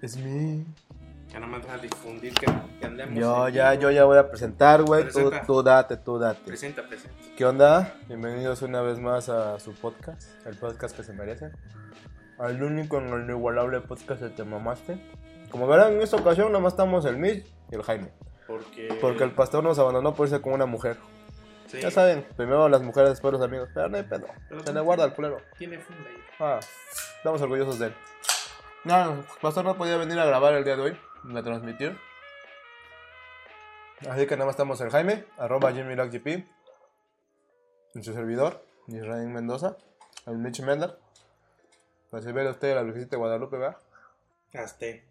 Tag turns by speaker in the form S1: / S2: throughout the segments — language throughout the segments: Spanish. S1: Es mí.
S2: Ya no me dejas difundir que, que andemos.
S1: Yo
S2: en-
S1: ya, yo ya voy a presentar, güey. Tú,
S2: Presenta.
S1: tú date, tú date.
S2: Presenta, presenta.
S1: ¿Qué onda? Bienvenidos una vez más a su podcast, el podcast que se merece. Al único en el igualable podcast que te mamaste. Como verán, en esta ocasión nada más estamos el Mitch y el Jaime.
S2: Porque.
S1: Porque el pastor nos abandonó por irse con una mujer.
S2: Sí,
S1: Ya saben, primero las mujeres, después los amigos. Pero no hay pedo. Se le guarda al plero.
S2: Tiene funda ahí.
S1: Ah, estamos orgullosos de él. No, el pastor no podía venir a grabar el día de hoy, la transmitir. Así que nada más estamos el Jaime, arroba JimmyLockGP, en su servidor, Israel Mendoza, el Mitch Mendler. Pues si ve usted la Lucecita de Guadalupe, ¿verdad?
S2: Gasté.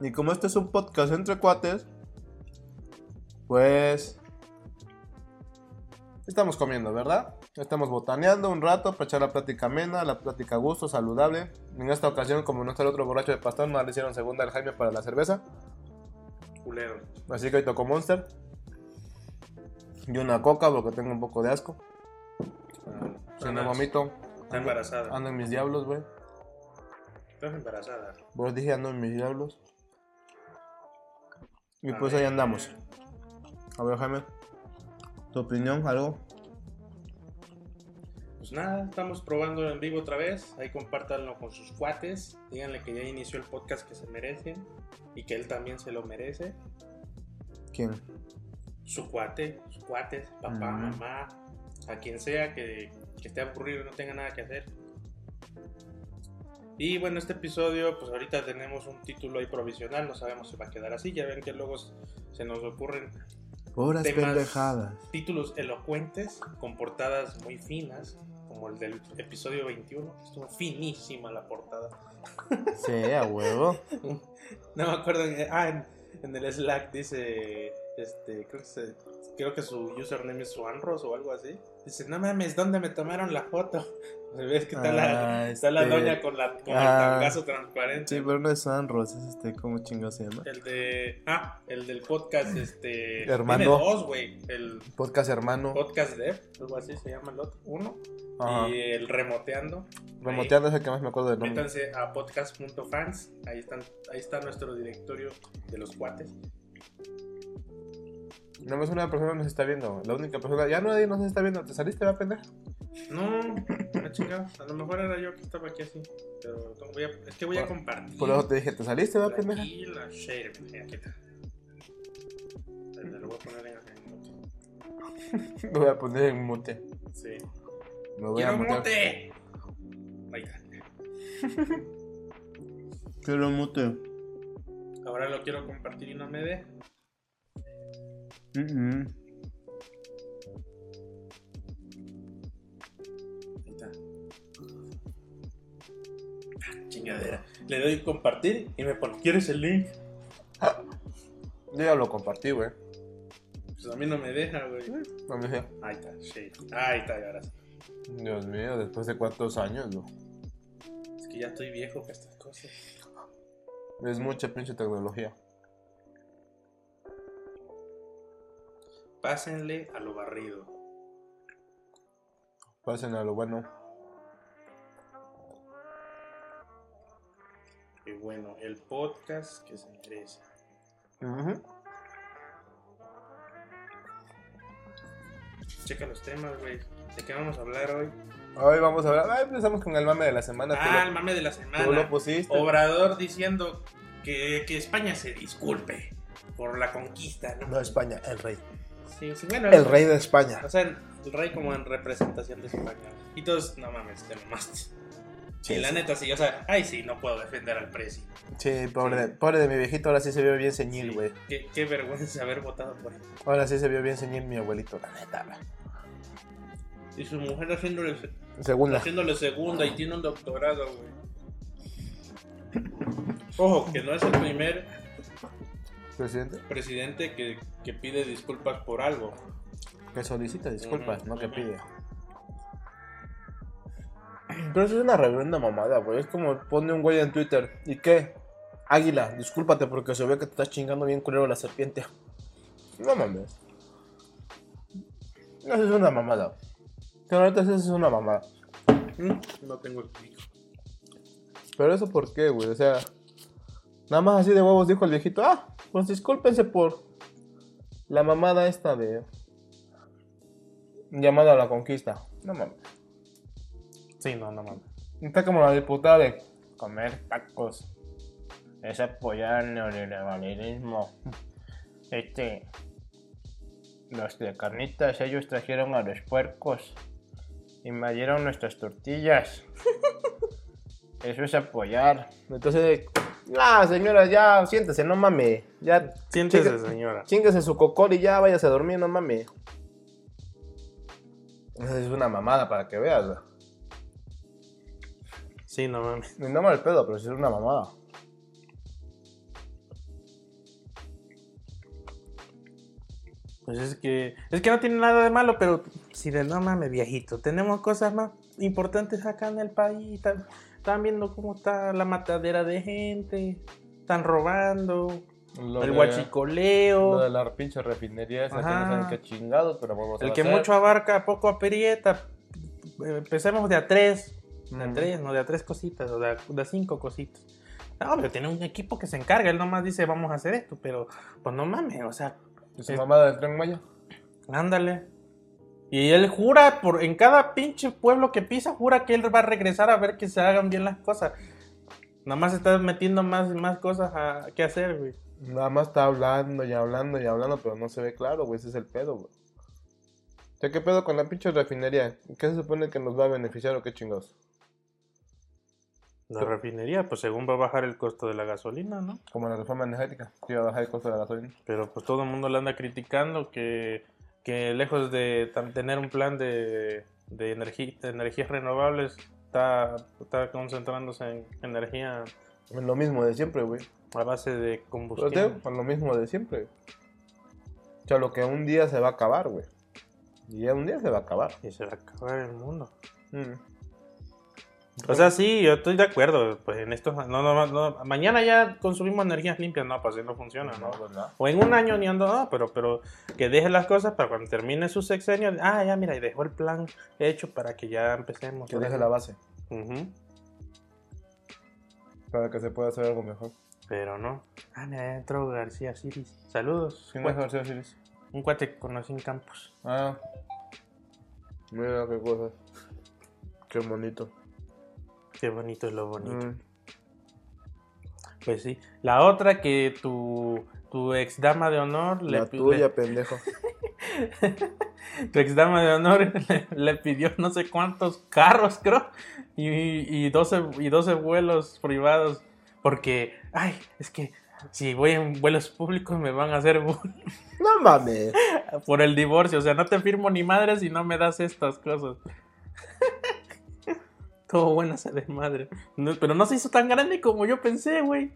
S1: Y como este es un podcast entre cuates, pues estamos comiendo, ¿verdad? Estamos botaneando un rato para echar la plática amena, la plática a gusto, saludable. En esta ocasión, como no está el otro borracho de pastor, no le hicieron segunda al Jaime para la cerveza.
S2: Culero.
S1: Así que hoy tocó Monster. Y una coca porque tengo un poco de asco. Si Ah, no Ah,
S2: Andas-
S1: vomito.
S2: Está embarazada.
S1: Ando en mis diablos, güey.
S2: Estás embarazada.
S1: Vos dije ando en mis diablos. Y
S2: A
S1: pues
S2: ver.
S1: ahí andamos. A ver, Jaime. ¿Tu opinión? ¿Algo?
S2: Pues nada, estamos probando en vivo otra vez. Ahí compártanlo con sus cuates. Díganle que ya inició el podcast que se merecen. Y que él también se lo merece.
S1: ¿Quién?
S2: Su cuate, sus cuates, papá,
S1: Ujú.
S2: mamá, a quien sea que, que esté aburrido y no tenga nada que hacer. Y bueno, este episodio, pues ahorita tenemos un título ahí provisional, no sabemos si va a quedar así. Ya ven que luego s- se nos ocurren
S1: Puras
S2: Temas.
S1: pendejadas.
S2: títulos elocuentes con portadas muy finas, como el del episodio 21. Estuvo finísima la portada.
S1: Sí, a huevo.
S2: No me acuerdo. en- Ah, en, en el Slack dice. Este, creo que, se- creo que su username es Suanros o algo así. Dice, no mames, ¿dónde me tomaron la foto? Ves que está, la,
S1: Ah,
S2: está la
S1: este-
S2: doña con, la, con
S1: ah.
S2: el tangazo transparente.
S1: Sí, pero no es Sanros, es este, ¿cómo chingo se llama?
S2: El de. Ah, el del podcast, este.
S1: Hermano.
S2: tiene dos, güey. El
S1: Podcast hermano.
S2: podcast Dev, algo así se llama el otro. Uno.
S1: Ajá.
S2: Y el Remoteando.
S1: Remoteando es el que más me acuerdo del nombre.
S2: Métanse a podcast.fans. Ahí, están, ahí está nuestro directorio de los cuates.
S1: Nada más una persona nos está viendo. La única persona. Ya nadie nos está viendo. ¿Te saliste, va, pendejo?
S2: No, la chingada. A lo mejor era yo que estaba aquí así. Pero no, voy a- es que voy a
S1: Por-
S2: compartir.
S1: Por eso te dije, ¿te saliste, va, pendeja?
S2: Tranquila, share. mira, Aquí está. Te lo voy a poner en en mute.
S1: Me voy a poner en mute.
S2: Sí.
S1: Me voy a
S2: ¡Quiero
S1: mutear.
S2: mute! Ahí está.
S1: Quiero mute.
S2: Ahora lo quiero compartir y no me dé. Ahí está. Ah, Chingadera. Le doy compartir y me pone, ¿quieres el link?
S1: Yo ya lo compartí, güey.
S2: Pues a mí no me deja, güey.
S1: No me dije,
S2: Ahí está, share. Ahí está, y ahora sí.
S1: Dios mío, después de cuántos años, güey.
S2: Es que ya estoy viejo para estas cosas.
S1: Es mucha pinche tecnología.
S2: Pásenle a lo barrido.
S1: Pasen a lo bueno.
S2: Y bueno, el podcast que se merece. Checa los temas, güey. ¿De qué vamos a hablar hoy?
S1: Hoy vamos a hablar. Ah, empezamos con el mame de la semana. tú
S2: Ah,
S1: lo-
S2: el mame de la
S1: tú, lo,
S2: semana.
S1: pusiste.
S2: Obrador diciendo que, que España se disculpe por la conquista, ¿no?
S1: No, España, el rey.
S2: Sí, sí, bueno.
S1: El rey de España.
S2: O sea, el rey como en representación de España. Y todos, no mames, te mamaste.
S1: Sí,
S2: y la neta, sí, o sea, ay, sí, no puedo defender al presi.
S1: Sí, pobre, de- pobre de mi viejito, ahora sí se vio bien ceñil,
S2: Sí,
S1: güey.
S2: Qué, qué vergüenza haber votado por él.
S1: Ahora sí se vio bien ceñil mi abuelito, la neta, güey.
S2: Y su mujer haciéndole
S1: Segunda.
S2: haciéndole segunda y tiene un doctorado, güey. Ojo, que no es el primer
S1: Presidente,
S2: presidente que, que pide disculpas por algo.
S1: que solicita disculpas,
S2: Ujú,
S1: no que
S2: ujú.
S1: pide. Pero eso es una reverenda mamada, güey. Es como pone un güey en Twitter. ¿Y qué? Águila, discúlpate porque se ve que te estás chingando bien culero la serpiente. No mames. Eso es una mamada. Pero ahorita eso es una mamada.
S2: Mm, No tengo el pico.
S1: Pero eso por qué, güey. O sea, nada más así de huevos dijo el viejito, ah, pues discúlpense por la mamada esta de llamada a la conquista. No mames.
S2: Sí, no, no mames.
S1: Está como la diputada de comer tacos. Es apoyar el neoliberalismo. Este. Los de carnitas, ellos trajeron a los puercos. Invadieron nuestras tortillas. Eso es apoyar. Entonces, la señora, ya siéntese, no mames. Ya
S2: Siéntese,
S1: chinga-
S2: señora.
S1: Chíngase su cocol y ya váyase a dormir, no mames. Es una mamada para que veas, güey.
S2: Sí, no mames.
S1: Ni No mal pedo, pero si es una mamada.
S2: Pues es que. Es que no tiene nada de malo, pero. Si de no mames, viejito. Tenemos cosas más importantes acá en el país. Están, están viendo cómo está la matadera de gente. Están robando.
S1: Lo
S2: el
S1: de-
S2: guachicoleo.
S1: Lo de la pinche refinería esa que
S2: Ajá.
S1: no saben qué chingados, pero vamos Pues a
S2: El que
S1: hacer.
S2: mucho abarca, poco aprieta. Empecemos de a tres. De a
S1: Ujú.
S2: tres, no, de a tres cositas, o de a, de a cinco cositas. No, pero tiene un equipo que se encarga, él nomás dice vamos a hacer esto, pero pues no mames, o sea,
S1: ¿Y su mamada del tren Maya?
S2: ándale. Y él jura, por, en cada pinche pueblo que pisa, jura que él va a regresar a ver que se hagan bien las cosas. Nada más está metiendo más, más cosas a, que hacer, güey.
S1: Nada más está hablando y hablando y hablando, pero no se ve claro, güey. Ese es el pedo, güey. O sea, ¿qué pedo con la pinche refinería? ¿Qué se supone que nos va a beneficiar o qué chingados?
S2: La refinería, pues según va a bajar el costo de la gasolina, ¿no?
S1: Como la reforma energética, que iba a bajar el costo de la gasolina.
S2: Pero pues todo el mundo le anda criticando que, que lejos de tam- tener un plan de, de, energi- de energías renovables, está, está concentrándose en energía
S1: Es lo mismo de siempre, güey.
S2: a base de
S1: Pero te
S2: combustible.
S1: digo, es lo mismo de siempre. O sea, lo que un día se va a acabar, güey. Y ya un día se va a acabar.
S2: Y se va a acabar el mundo.
S1: Mm.
S2: O sea, sí, yo estoy de acuerdo. Pues en estos. No, no, no, mañana ya consumimos energías limpias. No, pues así no funciona, ¿no?
S1: ¿verdad?
S2: O en un año ni ando, no, pero, pero que deje las cosas para cuando termine su sexenio. Ah, ya, mira, y dejó el plan hecho para que ya empecemos.
S1: Que deje la base
S2: Ujú.
S1: para que se pueda hacer algo mejor.
S2: Pero no. Ah, mira, entró García Siris. Saludos.
S1: ¿Quién
S2: Cuate-
S1: es García Siris?
S2: un cuate que conocí en campus.
S1: Ah. Mira qué cosas. Qué bonito.
S2: Qué bonito es lo bonito.
S1: Mm.
S2: Pues sí. La otra que tu, tu ex dama de honor le,
S1: La
S2: pi-
S1: tuya, pendejo.
S2: le- tu ex dama de honor le, le pidió no sé cuántos carros, creo. Y, y, 12, y 12 vuelos privados. Porque, ay, es que si voy en vuelos públicos me van a hacer bu-
S1: No mames.
S2: por el divorcio. O sea, no te firmo ni madre si no me das estas cosas. Todo bueno ese desmadre. No, pero no se hizo tan grande como yo pensé, güey.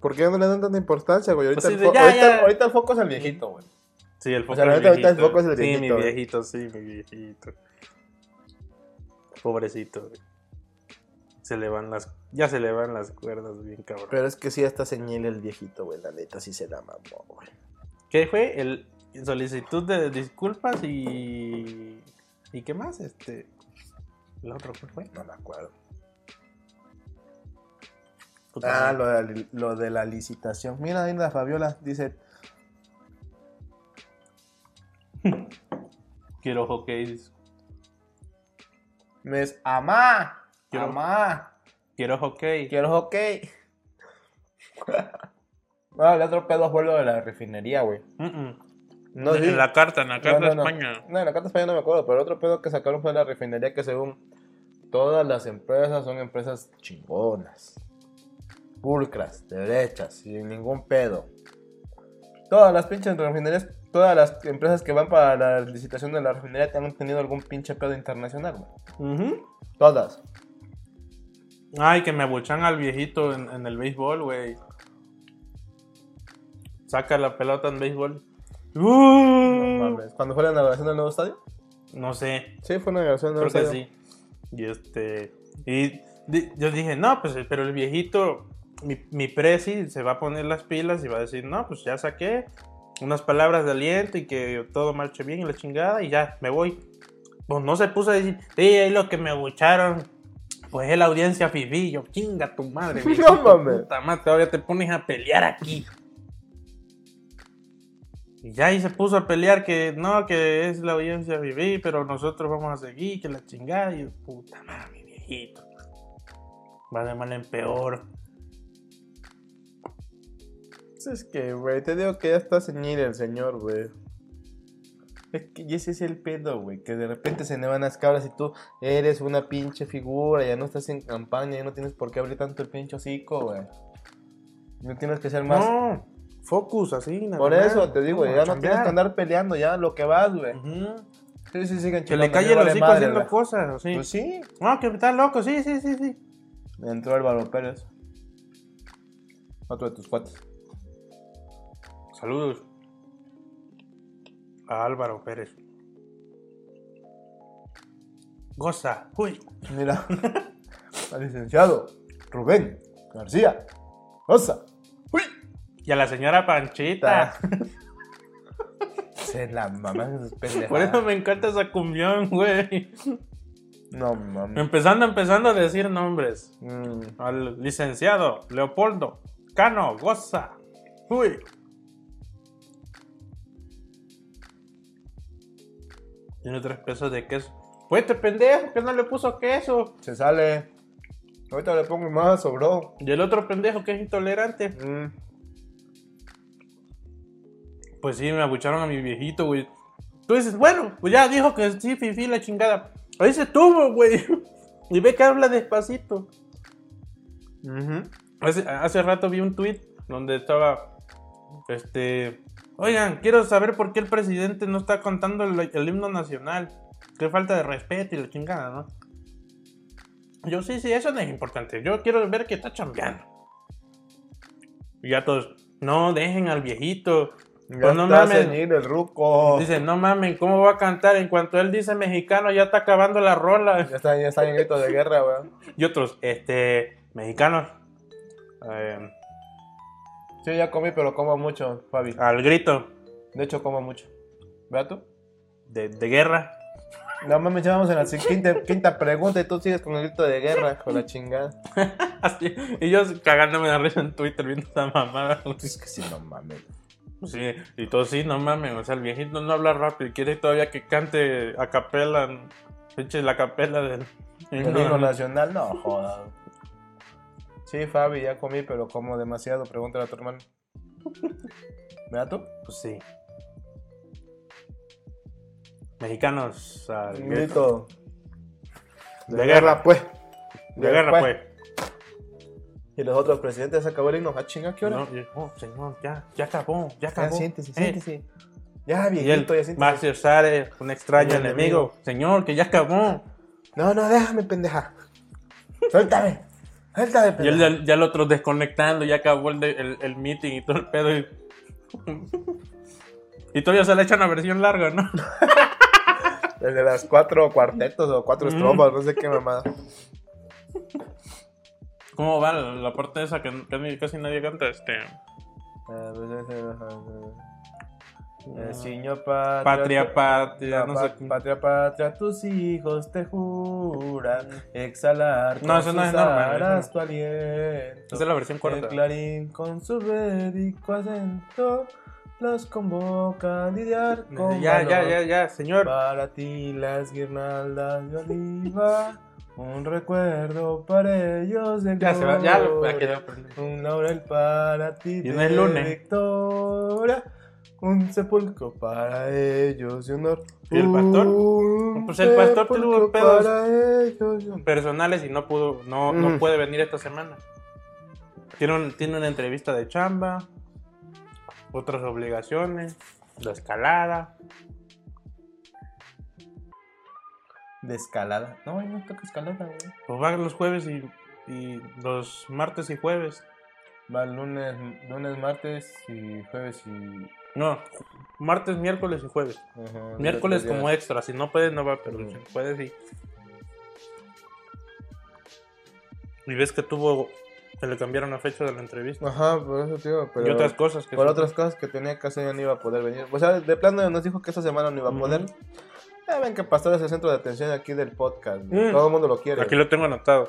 S1: ¿Por qué no le dan tanta importancia, güey? Ahorita,
S2: Pues
S1: el,
S2: sí,
S1: fo-
S2: ya,
S1: ahorita-
S2: ya.
S1: ahorita el foco es el viejito, güey.
S2: Sí, el foco
S1: O sea, la
S2: es
S1: neta, ahorita el
S2: viejito.
S1: foco es el
S2: Sí,
S1: viejito,
S2: mi
S1: güey.
S2: viejito, sí, mi viejito. Pobrecito, güey. Se le van las... Ya se le van las cuerdas bien cabrón.
S1: Pero es que sí, hasta señala el viejito, güey. La neta, sí se la mamó, güey.
S2: ¿Qué fue? El solicitud de disculpas y... ¿Y qué más? Este... ¿El otro qué fue?
S1: No me acuerdo.
S2: Puta
S1: Ah,
S2: madre.
S1: lo de, la li- lo de la licitación. Mira, ahí la Fabiola dice:
S2: Quiero hockey.
S1: Mes amá.
S2: Quiero-
S1: Amá.
S2: Quiero hockey.
S1: Quiero hockey. bueno, el otro pedo fue lo de la refinería, güey.
S2: Mm, mm.
S1: No,
S2: en
S1: sí.
S2: la carta, en la carta
S1: No,
S2: de
S1: no, no.
S2: España.
S1: No, en la carta de España no me acuerdo, pero otro pedo que sacaron fue la refinería que según todas las empresas son empresas chingonas, pulcras, derechas, sin ningún pedo. Todas las pinches refinerías, todas las empresas que van para la licitación de la refinería han tenido algún pinche pedo internacional, güey.
S2: Ujú.
S1: Todas.
S2: Ay, que me abuchan al viejito en, en el béisbol, güey. Saca la pelota en béisbol.
S1: No
S2: ¡Uh!
S1: mames. Cuando fue la inauguración del nuevo estadio.
S2: No sé,
S1: Sí, fue una inauguración del
S2: creo
S1: nuevo
S2: que
S1: estadio.
S2: sí. Y este. Y di- yo dije, no, pues, pero el viejito, mi, mi presi, se va a poner las pilas y va a decir, no, pues ya saqué unas palabras de aliento y que todo marche bien y la chingada y ya, me voy. Pues no se puso a decir, sí, ahí lo que me abucharon. Pues es la audiencia fifi, yo, chinga tu madre,
S1: No
S2: viejito,
S1: mames.
S2: puta madre, ahora te pones a pelear aquí. Y ya ahí se puso a pelear que no, que es la audiencia fifi, pero nosotros vamos a seguir, que la chingada, y yo, puta madre, viejito. Va de mal en peor.
S1: Pues Es que, güey, te digo que ya está ceñido el señor, güey. Es que y ese es el pedo, güey, que de repente se nevan las cabras y tú eres una pinche figura, ya no estás en campaña, ya no tienes por qué abrir tanto el pinche hocico, güey. No tienes que ser más...
S2: No, focus, así, nada
S1: por
S2: más.
S1: eso te digo,
S2: Vamos a
S1: ya no tienes
S2: chambear.
S1: que andar peleando, ya lo que vas, güey.
S2: Ujú.
S1: Sí, sí, sigan
S2: Que le
S1: chingando,
S2: calle
S1: ya
S2: el
S1: vale
S2: hocico
S1: madre,
S2: haciendo
S1: güey.
S2: cosas, así.
S1: Pues sí,
S2: No, que está loco, sí, sí, sí, sí.
S1: entró Álvaro Pérez. Otro de tus cuates.
S2: Saludos. A Álvaro Pérez. Goza. Uy.
S1: Mira, al licenciado Rubén García Rosa.
S2: Uy. Y a la señora Panchita.
S1: Ah. Se la mamá de sus pendejadas.
S2: Por eso me encanta esa cumbión, güey.
S1: No mames.
S2: Empezando, empezando a decir nombres.
S1: Mm,
S2: Al licenciado Leopoldo Cano Goza. Uy. Tiene tres pesos de queso. Pues este pendejo que no le puso queso.
S1: se sale. Ahorita le pongo más, sobró.
S2: Y el otro pendejo que es intolerante.
S1: Mm,
S2: Pues sí, me abucharon a mi viejito, güey. Tú dices, bueno, pues ya dijo que sí, fifi, la chingada. Ahí se tuvo, güey. Y ve que habla despacito.
S1: mhm.
S2: Hace, hace rato vi un tweet donde estaba, este, oigan, quiero saber por qué el presidente no está contando el, el himno nacional. Qué falta de respeto y la chingada, ¿no? Yo sí, sí, eso no es importante. Yo quiero ver que está chambeando. Y ya todos, no, dejen al viejito.
S1: Ya
S2: Pues no
S1: está
S2: mames.
S1: ceñido el ruco.
S2: Dice, no mames, ¿cómo va a cantar? En cuanto él dice mexicano, ya está acabando la rola.
S1: Ya está, ya está en grito de guerra, weón.
S2: Y otros, este, mexicanos, eh,
S1: Sí, ya comí, pero como mucho, Fabi.
S2: al grito
S1: De hecho, como mucho. ¿Verdad tú?
S2: de, de guerra.
S1: No mames, ya vamos en la quinta, quinta pregunta y tú sigues con el grito de guerra, con la chingada.
S2: Así, y yo cagándome de risa en Twitter viendo esa mamada.
S1: Es que sí, no mames.
S2: Sí, y todo sí, no mames, o sea, el viejito no habla rápido, quiere todavía que cante a capela, pinche la capela del...
S1: El himno nacional, no jodas. Sí, Fabi, ya comí, pero como demasiado. Pregúntale a tu hermano. ¿Verdad tú?
S2: Pues sí. Mexicanos al
S1: Un
S2: grito.
S1: grito.
S2: De guerra,
S1: pues.
S2: De guerra, pues.
S1: Y los otros presidentes se acabó el himno. Ah, chinga, ¿qué hora?
S2: No, y- oh, señor, ya, ya acabó, ya
S1: ya,
S2: acabó.
S1: siéntese,
S2: Eh,
S1: siéntese. Ya,
S2: Y él,
S1: viejito, ya siéntese.
S2: Marcio Sárez, un extraño
S1: Un
S2: enemigo.
S1: enemigo.
S2: Señor, que ya acabó.
S1: No, no, déjame, pendeja. Suéltame. Suéltame,
S2: Y él
S1: pendeja.
S2: ya, ya el otro desconectando, ya acabó el, de- el, el meeting y todo el pedo. Y, y todavía se le echa una versión larga, ¿no?
S1: El de las cuatro cuartetos o cuatro
S2: Mm.
S1: estrofas, no sé qué mamada.
S2: ¿Cómo va la, la parte esa que, que ni- casi nadie canta? Este.
S1: Eh, pues, ese, ajá, ajá. Eh,
S2: Sí.
S1: Señor patria,
S2: Ah. Patria,
S1: tu-
S2: patria,
S1: pa-
S2: no
S1: pa-
S2: sé. qué.
S1: Patria, patria, tus hijos te juran exhalar
S2: No, eso no es
S1: sus
S2: normal, eso no.
S1: aras tu aliento.
S2: Esa es la versión
S1: El
S2: corta.
S1: clarín con su bélico acento los convoca a lidiar con
S2: Ya, ya,
S1: valor.
S2: ya, ya, señor.
S1: Para ti las guirnaldas de oliva, un recuerdo para ellos de
S2: Ya se va, ya lo
S1: gloria.
S2: ya quedó.
S1: Un laurel para ti
S2: Y no
S1: de
S2: es lunes.
S1: victoria, un sepulcro para ellos de honor.
S2: ¿Y el pastor?
S1: Un
S2: Pues el pastor
S1: sepulcro
S2: tuvo pedos.
S1: Para ellos de honor.
S2: Personales y no pudo, no, no
S1: Mm.
S2: puede venir esta semana. Tiene, un- tiene una entrevista de chamba, otras obligaciones, la escalada.
S1: De escalada. No, hoy no toca escalada, güey.
S2: Pues van los jueves y, y los martes y jueves.
S1: Va lunes, lunes, martes y jueves y.
S2: No, martes, miércoles y jueves.
S1: ajá,
S2: Miércoles
S1: los días.
S2: como extra, si no puedes no va, pero
S1: Mm.
S2: si puedes sí. Y ves que tuvo, que le cambiaron la fecha de la entrevista.
S1: Ajá, por eso, tío. Pero...
S2: y otras cosas que...
S1: Por
S2: son-
S1: otras cosas que tenía que hacer ya no iba a poder venir. O sea, de plano nos dijo que esta semana no iba a
S2: Ujú.
S1: poder. Ya ven que Pastor es el centro de atención aquí del podcast. güey.
S2: Mm.
S1: Todo el mundo lo quiere.
S2: Aquí lo tengo anotado.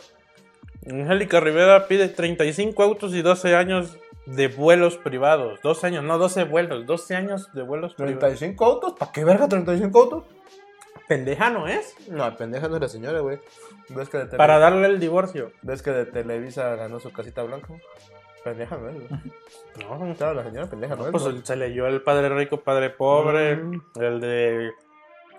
S2: Angélica Rivera pide 35 autos y 12 años de vuelos privados. 12 años, no 12 vuelos, 12 años de vuelos privados.
S1: ¿35 autos? ¿Para qué verga 35 autos?
S2: Pendeja no es.
S1: No, pendeja no es la señora, güey. ¿Ves que de, Tele-
S2: Para darle el divorcio.
S1: ¿Ves que de Televisa ganó su casita blanca? Pendeja no es, güey.
S2: No,
S1: Claro, la señora pendeja no es.
S2: pues
S1: güey.
S2: se leyó el padre rico, padre pobre,
S1: Mm.
S2: el de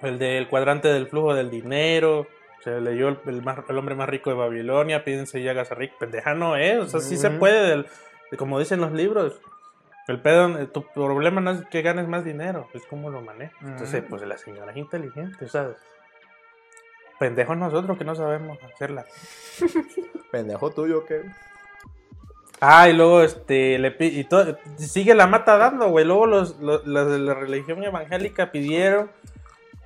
S2: el del cuadrante del flujo del dinero. Se leyó el, el más- el hombre más rico de Babilonia, pídense y hágase rico. Pendeja no es, o sea, sí se
S1: Mm.
S2: puede, del- de como dicen los libros. El pedo, eh, tu problema no es que ganes más dinero, es cómo lo manejas. Entonces,
S1: Mm.
S2: pues la señora es inteligente, ¿sabes? Pendejos nosotros que no sabemos hacerla.
S1: Pendejo tuyo, ¿qué?
S2: Ah, y luego este le pi- y to- sigue la mata dando, güey. Luego los, los- las de la religión evangélica pidieron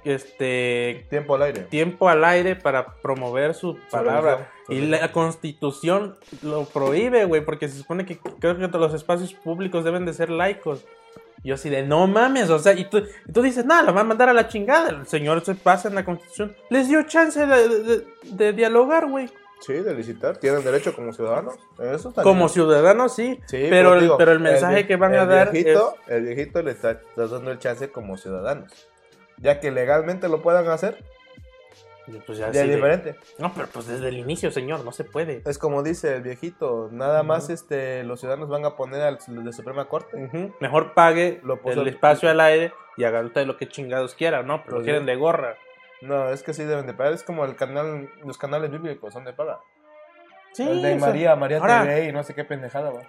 S2: este
S1: Tiempo al aire.
S2: tiempo al aire para promover su
S1: religión,
S2: palabra.
S1: su
S2: Y
S1: religión.
S2: la constitución lo prohíbe, güey, porque se supone que creo que todos los espacios públicos deben de ser laicos. Yo así de, no mames, o sea, y tú, y tú dices, nada, lo van a mandar a la chingada. El señor se pasa en la constitución. Les dio chance de, de- de dialogar, güey.
S1: Sí, de licitar. Tienen derecho como ciudadanos. Eso está
S2: Como
S1: bien.
S2: ciudadanos, sí.
S1: Sí,
S2: pero,
S1: pues,
S2: el,
S1: digo,
S2: pero el mensaje
S1: vi-
S2: que van a
S1: el
S2: dar
S1: viejito- El viejito le está, está dando el chance como ciudadanos. Ya que legalmente lo puedan hacer,
S2: es. Pues ya
S1: ya
S2: así
S1: es
S2: de-
S1: diferente.
S2: no, pero pues desde el inicio, señor, no se puede.
S1: Es como dice el viejito, nada
S2: Ujú.
S1: más este los ciudadanos van a poner al de Suprema Corte.
S2: Ujú. Mejor pague
S1: Lo puso
S2: el
S1: el-
S2: espacio al aire y haga usted lo que chingados quiera, ¿no? Pero
S1: Pues
S2: quieren
S1: sí.
S2: de gorra.
S1: No, es que sí deben de pagar. Es como el canal, los canales bíblicos, son de paga.
S2: Sí,
S1: el de
S2: o sea,
S1: María, María
S2: ahora-
S1: TV y no sé qué pendejada, güey.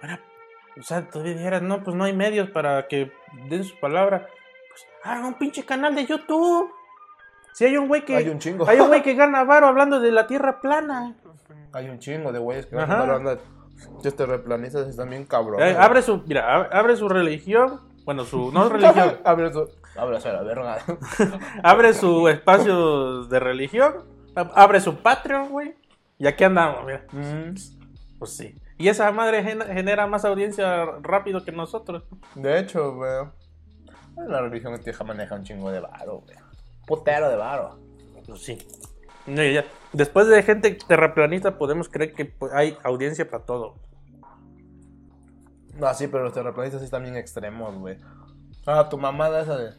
S2: O sea, tú dijeras, no, pues no hay medios para que den su palabra. Pues haga un pinche canal de YouTube. Si hay un güey que.
S1: Hay un chingo.
S2: hay un güey que gana varo hablando de la tierra plana.
S1: Hay un chingo de güeyes que van
S2: Ajá.
S1: a andar hablando de- Yo te replanizas, están bien cabrón.
S2: Eh, abre su. Mira, ab- abre su religión. Bueno, su. No religión.
S1: Abre su. Abre su- la verga.
S2: abre su espacio de religión, ab- abre su Patreon, güey. Y aquí andamos, mira. Pues sí. Y esa madre gen- genera más audiencia rápido que nosotros.
S1: De hecho, güey. La religión vieja maneja un chingo de varo, güey. Putero de varo.
S2: Pues sí. No, ya- Después de gente terraplanista, podemos creer que pues, hay audiencia para todo.
S1: No, sí, pero los terraplanistas sí están bien extremos, güey. Ah, tu mamada esa de.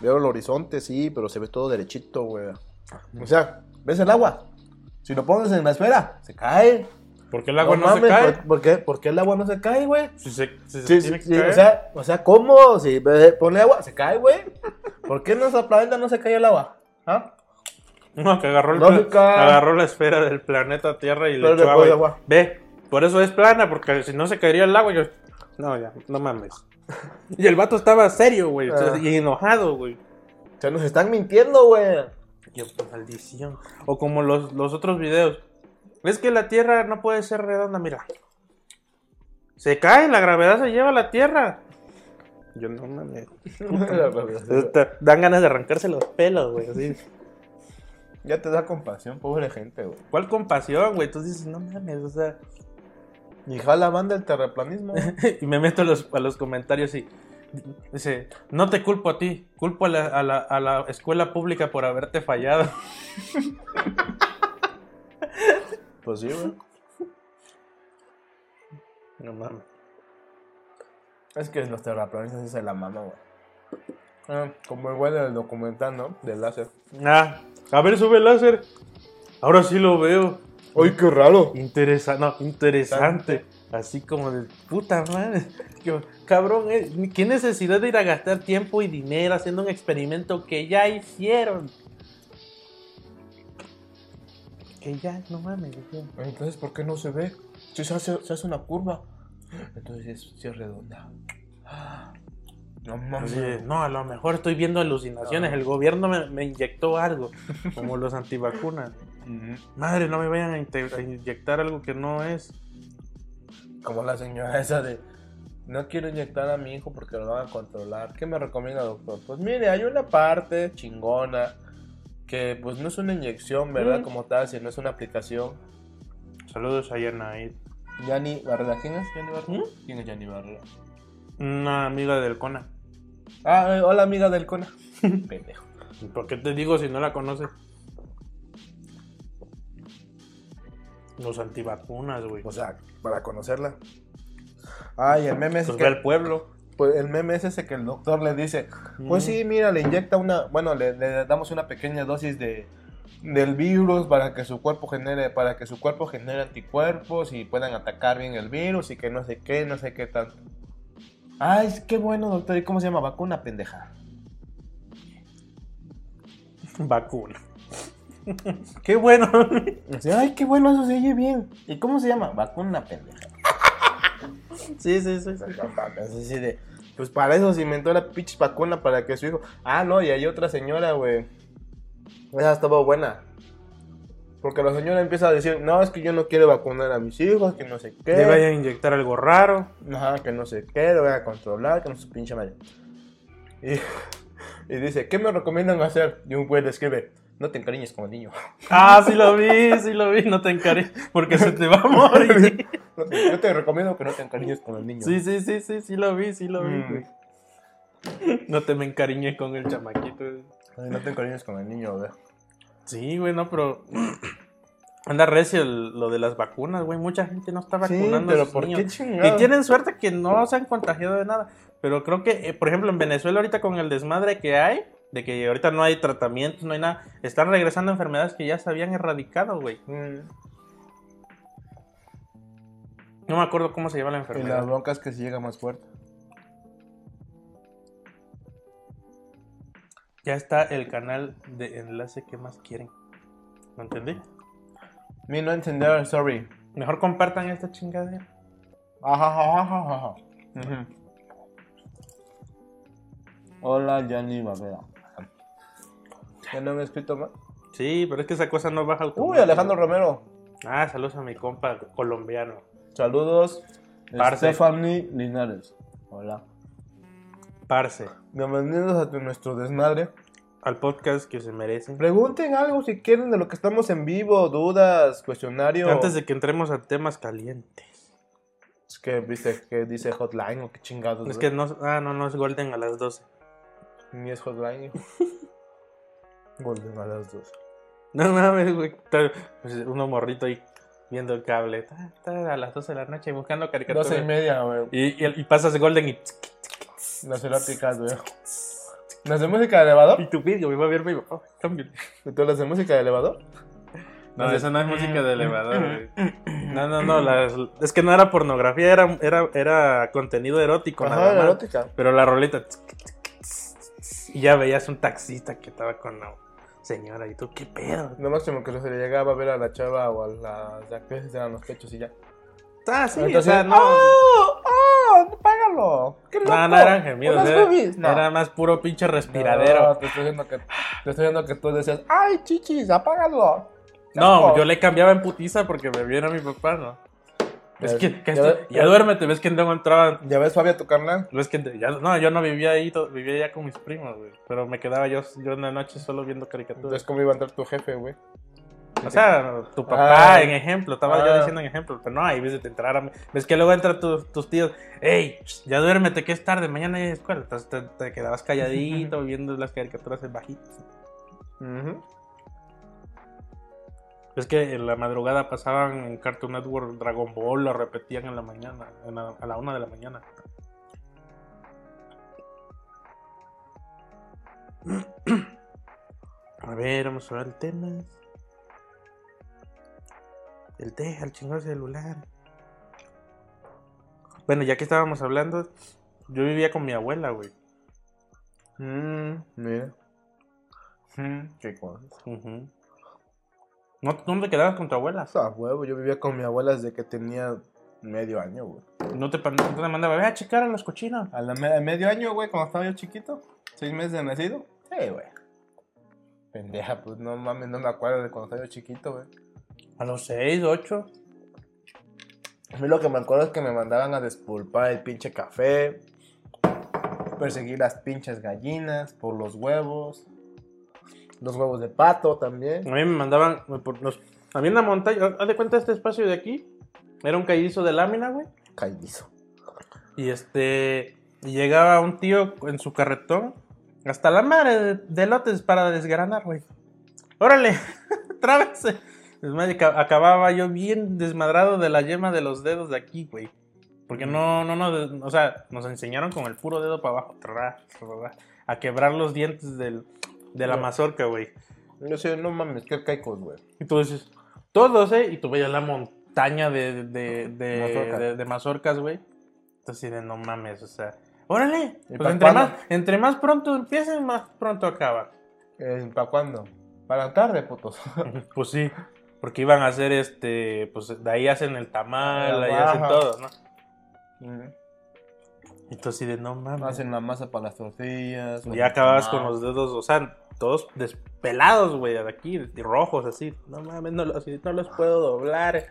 S1: Veo el horizonte, sí, pero se ve todo derechito, güey. O sea, ¿ves el agua? Si lo pones en la esfera, se cae.
S2: Porque el agua no,
S1: mames,
S2: se cae.
S1: ¿por, por qué, por qué el agua no se cae, güey?
S2: Si se, si se
S1: Sí,
S2: tiene
S1: sí,
S2: que
S1: sí,
S2: caer.
S1: o, sea, o sea, ¿cómo? Si ve- pone agua, se cae, güey. ¿Por qué en nuestra planeta no se cae el agua? ¿Ah?
S2: No, que agarró, el
S1: No se
S2: pla-
S1: cae.
S2: agarró la esfera del planeta Tierra y le
S1: Pero
S2: echó
S1: después
S2: agua.
S1: de agua.
S2: Ve, por eso es plana, porque si no se caería el agua. Yo... No, ya, no mames. Y el vato estaba serio, güey, o sea,
S1: Ah.
S2: y enojado, güey.
S1: Se nos están mintiendo, güey.
S2: Yo, pues, maldición. O como los, los otros videos. ¿Ves que la Tierra no puede ser redonda? Mira. Se cae, la gravedad se lleva a la Tierra. Yo no mames. Te- Dan ganas de arrancarse los pelos, güey. así.
S1: ya te da compasión, pobre gente, güey.
S2: ¿Cuál compasión, güey? Tú dices, no mames, o sea.
S1: Y jala banda el terraplanismo. güey.
S2: y me meto a los, a los comentarios y dice, no te culpo a ti, culpo a la, a la- a la escuela pública por haberte fallado.
S1: Pues sí, güey.
S2: No mames.
S1: Es que los terraplanistas sí se la maman, güey. Ah, como el güey del documental, ¿no? Del láser.
S2: Ah, a ver, sube el láser. Ahora sí lo veo.
S1: ¡Ay, qué raro!
S2: Interesa no, interesante. Así como de puta madre. Yo, Cabrón, eh, ¿qué necesidad de ir a gastar tiempo y dinero haciendo un experimento que ya hicieron? Que ya, no mames. ya.
S1: Entonces, ¿por qué no se ve? Si se hace, se hace una curva. Entonces, sí es, sí es redonda. Ah, No mames.
S2: Así de, no, a lo mejor estoy viendo alucinaciones.
S1: Ajá.
S2: El gobierno me, me inyectó algo, como los antivacunas.
S1: Ujú.
S2: Madre, no me vayan a, inte- a inyectar algo que no es.
S1: Como la señora esa de. No quiero inyectar a mi hijo porque lo van a controlar. ¿Qué me recomienda, doctor? Pues mire, hay una parte chingona que, pues, no es una inyección, ¿verdad?
S2: Mm.
S1: Como tal, sino es una aplicación.
S2: Saludos a Yanaid.
S1: Yanni Barrera. ¿Quién es Yanni Barrera?
S2: ¿Mm?
S1: ¿Quién es Yanni Barrera?
S2: Una amiga del CONA.
S1: Ah, eh, hola amiga del Cona. Pendejo.
S2: ¿Por qué te digo si no la conoces? Los antivacunas, güey.
S1: O sea, para conocerla. Ay, el meme es
S2: Los
S1: que-
S2: ve al pueblo.
S1: Pues el meme es ese que el doctor le dice, pues
S2: Mm.
S1: sí, mira, le inyecta una, bueno, le, le damos una pequeña dosis de del virus para que su cuerpo genere, para que su cuerpo genere anticuerpos y puedan atacar bien el virus y que no sé qué, no sé qué tanto. Ay, es- qué bueno, doctor. ¿Y cómo se llama? Vacuna, pendeja.
S2: Vacuna. qué bueno.
S1: Dice, Ay, qué bueno, eso se oye bien. ¿Y cómo se llama? Vacuna, pendeja.
S2: sí, sí, sí. sí.
S1: No mames, así de, pues para eso se inventó la pinche vacuna para que su hijo. Ah, no, y hay otra señora, güey. Esa estaba buena. Porque la señora empieza a decir, no, es que yo no quiero vacunar a mis hijos, que no sé qué.
S2: Le vayan a inyectar algo raro.
S1: Ajá, que no sé qué, lo voy a controlar, que no se pinche madre. Y, y dice, ¿qué me recomiendan hacer? Y un güey le escribe, no te encariñes como niño.
S2: Ah, sí lo vi, sí lo vi. No te encares porque se te va a morir.
S1: No te- yo te recomiendo que no te encariñes con el niño.
S2: Sí, sí, sí, sí, sí lo vi, sí lo vi.
S1: Mm.
S2: güey. No te me encariñé con el chamaquito. güey.
S1: No te encariñes con el niño, güey.
S2: Sí, güey, no, pero anda recio el- lo de las vacunas, güey. Mucha gente no está
S1: Sí,
S2: vacunando a
S1: pero
S2: sus
S1: ¿por
S2: niños.
S1: qué chingados?
S2: Y tienen suerte que no se han contagiado de nada. Pero creo que, eh, por ejemplo, en Venezuela ahorita con el desmadre que hay, de que ahorita no hay tratamientos, no hay nada, están regresando enfermedades que ya se habían erradicado, güey.
S1: Mm.
S2: No me acuerdo cómo se llama la
S1: Y la
S2: enfermedad.
S1: bronca es que se llega más fuerte.
S2: Ya está el canal de enlace que más quieren. ¿Lo entendí?
S1: Mi no entender, sorry.
S2: Mejor compartan esta chingadera.
S1: Ajá, ajá, ajá, ajá. Ujú. Hola, Yanni Bavera. ¿Ya no me he escrito más?
S2: Sí, pero es que esa cosa no baja al
S1: Uy, Alejandro Romero.
S2: Ah, saludos a mi compa colombiano.
S1: Saludos.
S2: Parce.
S1: Stephanie Linares. Hola.
S2: Parce,
S1: Bienvenidos a tu- nuestro desmadre.
S2: al podcast que se merecen.
S1: Pregunten algo si quieren de lo que estamos en vivo, dudas, cuestionario.
S2: Antes de que entremos a temas calientes.
S1: Es que, viste, que dice hotline o qué chingados.
S2: Es que
S1: güey.
S2: no, ah, no, no es Golden a las 12.
S1: Ni es hotline. hijo. Golden a las dos.
S2: No mames, güey. Está- pues, uno morrito ahí viendo el cable. Ta, ta, a las 12 de la noche buscando caricaturas.
S1: Doce y media, güey.
S2: y, y- y pasas Golden y.
S1: No se lo aplicas, güey. ¿Las de música de elevador?
S2: Y tu vídeo, me va a ver mi papá. Cámbiale.
S1: ¿Y tú las de música de elevador?
S2: No, esa no es música de elevador, güey. No, no, no. las- es que no era pornografía, era, era, era contenido erótico.
S1: Ajá,
S2: nada
S1: la
S2: más.
S1: erótica.
S2: Pero la roleta. tsk, tsk, tsk, tsk, Y ya veías un taxista que estaba con la señora. Y tú, ¿qué pedo?
S1: Lo máximo que se le llegaba a ver a la chava o a las actrices eran los pechos y ya.
S2: Ah, sí,
S1: Entonces,
S2: o sea, no.
S1: ¡Oh! ¡Oh! ¡Págalo! ¡Qué loco!
S2: No, no eran gemidos,
S1: Unas
S2: era,
S1: boobies. No.
S2: era más puro pinche
S1: No,
S2: respiradero.
S1: te, estoy diciendo que, te estoy diciendo que tú decías, ¡ay, chichis! ¡Apágalo!
S2: No,
S1: Loco.
S2: yo le cambiaba en putiza porque me viera mi papá, ¿no? Es
S1: Ya-
S2: que, que
S1: ya-
S2: esto- ya, duérmete, ves que no entraba.
S1: ¿Ya ves, Fabia, tu carnal?
S2: ves que te- ya- no, yo no vivía ahí, to- vivía ya con mis primos, güey. Pero me quedaba yo, yo en la noche solo viendo caricaturas.
S1: Entonces, ¿cómo iba a entrar tu jefe, güey?
S2: O sea, tu papá
S1: Ah.
S2: en ejemplo, estaba yo
S1: Ah.
S2: diciendo en ejemplo, pero no, ahí ves de te entrar a- Ves que luego entran tus- tus tíos, hey, ya duérmete, que es tarde, mañana hay escuela. Entonces te, te quedabas calladito viendo las caricaturas en bajito.
S1: Ujú.
S2: Es que en la madrugada pasaban en Cartoon Network Dragon Ball, lo repetían en la mañana, en la- a la una de la mañana. A ver, vamos a ver el tema. El deja, el chingado celular. Bueno, ya que estábamos hablando, yo vivía con mi abuela, güey.
S1: Mm, mira. Mm, qué cosa.
S2: Ujú. ¿No, tú ¿No te quedabas con tu abuela?
S1: A huevo, yo vivía con mi abuela desde que tenía medio año, güey.
S2: ¿No te, pan- no te mandaba, ve a checar a los cochinos?
S1: ¿A la me- medio año, güey, cuando estaba yo chiquito? ¿Seis meses de nacido? Sí, güey. Pendeja, pues no mames, no me acuerdo de cuando estaba yo chiquito, güey.
S2: A los 6, 8.
S1: A mí lo que me acuerdo es que me mandaban a despulpar el pinche café, perseguir las pinches gallinas por los huevos, los huevos de pato
S2: A
S1: también.
S2: mí me mandaban. me por- nos- había una montaña. Haz de cuenta este espacio de aquí. Era un callizo de lámina, güey.
S1: Caidizo.
S2: Y este. y llegaba un tío en su carretón.
S3: Hasta la madre de, de lotes para desgranar, güey. Órale, trávense. Desmadre, ca- acababa yo bien desmadrado de la yema de los dedos de aquí, güey. Porque
S1: Mm.
S3: no, no, no, o sea, nos enseñaron con el puro dedo para abajo, tra, tra, a quebrar los dientes del, de la
S1: No.
S3: mazorca, güey.
S1: Yo sé, no mames, qué arcaicos, güey.
S3: Y tú dices, todos, ¿eh? Y tú veías la montaña de, de, de,
S1: Mazorca.
S3: de- de mazorcas, güey. Entonces, de, no mames, o sea, órale.
S1: ¿Y
S3: Pues
S1: pa'
S3: entre,
S1: cuándo?
S3: más, entre más pronto empiecen, más pronto acaban.
S1: ¿Para Eh, cuándo? Para la tarde, putos.
S3: Pues sí, porque iban a hacer este, pues de ahí hacen el tamal,
S1: La
S3: ahí hacen
S1: baja.
S3: todo, ¿no? Entonces, de no mames.
S1: Hacen la masa para las tortillas.
S3: ya acababas con los dedos, o sea, todos despelados, güey, de aquí, de- rojos, así. No mames, no, los- no los puedo doblar.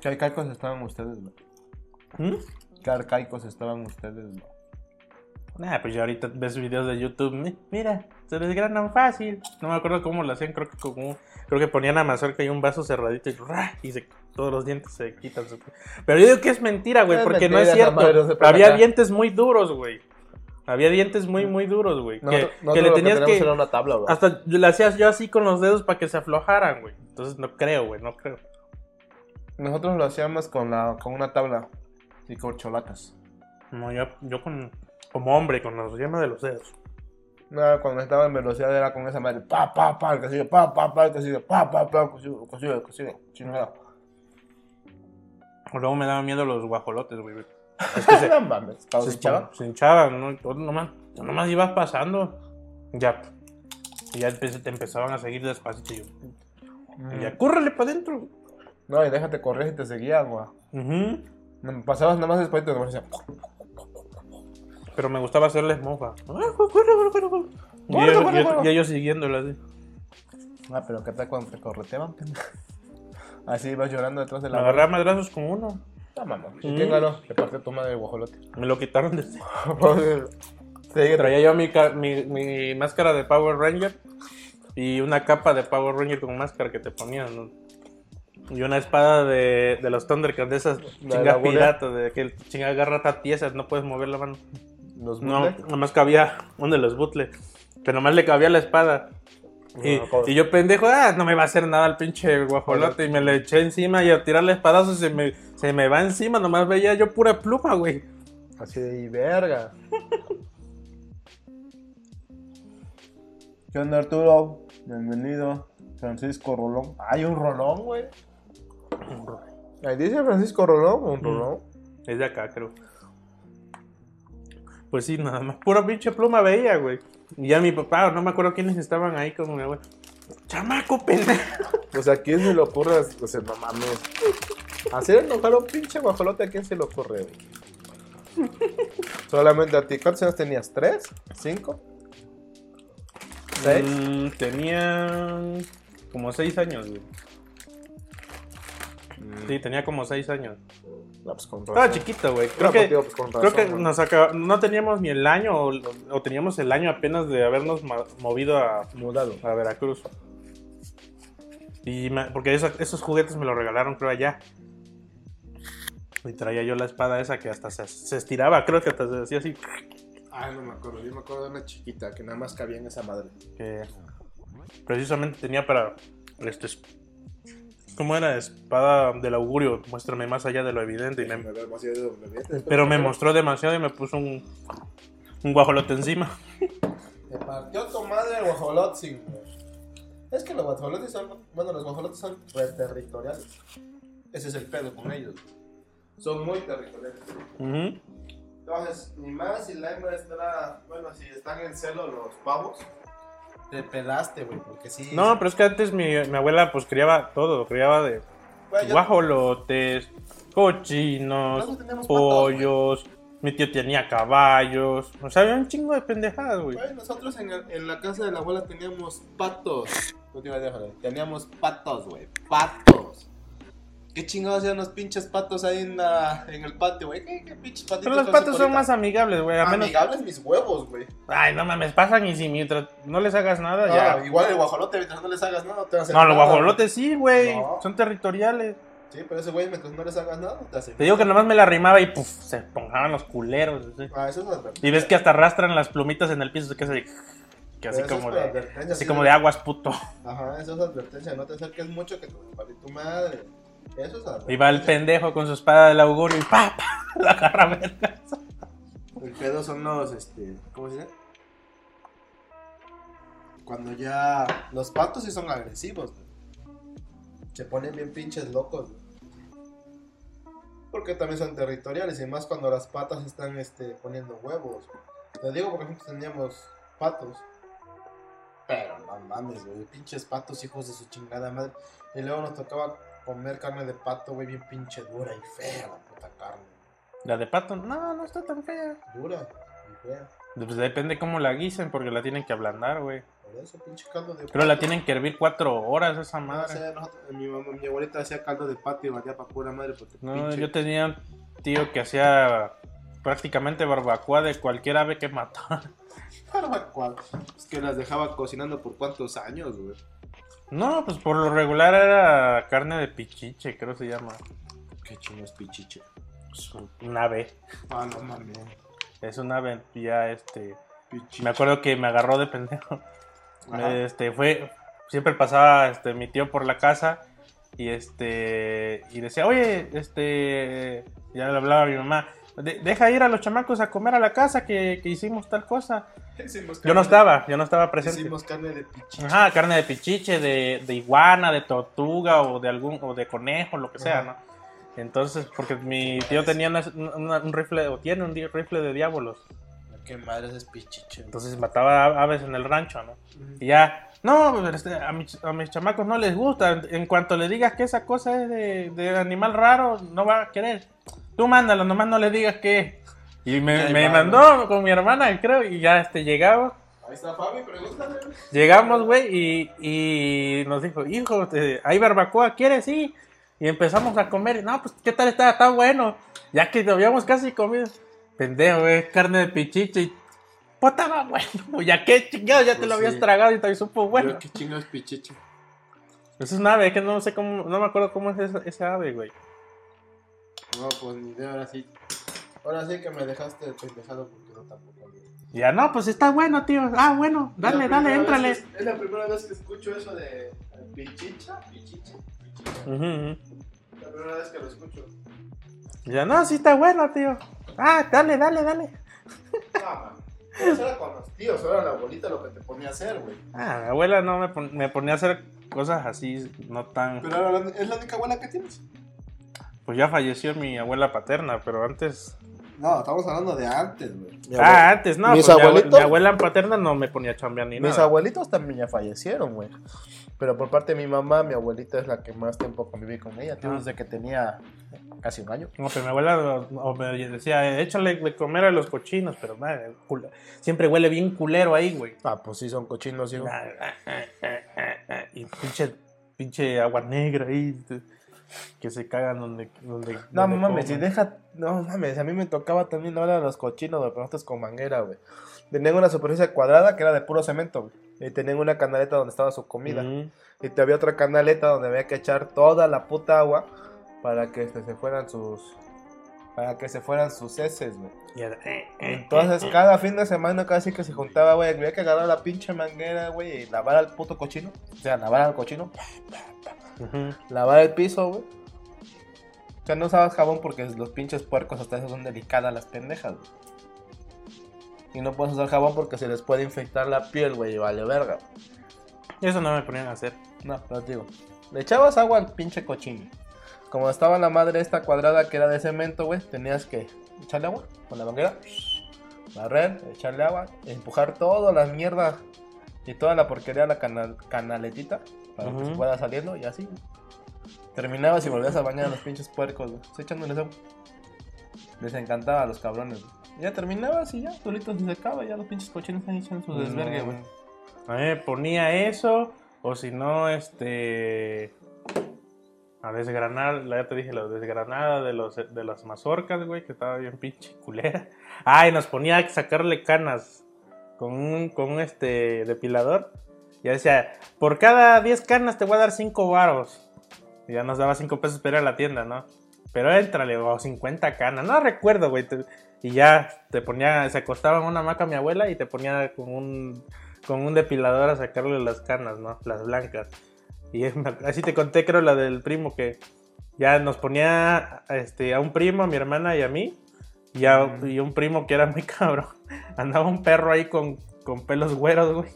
S1: ¿Qué arcaicos estaban ustedes, güey?
S3: ¿Mm?
S1: ¿Qué arcaicos estaban ustedes, güey?
S3: Nah, pues ya ahorita ves videos de YouTube. mi- Mira, se desgranan fácil. No me acuerdo cómo lo hacían, creo que como creo que ponían a mazorca y un vaso cerradito y, ¡ra! y se- todos los dientes se quitan. se- Pero yo digo que es mentira, güey,
S1: Es
S3: porque no es
S1: mentira, esa
S3: cierto.
S1: madre no se pega
S3: Había
S1: acá.
S3: dientes muy duros, güey. Había dientes muy, muy duros, güey. que-
S1: Nosotros-
S3: que,
S1: nosotros
S3: le
S1: lo
S3: tenías
S1: tenemos
S3: que.
S1: era una tabla, güey.
S3: Hasta le hacías yo así con los dedos para que se aflojaran, güey. Entonces no creo, güey, no creo.
S1: Nosotros lo hacíamos con, la, con una tabla y con cholatas.
S3: No, yo, yo con, como hombre, con los yemas de los dedos.
S1: Nada, cuando estaba en velocidad era con esa madre, pa, pa, pa, el casillo, pa, pa, pa, el casillo, pa, pa, pa, el casillo, el casillo, el casillo, chingadera.
S3: O Luego me daban miedo los guajolotes, güey. Es que se-
S1: No mames,
S3: Pues se,
S1: cabrón,
S3: hinchaba.
S1: chaval.
S3: se hinchaban, ¿no? Tú nomás, tú nomás ibas pasando. Ya. Y ya empe- te empezaban a seguir despacito. Y, yo, y ya, córrele para adentro.
S1: No, y déjate correr si te seguían, güey. No, Pasabas nada más despacito, nomás decía,
S3: Pero me gustaba hacerles mofa. "Ah, Y ellos, y ellos- y ellos ¿eh? siguiéndolo así.
S1: ah, pero ¿qué tal cuando te correteaban, pendejo? Así ibas llorando detrás de
S3: Me
S1: la
S3: agarraba madrazos con uno.
S1: No mames,
S3: Mm.
S1: chingalo, te parte tu madre el guajolote.
S3: Me lo quitaron de
S1: Sigue
S3: Traía yo mi, ca- mi, mi máscara de Power Ranger y una capa de Power Ranger con máscara que te ponían. ¿no? Y una espada de, de los Thundercats, de esas chingas
S1: Buda.
S3: piratas, de que el chinga agarra piezas, no puedes mover la mano.
S1: Los
S3: No,
S1: bootlegs.
S3: nomás cabía uno de los bootlegs, que nomás le cabía la espada. Y,
S1: No, joder.
S3: y yo pendejo, ah, no me va a hacer nada el pinche guajolote. Y me le eché encima y al tirarle espadazos se me, se me va encima, nomás veía yo pura pluma, güey.
S1: Así de y verga. ¿Qué onda, Arturo? Bienvenido. Francisco Rolón. Hay un Rolón, güey. Ahí dice Francisco Rolón, un Rolón.
S3: Es de acá, creo. Pues sí, nada más. Pura pinche pluma veía, güey. Y ya mi papá, o no me acuerdo quiénes estaban ahí con mi abuelo. ¡Chamaco, pendejo!
S1: O sea, ¿a quién se le ocurre? O sea, no mames. Hacer enojar a un pinche guajolote, ¿a quién se le ocurre, güey? Solamente a ti. ¿Cuántos años tenías? ¿Tres? ¿Cinco? ¿Seis?
S3: Mm, tenía como seis años, güey. Mm, Sí, tenía como seis años.
S1: No, pues con
S3: Estaba
S1: razón.
S3: chiquito, güey. Creo
S1: No,
S3: que,
S1: contigo, pues, con
S3: creo que
S1: razón, güey.
S3: nos acaba- no teníamos ni el año o, o teníamos el año apenas de habernos ma- movido a,
S1: Mudado.
S3: a Veracruz. Y me- porque eso- esos juguetes me los regalaron, creo, allá. Y traía yo la espada esa que hasta se, se estiraba, creo que hasta se hacía así.
S1: Ah, no me acuerdo. Yo me acuerdo de una chiquita que nada más cabía en esa madre.
S3: Que precisamente tenía para. Este, es- ¿Cómo era? Espada del augurio. Muéstrame más allá de lo evidente. Y me- pero me mostró demasiado y me puso un, un guajolote encima.
S1: Te partió tu madre el guajolote, güey. Es que los guajolotes son. Bueno, los guajolotes son re- territoriales. Ese es el pedo con ellos. Son muy territoriales.
S3: Ujú.
S1: Entonces, ni más si la hembra está. Bueno, si están en celo los pavos, te pedaste, güey. Porque sí.
S3: No, pero es que antes mi, mi abuela pues criaba todo, criaba de
S1: Güey, yo-
S3: guajolotes, cochinos,
S1: Nosotros teníamos
S3: pollos, mi tío tenía caballos, o sea, había un chingo de pendejadas, güey.
S1: güey, nosotros en, el- en la casa de la abuela teníamos patos. No te iba a dejar, güey. Teníamos patos, güey. Patos. ¿Qué chingados eran los pinches patos ahí en, la, en el patio, güey? ¿Qué, qué pinches patitos
S3: Pero los
S1: con
S3: patos
S1: su
S3: son
S1: colita?
S3: más amigables, güey, a menos...
S1: Amigables mis huevos, güey.
S3: Ay, no mames, pasan y si mientras no les hagas nada,
S1: Ah,
S3: ya...
S1: igual el guajolote, mientras no les hagas nada, no te vas a hacer
S3: No, los
S1: nada,
S3: guajolotes sí, güey,
S1: No.
S3: son territoriales.
S1: güey. Sí, pero ese güey, mientras no les hagas nada, te hace.
S3: Te digo que nomás me la rimaba y puf, se ponjaban los culeros. así.
S1: Ah, eso es una advertencia.
S3: Y ves que hasta arrastran las plumitas en el piso, que, hace- que
S1: Pero
S3: así
S1: eso es
S3: como
S1: para
S3: de,
S1: advertencia,
S3: así
S1: sí,
S3: como
S1: de-
S3: de aguas puto.
S1: Ajá, eso es advertencia. No te acerques mucho que te va a valer tu madre. Eso es advertencia.
S3: Y va el pendejo con su espada del augurio y pa, pa, la agarra a verga.
S1: El pedo son los, este, ¿cómo se dice? Cuando ya... Los patos sí son agresivos, güey. Se ponen bien pinches locos, güey. Porque también son territoriales y más cuando las patas están, este, poniendo huevos. Te digo porque nosotros teníamos patos. Pero no mames, güey. Pinches patos, hijos de su chingada madre. Y luego nos tocaba comer carne de pato, güey, bien pinche dura y fea la puta carne.
S3: La de pato, no, no está tan fea.
S1: Dura y fea.
S3: Pues depende cómo la guisen, porque la tienen que ablandar, güey.
S1: Por eso, pinche caldo de
S3: Creo la
S1: pato.
S3: tienen que hervir cuatro horas esa
S1: No
S3: madre.
S1: sé, nosotros- mi, mamá, mi abuelita hacía caldo de pato y valía para pura madre porque
S3: No,
S1: pinche-
S3: yo tenía un tío que hacía prácticamente barbacoa de cualquier ave que matara.
S1: Barbacoa. Es que las dejaba cocinando por cuántos años, güey.
S3: No, pues por lo regular era carne de pichiche, creo se llama.
S1: Qué chino es pichiche.
S3: Un ave.
S1: Ah, no mames.
S3: Es un ave, ya este.
S1: Pichiche.
S3: Me acuerdo que me agarró de pendejo.
S1: Ajá.
S3: Este, fue. Siempre pasaba este, mi tío por la casa. Y este. Y decía, oye, este. Ya le hablaba a mi mamá. "De- deja ir a los chamacos a comer a la casa que, que hicimos tal cosa.
S1: Hicimos
S3: Yo
S1: carne
S3: no
S1: de-
S3: estaba, yo no estaba presente.
S1: Hicimos carne de pichiche.
S3: Ajá, carne de pichiche, de, de iguana, de tortuga o de algún o de conejo, lo que sea,
S1: Ajá.
S3: ¿no? Entonces, porque mi tío tenía una- una- un rifle, o tiene un di- rifle de diablos.
S1: Qué madre es pichiche. güey.
S3: Entonces mataba a- aves en el rancho, ¿no?
S1: Ujú.
S3: Y ya, no, pero este, a, mis, a mis chamacos no les gusta. En- En cuanto le digas que esa cosa es de, de animal raro, no va a querer. Tú mándalo, nomás no le digas que. Y me,
S1: Ahí
S3: me
S1: va, ¿no?
S3: mandó con mi hermana, creo, y ya este, llegaba.
S1: Ahí está Fabi, pregúntale.
S3: Llegamos, güey, y, y nos dijo, hijo, te- ¿hay barbacoa? ¿Quieres? Sí. Y empezamos a comer. No, pues, ¿qué tal está? Está bueno. Ya que lo habíamos casi comido. Pendejo, güey, carne de pichiche. Y... Pues estaba bueno. Ya que chingado, ya te
S1: Pues
S3: lo habías
S1: sí.
S3: tragado y te supo bueno.
S1: Yo, Qué chino es pichiche.
S3: Eso es una ave, es que no sé cómo, no me acuerdo cómo es esa, esa ave, güey.
S1: No, pues ni idea, ahora sí. Ahora sí que me dejaste pendejado porque no tampoco. güey.
S3: Y Ya no, pues está bueno, tío. Ah, bueno, dale,
S1: Es la
S3: dale,
S1: primera
S3: éntrale.
S1: vez que- Es la primera vez que escucho eso de pichicha, pichicha, pichicha.
S3: Ujú, ujú.
S1: La primera vez que lo escucho.
S3: Y Ya no, sí está bueno, tío. Ah, dale, dale, dale.
S1: No, man. Eso Pues era con los tíos, ahora la abuelita lo que te ponía a hacer, güey.
S3: Ah, mi abuela no me, pon- me ponía a hacer cosas así, no tan...
S1: Pero ahora la- es la única abuela que tienes.
S3: Pues ya falleció mi abuela paterna, pero antes...
S1: No, estamos hablando de antes, güey.
S3: Ah, antes no,
S1: ¿Mis
S3: pues, mi abue-
S1: abuelitos?
S3: Mi abuela paterna no me ponía a chambear ni
S1: Mis
S3: nada.
S1: abuelitos también ya fallecieron, güey. Pero por parte de mi mamá, mi abuelita es la que más tiempo conviví con ella. Tío,
S3: Ah.
S1: desde que tenía casi un año.
S3: Como que mi abuela o- o me decía, "Eh, échale de comer a los cochinos, pero madre, culo- siempre huele bien culero ahí, güey.
S1: Ah, pues sí, son cochinos, hijo.
S2: "Ah,
S3: Y pinche, pinche agua negra ahí. te- Que se cagan donde. donde
S1: No
S3: donde
S1: mames, si
S3: comen.
S1: deja. No mames, a mí me tocaba también ahora los cochinos, güey, pero estos con manguera, güey. Tenían una superficie cuadrada que era de puro cemento, güey. Y tenían una canaleta donde estaba su comida.
S3: Ujú.
S1: Y te había otra canaleta donde había que echar toda la puta agua para que este, se fueran sus. Para que se fueran sus heces, güey.
S3: Y era, eh, eh,
S1: Entonces,
S3: eh, eh.
S1: cada fin de semana casi que se juntaba, güey. Había que agarrar la pinche manguera, güey, y lavar al puto cochino. O sea, lavar al cochino.
S3: Ujú.
S1: Lavar el piso, güey. O sea, no usabas jabón porque los pinches puercos hasta eso son delicadas las pendejas, güey. Y no puedes usar jabón porque se les puede infectar la piel, güey, y vale verga.
S3: Eso no me ponían a hacer.
S1: No, lo digo. Le echabas agua al pinche cochino. Como estaba la madre esta cuadrada que era de cemento, güey, tenías que echarle agua con la manguera, barrer, echarle agua, empujar toda la mierda y toda la porquería a la canal- canaletita para que se
S3: Ujú.
S1: fuera saliendo y así. Terminabas y volvías a bañar a los pinches puercos, güey, así echándoles agua. Les encantaba a los cabrones, güey. Ya terminabas y ya, solitos se secaba, ya los pinches cochinos se echan su desvergue,
S3: Mm.
S1: güey.
S3: A mí me ponía eso, o si no, este. A desgranar, la- ya te dije, la desgranada de, los, de las mazorcas, güey, que estaba bien pinche culera. Ay, nos ponía a sacarle canas con un, con un, este depilador. Ya decía, por cada 10 canas te voy a dar 5 varos. Y ya nos daba 5 pesos para ir a la tienda, ¿no? Pero éntrale, o 50 canas, no recuerdo, güey. te- Y ya te ponía, se acostaba en una hamaca mi abuela y te ponía con un, con un depilador a sacarle las canas, ¿no? Las blancas. Y es una- así te conté, creo, la del primo que ya nos ponía este, a un primo, a mi hermana y a mí. Y, a-
S4: Mm.
S3: y un primo que era muy cabrón. Andaba un perro ahí con, con pelos güeros, güey.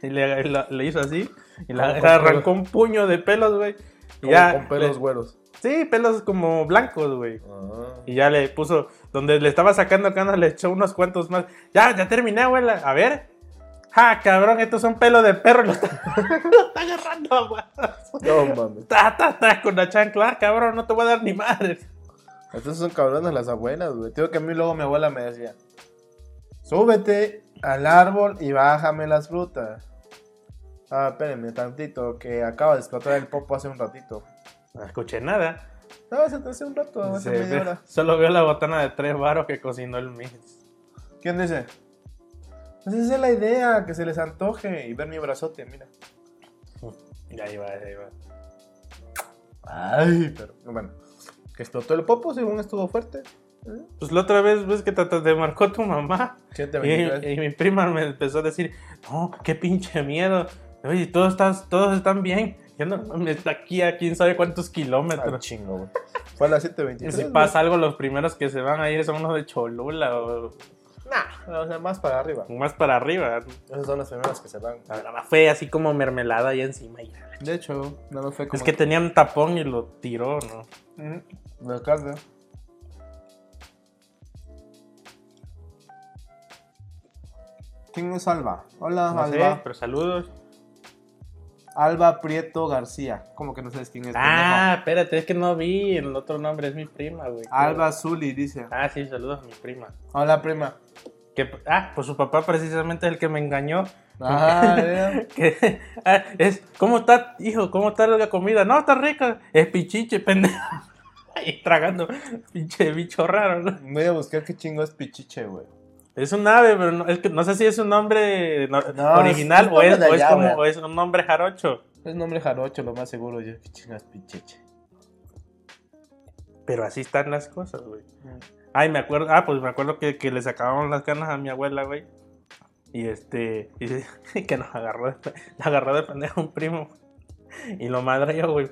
S3: Y le, la- le hizo así. Y la-
S1: Como con
S3: le arrancó un puño de pelos, güey. Y
S1: Como
S3: ya
S1: con pelos
S3: le-
S1: güeros.
S3: sí, pelos como blancos, güey.
S1: Ah.
S3: Y ya le puso, donde le estaba sacando canas, le echó unos cuantos más. Ya, ya terminé, abuela. A ver. Ja, cabrón, estos son pelos de perro. Lo está, lo está agarrando, agua.
S1: No mames.
S3: Ta, ta, ta, con la chancla, Ah, cabrón, no te voy a dar ni madre.
S1: Entonces son cabronas las abuelas, güey. Tío, que a mí luego mi abuela me decía: Súbete al árbol y bájame las frutas. Ah, espérenme tantito, que acaba de explotar el popo hace un ratito.
S3: No escuché nada.
S1: No, hace, hace Oh, un rato, hace
S3: Se
S1: media
S3: ve-
S1: hora.
S3: solo veo la botana de tres varos que cocinó el mes.
S1: ¿Quién dice? Pues esa es la idea, que se les antoje y ver mi brazote, mira.
S3: Y ahí va, ahí va.
S1: Ay, pero bueno. Que explotó el popo según estuvo fuerte.
S3: Pues la otra vez, ves que te, te- te marcó tu mamá. Y,
S1: 723.
S3: y mi prima me empezó a decir, no, qué pinche miedo. Oye, todos están, todos están bien. Yo no mames, está aquí a quién sabe cuántos
S1: Ah,
S3: kilómetros.
S1: chingo, güey. Fue a las
S3: Y
S1: 723.
S3: si pasa algo, los primeros que se van a ir son los de Cholula o
S1: Nah, o sea, más para arriba.
S3: más para arriba.
S1: Esas son las primeras que se van.
S3: Fue así como mermelada ahí encima. y ya.
S1: De hecho, nada más fue como.
S3: Es que tenía un tapón y lo tiró, ¿no?
S1: Ujú, Lo carga. ¿Quién es Alba? Hola,
S3: No sé,
S1: Alba.
S3: pero saludos.
S1: Este Alba Prieto García. Como que no sabes quién es. pendejo?
S3: Ah, espérate, es que no vi el otro nombre, es mi prima, güey.
S1: Alba Zuli dice.
S3: Ah, sí, saludos a mi prima.
S1: Hola, prima.
S3: Que, ah, pues su papá precisamente es el que me engañó.
S1: Ah, mira.
S3: que ah, es cómo está hijo cómo está la comida no está rica es pichiche pendejo y tragando pinche bicho raro ¿no?
S1: Voy a buscar qué chingo es Pichiche, güey.
S3: es un ave pero no, es que no sé si es un nombre no-
S1: No,
S3: original
S1: es un
S3: o, es,
S1: nombre de
S3: o es
S1: allá,
S3: como
S1: güey.
S3: o es un nombre jarocho
S1: Es nombre jarocho, lo más seguro. Yo, qué chingo es Pichiche.
S3: pero así están las cosas güey ay me acuerdo ah pues me acuerdo que, que le sacaban las canas a mi abuela güey y este y que nos agarró de, pe- la agarró de pendejo un primo y lo madre yo güey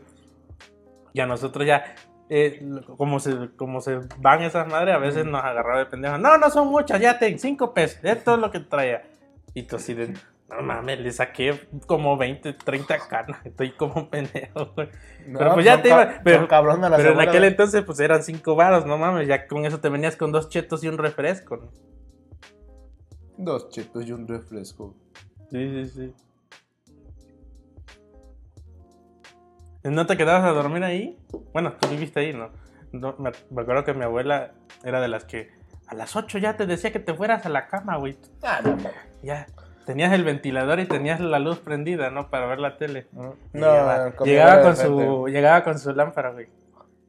S3: Y a nosotros ya, eh, como, se, como se van esas madres, a veces nos agarraba de pendejo. No, no son muchas, ya ten, cinco pesos, esto es lo que traía. Y tú así de, no mames, le saqué como 20, 30 canas, estoy como un pendejo. güey".
S1: No,
S3: Pero pues ya
S1: son
S3: te
S1: ca-
S3: iba- pero-
S1: son cabrón a las
S3: Pero en
S1: abuelas,
S3: aquel
S1: güey.
S3: entonces pues eran cinco varos, no mames, ya con eso te venías con dos chetos y un refresco. ¿no?
S1: Dos chetos y un refresco.
S3: Sí, sí, sí. ¿No te quedabas a dormir ahí? Bueno, tú viviste ahí, ¿no? No, me, me acuerdo que mi abuela era de las que a las 8 ya te decía que te fueras a la cama, güey.
S1: Ah, no, no.
S3: Ya. Tenías el ventilador y tenías la luz prendida, ¿no? Para ver la tele. Y
S1: No,
S3: llegaba,
S1: comía
S3: llegaba
S1: de
S3: con
S1: frente.
S3: su, llegaba con su lámpara, güey.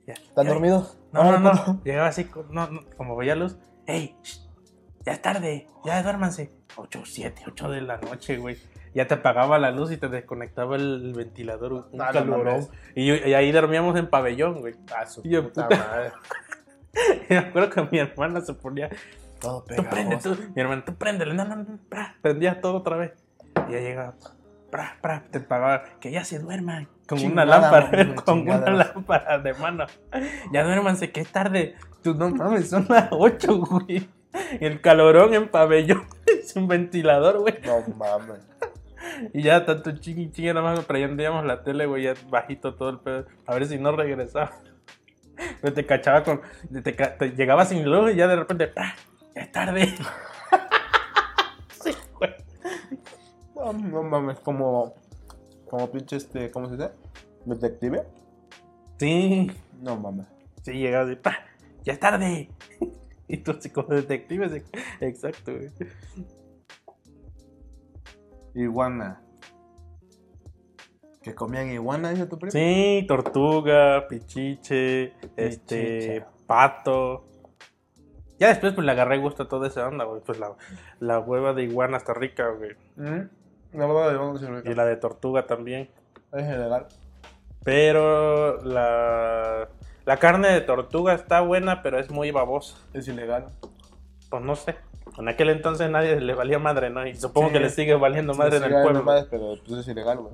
S3: Ya.
S1: ¿Están
S3: Ya.
S1: dormidos?
S3: No, no,
S1: Ahora,
S3: no.
S1: puto.
S3: Llegaba así, co- no, no, como veía luz. ¡Ey! shh, Ya es tarde, ya duérmanse. 8, 7, 8 de la noche, güey. Ya te apagaba la luz y te desconectaba el ventilador. Un
S1: Ah, no
S3: calorón.
S1: mames.
S3: Y, yo- y ahí dormíamos en pabellón, güey.
S1: Ah, su
S3: Y yo,
S1: puta
S3: puta.
S1: madre.
S3: Me acuerdo que mi hermana se ponía.
S1: Todo
S3: Tú prende,
S1: pegajoso.
S3: tú. Mi hermana, tú préndele. No, no, no. Pra, prendía todo otra vez. Y ya llegaba. Pra, pra, te apagaba. Que ya se duerman. Con
S1: Chingada,
S3: una lámpara,
S1: mami,
S3: con
S1: chingada.
S3: una lámpara de mano. Ya duérmanse, que es tarde. Tú no mames, son las 8, güey. Y el calorón en pabellón, sin ventilador, güey.
S1: No mames.
S3: Y ya tanto chingui chingui, nada más prendíamos la tele, güey, ya bajito todo el pedo. A ver si no regresaba. Pero te cachaba con. Te, ca- te llegaba sin luz y ya de repente. ¡pra! Ya es tarde. sí, güey.
S1: No, no mames, como. Como pinche este. ¿Cómo se dice? ¿Detective?
S3: Sí,
S1: No mames.
S3: sí, llegaba así. ¡pra! Ya es tarde. y tú, así como detective, así, exacto, güey.
S1: Iguana. ¿Que comían iguana, dice tu primo?
S3: Sí, tortuga, pichiche, este,
S1: Pichiche.
S3: pato. Ya después pues le agarré gusto a toda esa onda, güey. Pues la, la hueva de iguana está rica, güey.
S1: ¿Mm? La verdad, yo no sé.
S3: Y la de tortuga también.
S1: En general.
S3: Pero la, la carne de tortuga está buena, pero es muy babosa.
S1: Es ilegal.
S3: Pues no sé. En aquel entonces nadie le valía madre, ¿no? Y supongo
S1: Sí.
S3: que le sigue valiendo
S1: Sí,
S3: madre en el
S1: ilegal,
S3: pueblo.
S1: madre, pero pues es ilegal, güey.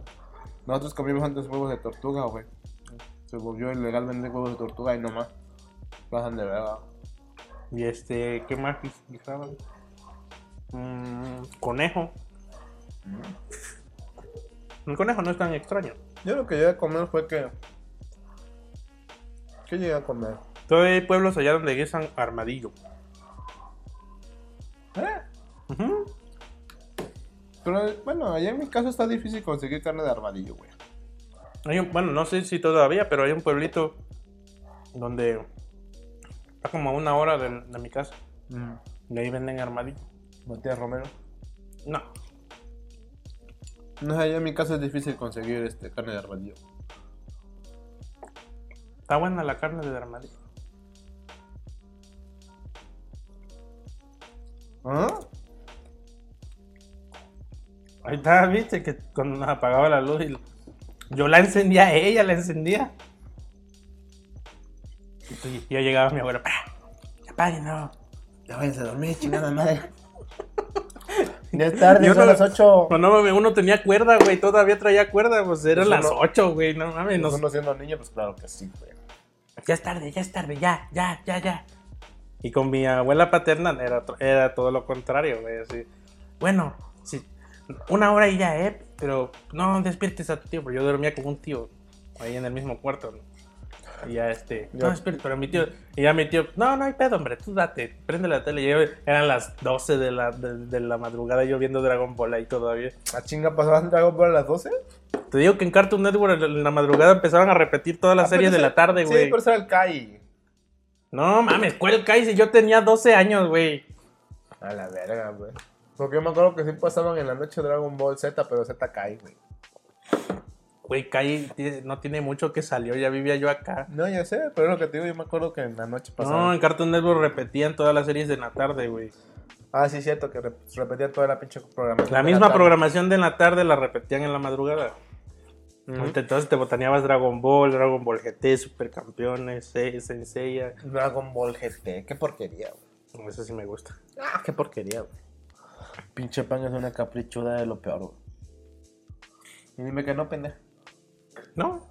S1: Nosotros comimos antes huevos de tortuga, güey. Se volvió ilegal vender huevos de tortuga y nomás. Bajan de verga.
S3: Y este, ¿qué más guis- guisaban? Mm, conejo. El conejo no es tan extraño.
S1: Yo lo que llegué a comer fue que. ¿Qué llegué a comer?
S3: Todavía hay pueblos allá donde guisan armadillo.
S1: ¿Eh?
S3: Ujú.
S1: Pero bueno, allá en mi caso está difícil conseguir carne de armadillo, güey.
S3: Hay un- bueno, no sé si todavía, pero hay un pueblito donde está como a una hora de, de mi casa. Y ahí venden armadillo.
S1: Matías Romero.
S3: No,
S1: No, allá en mi caso es difícil conseguir este carne de armadillo.
S3: está buena la carne de armadillo.
S1: ¿Ah?
S3: Ahí está, viste, que cuando nos apagaba la luz y yo la encendía, ella la encendía. Y tú- y yo llegaba a mi abuela, "Pa, apaguen, no.
S1: Ya váyanse a dormir, chingada madre.
S5: Ya es tarde,
S3: Yo
S5: son
S3: no-
S5: las 8.
S3: No, no, mami, uno tenía cuerda, güey, todavía traía cuerda, pues eran
S1: Eso
S3: las
S1: no-
S3: 8, güey, no mames, nos-
S1: Uno siendo niño, pues claro que sí, güey.
S3: ya es tarde, ya es tarde, ya, ya, ya, ya. Y con mi abuela paterna era, to- era todo lo contrario, güey, así. Bueno, sí, una hora y ya, ¿eh? Pero no despiertes a tu tío, porque yo dormía con un tío ahí en el mismo cuarto, ¿no? Y ya este, no
S1: Ya.
S3: despiertes, pero mi tío, y ya mi tío, no, no hay pedo, hombre, tú date, prende la tele. Y yo- eran las 12 de la, de, de la madrugada, yo viendo Dragon Ball ahí todavía.
S1: ¿A chinga pasaban Dragon Ball a las 12?
S3: Te digo que en Cartoon Network en la madrugada empezaban a repetir todas las
S1: Ah,
S3: series
S1: pero
S3: de
S1: ese-
S3: la tarde, güey.
S1: Sí, pero ese era el Kai.
S3: No mames, ¿cuál cae si yo tenía 12 años, güey?
S1: A la verga, güey. Porque yo me acuerdo que sí pasaban en la noche Dragon Ball Z, pero Z Kai, güey.
S3: Güey, Kai tiene- no tiene mucho que salió, ya vivía yo acá.
S1: No, ya sé, pero es lo que te digo, yo me acuerdo que en la noche
S3: No,
S1: pasaban.
S3: en Cartoon Network repetían todas las series de la tarde, güey.
S1: Ah, sí, cierto, que rep- repetían toda la pinche programación.
S3: La
S1: de
S3: misma
S1: tarde.
S3: programación de la tarde la repetían en la madrugada.
S1: Ujú.
S3: Entonces te botaneabas Dragon Ball, Dragon Ball GT, Supercampeones, Se- Senseiya.
S1: Dragon Ball GT, qué porquería, güey.
S3: Eso sí me gusta.
S1: Ah, qué porquería, güey. Pinche pan es una caprichuda de lo peor, güey. Y dime que no, pendeja.
S3: No,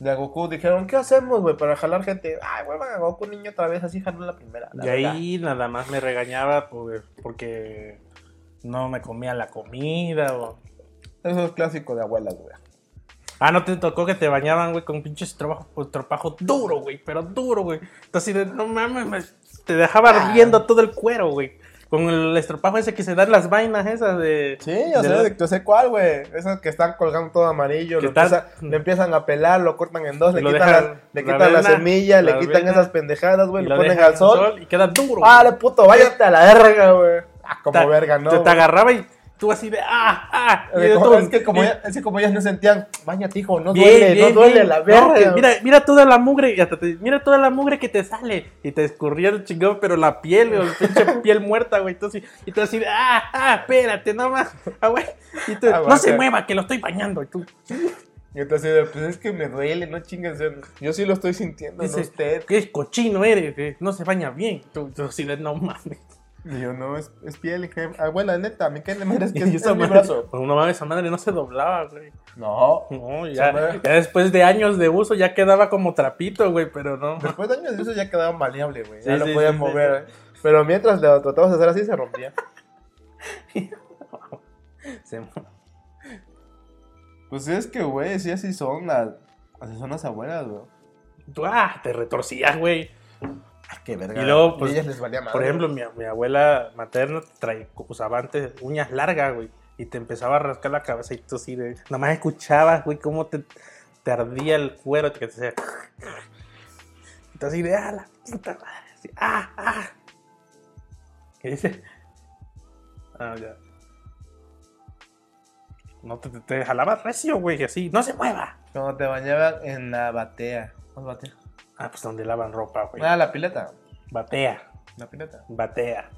S1: De a Goku dijeron, ¿qué hacemos, güey? Para jalar gente. Ay, vuelvan a Goku, niño, otra vez, así jaló la primera. la
S3: y
S1: verdad.
S3: ahí nada más me regañaba por- porque no me comía la comida o...
S1: Eso es clásico de abuelas, güey.
S3: Ah, no te tocó que te bañaban, güey, con pinches trabajo, trabajo duro, güey, pero duro, güey. Entonces, de, no mames, me- te dejaba
S1: Ah.
S3: ardiendo todo el cuero, güey. Con el estropajo ese que se dan las vainas esas de.
S1: Sí, yo
S3: de
S1: sé,
S3: la-
S1: yo sé cuál, güey. Esas que están colgando todo amarillo,
S3: Que
S1: lo,
S3: están-
S1: empiezan- le empiezan a pelar, lo cortan en dos, le
S3: Lo
S1: quitan,
S3: dejan-
S1: las- le
S3: la
S1: quitan la,
S3: avena,
S1: semilla, le
S3: la
S1: quitan
S3: avena,
S1: esas pendejadas, güey,
S3: y
S1: lo
S3: lo
S1: ponen
S3: dejan
S1: al
S3: al
S1: sol.
S3: y queda duro. güey.
S1: ¡Ah, puto! ¡Váyate a la verga, güey! Ah, como
S3: Ta-
S1: verga, ¿no?
S3: Te, te
S1: güey?
S3: agarraba y tú así de. ¡Ah! ¡Ah! y
S1: Es
S3: de
S1: como-
S3: todo-
S1: es, que como
S3: y-
S1: ya- es que como ellas no sentían, bañate, hijo, no
S3: Bien,
S1: duele,
S3: bien,
S1: no duele
S3: bien.
S1: la
S3: No,
S1: verga.
S3: güey,
S1: güey.
S3: mira, mira toda la mugre, y hasta te- mira toda la mugre que te sale. Y te escurría el chingón, pero la piel, güey, la pinche piel muerta, güey. tú así- y tú así, de, ah, ah, espérate, no más. Ah, güey. Y tú, no
S1: Aguanta.
S3: se mueva, que lo estoy bañando. Y tú,
S1: Y entonces, pues es que me duele, no chingues. Yo sí lo estoy sintiendo,
S3: Dice-
S1: no usted.
S3: qué cochino eres, güey, no se baña bien. Y Tú, tú así de, no mames.
S1: Y yo, no, es, es piel, jefe. Abuela, neta, me cae de madres que
S3: Y
S1: es,
S3: esa
S1: es mi
S3: madre-
S1: brazo.
S3: Pues, no mames, esa madre no se doblaba, güey.
S1: No.
S3: No,
S1: Esa
S3: ya,
S1: madre-
S3: ya después de años de uso ya quedaba como trapito, güey, pero no.
S1: Después de años de eso ya quedaba maleable, güey. Ya
S3: Sí,
S1: lo
S3: sí,
S1: podían
S3: sí,
S1: mover. ¿eh? Pero mientras lo tratabas de hacer así, se rompía.
S3: Se mu-
S1: Pues es que, güey, sí, así son las, así son las abuelas, güey.
S3: tú, ah, te retorcías, güey. Ah,
S1: Ay, qué verga.
S3: Y luego, pues,
S1: a ellas les valía madre.
S3: Por ejemplo, mi, mi abuela materna trae, usaba antes uñas largas, güey. Y te empezaba a rascar la cabeza y tú así de... Nomás escuchabas, güey, cómo te, te ardía el cuero. Que te hacía- Y tú así de... ¡Ah, la puta madre! así, ¡Ah, ah! ¿Qué dice? Ah, ya. No, te, te, te jalaba recio, güey, así. ¡No se mueva!
S1: Cuando te bañaban en la batea. ¿Cuál batea?
S3: Ah, pues donde lavan ropa, güey.
S1: Ah, la pileta.
S3: Batea,
S1: La pileta.
S3: batea.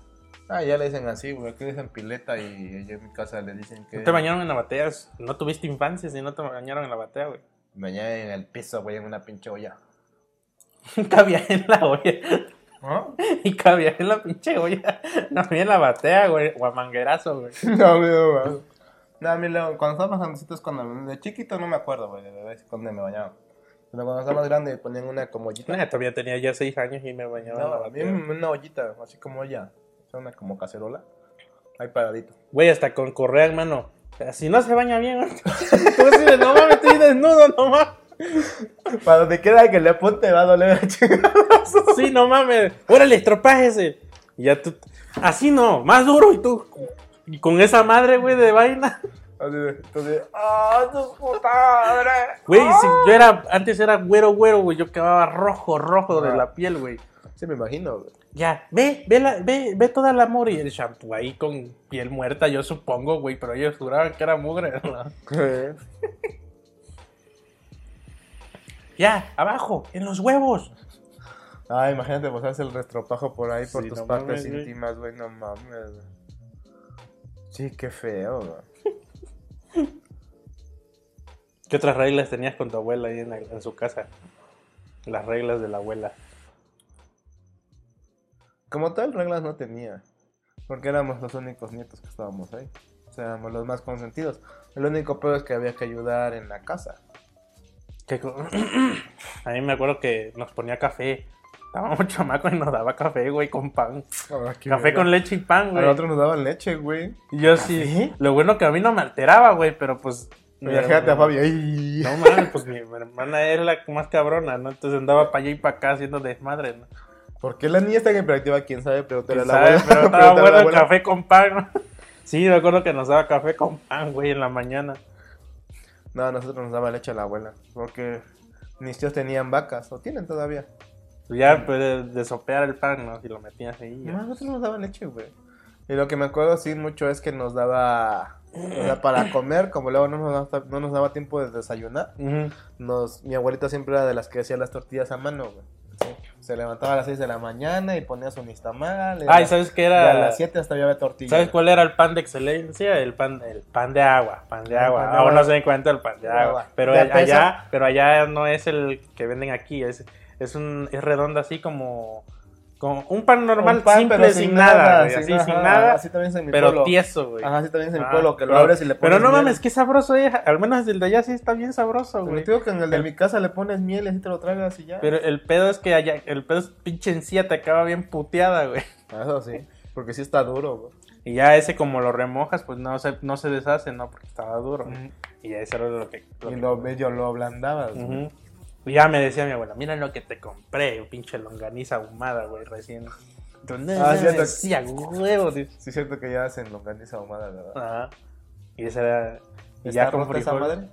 S1: Ah, ya le dicen así, güey. Aquí dicen pileta y allá en mi casa le dicen que.
S3: No te bañaron en la batea, no tuviste infancia si no te bañaron en la batea, güey.
S1: Me Bañé en el piso, güey, en una pinche olla.
S3: Caviar en la olla.
S1: ¿Ah?
S3: Y caviar en la pinche olla. No, ni en la batea, güey. O a manguerazo, güey.
S1: No, güey, no, güey. No, a mí lo- cuando estaba más grandecito es cuando. De chiquito no me acuerdo, güey, de bebé, es cuando me bañaba. Pero cuando estaba más grande ponían una como ollita.
S3: Nah, todavía tenía ya seis años y me bañaba en la
S1: No, a mí
S3: batea.
S1: una ollita, así como olla. Es una como cacerola. Ahí paradito.
S3: Güey, hasta con correa, hermano. Si no se baña bien, güey. tú dices, no mames, estoy desnudo, no mames.
S1: Para donde quiera que le apunte va a doler la chingada.
S3: Sí, no mames. Órale, estropájese. Y ya tú. Así no, más duro y tú. Y con esa madre, güey, de vaina.
S1: Así de- Entonces, ¡ah, tu puta madre!
S3: Güey, si yo era. Antes era güero, güero, güey. Yo quedaba rojo, rojo de
S1: Ah.
S3: la piel, güey.
S6: Sí, me imagino, güey.
S3: Ya, ve, ve, la, ve, ve toda la mugre y el shampoo ahí con piel muerta, yo supongo, güey, pero ellos juraban que era mugre, ¿verdad? Ya, abajo, en los huevos.
S1: Ah, imagínate, vos haces el restropajo por ahí, por
S3: Sí,
S1: tus
S3: no
S1: partes
S3: mames, güey.
S1: íntimas, güey, no mames. güey. Sí, qué feo, güey.
S3: ¿Qué otras reglas tenías con tu abuela ahí en, la- en su casa? Las reglas de la abuela.
S1: Como tal, reglas no tenía. Porque éramos los únicos nietos que estábamos ahí. O sea, éramos los más consentidos. El único peor es que había que ayudar en la casa.
S3: Que co- a mí me acuerdo que nos ponía café. Estábamos chamacos y nos daba café, güey, con pan. Café con leche y pan,
S1: A
S3: güey.
S1: nosotros nos daban leche, güey.
S3: Y yo sí. Lo bueno que a mí no me alteraba, güey, pero pues.
S1: Imagínate a Fabi. ¡ay!
S3: No mames, pues mi hermana era la más cabrona, ¿no? Entonces andaba para allá y para acá haciendo desmadre, ¿no?
S1: ¿Por qué la niña está hiperactiva? ¿Quién sabe? Pero te la
S3: ¿Quién sabe?
S1: abuela.
S3: pero
S1: pregúntale a
S3: estaba
S1: la
S3: bueno el
S1: abuela.
S3: café con pan, ¿no? Sí, me acuerdo que nos daba café con pan, güey, en la mañana.
S1: No, a nosotros nos daba leche a la abuela. Porque mis tíos tenían vacas. O tienen todavía.
S3: Ya, pues, de, de sopear el pan, ¿no? Si lo metías ahí.
S1: No, a
S3: ya.
S1: nosotros nos daba leche, güey. Y lo que me acuerdo sí mucho es que nos daba... o sea, para comer, como luego no nos daba- no nos daba tiempo de desayunar.
S3: Ujú.
S1: nos, mi abuelita siempre era de las que hacía las tortillas a mano, güey. Sí. Se levantaba a las 6 de la mañana y ponía su nixtamal. y a
S3: Ay,
S1: las-
S3: Ah, ¿sabes qué
S1: y
S3: era?
S1: A las 7 hasta había tortillas.
S3: ¿Sabes cuál era el pan de excelencia? El pan, el pan de agua, pan de
S1: Ah,
S3: agua.
S1: pan de
S3: Ahora
S1: agua.
S3: no se dan cuenta el pan de
S1: Agua.
S3: agua. Pero
S1: De
S3: allá,
S1: pesa.
S3: pero allá no es el que venden aquí, es, es un, es redondo así como, como un pan normal,
S1: Un pan,
S3: simple,
S1: pero
S3: sin, nada, güey, así,
S1: ajá,
S3: sin nada,
S1: Así también es en mi
S3: pero
S1: pueblo.
S3: tieso, güey.
S1: Ajá, así también es en mi
S3: Ah,
S1: pueblo, que lo
S3: pero-
S1: abres y le pones
S3: Pero no
S1: miel.
S3: mames, qué sabroso es, al menos el de allá sí está bien sabroso,
S1: Pero
S3: güey.
S1: te digo que en el de mi casa le pones miel y así te lo tragas y ya.
S3: Pero el pedo es que allá, el pedo es pinche encía te acaba bien puteada, güey.
S1: Ah, Eso sí, porque sí está duro, güey.
S3: Y ya ese como lo remojas, pues no se, no se deshace, ¿no? Porque estaba duro. Y ya eso era lo que... lo
S1: Y
S3: que-
S1: lo, yo lo ablandabas, güey.
S3: Ujú. Y ya me decía mi abuela, mira lo que te compré, pinche longaniza ahumada, güey, recién. Entonces,
S1: Ah,
S3: me
S1: cierto.
S3: decía, huevo, dice.
S1: Sí es cierto que ya hacen longaniza ahumada, ¿verdad?
S3: Ajá. Y esa era... Ah, Y
S1: ¿Está
S3: ya con
S1: rota esa
S3: frijol.
S1: madre?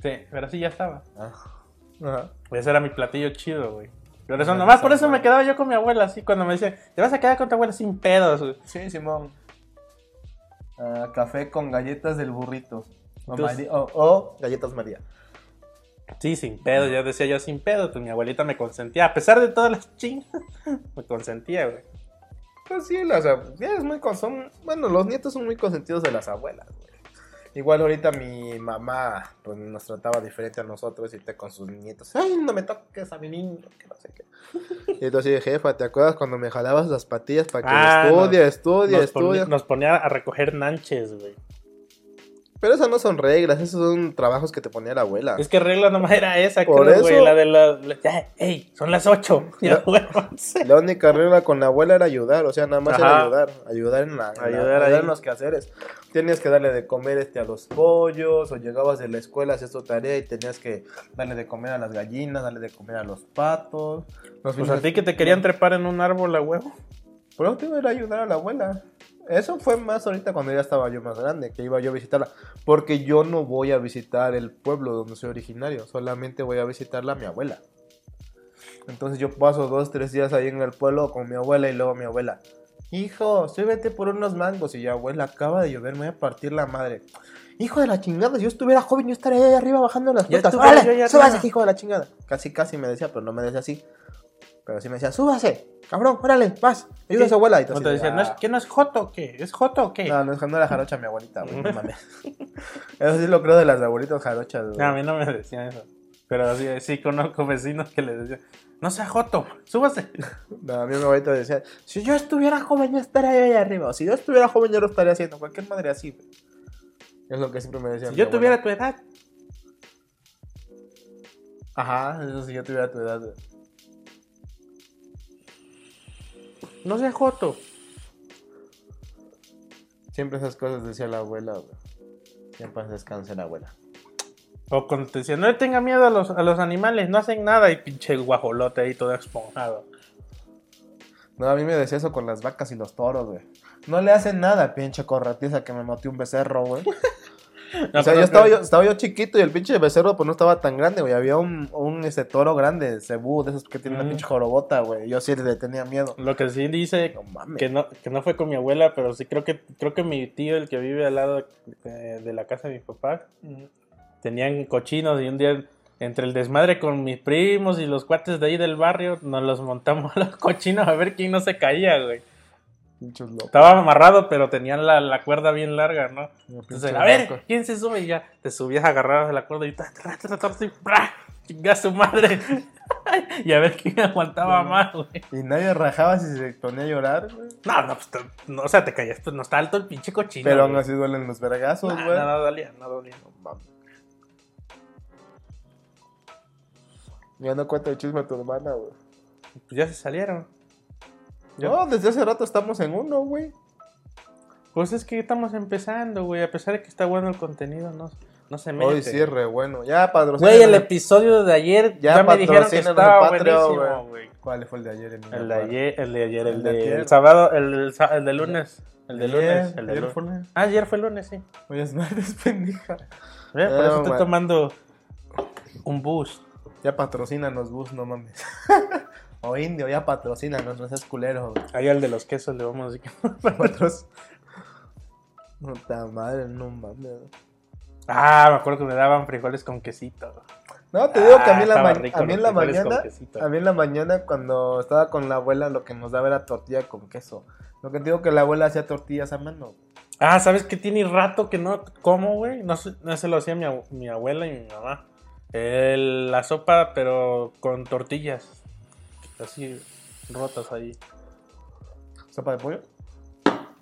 S3: Sí, pero sí ya estaba.
S1: Ajá.
S3: Ese era mi platillo chido, güey. Por eso,
S1: Longaniza
S3: nomás por eso me
S1: ahumada.
S3: quedaba yo con mi abuela, así, cuando me decía, te vas a quedar con tu abuela sin pedos, güey.
S1: Sí, Simón. Ah, café con galletas del burrito. O,
S3: Entonces-
S1: mari- o- o galletas María.
S3: Sí, sin pedo, ya decía yo sin pedo, pues mi abuelita me consentía, a pesar de todas las chingas, me consentía, güey.
S1: Pues sí, las ab- es muy con- son- bueno, los nietos son muy consentidos de las abuelas, güey. Igual ahorita mi mamá pues, nos trataba diferente a nosotros y te con sus nietos. Ay, no me toques a mi niño, que no sé qué. Y entonces jefa, ¿te acuerdas cuando me jalabas las patillas para que
S3: Ah,
S1: estudia,
S3: nos-
S1: estudia,
S3: Nos, poni-
S1: estudia?
S3: nos ponía a recoger nanches, güey.
S1: Pero esas no son reglas, esos son trabajos que te ponía la abuela.
S3: Es que regla nomás era esa,
S1: Ah. Por
S3: creo, güey,
S1: eso-
S3: la de la... la- ya, ¡Ey! Son las 8, ya,
S1: Ya.
S3: güey, once.
S1: La única regla con la abuela era ayudar, o sea, nada más
S3: Ajá.
S1: era ayudar, ayudar en la, en la-
S3: Ayudar ahí.
S1: en los quehaceres. Tenías que darle de comer este a los pollos, o llegabas de la escuela, hacías tu tarea y tenías que darle de comer a las gallinas, darle de comer a los patos. Los
S3: Pues
S1: fines-
S3: a ti que te querían trepar en un árbol a huevo.
S1: Por eso te iba a ir a ayudar a la abuela. Eso fue más ahorita cuando ya estaba yo más grande, que iba yo a visitarla. Porque yo no voy a visitar el pueblo donde soy originario, solamente voy a visitarla a mi abuela. Entonces yo paso dos, tres días ahí en el pueblo con mi abuela y luego mi abuela. Hijo, súbete por unos mangos. Y ya, abuela, acaba de llover, me voy a partir la madre. Hijo de la chingada, si yo estuviera joven, yo estaría ahí arriba bajando las
S3: Ya
S1: puertas.
S3: estuviera yo ahí
S1: ¡Órale,
S3: arriba".
S1: súbase, hijo de la chingada! Casi, casi me decía, pero no me decía así. Pero sí me decía, súbase, cabrón, órale, vas, ayuda a su abuela. Y tú
S3: No
S1: así
S3: te
S1: de,
S3: decían, ¿no es,
S1: "Ah".
S3: ¿qué no es joto o qué? ¿Es joto o qué?
S1: No, no, no era jarocha mi abuelita, güey, no mames. Eso sí lo creo de las abuelitas jarochas, güey.
S3: No, a mí no me decían eso. Pero sí, sí conozco vecinos que les decían, no sea joto, súbase.
S1: No, a mí mi abuelita decía, si yo estuviera joven yo estaría ahí arriba. O si yo estuviera joven yo lo estaría haciendo. Cualquier madre así, güey. Es lo que siempre me decían.
S3: Si yo tuviera tu edad,
S1: Ajá, eso si yo tuviera tu edad, güey.
S3: no sea joto.
S1: Siempre esas cosas decía la abuela, güey. Siempre descanse la abuela.
S3: O cuando te decían, no le tenga miedo a los, a los animales, no hacen nada. Y pinche guajolote ahí todo esponjado.
S1: No, a mí me decía eso con las vacas y los toros, güey. No le hacen nada, pinche corretiza que me maté un becerro, güey.
S3: No,
S1: o sea,
S3: pero-
S1: yo estaba, yo estaba yo chiquito y el pinche becerro pues no estaba tan grande, güey. Había un, un este, toro grande, cebú, de esos que tienen
S3: Ujú.
S1: una pinche jorobota, güey. Yo sí le tenía miedo.
S3: Lo que sí dice
S1: No mames.
S3: que no, que no fue con mi abuela, pero sí creo que creo que mi tío, el que vive al lado eh, de la casa de mi papá, tenían cochinos y un día entre el desmadre con mis primos y los cuates de ahí del barrio, nos los montamos a los cochinos a ver quién no se caía, güey.
S1: Pinches locos.
S3: Estaba amarrado, pero tenían la, la cuerda bien larga, ¿no? Entonces,
S1: Pinches
S3: a ver,
S1: locos.
S3: ¿quién se sube? Y ya te subías, agarrabas de la cuerda y ta, ta, ta, ta, ta, ta, y ¡bra! ¡Chinga su madre! y a ver quién aguantaba
S1: No.
S3: más, güey.
S1: Y nadie rajaba si se ponía a llorar, güey.
S3: No, no, pues, te- no, o sea, te callas, pues no está alto el pinche cochino.
S1: Pero aún
S3: güey.
S1: así duelen los vergazos,
S3: Nah,
S1: güey.
S3: no, no dolía, no dolía.
S1: No mames. Ya no cuenta el chisme a tu hermana, güey.
S3: Pues ya se salieron. Ya.
S1: No, desde hace rato estamos en uno, güey.
S3: Pues es que estamos empezando, güey, a pesar de que está bueno el contenido, no, no se mete.
S1: Hoy sí, re bueno. Ya, patrocinio.
S3: Güey, el episodio de ayer ya,
S1: Ya
S3: me dijeron que
S1: patrocínanos en
S3: estaba
S1: Patreon,
S3: buenísimo, güey.
S1: ¿Cuál fue el de ayer? El,
S3: El de ayer, el de ayer, el
S1: El de
S3: de
S1: ayer.
S3: el sábado, el, el sa- el de lunes. El de lunes, el de
S1: Ayer
S3: lunes.
S1: fue lunes.
S3: Ah, ayer fue lunes, sí.
S1: Hoy es martes, pendeja.
S3: Ve, Eh, Por
S1: No,
S3: eso estoy
S1: man.
S3: tomando un bus.
S1: Ya patrocínanos, bus, no mames. o indio, ya patrocínanos, no seas culero. güey.
S3: Ahí al de los quesos le vamos a decir que-
S1: Patros- Puta madre, no mames.
S3: Ah, me acuerdo que me daban frijoles con quesito.
S1: No, te digo que a mí,
S3: Ah,
S1: en la
S3: estaba
S1: ma-
S3: rico
S1: a mí en
S3: los
S1: la
S3: frijoles con
S1: mañana,
S3: quesito.
S1: a mí en la mañana cuando estaba con la abuela lo que nos daba era tortilla con queso. Lo que te digo que la abuela hacía tortillas a mano.
S3: Ah, ¿sabes qué? Tiene rato que no como, güey. No, se- no se lo hacía mi, abu- mi abuela y mi mamá. El- la sopa, pero con tortillas. Así, rotas ahí.
S1: ¿Sopa de pollo?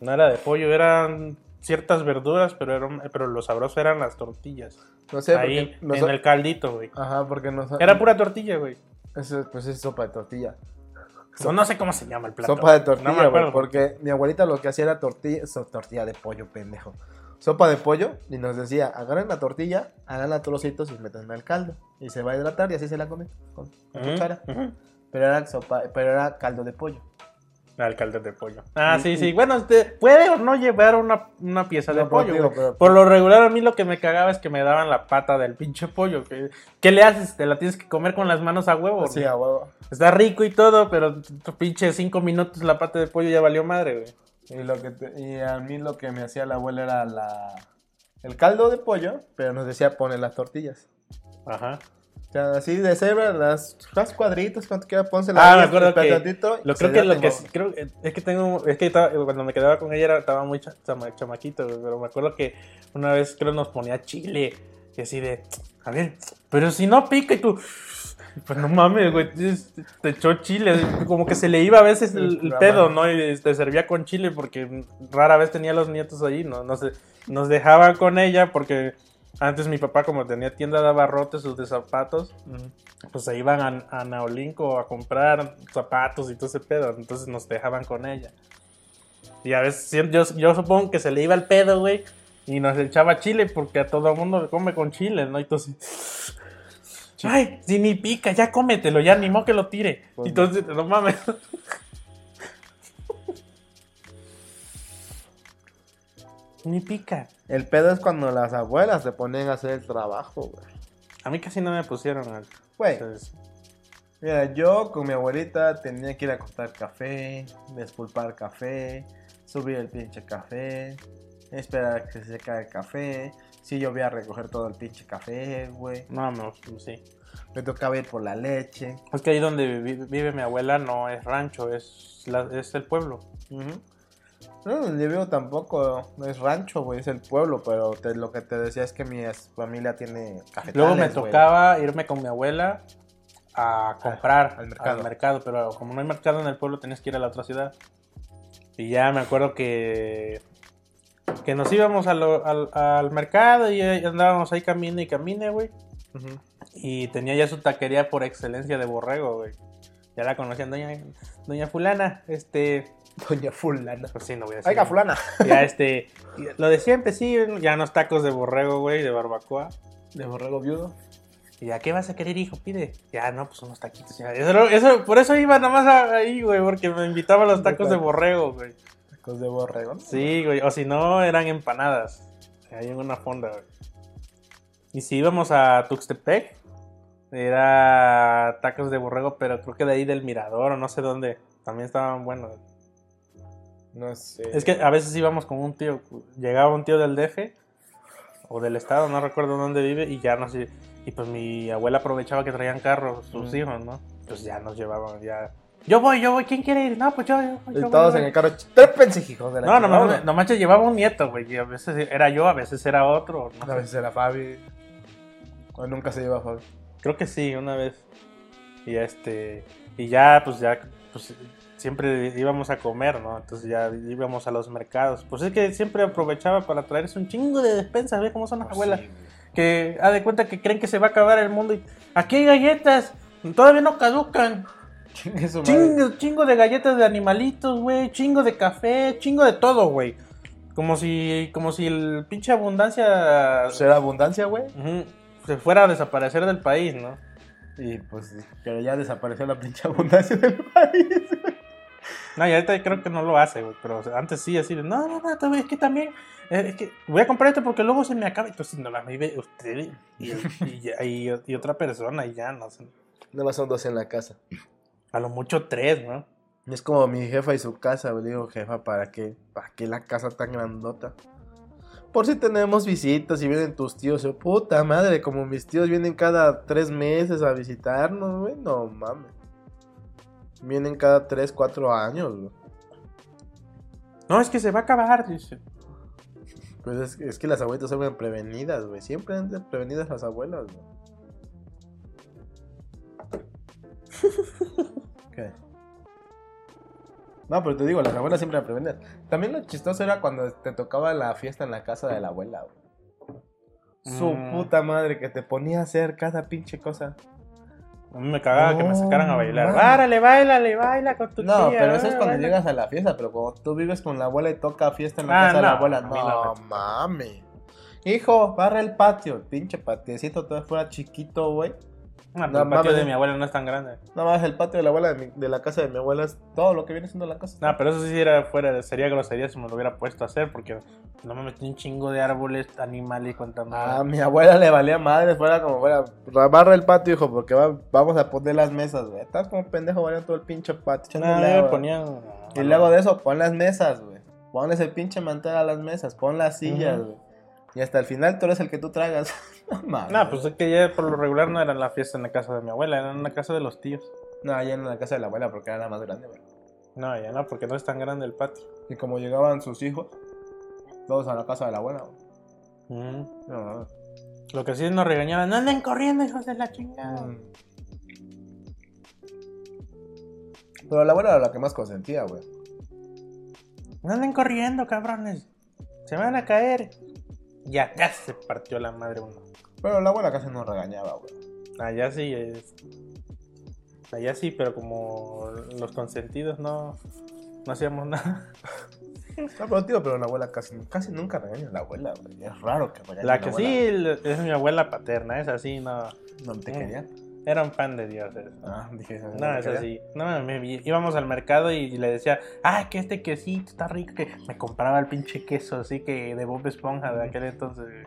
S3: No era de pollo, eran ciertas verduras, pero, eran, pero lo sabroso eran las tortillas.
S1: No sé,
S3: ahí,
S1: porque... nos-
S3: en el caldito, güey.
S1: Ajá, porque no
S3: Era pura tortilla, güey.
S1: Eso, pues es sopa de tortilla.
S3: No, no sé cómo se llama el plato.
S1: Sopa de
S3: No me
S1: tortilla, güey,
S3: acuerdo.
S1: porque mi abuelita lo que hacía era tortilla, so- tortilla de pollo, pendejo. Sopa de pollo y nos decía, agarren la tortilla, hagan a trocitos y métanla al caldo. Y se va a hidratar y así se la come con con
S3: Ujú,
S1: cuchara.
S3: ujú.
S1: Pero era, sopa, pero era caldo de pollo.
S3: Alcalde de pollo. Ah, sí,
S1: Y-
S3: sí. Bueno, este, puede o no llevar una, una pieza de
S1: No, pero
S3: pollo.
S1: digo,
S3: güey.
S1: pero-
S3: Por lo regular, a mí lo que me cagaba es que me daban la pata del pinche pollo. que- ¿Qué le haces? Te la tienes que comer con las manos a huevo.
S1: Pues Sí,
S3: güey.
S1: a huevo.
S3: Está rico y todo, pero tu- tu pinche cinco minutos la pata de pollo ya valió madre, güey.
S1: Y, lo que te- y a mí lo que me hacía la abuela era la, el caldo de pollo, pero nos decía poner las tortillas.
S3: Ajá.
S1: O sea, así de cebra, las, las cuadritos, cuanto quieras, pónsela.
S3: Ah,
S1: ahí,
S3: me acuerdo
S1: espera
S3: que-
S1: tantito,
S3: Lo
S1: se
S3: creo que lo
S1: hidrata
S3: que
S1: y
S3: sí- creo eh, es que tengo es que estaba- cuando me quedaba con ella era- estaba muy cha- chama- chamaquito, güey, pero me acuerdo que una vez creo nos ponía chile y así de, a ver, pero si no pica y tú pues no mames, güey, es- te echó chile, así, como que se le iba a veces el, el
S1: La
S3: pedo,
S1: mano.
S3: ¿no? Y te servía con chile porque rara vez tenía los nietos ahí, no no sé, nos dejaba con ella porque antes mi papá como tenía tienda de abarrotes sus de zapatos, pues se iban a, a Naolinco a comprar zapatos y todo ese pedo. Entonces nos dejaban con ella. Y a veces sí, yo, yo supongo que se le iba el pedo, güey. Y nos echaba chile porque a todo mundo le come con chile, ¿no? Y Entonces... Ay, si ni pica, ya cómetelo, ya ni modo que lo tire.
S1: Pues no.
S3: Entonces, no mames. ni pica.
S1: El pedo es cuando las abuelas te ponen a hacer el trabajo, güey.
S3: A mí casi no me pusieron al... pues,
S1: Güey,
S3: Entonces,
S1: mira, yo con mi abuelita tenía que ir a cortar café, despulpar café, subir el pinche café, esperar a que se seca el café. Sí, yo voy a recoger todo el pinche café, güey.
S3: no, no, sí.
S1: Me tocaba ir por la leche.
S3: Es que ahí donde vivi- vive, mi abuela no es rancho, es, la- es el pueblo.
S1: No, donde vivo tampoco, no es rancho, güey, es el pueblo, pero te- lo que te decía es que mi es- familia tiene cafetales,
S3: Luego me
S1: güey.
S3: tocaba irme con mi abuela a comprar
S1: al
S3: al
S1: mercado.
S3: mercado. pero como no hay mercado en el pueblo tenías que ir a la otra ciudad. Y ya me acuerdo que que nos íbamos a lo- al, al mercado y ahí andábamos ahí camine y camine, güey. Y tenía ya su taquería por excelencia de borrego, güey. Ya la conocían, doña, doña fulana, este...
S1: Doña Fulana.
S3: Pues sí, no voy a decir.
S1: Oiga, Fulana.
S3: Ya este... Lo de siempre, sí, ya unos tacos de borrego, güey, de barbacoa.
S1: De borrego viudo.
S3: ¿Y a qué vas a querer, hijo? Pide. Ya, no, pues unos taquitos. ya. Eso, lo- eso- por eso iba nada más a- ahí, güey, porque me invitaba a los tacos de borrego, güey.
S1: Tacos Pues de borrego.
S3: Sí, güey. O si no, eran empanadas. Ahí en una fonda, güey. Y si íbamos a Tuxtepec, era tacos de borrego, pero creo que de ahí del Mirador o no sé dónde. También estaban buenos.
S1: No sé.
S3: Es que a veces íbamos con un tío, llegaba un tío del DF o del estado, no recuerdo dónde vive, y ya nos... Y pues mi abuela aprovechaba que traían carros sus
S1: Mm.
S3: hijos, ¿no? Pues ya nos llevaban, ya... Yo voy, yo voy, ¿quién quiere ir? No, pues yo, yo, voy,
S1: Y
S3: yo voy,
S1: todos
S3: yo
S1: en
S3: voy".
S1: el carro. ch- Trépense, hijos de la
S3: No, no,
S1: chingada.
S3: mames, no manches, llevaba un nieto, güey, y a veces era yo, a veces era otro, no
S1: A
S3: sé.
S1: veces era Fabi. O nunca se lleva a Fabi.
S3: Creo que sí, una vez. Y este. Y ya, pues ya. Pues, siempre íbamos a comer, ¿no? Entonces ya íbamos a los mercados. Pues es que siempre aprovechaba para traerse un chingo de despensas, ¿ves cómo son
S2: Pues
S3: las abuelas? que ha de cuenta que creen que se va a acabar el mundo y. Aquí hay galletas, todavía no caducan.
S1: Chingue su madre.
S3: Chingo, chingo de galletas de animalitos, güey. Chingo de café, chingo de todo, güey. Como si, como si el pinche abundancia
S1: ¿Será abundancia, güey?
S3: ujú, se fuera a desaparecer del país, ¿no?
S1: Y pues, sí, pero ya desapareció la pinche abundancia del país.
S3: No, y ahorita creo que no lo hace, güey. Pero o sea, antes sí, así de, no, no, no, t- es que también, eh, es que voy a comprar esto porque luego se me acaba. Y tú, si no la vive usted y, y- y- y otra persona y ya, no sé.
S1: Nada más son dos en la casa.
S3: A lo mucho tres, ¿no?
S1: Es como mi jefa y su casa. Le digo, jefa, ¿para qué? ¿Para qué la casa tan grandota? Por si tenemos visitas y vienen tus tíos. Yo, puta madre, como mis tíos vienen cada tres meses a visitarnos, güey. No mames. Vienen cada tres, cuatro años, güey.
S3: No, es que se va a acabar, dice.
S1: Pues es, es que las abuelitas son prevenidas, güey. Siempre andan prevenidas las abuelas, güey. ¿Qué? No, pero te digo, las abuelas siempre eran prevenidas. También lo chistoso era cuando te tocaba la fiesta en la casa de la abuela, güey. Su
S3: Mm.
S1: puta madre que te ponía a hacer cada pinche cosa.
S3: A mí me cagaba que me sacaran a bailar.
S1: No,
S3: Árale, bailale, baila con tu
S1: No,
S3: tía.
S1: pero eso es
S3: baila,
S1: cuando
S3: baila.
S1: llegas a la fiesta, pero cuando tú vives con la abuela y toca fiesta en la
S3: Ah,
S1: casa de la
S3: no,
S1: abuela,
S3: a mí no
S1: no mames. Hijo, barra el patio, el pinche patiecito todavía fuera chiquito, güey.
S3: No,
S1: No,
S3: pero el patio
S1: mames.
S3: de mi abuela no es tan grande.
S1: Nada más el patio de la abuela de, mi- de la casa de mi abuela es todo lo que viene siendo la casa.
S3: No, pero eso sí era fuera, de- sería grosería si me lo hubiera puesto a hacer, porque no me metí un chingo de árboles, animales y cuanta madre.
S1: A mi abuela le valía madre, fuera como fuera. ra- Barra el patio, hijo, porque va- vamos a poner las mesas, güey. Estás como pendejo variando todo el pinche patio.
S3: No,
S1: echándole agua.
S3: me ponían.
S1: Y luego de eso, pon las mesas, güey. Pones el pinche mantel a las mesas, pon las sillas,
S3: Ujú.
S1: güey. Y hasta el final tú eres el que tú tragas. no mames.
S3: No, pues es que ya por lo regular no era la fiesta en la casa de mi abuela, era en la casa de los tíos.
S1: No, allá en la casa de la abuela porque era la más grande, güey.
S3: No, ya no, porque no es tan grande el patio.
S1: Y como llegaban sus hijos, todos a la casa de la abuela, güey.
S3: Mm.
S1: No, mames.
S3: Lo que sí nos regañaban, no anden corriendo, hijos de la chingada.
S1: Mm. Pero la abuela era la que más consentía, güey.
S3: No anden corriendo, cabrones. Se van a caer. Y acá se partió la madre uno.
S1: Pero la abuela casi no regañaba, güey.
S3: Allá sí es. Allá sí, pero como los consentidos no, no hacíamos nada.
S1: No, pero tío, pero la abuela casi, casi nunca regaña a la abuela, güey. Es raro que regañe a
S3: La que
S1: abuela.
S3: sí es mi abuela paterna, es así, no.
S1: No te
S3: Mm.
S1: quería.
S3: Era un pan de dioses.
S1: Ah, dije.
S3: No,
S1: te
S3: es
S1: quería.
S3: así. No, me- me- íbamos al mercado y, le decía, ah, que este quesito está rico, que me compraba el pinche queso así que de Bob Esponja de aquel entonces. güey.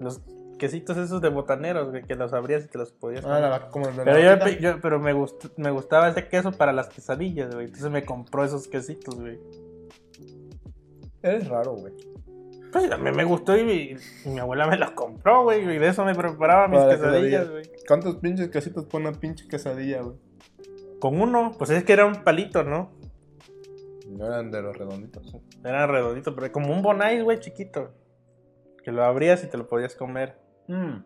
S3: Los quesitos esos de botaneros, güey, que los abrías y te los podías
S1: Ah,
S3: comer.
S1: la vaca como el de
S3: Pero,
S1: la
S3: yo,
S1: vaquita.
S3: yo- pero me, gust- me gustaba ese queso para las quesadillas, güey. Entonces me compró esos quesitos, güey.
S1: Eres raro, güey.
S3: Pues a mí me gustó y, y mi abuela me los compró, güey. Y de eso me preparaba mis
S1: Para las
S3: quesadillas, güey.
S1: ¿Cuántos pinches casitos pone una pinche quesadilla, güey?
S3: Con uno, pues es que era un palito, ¿no?
S1: Yo eran de los redonditos.
S3: Era redondito, pero como un bonais, güey, chiquito. Que lo abrías y te lo podías comer.
S1: Mm.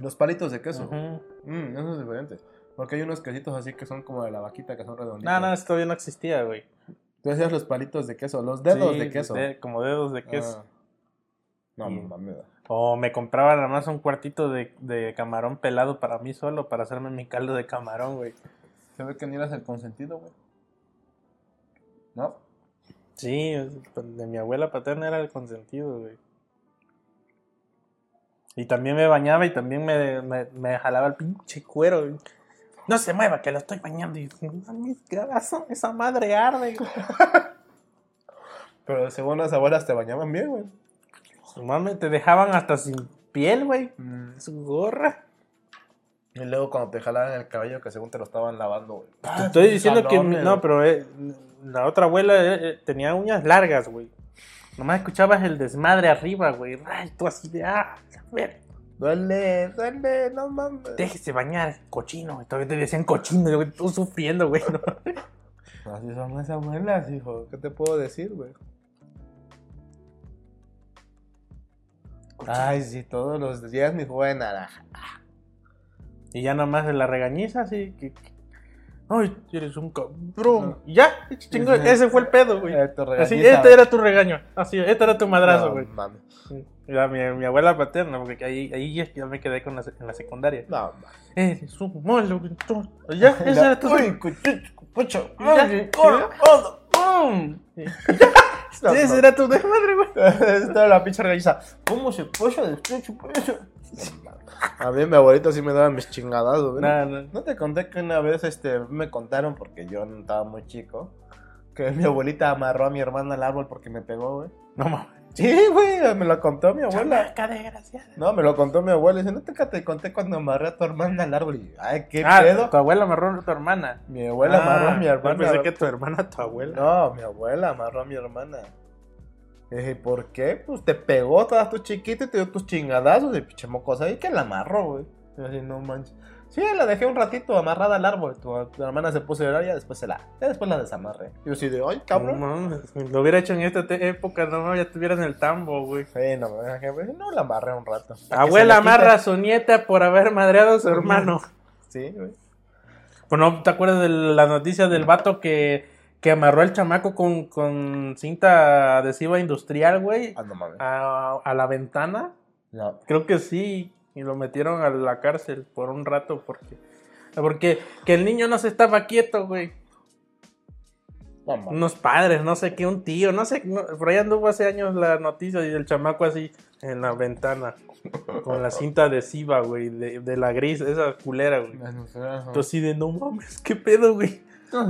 S1: Los palitos de queso.
S3: Ujú.
S1: Mm, eso es diferente. Porque hay unos quesitos así que son como de la vaquita, que son redonditos.
S3: No, no, esto todavía no existía, güey.
S1: Tú decías los palitos de queso, los dedos
S3: Sí,
S1: de queso.
S3: de- como dedos de queso. Mm.
S1: Ah. No,
S3: Y-
S1: mames.
S3: O me compraba nada más un cuartito de, de camarón pelado para mí solo, para hacerme mi caldo de camarón, güey.
S1: Se ve que ni eras el consentido, güey. ¿No?
S3: Sí, es- pues, de mi abuela paterna era el consentido, güey. Y también me bañaba y también me, me- me jalaba el pinche cuero, güey. No se mueva, que lo estoy bañando. Y "Mami, qué asco, esa madre arde, güey.
S1: Pero según las abuelas te bañaban bien, güey.
S3: No Mames, te dejaban hasta sin piel, güey.
S1: Mm.
S3: Su gorra.
S1: Y luego cuando te jalaban el cabello que según te lo estaban lavando, güey.
S3: Te estoy diciendo que.
S1: jalones,
S3: mi- No,
S1: Ah, güey.
S3: pero eh, la otra abuela eh, eh, tenía uñas largas, güey. Nomás escuchabas el desmadre arriba, güey. Ay, tú así de. Ah, a ver.
S1: Duele, duele, no mames.
S3: Déjese bañar, cochino. Y todavía te decían cochino, y tú sufriendo, güey. ¿no?
S1: Así son las abuelas, hijo. ¿Qué te puedo decir, güey? Ay, sí, todos los días mi jugo de naranja.
S3: Y ya nomás de la regañiza, así que. que- Ay, eres un cabrón. Y ya, chingo, ese fue el pedo, güey.
S1: Eh, tu
S3: Así,
S1: regañiza,
S3: este era tu regaño. Así, este era tu madrazo,
S1: No,
S3: güey.
S1: mames.
S3: Era mi, mi abuela paterna, porque ahí, ahí ya- ya me quedé con la, se- en la secundaria.
S1: No, mames.
S3: Eres un malo, güey. tú. Ya, ese era tu.
S1: Uy, cuchucho, cucho.
S3: Y ya,
S1: Ay,
S3: y
S1: corro,
S3: ya.
S1: corro.
S3: ¡Pum!
S1: No,
S3: Sí, ese
S1: no.
S3: era tu desmadre, güey.
S1: Estaba la pinche regañiza. ¿Cómo se pollo de chucho, pollo? A mí mi abuelita sí me daba mis chingadazos, güey.
S3: No, no.
S1: No te conté que una vez este, me contaron, porque yo no estaba muy chico, que mi abuelita amarró a mi hermana al árbol porque me pegó, güey.
S3: No mames.
S1: Sí, güey, me lo contó mi abuela.
S3: Chamaca desgraciada.
S1: No, me lo contó mi abuela. Dice, no te, te conté cuando amarré a tu hermana al árbol. Y yo, ay, qué
S3: Ah,
S1: pedo.
S3: tu abuela amarró a tu hermana. Ah,
S1: Mi abuela amarró a mi hermana.
S3: Pensé que tu hermana, tu abuela.
S1: No, mi abuela amarró a mi hermana. Le dije, ¿por qué? Pues te pegó, todas tus chiquitas y te dio tus chingadazos y pinche mocosa. Y que la amarró, güey. Y yo así, no manches. Sí, la dejé un ratito amarrada al árbol. Tu, tu hermana se puso a llorar y ya después se la. Ya después la desamarré. Y yo así de, ay, cabrón.
S3: No mames, lo hubiera hecho en esta te- época, no mames, ya tuvieran el tambo, güey.
S1: Sí, no, me dejé, güey. no la amarré un rato. Para que
S3: Abuela
S1: se le quite.
S3: amarra a su nieta por haber madreado a su hermano.
S1: Sí, güey.
S3: Pues no, ¿te acuerdas de la noticia del vato que, que amarró al chamaco con, con cinta adhesiva industrial, güey?
S1: Ah, no mames. pues.
S3: A, a la ventana.
S1: No.
S3: Creo que sí. Y lo metieron a la cárcel por un rato porque. Porque que el niño no se estaba quieto, güey.
S1: No, mames.
S3: unos padres, no sé qué, un tío, no sé, no- por ahí anduvo hace años la noticia y el chamaco así en la ventana, con la cinta adhesiva, güey, de, de la gris, esa culera, güey. Yo así de, no mames, qué pedo, güey.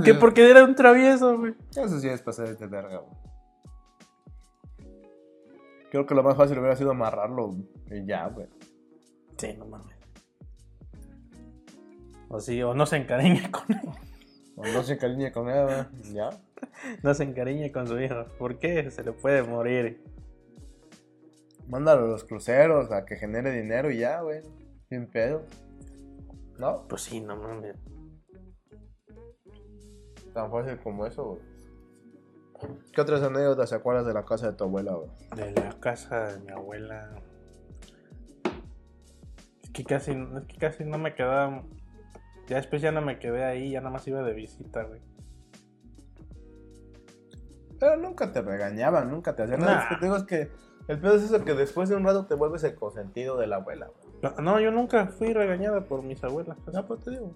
S3: Que porque era un travieso, güey.
S1: Eso sí es pasar de verga, güey. Creo que lo más fácil hubiera sido amarrarlo güey, y ya, güey.
S3: Sí, no mames. O sí, o no se encariña con él,
S1: O no se encariñe con él, güey. Ya.
S3: no se encariña con su hijo. ¿Por qué? Se le puede morir.
S1: Mándalo a los cruceros a que genere dinero y ya, güey. Sin pedo. No,
S3: Pues sí, no mames.
S1: tan fácil como eso, güey. ¿Qué otras anécdotas te acuerdas de la casa de tu abuela, güey?
S3: De la casa de mi abuela. Es que casi, es que casi no me quedaba. Ya después ya no me quedé ahí, ya nada más iba de visita, güey.
S1: Pero nunca te regañaban, nunca te hacían nada.
S3: Nah.
S1: Es que te digo es que el pedo es eso que después de un rato te vuelves el consentido de la abuela, güey.
S3: No, No, yo nunca fui regañada por mis abuelas.
S1: No, pues te digo.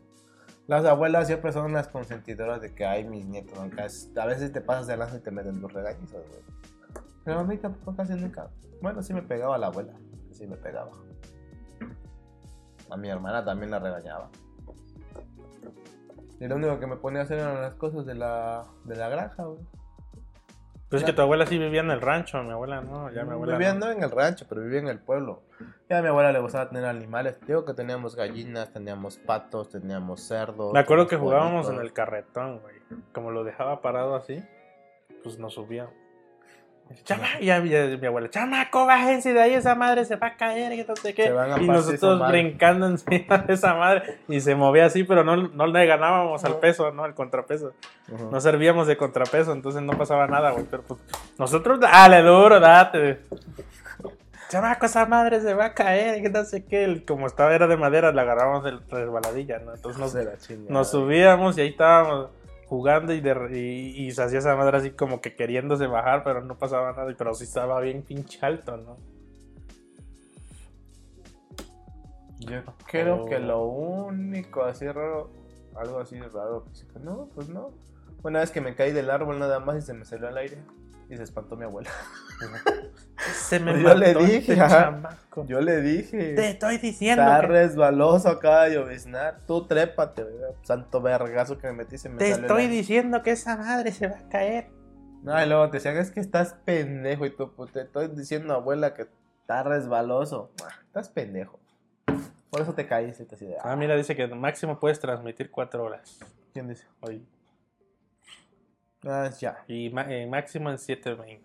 S1: Las abuelas siempre son las consentidoras de que hay mis nietos. ¿no? Casi- A veces te pasas de lanza y te meten tus regañizos, güey. Pero a mí tampoco casi nunca. Bueno, sí me pegaba la abuela. Sí me pegaba. A mi hermana también la regañaba. Y lo único que me ponía a hacer eran las cosas de la, de la granja, güey.
S3: Pues es que tu abuela sí vivía en el rancho, mi abuela no, Pues ya mi abuela.
S1: Mm, Vivía
S3: no.
S1: no en el rancho, pero vivía en el pueblo. Ya a mi abuela le gustaba tener animales. Digo que teníamos gallinas, teníamos patos, teníamos cerdos.
S3: Me acuerdo que
S1: teníamos
S3: jugábamos en
S1: pollitos.
S3: el carretón, güey. Como lo dejaba parado así, pues nos subía. Chama, y a mi, a mi abuela, chamaco, bájense de ahí, esa madre se va a caer, que no sé qué.
S7: Se van a partir
S3: Y nosotros
S7: su madre.
S3: brincando encima de esa madre. Y se movía así, pero no, no le ganábamos al peso, ¿no? Al contrapeso.
S7: Ujú.
S3: No servíamos de contrapeso, entonces no pasaba nada, güey. Pero pues nosotros, dale duro, date. Chamaco, esa madre se va a caer, que no sé qué. El- Como estaba, era de madera, la agarrábamos de resbaladilla, ¿no? Entonces nos,
S7: De la chingada.
S3: nos subíamos y ahí estábamos jugando y, de- y, y se hacía esa madre así como que queriéndose bajar, pero no pasaba nada. Pero sí estaba bien pinche alto, ¿no?
S1: Yo creo que lo único así raro, algo así raro, que sí que no, pues no. Una vez que me caí del árbol nada más y se me salió al aire y se espantó mi abuela.
S3: Se me
S1: Yo
S3: mató
S1: le dije,
S3: este
S1: ajá.
S3: chamaco.
S1: Yo le dije,
S3: Te estoy diciendo.
S1: está
S3: que-
S1: resbaloso acá de lloviznar, tú trépate, ¿verdad? santo vergazo que me metí se me
S3: Te
S1: salió al
S3: estoy
S1: aire.
S3: diciendo que esa madre se va a caer.
S1: No, y luego te decían, es que estás pendejo y tú, pues, te estoy diciendo, abuela, que está resbaloso. Ah, Estás pendejo. Por eso te caíste, te así de,
S3: Ah, mira, dice que máximo puedes transmitir cuatro horas.
S1: ¿quién dice?
S3: Hoy.
S1: Ah, ya.
S3: Y ma- eh, máximo en 7.20.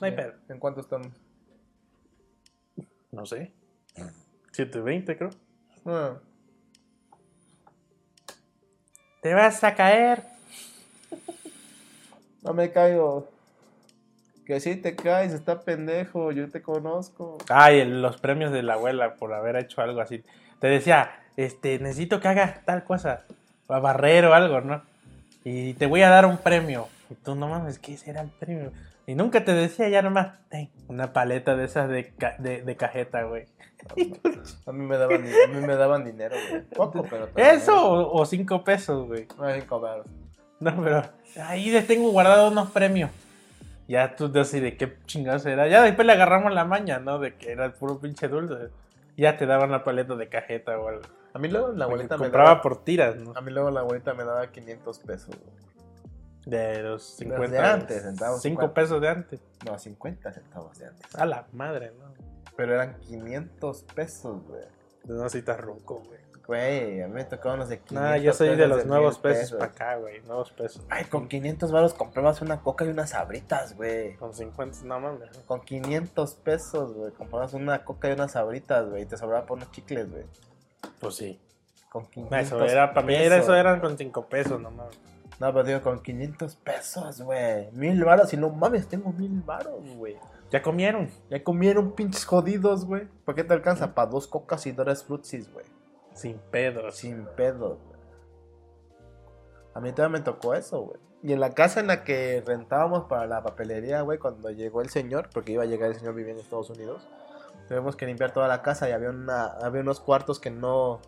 S3: No hay pedo.
S1: ¿En cuánto estamos?
S3: No sé. 7.20 creo.
S1: Ah,
S3: Te vas a caer.
S1: no me caigo. Que si te caes, está pendejo, yo te conozco.
S3: Ay, el- los premios de la abuela por haber hecho algo así. Te decía, este, necesito que hagas tal cosa. O a barrer o algo, ¿no? Y te voy a dar un premio. Y tú, no mames, ¿qué será el premio? Y nunca te decía, ya nomás, ten, una paleta de esas de, ca- de, de cajeta, güey.
S1: A mí me daban, di- a mí me daban dinero, güey. Poco, pero. también.
S3: Eso o, o cinco pesos, güey.
S1: No, cinco varos.
S3: No, pero ahí les tengo guardados unos premios. Ya tú así de qué chingados era. Ya después le agarramos la maña, ¿no? De que era el puro pinche dulce. Ya te daban la paleta de cajeta o algo.
S1: A mí luego la
S3: Porque
S1: abuelita me Ah,
S3: compraba
S1: daba.
S3: por tiras, ¿no?
S1: A mí luego la abuelita me daba 500 pesos, güey.
S3: De los 50.
S1: de antes, centavos,
S3: 5
S1: cincuenta.
S3: pesos de antes.
S1: No, 50 centavos de antes.
S3: A la madre, ¿no?
S1: Pero eran 500 pesos, güey.
S3: No si estás ruco, güey.
S1: Güey, a mí me tocaron los de 500
S3: Nah, Ah, yo soy de
S1: pesos,
S3: los
S1: mil
S3: nuevos pesos, para acá, güey. Nuevos pesos.
S1: Ay, con 500 varos comprabas una coca y unas sabritas, güey.
S3: Con 50, no mames.
S1: Con 500 pesos, güey. Comprabas una coca y unas sabritas, güey. Y te sobraba por unos chicles, güey.
S3: Pues sí.
S1: Con 500
S3: Eso era, para mí era,
S1: pesos.
S3: eso eran con 5 pesos, no mames.
S1: No, pero digo, con 500 pesos, güey. Mil varos. Y no mames, tengo mil varos, güey.
S3: Ya comieron.
S1: Ya comieron pinches jodidos, güey. ¿Por qué te alcanza? Para dos cocas y dos frutsis, güey.
S3: Sin pedos.
S1: Sin pedo, güey. A mí todavía me tocó eso, güey. Y en la casa en la que rentábamos para la papelería, güey, cuando llegó el señor, porque iba a llegar el señor vivía en Estados Unidos, tuvimos que limpiar toda la casa y había, una, había unos cuartos que no,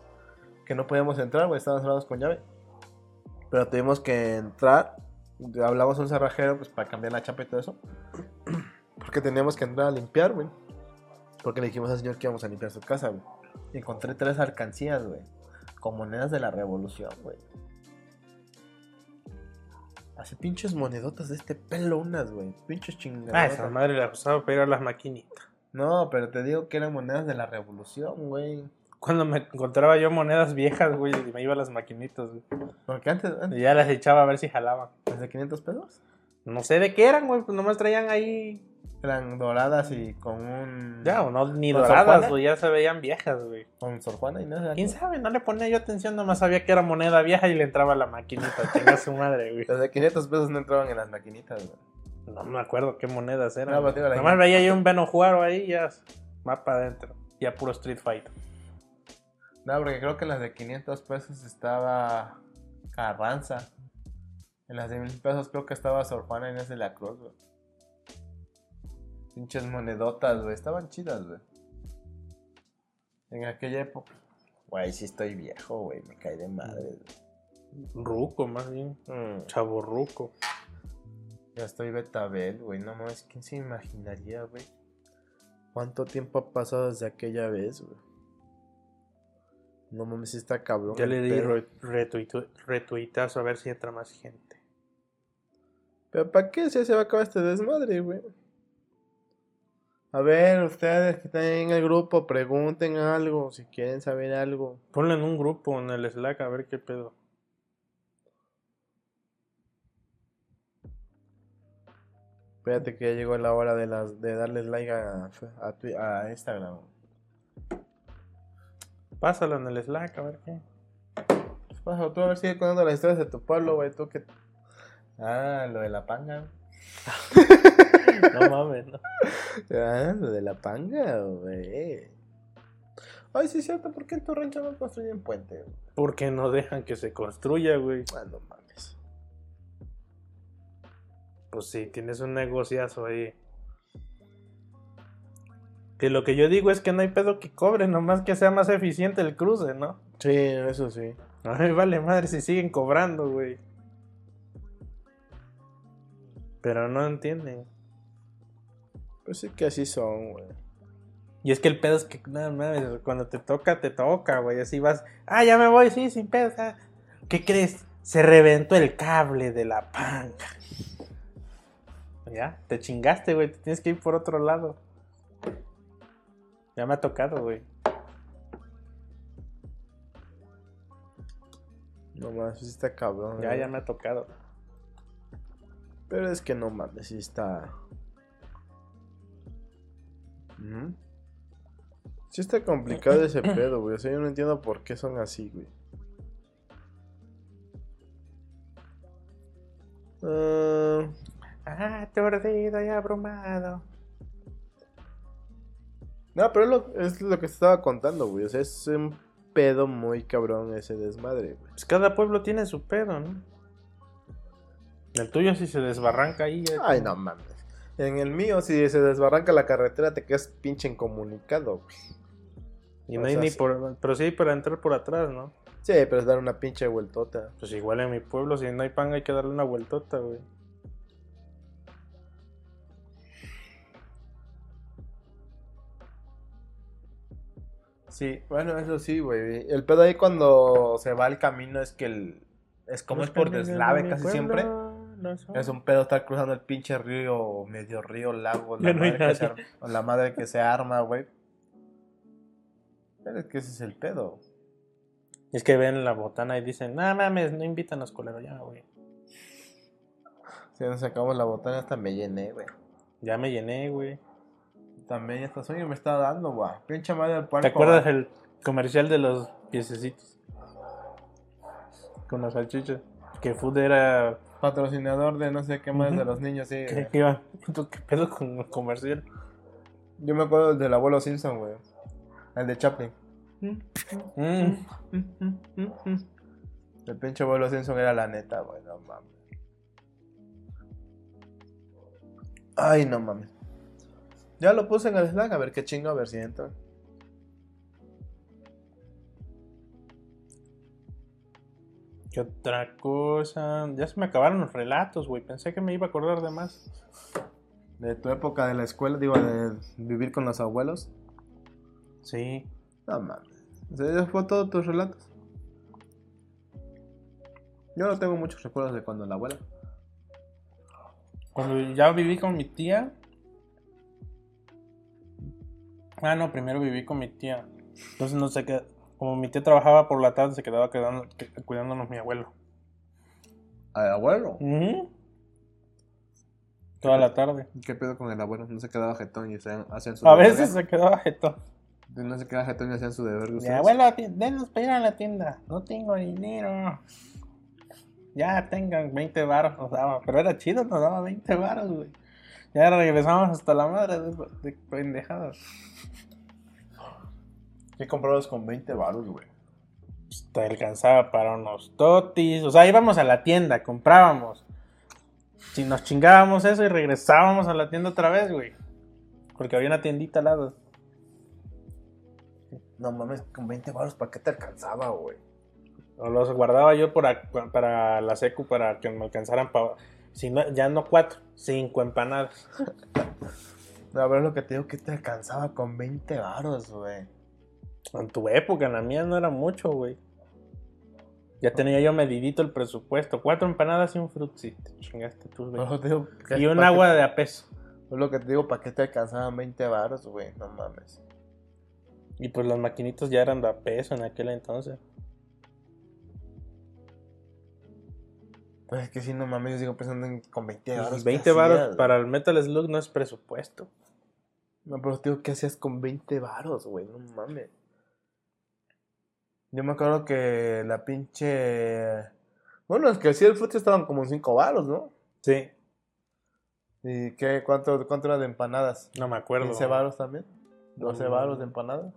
S1: que no podíamos entrar, güey, estaban cerrados con llave. Pero tuvimos que entrar, hablamos a un cerrajero, pues, para cambiar la chapa y todo eso. Porque teníamos que entrar a limpiar, güey. Porque le dijimos al señor que íbamos a limpiar su casa, güey. Y encontré tres alcancías, güey con monedas de la revolución, güey. Hace pinches monedotas de este pelo unas, güey. Pinches
S3: Ah, esa
S1: chingadas.
S3: madre la usaba para ir a las maquinitas.
S1: No, pero te digo que eran monedas de la revolución, güey.
S3: Cuando me encontraba yo monedas viejas, güey, y me iba a las maquinitas, güey.
S1: Porque antes,
S3: Y
S1: antes
S3: ya las echaba a ver si jalaban.
S1: de 500 pesos,
S3: No sé de qué eran, güey, pues nomás traían ahí
S1: eran doradas y con un...
S3: Ya, o no, ni
S1: ¿Con Sor
S3: doradas,
S1: Juana?
S3: güey, ya se veían viejas, güey.
S1: Con Sor Juana y nada.
S3: ¿Quién sabe? No le ponía yo atención, nomás sabía que era moneda vieja y le entraba a la maquinita, chinga su madre, güey.
S1: Los de 500 pesos no entraban en las maquinitas, güey.
S3: No me acuerdo qué monedas eran.
S1: No,
S3: güey.
S1: pero digo, la-
S3: nomás veía yo un Beno Juaro ahí, ya, mapa adentro. Ya puro Street Fighter.
S1: No, porque creo que en las de 500 pesos estaba Carranza. En las de 1000 pesos creo que estaba Sor Juana Inés de la Cruz, güey. Pinches monedotas, güey. Estaban chidas, güey. En aquella época. Güey, sí estoy viejo, güey. Me caí de madre,
S3: Ruco, más bien.
S1: güey.
S3: Chavo ruco.
S1: Mm, Ya estoy Betabel, güey. No mames, ¿quién se imaginaría, güey? ¿Cuánto tiempo ha pasado desde aquella vez, güey? No mames, sí está cabrón.
S3: Yo
S1: el
S3: le di
S1: pedo.
S3: re- retuitu- retuitazo a ver si entra más gente.
S1: ¿Pero para qué si ya se va a acabar este desmadre, güey? A ver, ustedes que están en el grupo, pregunten algo, si quieren saber algo.
S3: Ponlo en un grupo, en el Slack, a ver qué pedo.
S1: Espérate que ya llegó la hora de, las, de darles like a, a, Twi- a Instagram.
S3: Pásalo en el Slack, a ver qué.
S1: Pues Pasa, tú a ver, sigue contando las historias de tu pueblo, güey. Tú que. Ah, lo de la panga.
S3: No mames, no.
S1: Ah, lo de la panga, güey. Ay, sí, es cierto. ¿Por qué en tu rancho no construyen puente? güey?
S3: Porque no dejan que se construya, güey.
S1: Ah, no mames.
S3: Pues sí, tienes un negociazo ahí. Que lo que yo digo es que no hay pedo que cobre, nomás que sea más eficiente el cruce, ¿no?
S1: Sí, eso sí.
S3: A mí vale madre si siguen cobrando, güey. Pero no entienden.
S1: Pues es que así son, güey.
S3: Y es que el pedo es que, no mames, cuando te toca, te toca, güey. Así vas, ah, ya me voy, sí, sin pedo. ah. ¿Qué crees? Se reventó el cable de la panca. Ya, te chingaste, güey. Te tienes que ir por otro lado. Ya me ha tocado, güey.
S1: No mames, sí está cabrón.
S3: Ya,
S1: güey.
S3: ya me ha tocado.
S1: Pero es que no mames, sí está. Ujú. Sí está complicado ese pedo, güey. O sea, yo no entiendo por qué son así, güey. Ah,
S3: Aturdido y abrumado.
S1: no, pero es lo, es lo que estaba contando, güey. O sea, es un pedo muy cabrón ese desmadre, güey.
S3: Pues cada pueblo tiene su pedo, ¿no? El tuyo si se desbarranca ahí. ya-
S1: Ay, no mames. En el mío, si se desbarranca la carretera, te quedas pinche incomunicado, güey.
S3: Y no
S1: o
S3: hay
S1: sea,
S3: ni
S1: sí.
S3: por... Pero sí hay para entrar por atrás, ¿no?
S1: Sí, pero es dar una pinche vueltota.
S3: Pues igual en mi pueblo, si no hay pan hay que darle una vueltota, güey.
S1: Sí, bueno, eso sí, güey. El pedo ahí cuando se va el camino es que el. Es como es por deslave casi siempre. Es un pedo estar cruzando el pinche río, medio río, lago, la,
S3: Ya no hay
S1: madre, que se,
S3: nadie.
S1: ar- o la madre que se arma, güey. Pero es que ese es el pedo.
S3: Y es que ven la botana y dicen, no mames, no invitan a los culeros ya, güey.
S1: Si nos sacamos la botana, hasta me llené, güey.
S3: Ya me llené, güey.
S1: También hasta sueño me está dando, güey. Pinche madre del puerco.
S3: ¿Te acuerdas
S1: güey.
S3: el comercial de los piececitos? Con las salchichas. Que Food
S1: Eh.
S3: era...
S1: Patrocinador de no sé qué más de los niños, sí.
S3: ¿Qué,
S1: güey.
S3: qué iba? ¿Tú qué pedo con el comercial?
S1: Yo me acuerdo del del abuelo Simpson, güey. El de Chaplin.
S3: Mm.
S1: El pinche abuelo Simpson era la neta, güey, no mames. Ay, no mames. Ya lo puse en el Slack, a ver qué chingo, a ver si entra.
S3: ¿Qué otra cosa? Ya se me acabaron los relatos, güey. Pensé que me iba a acordar de más.
S1: De tu época de la escuela, digo, de vivir con los abuelos.
S3: Sí.
S1: No mames. O sea, ¿Eso fue todos tus relatos? Yo no tengo muchos recuerdos de cuando la abuela.
S3: Cuando ya viví con mi tía. Ah, no, primero viví con mi tía. Entonces no sé qué. Como mi tía trabajaba por la tarde, se quedaba quedando- que- cuidándonos mi abuelo.
S1: ¿Al abuelo?
S3: Ujú. Toda la tarde.
S1: ¿Qué pedo con el abuelo? No se quedaba jetón y hacían, hacían su
S3: A
S1: deber,
S3: veces se quedaba jetón.
S1: ¿eh? No se quedaba jetón y hacían su deber.
S3: Mi
S1: ustedes.
S3: abuelo, ti- denos para ir a la tienda. No tengo dinero. Ya tengan 20 varos nos daba. Pero era chido, nos daba 20 varos, güey. Ya regresamos hasta la madre de, de pendejadas.
S1: ¿Qué comprabas con 20 baros, güey?
S3: Pues, Te alcanzaba para unos totis. O sea, íbamos a la tienda, comprábamos. Si nos chingábamos eso y regresábamos a la tienda otra vez, güey. Porque había una tiendita al lado.
S1: No mames, con 20 baros, ¿para qué te alcanzaba, güey?
S3: O los guardaba yo para, para la secu para que me alcanzaran para. Si no, ya no cuatro, cinco empanadas.
S1: A ver, lo que te digo, que te alcanzaba con 20 baros, güey?
S3: En tu época, en la mía no era mucho, güey. Ya tenía yo medidito el presupuesto. Cuatro empanadas y un frutzi. Te chingaste tú,
S1: Por
S3: güey.
S1: eso te digo, que-
S3: Y un
S1: ¿pa'
S3: agua
S1: qué-
S3: de a peso.
S1: por lo que te digo, ¿para qué te alcanzaban 20 baros, güey? No mames.
S3: Y pues las maquinitas ya eran de a peso en aquel entonces.
S8: Pues es que sí, no mames, yo sigo pensando en con 20
S3: Y
S8: varos.
S3: 20
S8: ¿qué hacías,
S3: baros
S8: güey?
S3: Pues, para el Metal Slug no es presupuesto.
S1: No, pero tío, ¿qué hacías con 20 varos, güey? No mames. Yo me acuerdo que la pinche... Bueno, es que sí, el fruto estaban como en 5 varos, ¿no?
S3: Sí,
S1: ¿Y qué? ¿Cuánto, cuánto era de empanadas?
S3: no me acuerdo.
S1: ¿15 varos también? ¿12
S3: Mm.
S1: varos de empanada?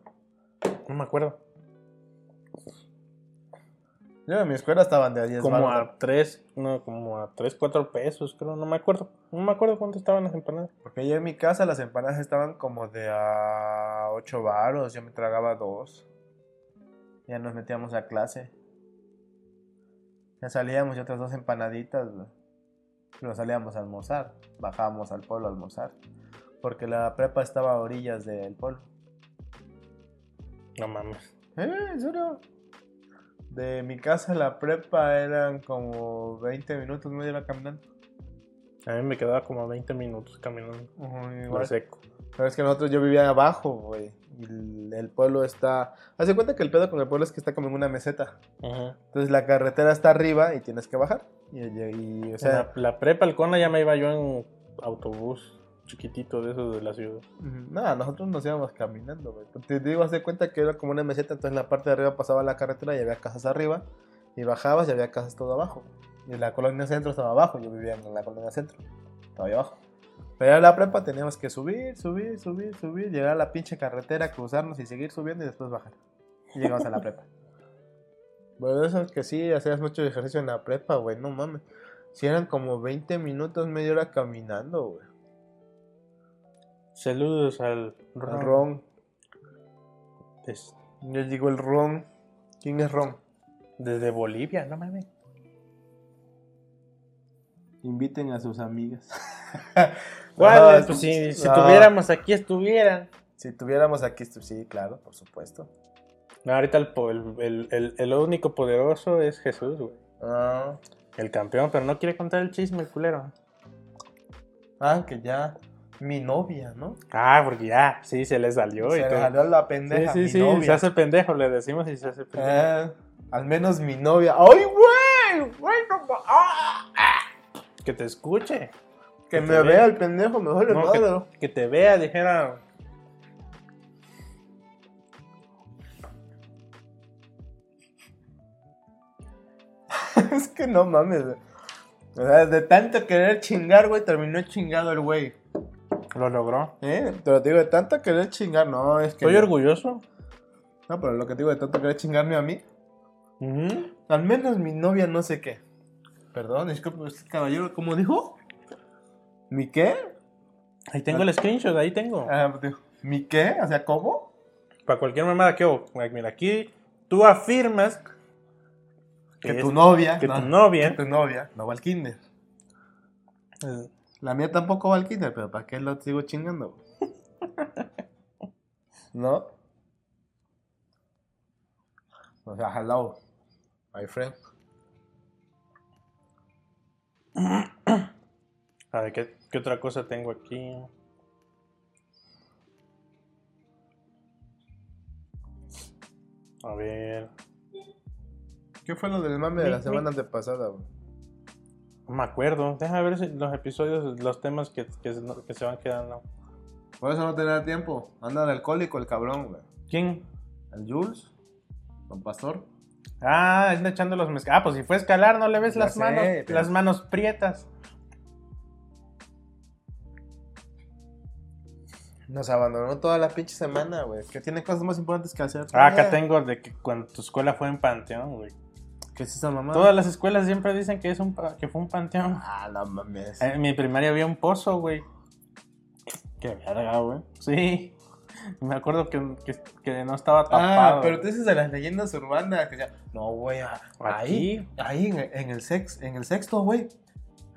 S3: No me acuerdo.
S1: Yo en mi escuela estaban de a 10
S3: Como
S1: varos.
S3: a 3, no, como a 3, 4 pesos, creo. No me acuerdo. No me acuerdo cuánto estaban las empanadas.
S1: Porque yo en mi casa las empanadas estaban como de a 8 varos. Yo me tragaba dos. Ya nos metíamos a clase. Ya salíamos y otras dos empanaditas, güey. Pero salíamos a almorzar. Bajábamos al pueblo a almorzar. Porque la prepa estaba a orillas del pueblo.
S3: No mames.
S1: ¿Eh? ¿En serio? De mi casa a la prepa eran como 20 minutos, media hora caminando.
S3: A mí me quedaba como 20 minutos caminando.
S1: Ujú,
S3: Lo
S1: igual.
S3: seco.
S1: Pero es que nosotros yo vivía abajo, güey. Y el, el pueblo está. Hace cuenta que el pedo con el pueblo es que está como en una meseta.
S3: Ajá.
S1: Entonces la carretera está arriba y tienes que bajar. Y, y- y, o sea,
S3: la, la prepa, el Conla, ya me iba yo en autobús chiquitito de esos de la ciudad.
S1: nada, nosotros nos íbamos caminando, güey. Te digo, haz de cuenta que era como una meseta, entonces la parte de arriba pasaba la carretera y había casas arriba. Y bajabas y había casas todo abajo. Y la colonia centro estaba abajo. Yo vivía en la colonia centro. Estaba ahí abajo. Pero era la prepa, teníamos que subir, subir, subir, subir, llegar a la pinche carretera, cruzarnos y seguir subiendo y después bajar. Y llegamos a la prepa. Bueno, eso es que sí, hacías mucho ejercicio en la prepa, güey, no mames. Si eran como 20 minutos, media hora caminando, güey.
S3: Saludos al
S1: Al
S3: Ron.
S1: Ron.
S3: Des-
S1: Yo digo el Ron. ¿Quién es Ron?
S3: desde Bolivia, no mames.
S1: Inviten a sus amigas.
S3: ¿Cuál? pues si, si tuviéramos aquí, estuvieran.
S1: Ah, Si tuviéramos aquí, estu- sí, claro, por supuesto.
S3: No, ahorita el, po- el, el- el- el único poderoso es Jesús, güey.
S1: Ah,
S3: El campeón, pero no quiere contar el chisme, el culero.
S1: ah, que ya. Mi novia, ¿no?
S3: Ah, porque ya, sí, se le salió y
S1: Se
S3: todo.
S1: jaló la
S3: Sí,
S1: pendeja.
S3: sí,
S1: mi
S3: sí,
S1: novia.
S3: se hace pendejo, le decimos y se hace pendejo.
S1: Eh, al menos mi novia. ¡Ay, güey! ¡Güey, no ma- ¡Ah!
S3: Que te escuche.
S1: Que
S3: Que
S1: me
S3: te
S1: vea
S3: vea.
S1: el pendejo, me duele
S3: No,
S1: madre.
S3: que, que te vea, dijera.
S1: es que no mames. güey. O sea, de tanto querer chingar, güey, terminó chingado el güey.
S3: Lo logró.
S1: ¿Eh? Te lo digo, de tanto querer chingar, no, es que.
S3: Estoy
S1: yo-
S3: orgulloso.
S1: No, pero lo que te digo, de tanto querer chingarme a mí.
S3: Ujú.
S1: Al menos mi novia no sé qué. Perdón, disculpe, usted, caballero, ¿cómo dijo? ¿Mi qué?
S3: Ahí tengo el screenshot, ahí tengo.
S1: Ah, dijo, ¿Mi qué? O sea, ¿cómo?
S3: Para cualquier mamada que hago. Mira, aquí tú afirmas
S1: Que
S3: es- Ah.
S1: tu novia.
S3: que tu novia-
S1: Que tu novia. No va al kinder.
S3: Eh,
S1: La mía tampoco va al kinder, pero ¿para qué lo sigo chingando? ¿No? O sea, hello, my friend.
S3: A ver, ¿qué, qué otra cosa tengo aquí? A ver.
S1: ¿Qué fue lo del mame de la semana de pasada, güey?
S3: No me acuerdo. Deja ver si los episodios, los temas que, que se- que se van quedando.
S1: Por eso no tenía tiempo. Anda de alcohólico el cabrón, güey.
S3: ¿Quién?
S1: El Jules, don Pastor.
S3: Ah, es echando los mezcales. Ah, pues si fue a escalar, no le ves
S1: Ya
S3: las
S1: sé,
S3: manos,
S1: pero-
S3: las manos prietas.
S1: Nos abandonó toda la pinche semana, güey. Que tiene cosas más importantes que hacer.
S3: Ah, acá tengo de que cuando tu escuela fue en panteón, güey.
S1: ¿Qué es esa mamá?
S3: Todas las escuelas siempre dicen que es un pa- que fue un panteón.
S1: Ah, no mames.
S3: En mi primaria había un pozo, güey. Qué verga, güey. Sí. Me acuerdo que, que- que no estaba tapado.
S1: Ah, pero tú dices de las leyendas urbanas que decía, no, güey, ah, ahí,
S3: Aquí.
S1: ahí en, en el sex, en el sexto, güey.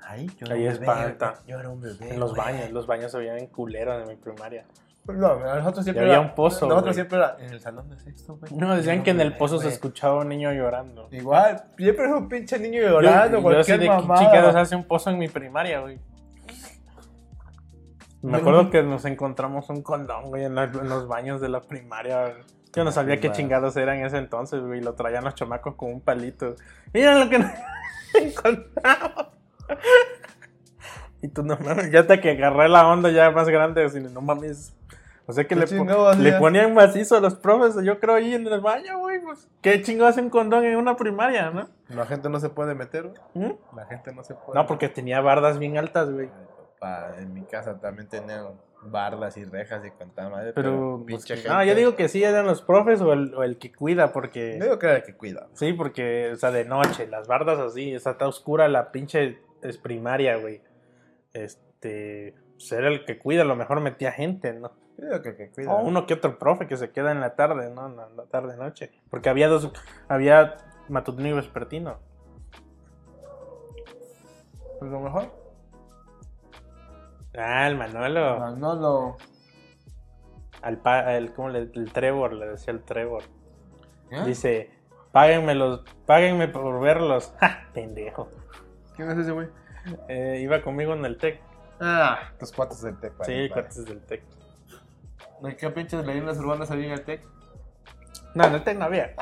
S1: Ahí, yo
S3: Ahí
S1: bebé,
S3: espanta.
S1: Yo era un bebé.
S3: En los
S1: güey.
S3: baños, los baños había en culero en mi primaria.
S1: No, nosotros siempre
S3: Y había
S1: era-
S3: un pozo,
S1: Nosotros
S3: güey.
S1: siempre era en el salón de sexto, güey.
S3: No, decían
S1: Yo
S3: que en
S1: era
S3: el
S1: un
S3: pozo se
S1: bebé,
S3: escuchaba un niño llorando.
S1: güey. Igual, siempre es un pinche niño
S3: Yo-
S1: llorando,
S3: yo así
S1: cualquier
S3: de que
S1: mamada.
S3: chingados hace un pozo en mi primaria, güey. Me acuerdo que nos encontramos un condón, güey, en, la- en los baños de la primaria. güey. Yo no sabía qué
S1: Wow.
S3: chingados eran en ese entonces, güey. Lo traían los chamacos con un palito. Mira lo que... encontramos. Y tú no mames, ya hasta que agarré la onda ya más grande, así, no mames. O sea que
S1: Qué
S3: le, po-
S1: chingado hacía.
S3: le ponían macizo a los profes, yo creo, ahí en el baño, güey. Pues, ¿Qué chingo hacen condón en una primaria, no?
S1: La gente no se puede meter, güey.
S3: ¿Mm?
S1: La gente no se puede.
S3: No, porque tenía bardas bien altas, güey.
S1: Ay, papá, en mi casa también tenían bardas y rejas y cuanta madre.
S3: Pero, pues,
S1: pinche
S3: no,
S1: gente-
S3: yo digo que sí eran los profes o el, o el que cuida, porque...
S1: Yo digo que era el que cuida.
S3: Sí, porque, o sea, de noche, las bardas así, o sea, está oscura la pinche es primaria, güey. Este, pues era el que cuida, a lo mejor metía gente, ¿no?
S1: Yo digo que el que cuida.
S3: O Oh, uno que otro profe que se queda en la tarde, ¿no? En la, la tarde noche. Porque había dos, había matutino y vespertino.
S1: Pues lo mejor.
S3: Ah, el Manolo.
S1: Manolo.
S3: Al pa- el, ¿cómo le- el Trevor, le decía el Trevor.
S1: ¿Eh?
S3: Dice, páguenme los, páguenme por verlos. ¡Ja! Pendejo.
S1: ¿Quién es ese güey?
S3: Eh, iba conmigo en el TEC.
S1: Ah, tus cuates del TEC.
S3: Sí,
S1: vale, vale.
S3: cuates del TEC.
S1: ¿De qué pinches leyendas urbanas había en el TEC?
S3: No, en el TEC no había.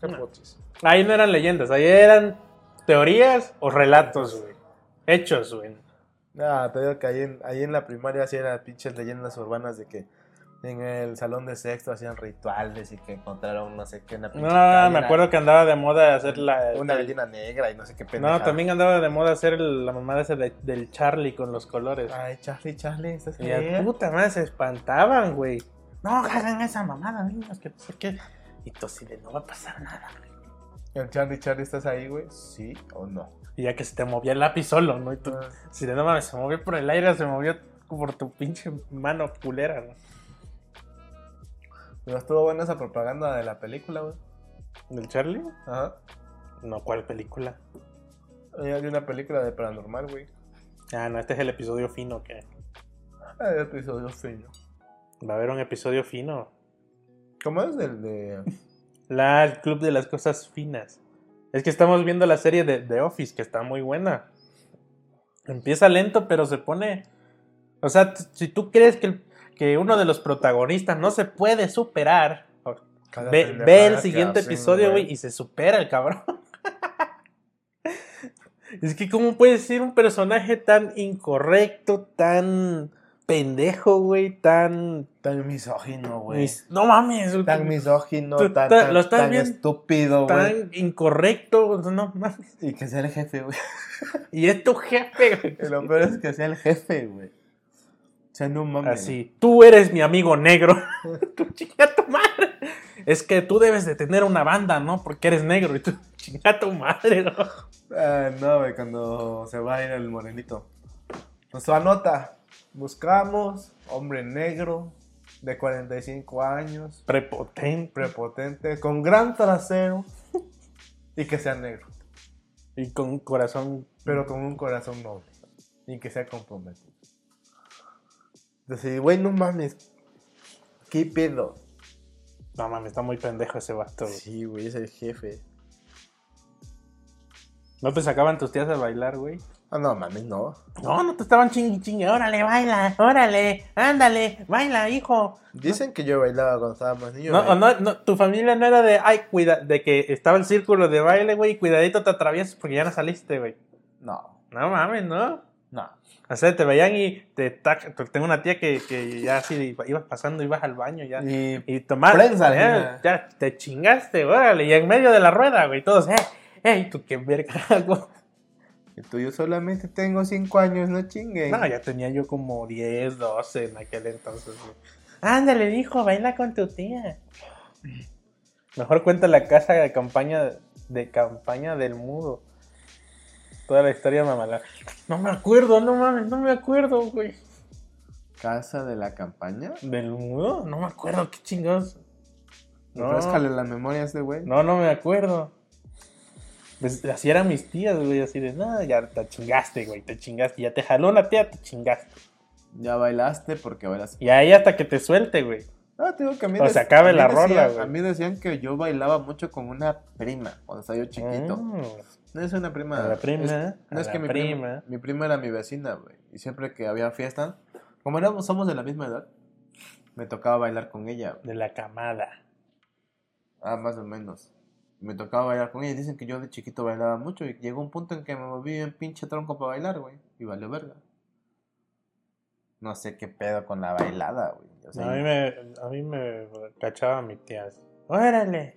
S1: ¿Qué
S3: No.
S1: poches?
S3: Ah, Ahí no eran leyendas, ahí eran teorías o relatos, güey. Hechos, güey.
S1: Ah, te digo que ahí en, ahí en la primaria sí eran pinches leyendas urbanas de que en el salón de sexto hacían rituales y que encontraron no sé qué en la pinche
S3: No,
S1: calle,
S3: Ah, me
S1: una-
S3: acuerdo que andaba de moda hacer la...
S1: Una
S3: el-
S1: gallina negra y no sé qué pendejada.
S3: no, también andaba de moda hacer el- la mamada esa de- del Charlie con los colores.
S1: Ay, Charlie, Charlie, ¿estás
S3: y a
S1: bien?
S3: puta madre se espantaban, güey. No, hagan esa mamada, niños, que no sé qué. Y tú así de no va a pasar nada.
S1: El Charlie, Charlie, ¿estás ahí, güey? ¿Sí o no? Ah,
S3: Y ya que se te movía el lápiz solo, ¿no? Y tú, si de no mames, se movió por el aire, se movió por tu pinche mano culera, ¿no?
S1: Pero estuvo buena esa propaganda de la película, güey.
S3: ¿Del Charlie?
S1: Ajá.
S3: No, ¿cuál película?
S1: Había una película de paranormal, güey.
S3: Ah, no, este es el episodio fino que.
S1: Ah, ya te hizo Dios fino.
S3: Va a haber un episodio fino.
S1: ¿Cómo es el de...?
S3: La el Club de las Cosas Finas. Es que estamos viendo la serie de The Office, que está muy buena. Empieza lento, pero se pone. O sea, t- si tú crees que, el- que uno de los protagonistas no se puede superar,
S1: Cada
S3: ve,
S1: pendejada
S3: ve el
S1: que
S3: siguiente
S1: hacen,
S3: episodio, güey, y se supera el cabrón. es que, ¿cómo puede ser un personaje tan incorrecto, tan pendejo, güey, tan
S1: Tan misógino, güey.
S3: Mis- No mames,
S1: Tan
S3: güey,
S1: misógino,
S3: Tú-
S1: tan,
S3: ta-
S1: tan-
S3: lo estás
S1: tan
S3: viendo
S1: estúpido, güey.
S3: tan incorrecto, no mames.
S1: Y que sea el jefe, güey.
S3: Y es tu jefe, güey.
S1: Y Lo peor es que sea el jefe, güey. O sea, no mames.
S3: Así, tú eres mi amigo negro. tú chinga tu madre. Es que tú debes de tener una banda, ¿no? Porque eres negro y tú chinga tu madre, ¿no?
S1: Ah, no, güey, cuando se va a ir el morenito. Nuestra nota. Buscamos hombre negro de 45 años,
S3: Prepotente.
S1: prepotente, con gran trasero y que sea negro,
S3: Y con corazón.
S1: pero con un corazón noble y que sea comprometido. Decidí, güey, no mames. ¿Qué pedo?
S3: No mames, está muy pendejo ese vato. güey.
S1: Sí, güey, es el jefe.
S3: ¿No te sacaban tus tías a bailar, güey?
S1: Ah, no mames, no.
S3: No, no te estaban chingui chingue. Órale, baila, órale, ándale, baila, hijo.
S1: Dicen que yo bailaba cuando estaba más niño.
S3: No,
S1: güey.
S3: o no, no, tu familia no era de, ay, cuida, de que estaba el círculo de baile, güey, y cuidadito te atraviesas porque ya no saliste, güey.
S1: No,
S3: No mames, ¿no?
S1: no.
S3: O sea, te veían y te tac- tengo una tía que, que ya así ibas pasando, ibas al baño ya. Y,
S1: Y
S3: tomar,
S1: Prensa,
S3: ya,
S1: ya.
S3: ya te chingaste, órale, y en medio de la rueda, güey, todos, eh, eh, tú qué verga hago.
S1: Y tú, yo solamente tengo 5 años, no chinguen.
S3: No, ya tenía yo como 10, 12 en aquel entonces. güey. Ándale, hijo, baila con tu tía. Mejor cuenta la casa de campaña de campaña del mudo. Toda la historia mamala. No me acuerdo, no mames, no me acuerdo, güey.
S1: ¿Casa de la campaña?
S3: ¿Del mudo? No me acuerdo, qué chingados. No.
S1: Refrescale la memoria a este güey.
S3: No, no me acuerdo. Pues, así eran mis tías, güey, así de, no, ya te chingaste, güey, te chingaste. Ya te jaló una tía, te chingaste.
S1: Ya bailaste porque bailas.
S3: Y ahí hasta que te suelte, güey.
S1: No, te digo que a mí.
S3: O
S1: dec-
S3: se acabe
S1: a mí
S3: la
S1: decían-
S3: rola, güey.
S1: A mí decían que yo bailaba mucho con una prima cuando estaba yo chiquito.
S3: Mm.
S1: No es una prima.
S3: A la prima,
S1: es- no
S3: a
S1: es
S3: la
S1: que mi
S3: prima.
S1: prima. Mi prima era mi vecina, güey. Y siempre que había fiesta, como éramos, somos de la misma edad, me tocaba bailar con ella. güey.
S3: De la camada.
S1: Ah, más o menos. Me tocaba bailar con ellas. Dicen que yo de chiquito bailaba mucho y llegó un punto en que me volví en pinche tronco para bailar, güey. Y valió verga. No sé qué pedo con la bailada, güey. O sea,
S3: a, mí me, a mí me cachaba mi tía así, ¡Órale!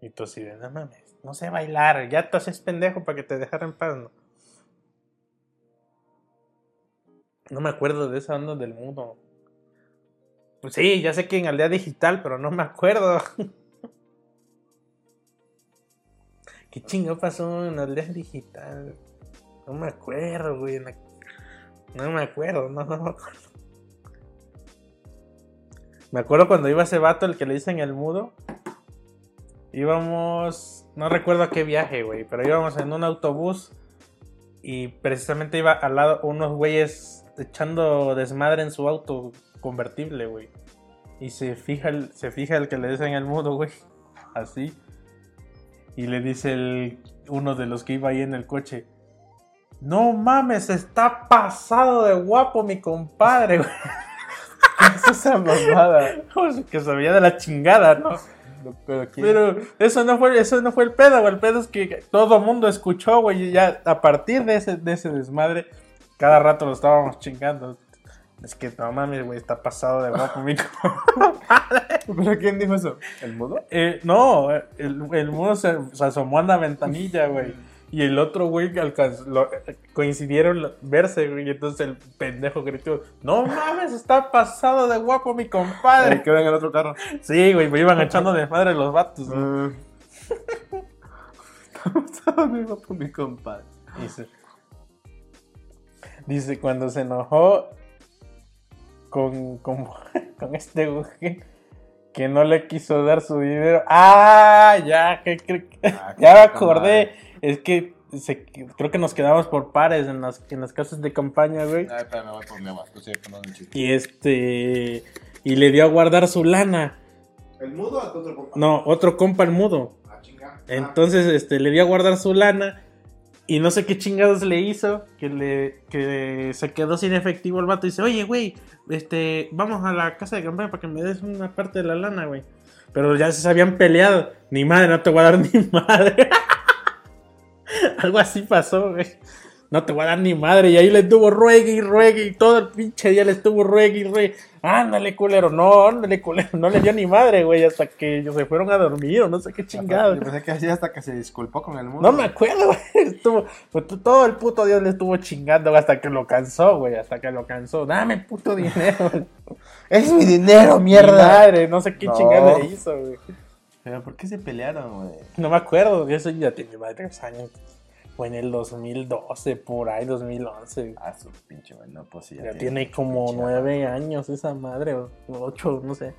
S3: Y tú así de, no mames, no sé bailar, ya te haces pendejo para que te dejaran en paz, ¿no? No me acuerdo de esa onda del mundo. Pues sí, ya sé que en Aldea Digital, pero no me acuerdo. ¿Qué chingo pasó en Aldea Digital? No me acuerdo, güey. en la- No me acuerdo, no, no me acuerdo. Me acuerdo cuando iba ese vato, el que le dicen el mudo. Íbamos, no recuerdo a qué viaje, güey, pero íbamos en un autobús y precisamente iba al lado unos güeyes echando desmadre en su auto convertible, güey. Y se fija el, se fija el que le dicen el mudo, güey. Así. Y le dice el, uno de los que iba ahí en el coche. No mames, está pasado de guapo mi compadre, güey.
S1: es esa mamada.
S3: O sea, que se veía de la chingada, ¿no?
S1: No, Pero, ¿quién?
S3: Pero eso no fue, eso no fue el pedo, güey. El pedo es que todo mundo escuchó, güey. Y ya a partir de ese, de ese desmadre, cada rato lo estábamos chingando. Es que no mames, güey, está pasado de guapo, mi
S1: ¿Pero quién dijo eso? ¿El mudo?
S3: Eh, no, el, el mudo se, se asomó a la ventanilla, güey. Y el otro güey alcanzó- lo- coincidieron lo- verse, güey. Y entonces el pendejo gritó: No mames, está pasado de guapo mi
S1: El
S3: compadre.
S1: que va en el otro carro.
S3: Ah. Sí, güey, me iban echando desmadre los vatos. güey.
S1: Mm. Estaba mi guapo, mi compadre.
S3: Dice, dice, cuando se enojó con, con, con este güey que no le quiso dar su dinero. ¡Ah! Ya, que, que- que-
S1: Ah,
S3: ya me
S1: puta
S3: acordé. Es que se- creo que nos quedamos por pares en las, en las casas de campaña, güey.
S1: Ay, Ah, espérame, voy por mi agua. Tú sigue contando el chiste.
S3: Y este. Y le dio a guardar su lana.
S9: ¿El mudo o tu otro compa?
S3: No, otro compa el mudo.
S9: Ah, chinga.
S3: Entonces, este, le dio a guardar su lana. Y no sé qué chingados le hizo. Que le. que se quedó sin efectivo el vato. Y dice, oye, güey, este, vamos a la casa de campaña para que me des una parte de la lana, güey. Pero ya se habían peleado. Ni madre, no te voy a dar ni madre. Algo así pasó, güey. No te voy a dar ni madre. Y ahí le estuvo ruegue y ruegue. Y todo el pinche día le estuvo ruegue y ruegue. Ándale, culero. No, ándale, culero. No le dio ni madre, güey. Hasta que ellos se fueron a dormir o no sé qué chingado.
S1: Yo pensé que así hasta que se disculpó con el mudo.
S3: No me acuerdo, güey. Estuvo, pues, t- todo el puto Dios le estuvo chingando güey, hasta que lo cansó, güey. Hasta que lo cansó. Dame puto dinero.
S1: ¡Es mi dinero,
S3: Mi
S1: mierda!
S3: Madre, no sé qué
S1: No.
S3: chingada le hizo, güey.
S1: Pero ¿por qué se pelearon, güey?
S3: No me acuerdo. Eso ya tenía más de tres años. Fue en el 2012, por ahí, 2011.
S1: Ah, su pinche, güey. No, pues sí.
S3: Ya tiene como
S1: pinche
S3: nueve años esa madre, o o ocho, no sé.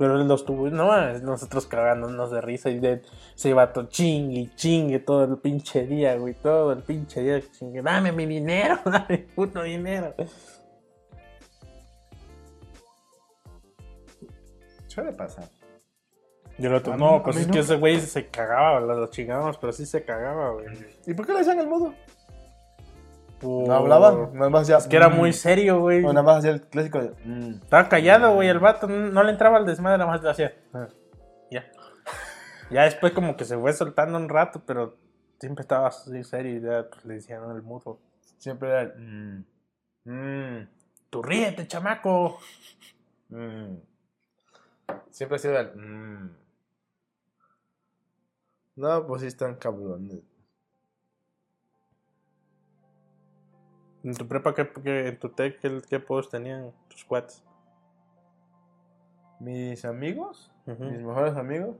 S3: Pero él los tuvo, no, nosotros cagándonos de risa y de, se vato chingue, y chingue todo el pinche día, güey, todo el pinche día, chingue, dame mi dinero, dame puto dinero.
S1: Suele pasar.
S3: Yo lo
S1: A
S3: tuve,
S1: mí-
S3: no,
S1: a
S3: pues
S1: mí
S3: es
S1: no.
S3: que ese güey se cagaba, lo, lo chingábamos, pero sí se cagaba, güey.
S1: ¿Y por qué le decían el mudo?
S3: Por-
S1: No hablaba. Nada más hacía.
S3: Es que era
S1: mm.
S3: muy serio, güey.
S1: O nada más hacía el clásico de. mm.
S3: Estaba callado, güey, el vato no no le entraba al desmadre, nada más le hacía. "Ah, Ya. Ya después como que se fue soltando un rato, pero siempre estaba así serio y ya pues, le decían al mudo.
S1: Siempre era el. mm, mm,
S3: Tú ríete, chamaco.
S1: mm. Siempre hacía el. mm. No, pues sí, están cabrones.
S3: En tu prepa, ¿qué, qué- en tu tech, qué, qué posts tenían tus cuates?
S1: Mis amigos,
S3: Ujú.
S1: mis mejores amigos.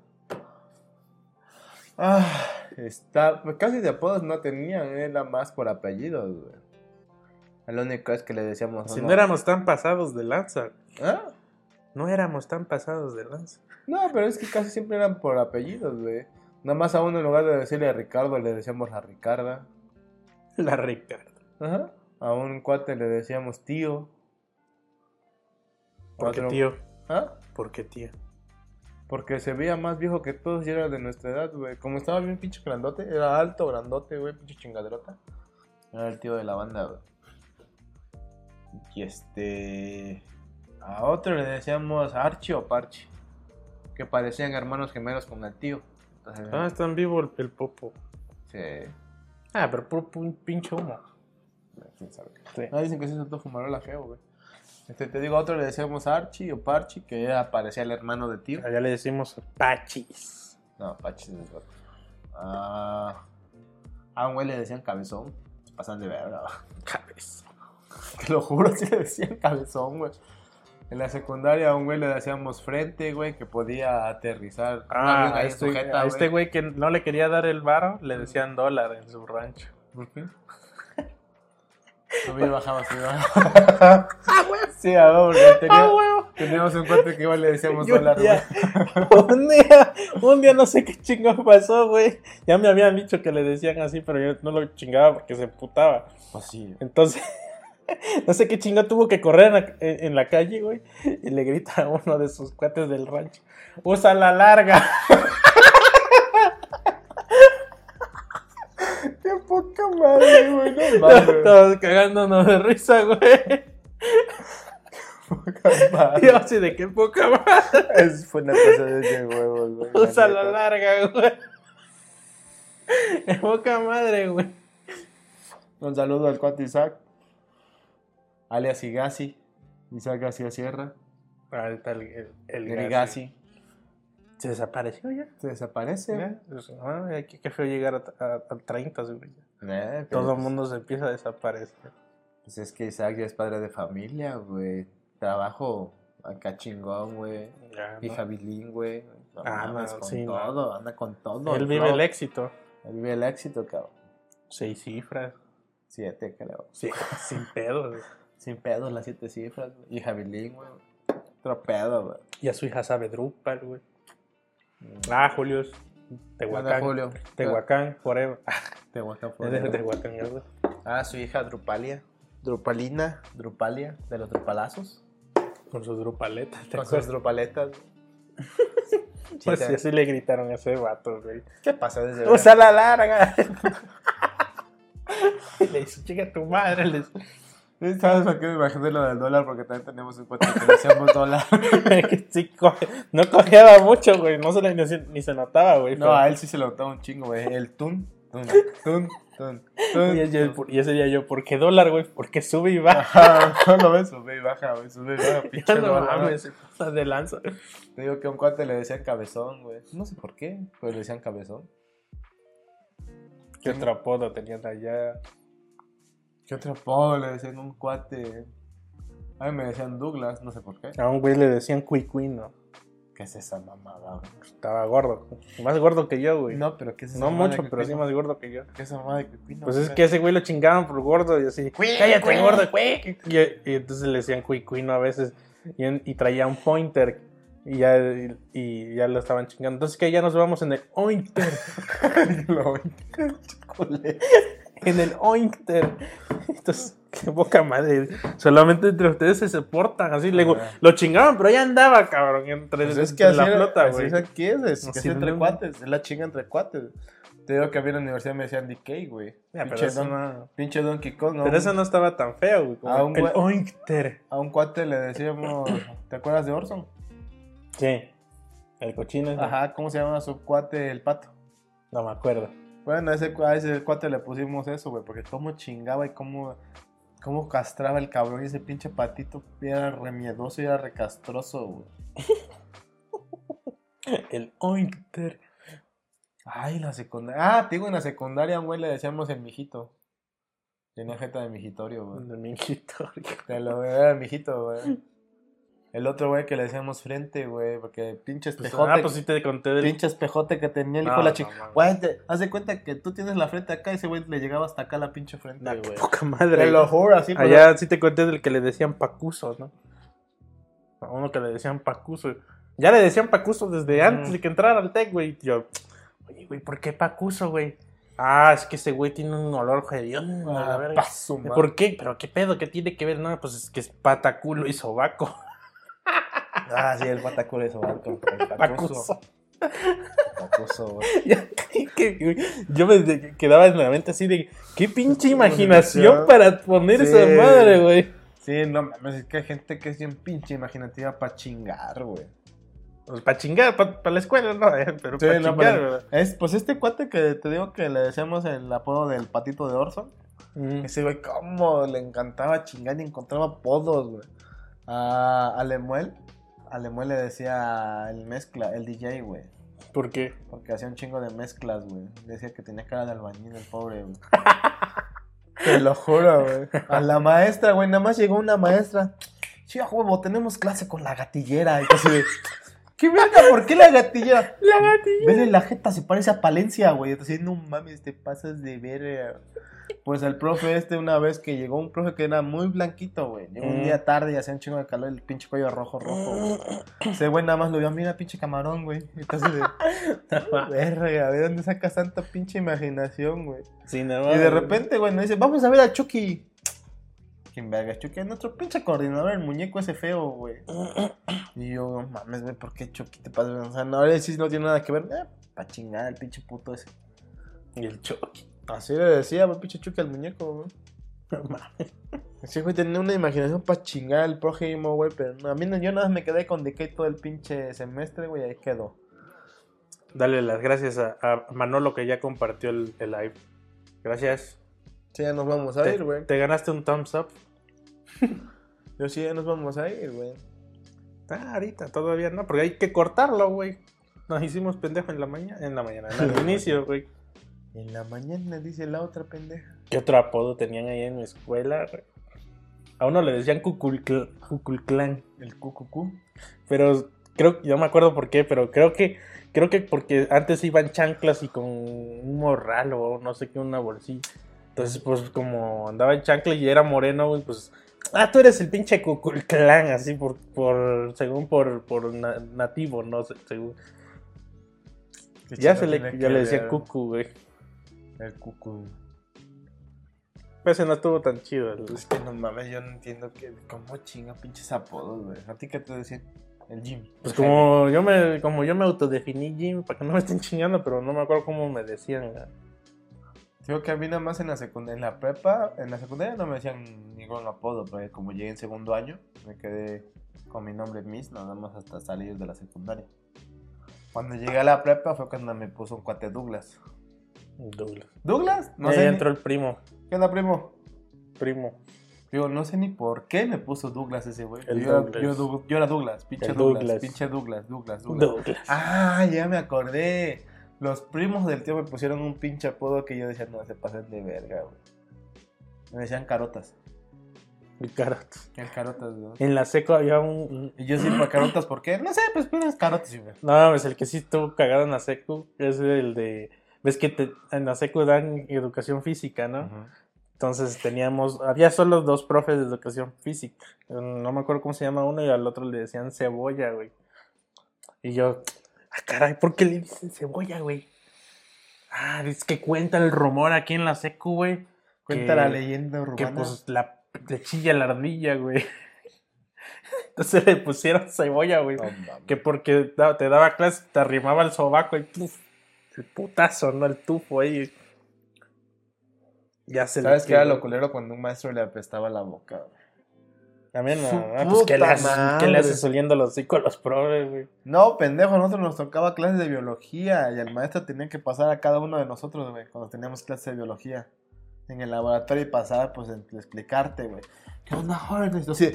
S1: Ah, está. Pues casi de apodos no tenían, era más por apellidos, güey. Lo único es que le decíamos.
S3: Si
S1: "Hola".
S3: no éramos tan pasados de lanza.
S1: ¿Ah?
S3: No éramos tan pasados de lanza.
S1: No, pero es que casi siempre eran por apellidos, güey. Nada más a uno en lugar de decirle a Ricardo, le decíamos a Ricarda.
S3: La Ricardo.
S1: Ajá. A un cuate le decíamos tío. A
S3: ¿Por qué
S1: otro-
S3: tío?
S1: ¿Ah?
S3: ¿Por qué tío?
S1: Porque se veía más viejo que todos y era de nuestra edad, güey. Como estaba bien pinche grandote, era alto, grandote, güey, pinche chingaderota. Era el tío de la banda, güey. Y este. A otro le decíamos Archie o Parche. Que parecían hermanos gemelos con el tío.
S3: Ah, está en vivo el, el popo.
S1: Sí.
S3: Ah, pero puro pu- pinche humo.
S1: ¿Quién sabe?
S3: Sí.
S1: Ah, dicen que ese santo fumarola feo, güey. Este, te digo, a otro le decíamos Archie o Parchi, que era, parecía el hermano de tío.
S3: Allá le decimos pachis.
S1: No, Parchi es el otro. Ah, a un güey le decían cabezón. Se pasan de verga. Cabezón. Te lo juro, sí le decían cabezón, güey. En la secundaria a un güey le decíamos frente, güey, que podía aterrizar.
S3: Ah,
S1: También
S3: a
S1: ahí
S3: este,
S1: sujeta,
S3: a este güey que no le quería dar el varo, le decían dólar en su rancho.
S1: Subí, bajaba, subí, bajaba.
S3: Ah,
S1: Sí, a ver, porque tenía- teníamos un cuate que igual le decíamos
S3: Yo
S1: dólar,
S3: ya-
S1: güey.
S3: un día, un día no sé qué chingo pasó, güey. Ya me habían dicho que le decían así, pero yo no lo chingaba porque se putaba.
S1: Pues sí.
S3: Entonces, no sé qué chingo tuvo que correr en la, en- en la calle, güey. Y le grita a uno de sus cuates del rancho: ¡Usa la larga!
S1: Qué poca madre, güey. No
S3: Todos cagándonos de risa, güey. Yo así de qué poca madre.
S1: Es, fue una cosa de huevos, güey.
S3: Usa la
S1: neta.
S3: larga, güey. Qué poca madre, güey.
S1: Un saludo al cuate Isaac. Alias Igasi. Isaac García Sierra.
S3: Ahí está el, el, el
S1: El
S3: Gassi.
S1: Igasi.
S3: ¿Se desapareció ya?
S1: Se desaparece.
S3: Ya, pues, ah, ya qué, qué feo llegar a, a, a 30, güey.
S1: Eh, pero
S3: Todo el
S1: pues-
S3: mundo se empieza a desaparecer.
S1: Pues es que Isaac ya es padre de familia, güey. Trabajo acá chingón, güey.
S3: Ya, ¿no?
S1: Hija bilingüe. No
S3: Ah, no,
S1: mames, con
S3: sí, no.
S1: todo, anda con todo.
S3: Él vive
S1: flow.
S3: el éxito.
S1: Él vive el éxito, cabrón.
S3: Seis cifras.
S1: Siete, creo.
S3: Sí, sin pedo. güey.
S1: Sin pedos las siete cifras, güey. Hija bilingüe, güey. Otro pedo, güey.
S3: Y a su hija sabe Drupal, güey. Ah, Julio. es
S1: Manda,
S3: Tehuacán.
S1: Julio.
S3: Tehuacán, forever.
S1: Tehuacán,
S3: Es Ah, de
S1: Julio.
S3: Tehuacán, güey.
S1: Ah, su hija Drupalia. Drupalina. Drupalia, de los Drupalazos.
S3: Con su Drupaleta. ¿te
S1: Con sus
S3: acuerdas?
S1: Drupaletas.
S3: Pues
S1: Sí,
S3: sí, así le gritaron a ese vato, güey.
S1: ¿Qué pasa desde
S3: ¡Usa la larga! Y le dice, chica tu madre. Le dice,
S1: ¿Sabes por qué me imaginé lo del dólar? Porque también tenemos un cuate que le decíamos dólar.
S3: que sí, coge- no cojeaba mucho, güey. No se le, ni, se, ni se notaba, güey.
S1: No, a él sí se lo notaba un chingo, güey. El tun, tun, tun, tun, tun.
S3: Y, ah, yo- y ese día yo, ¿por qué dólar, güey? Porque sube y baja.
S1: Ajá, no lo ves, sube y baja, güey, sube y baja, pinche
S3: Ya no
S1: dólar.
S3: mames, se pasa de lanza.
S1: Te digo que a un cuate le decían cabezón, güey. No sé por qué, pero le decían cabezón.
S3: ¿Qué otro apodo tenían allá?
S1: ¿Qué otro apodo le decían a un cuate? A mí me decían Douglas, no sé por qué.
S3: A un güey le decían cuicuino.
S1: ¿Qué es esa mamada, güey?
S3: pues, Estaba gordo. Más gordo que yo, güey. No,
S1: No, pero ¿qué es esa mamada
S3: mucho,
S1: de
S3: pero sí
S1: pepino?
S3: más gordo que yo.
S1: ¿Qué es esa mamada de pepino?
S3: Pues es que a ese güey lo chingaban por gordo y así. ¡Cállate, gordo, güey! Y, y entonces le decían cuicuino a veces. Y, en- y traía un pointer. Y ya, y, y ya lo estaban chingando. Entonces que ya nos vamos en el ointer.
S1: Lo chocole.
S3: En el ointer. Entonces, qué poca madre. Solamente entre ustedes se soportan. Así le digo,
S1: Ajá.
S3: lo chingaban, pero ya andaba, cabrón. Entre
S1: Pues
S3: entre la
S1: así era-
S3: flota,
S1: así
S3: güey.
S1: es aquí, es, es que es
S3: Sí,
S1: entre
S3: no.
S1: cuates, es la chinga entre cuates. Te digo que a mí en la universidad me decían DK, güey.
S3: Ya, pero,
S1: Pinche,
S3: eso
S1: don-
S3: no,
S1: pinche Donkey Kong, ¿no?
S3: pero eso no estaba tan feo, güey. como
S1: A Ah, un
S3: el
S1: güey-
S3: ointer.
S1: A un cuate le decíamos, ¿te acuerdas de Orson?
S3: Sí. El cochino. ese.
S1: Ajá, ¿cómo se llama su cuate el pato?
S3: No me acuerdo.
S1: Bueno, a ese, cu- a ese cuate le pusimos eso, güey, porque cómo chingaba y cómo, cómo castraba el cabrón y ese pinche patito era remiedoso y era recastroso, güey.
S3: El ointer.
S1: Ay, la secundaria. Ah, te digo, en la secundaria, güey, le decíamos el mijito. Tenía jeta de mijitorio, güey.
S3: De mi historia.
S1: Te lo era el mijito, güey. El otro güey que le decíamos frente, güey, porque pinche
S3: Pues,
S1: espejote,
S3: ah, pues sí te conté del.
S1: pinche espejote que tenía el hijo
S3: No,
S1: de la
S3: no,
S1: chica.
S3: mames.
S1: Güey, te- haz de cuenta que tú tienes la frente acá y ese güey le llegaba hasta acá la pinche frente,
S3: Nah, qué
S1: güey.
S3: poca madre.
S1: Te lo juro, así pero-
S3: Allá sí te conté del que le decían Pacuso, ¿no? A uno que le decían Pacuso. Ya le decían Pacuso desde antes de que entrara al TEC, güey. Y Yo, oye, güey, ¿por qué Pacuso, güey? Ah, es que ese güey tiene un olor hediondo. a la
S1: Ah,
S3: verga.
S1: pa' su madre.
S3: ¿Por qué? ¿Pero qué pedo? ¿Qué tiene que ver? No, pues es que es pata, culo y sobaco.
S1: Ah, sí, el pataculo de sobarco. El pacuso.
S3: Pacuso.
S1: El pacuso, güey.
S3: Ya, que- que- Yo me de- quedaba en la mente así de, qué pinche imaginación para poner
S1: Sí.
S3: esa madre, güey.
S1: Sí, no mames, es que hay gente que es bien pinche imaginativa para chingar, güey.
S3: para Pues, chingar, para la escuela, ¿no? Eh, Pero
S1: Sí,
S3: para
S1: no,
S3: chingar,
S1: pero
S3: ¿verdad?
S1: es, pues este cuate que te digo que le decíamos el apodo del patito de Orson.
S3: Mm.
S1: Ese güey, cómo le encantaba chingar y encontraba apodos, güey. A, a Lemuel, a Lemuel le decía el mezcla, el DJ, güey.
S3: ¿Por qué?
S1: Porque hacía un chingo de mezclas, güey. Decía que tenía cara de albañil el pobre, güey. Te lo juro, güey. A la maestra, güey. Nada más llegó una maestra. Sí, a huevo, tenemos clase con la gatillera. Y yo así de, ¿Qué verga? ¿Por qué la gatillera? La gatillera. Vele la jeta, se parece a Palencia, güey. Entonces, no mames, te pasas de verga. Pues el profe este, una vez que llegó un profe que era muy blanquito, güey. Llegó un
S3: Mm.
S1: día tarde y hacía un chingo de calor, el pinche cuello rojo, rojo, güey. Ese güey nada más lo vio, mira, pinche camarón, güey. Y Entonces, de, verga, ¿de dónde sacas tanta pinche imaginación, güey?
S3: Sí, no,
S1: Y de
S3: mames.
S1: repente, güey, nos dice, vamos a ver a Chucky. ¿Quién verga es Chucky? Es nuestro pinche coordinador, el muñeco ese feo, güey. Y yo, no mames, güey, ¿por qué Chucky te pasa? O sea, no, ahora sí no tiene nada que ver. Eh, pa' chingar al pinche puto ese.
S3: Y el choque.
S1: Así le decía, güey, pinche Chucky al muñeco, güey. Sí, güey, tenía una imaginación para chingar al prójimo, güey, pero no, a mí no, yo nada más me quedé con Decay todo el pinche semestre, güey, ahí quedó.
S3: Dale las gracias a, a Manolo que ya compartió el, el live. Gracias.
S1: Sí, ya nos vamos a
S3: Te-
S1: ir, güey.
S3: Te ganaste un thumbs up.
S1: Yo sí, ya nos vamos a ir, güey.
S3: Ah, ahorita todavía no, porque hay que cortarlo, güey. Nos hicimos pendejo en la mañana, en la mañana, en el inicio, güey.
S1: En la mañana, dice la otra pendeja.
S3: ¿Qué otro apodo tenían ahí en mi escuela? güey? A uno le decían Cuculcl- Cuculclán,
S1: El cucucú.
S3: pero creo yo me acuerdo por qué, pero creo que creo que porque antes iban chanclas y con un morral o no sé qué una bolsilla. Entonces, pues como andaba en chanclas y era moreno, güey, pues ah, tú eres el pinche Cuculclán, así por por según por por na- nativo, no sé, según. Ya se le ya le decía cucu, güey.
S1: El cucu.
S3: Pero ese no estuvo tan chido. el-
S1: Es que no mames, yo no entiendo que, cómo chinga pinches apodos, güey. ¿A ti qué te decían? El Jim.
S3: Pues como yo me, como yo me autodefiní Jim, para que no me estén chingando, pero no me acuerdo cómo me decían. eh,
S1: Digo que a mí nada más en la secundaria, en la prepa, en la secundaria no me decían ningún apodo, pero como llegué en segundo año, me quedé con mi nombre Miss, nada más hasta salir de la secundaria. Cuando llegué a la prepa fue cuando me puso un cuate Douglas.
S3: Douglas.
S1: ¿Douglas? No
S3: Ahí
S1: sé. ni-
S3: entró el primo,
S1: ¿Qué onda, primo?
S3: primo.
S1: Digo, no sé ni por qué me puso Douglas ese güey. Yo,
S3: El
S1: era-
S3: Douglas.
S1: yo Doug- yo era Douglas, pinche
S3: El
S1: Douglas,
S3: Douglas.
S1: pinche Douglas, Douglas, Douglas.
S3: Douglas.
S1: Ah, ya me acordé. Los primos del tío me pusieron un pinche apodo que yo decía, no, se pasan de verga, güey. Me decían carotas.
S3: Y carot.
S1: ¿Qué carotas, güey?
S3: En la seco había un.
S1: Y yo sí, ¿por carotas por qué? No sé, pues pones carotas, güey.
S3: No, pues el que sí estuvo cagado en la seco es el de. Ves que te- en la seco dan educación física, ¿no? Entonces teníamos, había solo dos profes de educación física. No me acuerdo cómo se llama uno y al otro le decían cebolla, güey. Y yo, ah, caray, ¿por qué le dicen cebolla, güey? Ah, es que cuenta el rumor aquí en la secu, güey.
S1: Cuenta
S3: que-
S1: la leyenda
S3: Que
S1: urbana.
S3: pues la, le chilla la ardilla, güey. Entonces le pusieron cebolla, güey.
S1: No mames.
S3: Que porque da- te daba clase, te arrimaba el sobaco y puf, el putazo, ¿no? El tufo ahí. Ya se le
S1: ¿Sabes qué era
S3: quedó.
S1: lo culero cuando un maestro le apestaba la boca? güey?
S3: También,
S1: Su
S3: ah, pues, ¿qué le,
S1: puta
S3: haces, ¿qué le
S1: madre.
S3: haces oliendo los hocico a los probes, güey?
S1: No, pendejo, a nosotros nos tocaba clases de biología y el maestro tenía que pasar a cada uno de nosotros, güey, cuando teníamos clases de biología en el laboratorio y pasar, pues, en- explicarte, güey. ¿Qué onda, jóvenes? Yo así,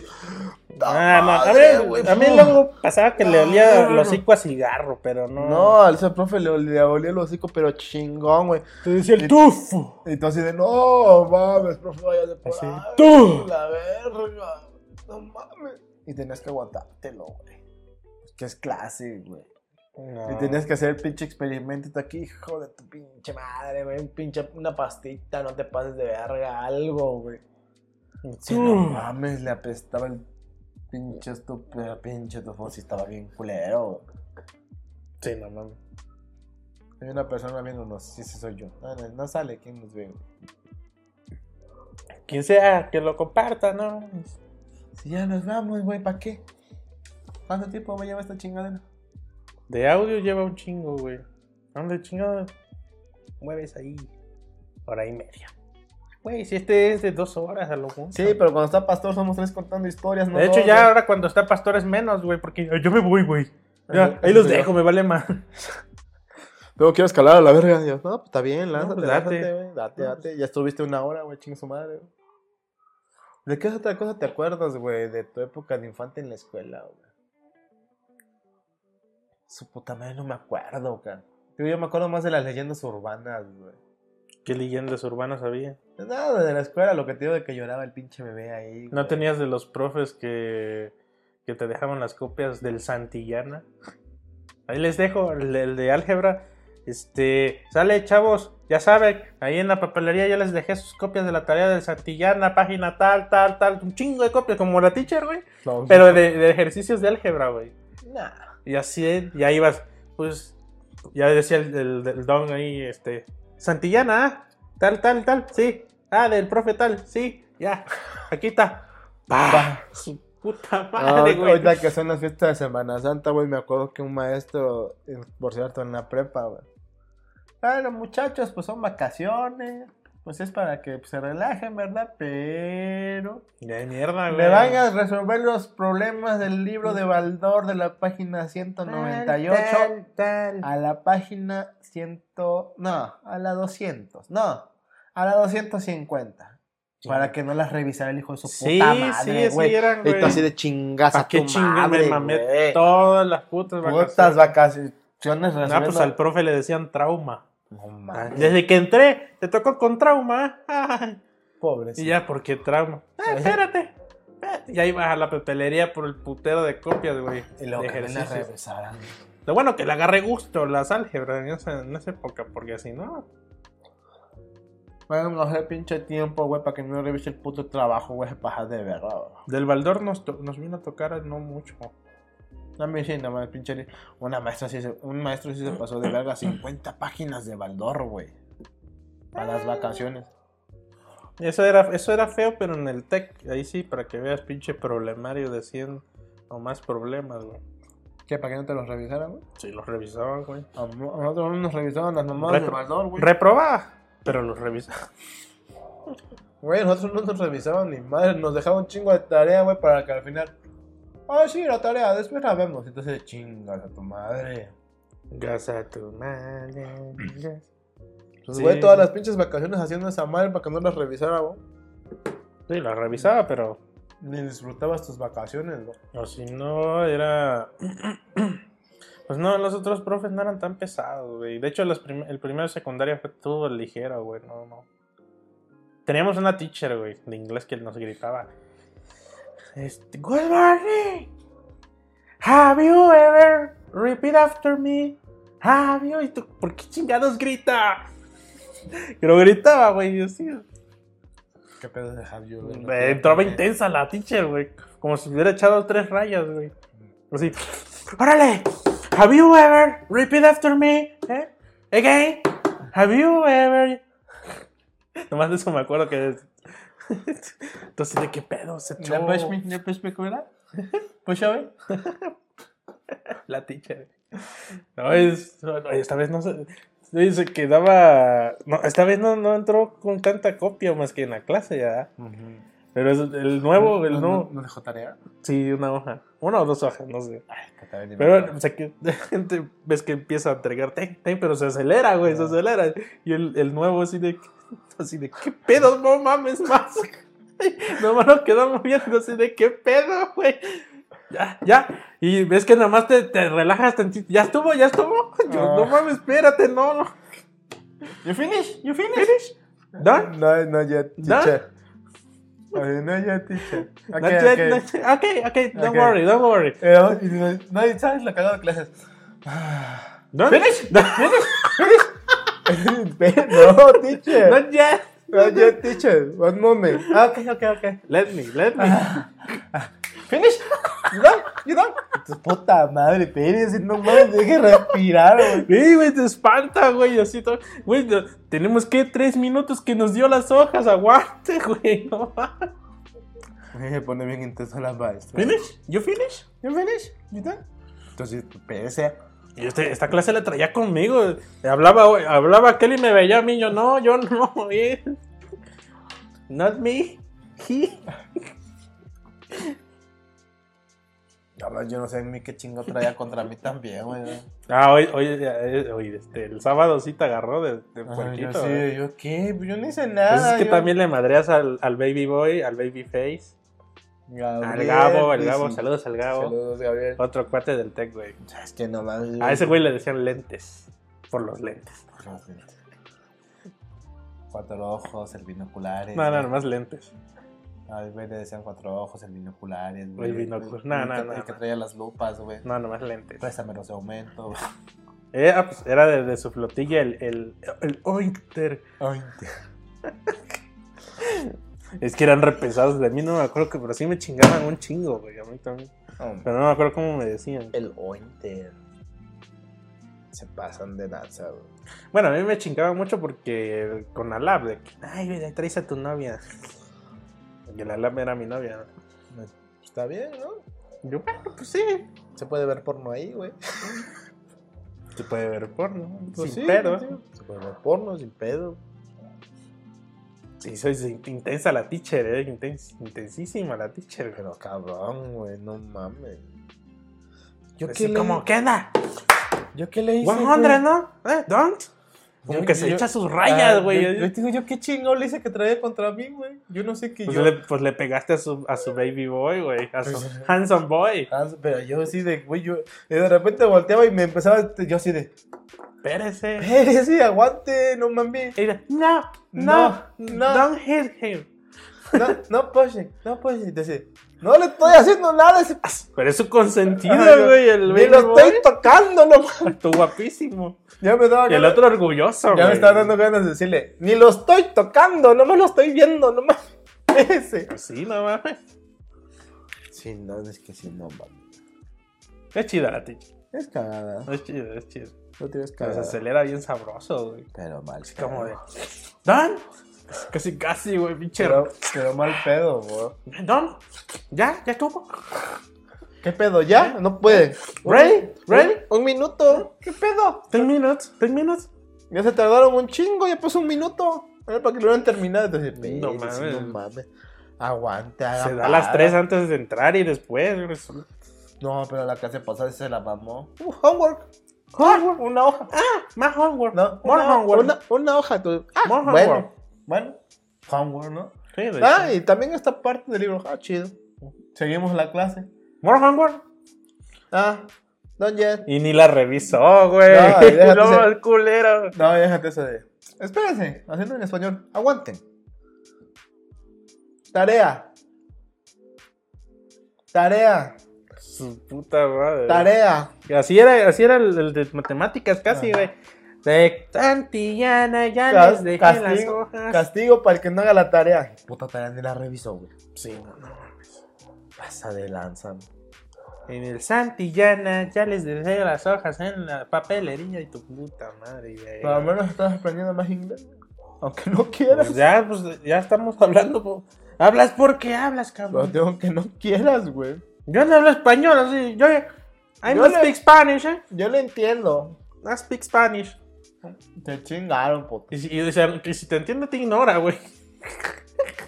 S3: Ah, no, a
S1: madre,
S3: mí-
S1: güey,
S3: a mí
S1: no.
S3: luego pasaba que le olía
S1: No.
S3: los hocico a cigarro, pero no.
S1: No, al ese profe le, le olía el hocico, pero chingón, güey.
S3: te decía
S1: el
S3: tufo.
S1: Y tú así de, no mames, profe, vaya de por
S3: Así,
S1: ahí,
S3: tú.
S1: La verga, no mames. Y tenías que aguantártelo, güey. Es Que es clase, güey.
S3: Ah.
S1: Y tenías que hacer el pinche experimento y tú aquí, hijo de tu pinche madre, güey. Un pinche, una pastita, no te pases de verga, algo, güey. Sí, no mames, le apestaba el pinche estúpido, pinche tufo, sí estaba bien culero, güey.
S3: Sí, no mames.
S1: Hay una persona viéndonos, sí, ese soy yo. No, no, no sale, ¿quién nos ve? güey?
S3: Quien sea, que lo comparta, ¿no?
S1: Si ya nos vamos, güey, ¿para qué? ¿Cuánto tiempo me lleva esta chingadera?
S3: De audio lleva un chingo, güey. ¿Dónde chingado? Mueves ahí. Hora y media. Güey, si este es de dos horas a lo mucho.
S1: Sí, pero cuando está Pastor somos tres contando historias, ¿no?
S3: De hecho,
S1: dos,
S3: ya
S1: güey.
S3: ahora cuando está Pastor es menos, güey, porque yo me voy, güey. Ya, ahí los dejo, me vale más.
S1: Tengo que ir a escalar a la verga. Y yo, no, pues está bien, lánzate,
S3: pues, date.
S1: lánzate, güey. Date, pues. date. Ya estuviste una hora, güey, chingue su madre, güey. ¿De qué otra cosa te acuerdas, güey? De tu época de infante en la escuela, güey. Su puta madre, no me acuerdo, güey. Yo, yo me acuerdo más de las leyendas urbanas, güey.
S3: ¿Qué leyendas urbanas había?
S1: De Nada, de la escuela, lo que te digo de que lloraba el pinche bebé ahí.
S3: ¿No
S1: güey.
S3: tenías de los profes que, que te dejaban las copias del Santillana? Ahí les dejo, el, el de álgebra. Este, sale chavos, ya saben, ahí en la papelería ya les dejé sus copias de la tarea del Santillana, página tal, tal, tal, un chingo de copias, como la teacher, güey.
S1: No,
S3: Pero de, de ejercicios de álgebra, güey.
S1: nah.
S3: Y así, ya ibas, pues, ya decía el, el- el don ahí, este, Santillana, ah, tal, tal, tal, sí, ah, del profe tal, sí, ya, aquí está. Pa, su puta
S1: Ah,
S3: madre, güey.
S1: ahorita que son las fiestas de Semana Santa, güey, me acuerdo que un maestro, eh, por cierto, en la prepa, güey. Ah, los muchachos, pues son vacaciones, pues es para que pues, se relajen, ¿verdad? Pero...
S3: De mierda, güey.
S1: Me van a resolver los problemas del libro de Baldor de la página 198
S3: Tal, tal, tal.
S1: a la página 100... No, a la 200, no, a la 250. Para que no las revisara el hijo de su
S3: Sí,
S1: puta
S3: sí,
S1: madre,
S3: sí,
S1: güey.
S3: eran, güey.
S1: Está así de chingaza
S3: ¿Para qué
S1: tu
S3: chingue? Me
S1: madre,
S3: mamé
S1: güey.
S3: todas las putas
S1: Putas
S3: vacaciones.
S1: vacaciones resolviendo-
S3: Ah, pues al profe le decían trauma.
S1: No
S3: Ah,
S1: mames,
S3: Desde que entré, te tocó con trauma. ah.
S1: pobrecito.
S3: Y ya, porque trauma. Ah, espérate. espérate. Y ahí vas a la papelería por el putero de copias, güey.
S1: Y luego
S3: de
S1: que no las
S3: ejercicios.
S1: revisaran.
S3: Lo bueno que le agarré gusto las álgebras en esa, en esa época, porque si no.
S1: Bueno, no sé, pinche tiempo, güey, para que no revise el puto trabajo, güey, paja de verdad, güey.
S3: Del Baldor nos, to- nos vino a tocar no mucho.
S1: No me sí, nomás pinche. li- Una maestra sí se, un maestro sí se pasó de verga 50 páginas de Baldor, güey. Para las vacaciones.
S3: Eso era, eso era feo, pero en el tech, ahí sí, para que veas pinche problemario de 100 o más problemas, güey.
S1: ¿Qué? ¿Para que no te los revisaran, güey?
S3: Sí, los revisaban, güey.
S1: A a nosotros no nos revisaban las mamadas de
S3: Retro-
S1: Baldor, güey.
S3: Reprobaba, pero los revisaban.
S1: Güey, nosotros no nos revisaban ni madre, nos dejaban un chingo de tarea, güey, para que al final. Ah, sí, la tarea, después la vemos. Entonces, chingas a tu madre.
S3: Gasa tu madre. gas-
S1: Pues,
S3: Sí.
S1: güey, todas las pinches vacaciones haciendo esa madre para que no las revisara, güey.
S3: Sí, los revisaba, pero
S1: Ni disfrutabas tus vacaciones, güey.
S3: O si no, era. Pues no, los otros profes no eran tan pesados, güey. De hecho, los prim- el primero secundario fue todo ligero, güey. No, no. Teníamos una teacher, güey, de inglés que nos gritaba. Este, Good morning. Have you ever repeat after me? Have you? ¿Y tú, ¿Por qué chingados grita? Pero gritaba, güey. Yo sí,
S1: ¿Qué pedo de have you, güey?
S3: me entraba intensa la teacher, güey. Como si hubiera echado tres rayas, güey. Así. ¡Órale! ¿Have you ever? Repeat after me. ¿Eh? Again. ¿Have you ever? Nomás de eso me acuerdo que. Entonces, ¿de qué pedo se echó?
S1: ¿Ya push me? ¿Ya push me, culera? ¿Push away?
S3: La teacher. No, es, no, esta vez no se. sí, Se quedaba. No, esta vez no, no entró con tanta copia más que en la clase, ya. Pero es el nuevo, el
S1: Mm, No,
S3: nuevo.
S1: no- no dejó tarea?
S3: Sí, una hoja. Una o dos hojas, no sé. Pero
S1: Pero,
S3: bueno, o sea, que la gente ves que empieza a entregar ten, ten, pero se acelera, güey, se acelera. Y el, el nuevo así de, así de, ¿qué pedo? No mames más. Nomás nos quedamos viendo así de, ¿qué pedo, güey? Ya, ya. Y ves que nomás te, te relajas tantito. ¿Ya estuvo? ¿Ya estuvo? Yo,
S1: Ah.
S3: No mames, espérate, no, no.
S1: ¿You finish? ¿You finish?
S3: ¿Finish? ¿Done?
S1: No, no, ya,
S3: ¿No?
S1: teacher. Oye, No, ya, teacher. Ok,
S3: Not yet,
S1: ok.
S3: not yet. ok, ok, don't
S1: Ok.
S3: worry, don't worry.
S1: Eh, y No, no, y ¿sabes lo que hago de clases?
S3: ¿Done?
S1: no, teacher.
S3: Not yet.
S1: No, ya, teacher. One moment. Ah, ok, ok, ok.
S3: Let me, let me.
S1: Finish. You done? You done? Tu puta madre, Pérez. No mames, deje respirar, güey.
S3: Sí, güey, te espanta, güey, así todo. Güey, no- tenemos que tres minutos que nos dio las hojas, aguante, güey, no mames.
S1: Se pone bien intenso la maestra.
S3: ¿Finish? ¿Yo finish?
S1: ¿You finish? ¿You done? Entonces, Pérez, eh,
S3: Y este- esta clase la traía conmigo. Hablaba, güey, hablaba aquel y me veía a mí, yo no, yo no, güey. Not me, he.
S1: Cabrón, yo no sé en mí qué chingo traía contra mí también, güey.
S3: Ah, hoy, hoy, eh, hoy, este, el sábado sí te agarró de, de
S1: Ay,
S3: puerquito.
S1: yo, sí,
S3: ¿verdad?
S1: yo qué, Pues yo no hice
S3: Pues
S1: nada.
S3: es que
S1: yo-
S3: también le madreas al, al Baby Boy, al Baby Face, al
S1: Gabriel,
S3: Gabo, al
S1: pues,
S3: Gabo,
S1: sí.
S3: saludos al Gabo. Ah.
S1: Saludos, Gabriel.
S3: Otro cuate del Tech, güey.
S1: Es que no más.
S3: A ese güey le decían lentes, por los lentes.
S1: Cuatro ojos, el binoculares.
S3: No, no,
S1: güey.
S3: nomás lentes.
S1: A Albert le decían cuatro ojos, el binoculares, güey.
S3: El binocular- no,
S1: El
S3: no,
S1: que-
S3: no,
S1: El que
S3: no.
S1: traía las lupas, güey.
S3: No, nomás lentes.
S1: Préstame los de aumento, güey.
S3: Eh, ah, pues, era de, de su flotilla el, el, el Ointer. Es que eran repesados de mí, no me acuerdo que, pero sí me chingaban un chingo, güey, a mí también. Pero no me acuerdo cómo me decían.
S1: El Ointer. Se pasan de lanza, güey.
S3: Bueno, a mí me chingaba mucho porque con Alap, de que, ay, güey, traes a tu novia. Y la Alap era mi novia. ¿no?
S1: Está bien, ¿no?
S3: Yo, bueno, pues sí.
S1: Se puede ver porno ahí, güey.
S3: Se puede ver porno,
S1: Pues
S3: sin
S1: sí,
S3: pedo.
S1: sí. Se puede ver porno sin pedo.
S3: Sí, soy in- intensa la teacher, eh, intens- intensísima la teacher, güey.
S1: Pero cabrón, güey, no mames. Pues Yo
S3: Así
S1: qué le,
S3: como, ¿qué onda?
S1: yo qué le hice.
S3: One
S1: güey?
S3: hundred, ¿no? ¿Eh? ¿Don't? Como
S1: Yo-
S3: que se
S1: yo-
S3: echa sus
S1: Ah,
S3: rayas, güey.
S1: Yo, yo digo, yo qué chingón le hice que traía contra mí, güey. Yo no sé qué
S3: pues,
S1: yo.
S3: le, pues le pegaste a su, a su baby boy, güey. A su
S1: Pues-
S3: handsome boy.
S1: Ah, Pero yo así de, güey, yo. y de repente volteaba y me empezaba. Yo así de.
S3: Espérese.
S1: ¡Eh, sí, aguante! No mames.
S3: Y era, no, no,
S1: No,
S3: no,
S1: no.
S3: don't hit him.
S1: No, no pushing, no pushing. Dice, no le estoy haciendo nada. a Ese...
S3: Pero es su consentido,
S1: Ah, Ajá, yo-
S3: güey. El
S1: Ni
S3: baby
S1: lo
S3: boy.
S1: estoy tocando, no mames.
S3: Tú guapísimo.
S1: Ya me daba
S3: Y el
S1: ganas-
S3: otro orgulloso, güey.
S1: Ya me estaba dando ganas de decirle, ni lo estoy tocando, no me lo estoy viendo, no mames. Ese.
S3: Pues Sí, no mames.
S1: Sí, no, es que sí, no mames.
S3: Es chida la teacher.
S1: Es cagada.
S3: Es chida, es chida.
S1: No tienes
S3: Pero se acelera bien sabroso, güey.
S1: Pero mal. Es
S3: Como de, ¿Don? Casi, casi, güey, pinche.
S1: Pero, pero mal pedo, bro.
S3: ¿Don? ¿Ya? ¿Ya estuvo?
S1: ¿Qué pedo? ¿Ya? No puede.
S3: ¿Ready? ¿Ready?
S1: Un, minuto. ¿Qué pedo?
S3: ¿Ten minutes? ¿Ten minutes?
S1: Ya se tardaron un chingo, ya pasó un minuto. Era para que lo hubieran terminado. Entonces,
S3: No
S1: "Pero sí,
S3: mames.
S1: no mames. Aguanta. haga
S3: Se da a las
S1: para".
S3: 3 antes de entrar y después. güey.
S1: No, pero la clase pasada se la mamó. Uh, homework.
S3: Homework.
S1: Una hoja.
S3: Más homework.
S1: No,
S3: Ah, More
S1: una,
S3: homework.
S1: Una, una hoja. tú. Ah,
S3: More
S1: bueno,
S3: homework.
S1: bueno. Homework, ¿no?
S3: Sí, de
S1: Ah,
S3: hecho.
S1: y también esta parte del libro. Ah, chido. Seguimos la clase.
S3: More homework.
S1: Ah, don't yet.
S3: Y ni la revisó, güey.
S1: No, y déjate
S3: No,
S1: ser-
S3: el culero.
S1: No, déjate eso de. Espérense, haciendo en español. Aguanten. Tarea. Tarea.
S3: Su puta madre.
S1: Tarea.
S3: Y Así era, así era el, el de matemáticas casi, güey. De Santillana, ya
S1: Cas-
S3: les dejé las
S1: castigo,
S3: hojas.
S1: castigo para el que no haga la tarea. Puta tarea ni la revisó, güey.
S3: Sí, no, no.
S1: Pasa de lanza. güey.
S3: En el Santillana, ya les dejé las hojas en la papelería y tu puta madre. y de-
S1: Por lo menos estás aprendiendo más inglés. Aunque no
S3: Pues
S1: quieras.
S3: ya, pues ya estamos hablando. po. Hablas porque hablas,
S1: Lo
S3: cabrón.
S1: tengo que no quieras, güey.
S3: Yo no hablo español, así. Yo. I
S1: Yo
S3: must
S1: le-
S3: speak Spanish, eh.
S1: Yo lo entiendo.
S3: I speak Spanish.
S1: Te chingaron, puto.
S3: Y si, y dicen, "Y si te entiende, te ignora, güey.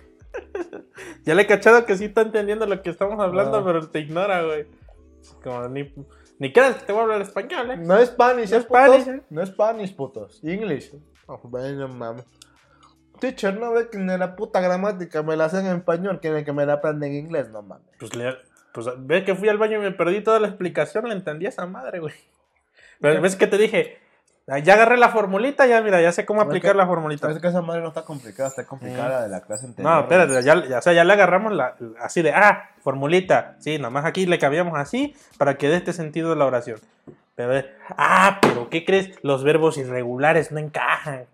S3: ya le he cachado que sí está entendiendo lo que estamos hablando,
S1: No.
S3: pero te ignora, güey. Como ni, ni creas que te voy a hablar español, eh.
S1: No es Spanish,
S3: No
S1: es
S3: Spanish,
S1: Spanish.
S3: eh.
S1: No es Spanish, putos. English. Oh, bueno, mames. Teacher, no ve que ni la puta gramática me la hacen en español, quieren que me la aprendan en inglés, no mames.
S3: Pues, le- pues ves que fui al baño y me perdí toda la explicación, le entendí a esa madre, güey. Pero ves que te dije, "Ah, ya agarré la formulita, ya mira, ya sé cómo
S1: Bueno,
S3: aplicar
S1: que-
S3: la formulita.
S1: Parece que esa madre no está complicada, está complicada la de la clase anterior.
S3: No, espérate, ya, ya- o sea, ya le agarramos la, así de, ah, formulita. Sí, nomás aquí le cambiamos así para que dé este sentido a la oración. Pero es, ah, pero ¿qué crees? Los verbos irregulares no encajan.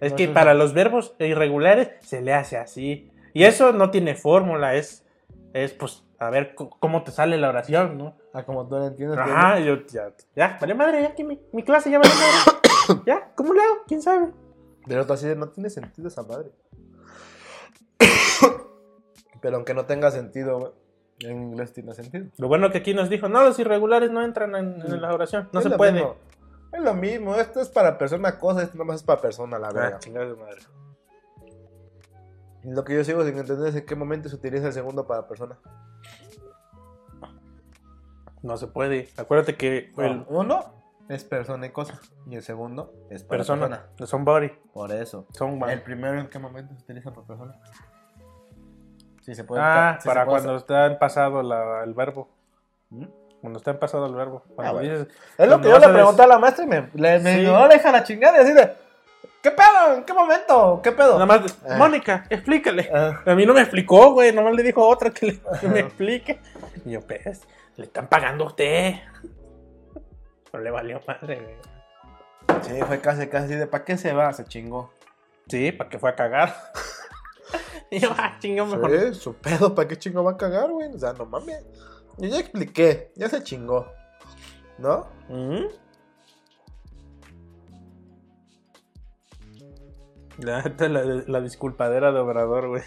S3: Es
S1: No,
S3: que
S1: eso es-
S3: para los verbos irregulares se le hace así. Y eso no tiene fórmula, es, es pues, a ver c- cómo te sale la oración, ¿no?
S1: Ah, como tú lo entiendes.
S3: Ajá, y yo, ya, ya, vale madre, ya que mi, mi clase ya vale madre. ya, ¿cómo le hago? ¿Quién sabe?
S1: tiene- Pero tú así de, no tiene sentido esa madre. Pero aunque no tenga sentido, güey, en inglés tiene sentido.
S3: Lo bueno que aquí nos dijo, no, los irregulares no entran en, en la oración, no
S1: Es
S3: se
S1: lo
S3: puede.
S1: mismo, Es lo mismo, esto es para persona cosa, esto nomás es para persona, la
S3: Ah,
S1: verdad.
S3: chingada de madre.
S1: Lo que yo sigo sin entender es en qué momento se utiliza el segundo para persona.
S3: No se puede. Acuérdate que el
S1: El uno es persona y cosa. Y el segundo es para
S3: persona, son body,
S1: Por eso.
S3: son
S1: ¿El primero en qué momento se utiliza por persona? Sí, se puede.
S3: Ah,
S1: sí se
S3: para
S1: puede
S3: cuando está en pasado la- el verbo.
S1: ¿Mm? Ah,
S3: Cuando está en pasado el verbo. Cuando
S1: bueno.
S3: dices,
S1: Es lo
S3: Cuando
S1: que yo
S3: vas
S1: le
S3: a
S1: pregunté a la maestra y me, le, me
S3: Sí.
S1: ignoró, la hija la chingada y así de, ¿qué pedo? ¿En qué momento? ¿Qué pedo?
S3: Nada más,
S1: Ah.
S3: Mónica, explícale.
S1: Ah,
S3: A mí no me explicó, güey. Nomás le dijo a otra que, le- que me explique. Y yo, pues, le están pagando a usted. Pero le valió madre, güey.
S1: sí, fue casi, casi así de, ¿para qué se va? Se chingó.
S3: Sí, para que fue a cagar. y yo, ah, chingo, mejor.
S1: Sí, su pedo, ¿para qué chingo va a cagar, güey? O sea, no mames. Yo ya expliqué, ya se chingó. ¿No? Mm.
S3: Ujú. La, la, la disculpadera de Obrador, güey.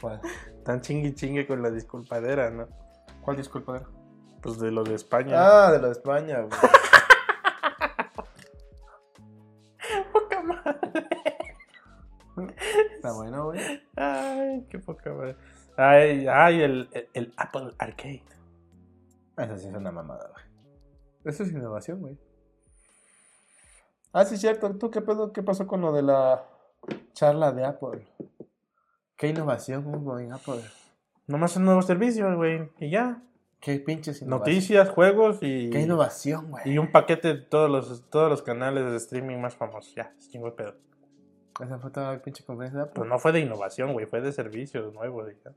S1: ¿Cuál?
S3: Tan chingui chingue con la disculpadera, ¿no?
S1: ¿Cuál disculpa era?
S3: Pues de lo de España.
S1: Ah, de lo de España, güey.
S3: poca madre.
S1: Está bueno, güey.
S3: Ay, qué poca madre. Ay, ay, el, el, el Apple Arcade.
S1: Eso sí es una mamada, güey. Eso es innovación, güey. Ah, sí, cierto. ¿Tú qué pedo? ¿Qué pasó con lo de la charla de Apple? ¿Qué innovación hubo en Apple?
S3: Nomás son nuevos servicios, güey. Y ya.
S1: ¿Qué pinches innovación?
S3: Noticias, juegos y.
S1: ¿Qué innovación, güey?
S3: Y un paquete de todos los, todos los canales de streaming más famosos. Ya, es chingo de pedo.
S1: Esa fue toda la pinche conferencia de Apple.
S3: Pero no fue de innovación, güey. Fue de servicios nuevos. y ya.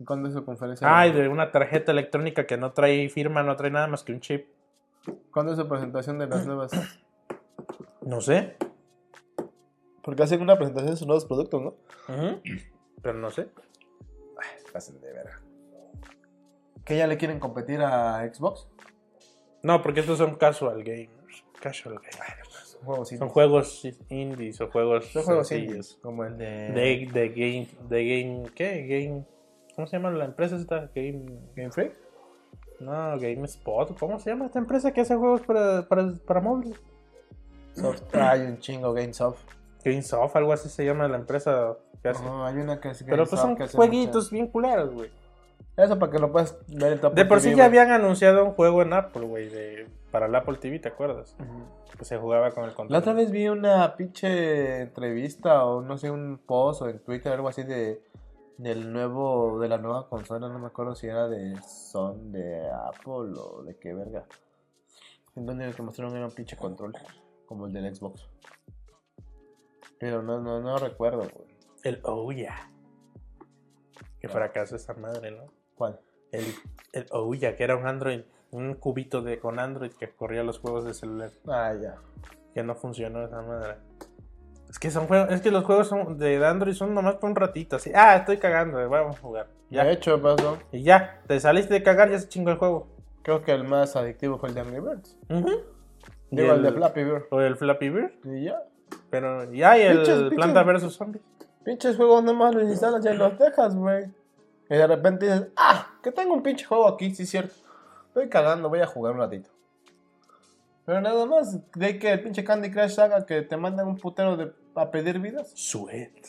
S1: ¿Y ¿Cuándo es su conferencia?
S3: Ay, de una tarjeta electrónica que no trae firma, no trae nada más que un chip.
S1: ¿Cuándo es su presentación de las nuevas?
S3: No sé.
S1: Porque hacen una presentación de sus nuevos productos, ¿no?
S3: Ujú. Pero no sé.
S1: Hacen de verga. ¿Que ya le quieren competir a Xbox?
S3: No, porque estos son casual gamers. Casual gamers.
S1: Son juegos
S3: Son juegos indies o juegos
S1: Son juegos
S3: sencillos.
S1: indies, Como el de...
S3: De, de game, de game, ¿qué? Game, ¿cómo se llama la empresa esta? Game,
S1: ¿Game Freak?
S3: no, GameSpot, ¿cómo se llama esta empresa que hace juegos para, para, para móviles?
S1: Soft. Hay un chingo GameSoft.
S3: GameSoft, algo así se llama la empresa que hace.
S1: No, hay una que es
S3: Pero pues
S1: GameSoft
S3: son
S1: que hace
S3: jueguitos bien culeros, güey.
S1: mucha- Eso para que lo puedas ver el top.
S3: De por sí ya habían anunciado un juego en Apple, güey, de- para el Apple TV, ¿te acuerdas? Que se jugaba con el control.
S1: La otra vez vi una pinche entrevista o no sé, un post o en Twitter algo así de del nuevo de la nueva consola, no me acuerdo si era de Son de Apple o de qué verga. En donde lo que mostraron era un pinche control como el del Xbox. Pero no no no recuerdo, güey.
S3: El Oh Yeah.
S1: Ah.
S3: Que fracaso esa madre, ¿no?
S1: ¿Cuál?
S3: El, el Oh Yeah, que era un Android, un cubito de con Android que corría los juegos de celular.
S1: Ah, ya.
S3: Que no funcionó esa madre. Es que son juegos, es que los juegos son de Android son nomás por un ratito, así. Ah, estoy cagando, eh, vamos a jugar.
S1: Ya
S3: Ya.
S1: hecho, pasó.
S3: Y ya, te saliste de cagar, ya se chingó el juego.
S1: Creo que el más adictivo fue el de Angry Birds.
S3: Ujú. Y
S1: Digo, el de
S3: el-
S1: Flappy Bird.
S3: O el Flappy Bird,
S1: Y ya.
S3: pero ya y el
S1: Pinches, pinches.
S3: Planta vs Zombies.
S1: Pinches juegos nomás los instalas y ahí los dejas, güey. Y de repente dices, ah, que tengo un pinche juego aquí, sí es cierto. Estoy cagando, voy a jugar un ratito. Pero nada más, de que el pinche Candy Crush haga que te mandan un putero de, a pedir vidas.
S3: Sweet.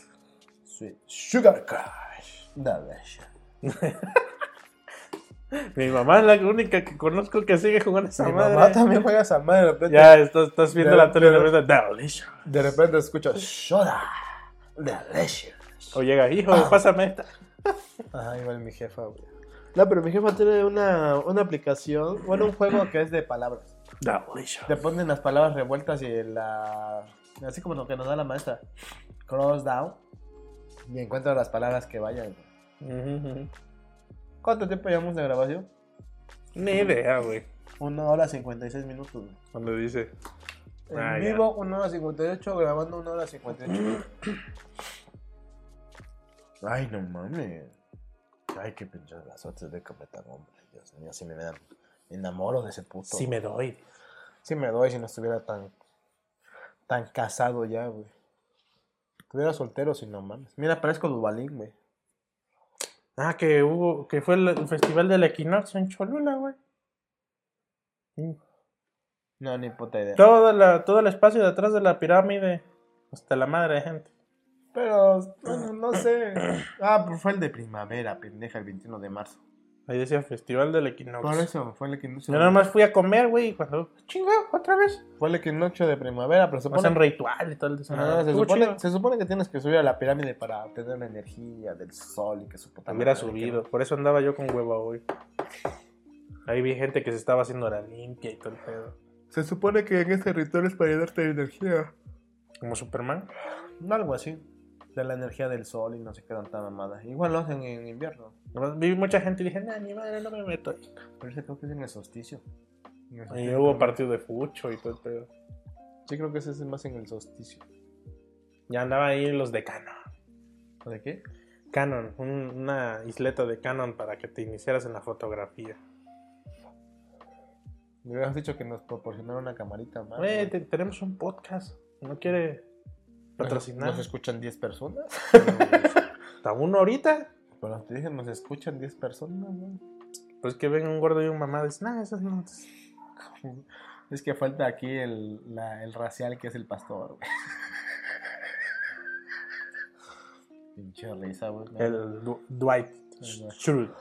S1: Sweet Sugar Crush. Dale.
S3: Mi mamá es la única que conozco que sigue jugando esa
S1: Mi
S3: madre.
S1: mamá también juega esa madre. De repente,
S3: Ya estás, estás viendo
S1: Ya,
S3: la tele y de
S1: pero-
S3: repente, Delicious.
S1: de repente escuchas, Soda. Delicious.
S3: O llega, hijo, pásame esta.
S1: Ah, igual mi jefa, güey. No, pero mi jefa tiene una, una aplicación, bueno, un juego que es de palabras.
S3: Delicious.
S1: Te ponen las palabras revueltas y la. Así como lo que nos da la maestra. Cross down. Y encuentra las palabras que vayan.
S3: Ujú, ujú.
S1: ¿Cuánto tiempo llevamos de grabación?
S3: Ni idea, güey.
S1: Una hora 56 minutos. güey.
S3: Cuando dice.
S1: En
S3: Ah, ya.
S1: vivo, una hora 58. Grabando, una hora 58. Ay, no mames. Ay, qué pinches brazotes de capitán, hombre. Dios mío, si me dan. Me enamoro de ese puto.
S3: Si me doy.
S1: Sí me doy si no estuviera tan tan casado ya, güey. Estuviera soltero si no mames. Mira, parezco Dubalín, güey.
S3: Ah, que hubo, que fue el, el festival del equinoccio en Cholula, güey.
S1: No, ni puta idea.
S3: Todo, la, todo el espacio de atrás de la pirámide, hasta la madre de gente.
S1: Pero, bueno, no sé. Ah, pues fue el de primavera, pendeja, el 21 de marzo.
S3: Ahí decía Festival del Equinoccio.
S1: Por eso, fue el equinoccio.
S3: Yo Pues, nada más fui a comer, güey, y cuando. ¡Chinga! ¿Otra vez?
S1: Fue el equinoccio de primavera, pero se supone,
S3: Hacen ritual y todo el
S1: Ah,
S3: desmadre.
S1: se,
S3: Estuvo
S1: supone,
S3: chido.
S1: se supone que tienes que subir a la pirámide para obtener la energía del sol y que su puta
S3: También ha
S1: madre,
S3: subido. Por eso andaba yo con hueva hoy. Ahí vi gente que se estaba haciendo la limpia y todo el pedo.
S1: que- Se supone que en este ritual es para darte energía.
S3: Como Superman.
S1: Algo así. De la energía del sol y no se quedan tan amadas. Igual lo hacen en invierno.
S3: Nomás Vi mucha gente y dije, nah, ni madre, no me meto ahí.
S1: Parece creo que es en el solsticio. En el
S3: Y
S1: solsticio
S3: hubo
S1: también.
S3: partido de fucho y todo el pedo.
S1: Sí, creo que ese es más en el solsticio.
S3: Ya andaba ahí los de Canon.
S1: ¿De qué?
S3: Canon, un- una isleta de Canon para que te iniciaras en la fotografía.
S1: Me hubieras dicho que nos proporcionaron una camarita más.
S3: Eh,
S1: ¿no?
S3: te- tenemos un podcast. ¿No quiere patrocinar?
S1: ¿Nos escuchan 10 personas?
S3: ¿Está uno ahorita?
S1: Pero te dije, nos escuchan 10 personas, ¿no?
S3: Pues que venga un gordo y un mamá y dice, nah, esas no.
S1: Es que falta aquí el, la- el racial que es el pastor, güey. Pinche risa, güey.
S3: El Du- Dwight
S1: Ajá.
S3: Schrute,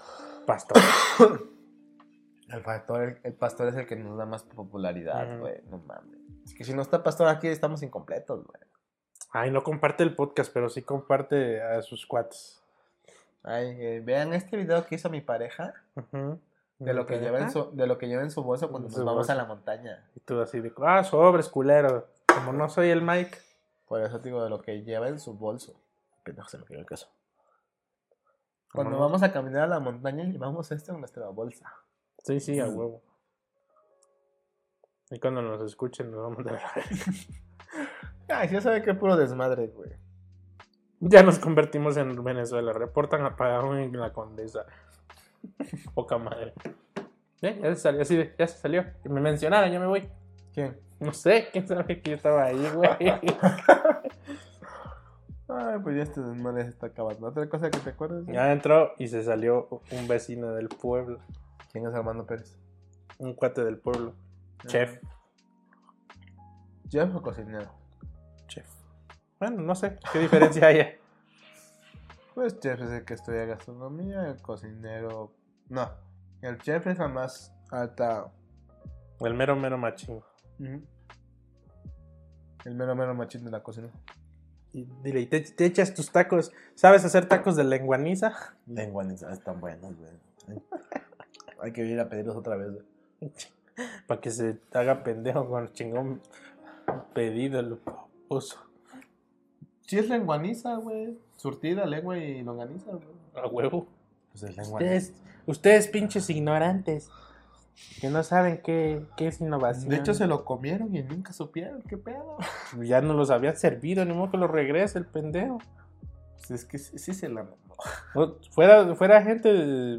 S3: pastor.
S1: El pastor, el, el pastor es el que nos da más popularidad,
S3: Ajá.
S1: güey. No mames. Es que si no está pastor aquí, estamos incompletos, güey.
S3: Ay, no comparte el podcast, pero sí comparte a sus cuates.
S1: Ay, eh, vean este video que hizo mi pareja
S3: Ujú.
S1: de lo que lleva en su, de lo que lleva en su bolsa cuando
S3: En
S1: nos
S3: su
S1: vamos
S3: bolsa.
S1: a la montaña.
S3: Y tú así de, ah, sobres, culero. Como no soy el Mike.
S1: Por eso te digo, de lo que lleva en su bolso. Pendejo, se me cayó el caso.
S3: Como
S1: Cuando
S3: no-
S1: vamos a caminar a la montaña, llevamos esto en nuestra bolsa.
S3: Sí, sí,
S1: Mm.
S3: a huevo. Y cuando nos escuchen nos vamos a mandar a la verga.
S1: Ay, ya sabe que puro desmadre, güey.
S3: Ya nos convertimos en Venezuela. Reportan apagado en la condesa. Poca madre. Eh, Ya se salió, así de, ya se salió. Y me mencionaron, ya me voy.
S1: ¿Quién?
S3: No sé, quién sabe que yo estaba ahí, güey.
S1: Ay, pues ya este desmadre se está acabando. ¿Otra cosa que te acuerdas?
S3: ya entró y se salió un vecino del pueblo.
S1: ¿Quién es Armando Pérez?
S3: Un cuate del pueblo. Chef.
S1: Jeff o cocinero.
S3: Chef. Bueno, no sé qué diferencia hay.
S1: Pues chef es el que estudia gastronomía, el cocinero. No, el chef es la más alta.
S3: El mero, mero machín.
S1: El mero mero machín de la cocina.
S3: Y dile, ¿y te, te echas tus tacos? ¿Sabes hacer tacos de lenguaniza?
S1: Lenguanizadas están buenas, güey. Hay que ir a pedirlos otra vez, güey.
S3: Para que se haga pendejo con el chingón pedido el uso.
S1: Sí es lenguaniza, güey. Surtida, lengua y longaniza, güey.
S3: A huevo.
S1: Pues es
S3: Ustedes, ustedes pinches ignorantes. Que no saben qué, qué es innovación.
S1: De hecho, se lo comieron y nunca supieron. ¿Qué pedo?
S3: ya no los había servido, ni modo que los regrese el pendejo.
S1: Pues es que sí, sí se la mamó.
S3: No, Fuera, fuera gente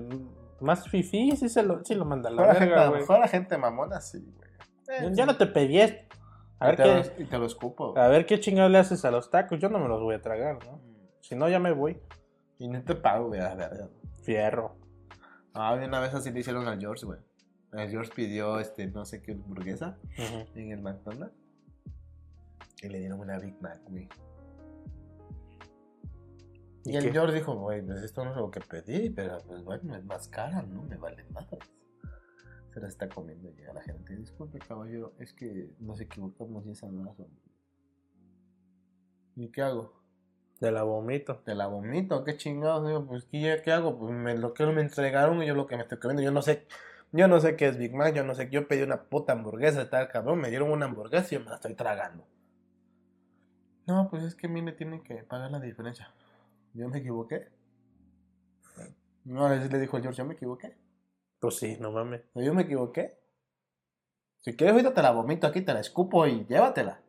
S3: más fifí, sí, se lo, sí lo manda a la
S1: Fuera gente,
S3: verga, güey.
S1: fuera gente mamona, sí, güey. Eh,
S3: Yo no te pedí esto. A
S1: y,
S3: ver,
S1: te los,
S3: qué,
S1: y te lo escupo.
S3: a ver qué chingado le haces a los tacos. Yo no me los voy a tragar, ¿no?
S1: Mm.
S3: Si no, ya me voy.
S1: Y no te pago, güey, a la verga.
S3: Fierro.
S1: Ah, una vez así le hicieron al George, güey. El George pidió, este, no sé qué hamburguesa
S3: Ujú.
S1: en el McDonald's. Y le dieron una Big Mac, güey. Y,
S3: ¿Y
S1: el
S3: qué?
S1: George dijo, güey, pues esto no es lo que pedí, pero pues bueno, es más cara, ¿no? Me vale madre. Se la está comiendo y llega la gente. Disculpe, caballero, es que nos equivocamos y esa no la son. ¿Y qué hago?
S3: De la vomito.
S1: Te la vomito, qué chingados. Digo, pues ¿qué, qué hago? Pues me, lo que me entregaron y yo lo que me estoy comiendo. Yo no sé, yo no sé qué es Big Mac, yo no sé, yo pedí una puta hamburguesa, está cabrón, me dieron una hamburguesa y yo me la estoy tragando. No, pues es que a mí me tienen que pagar la diferencia. Yo me equivoqué. No, así le dijo el George, yo me equivoqué.
S3: Pues sí, no mames.
S1: Yo me equivoqué. Si quieres ahorita te la vomito aquí, te la escupo y llévatela.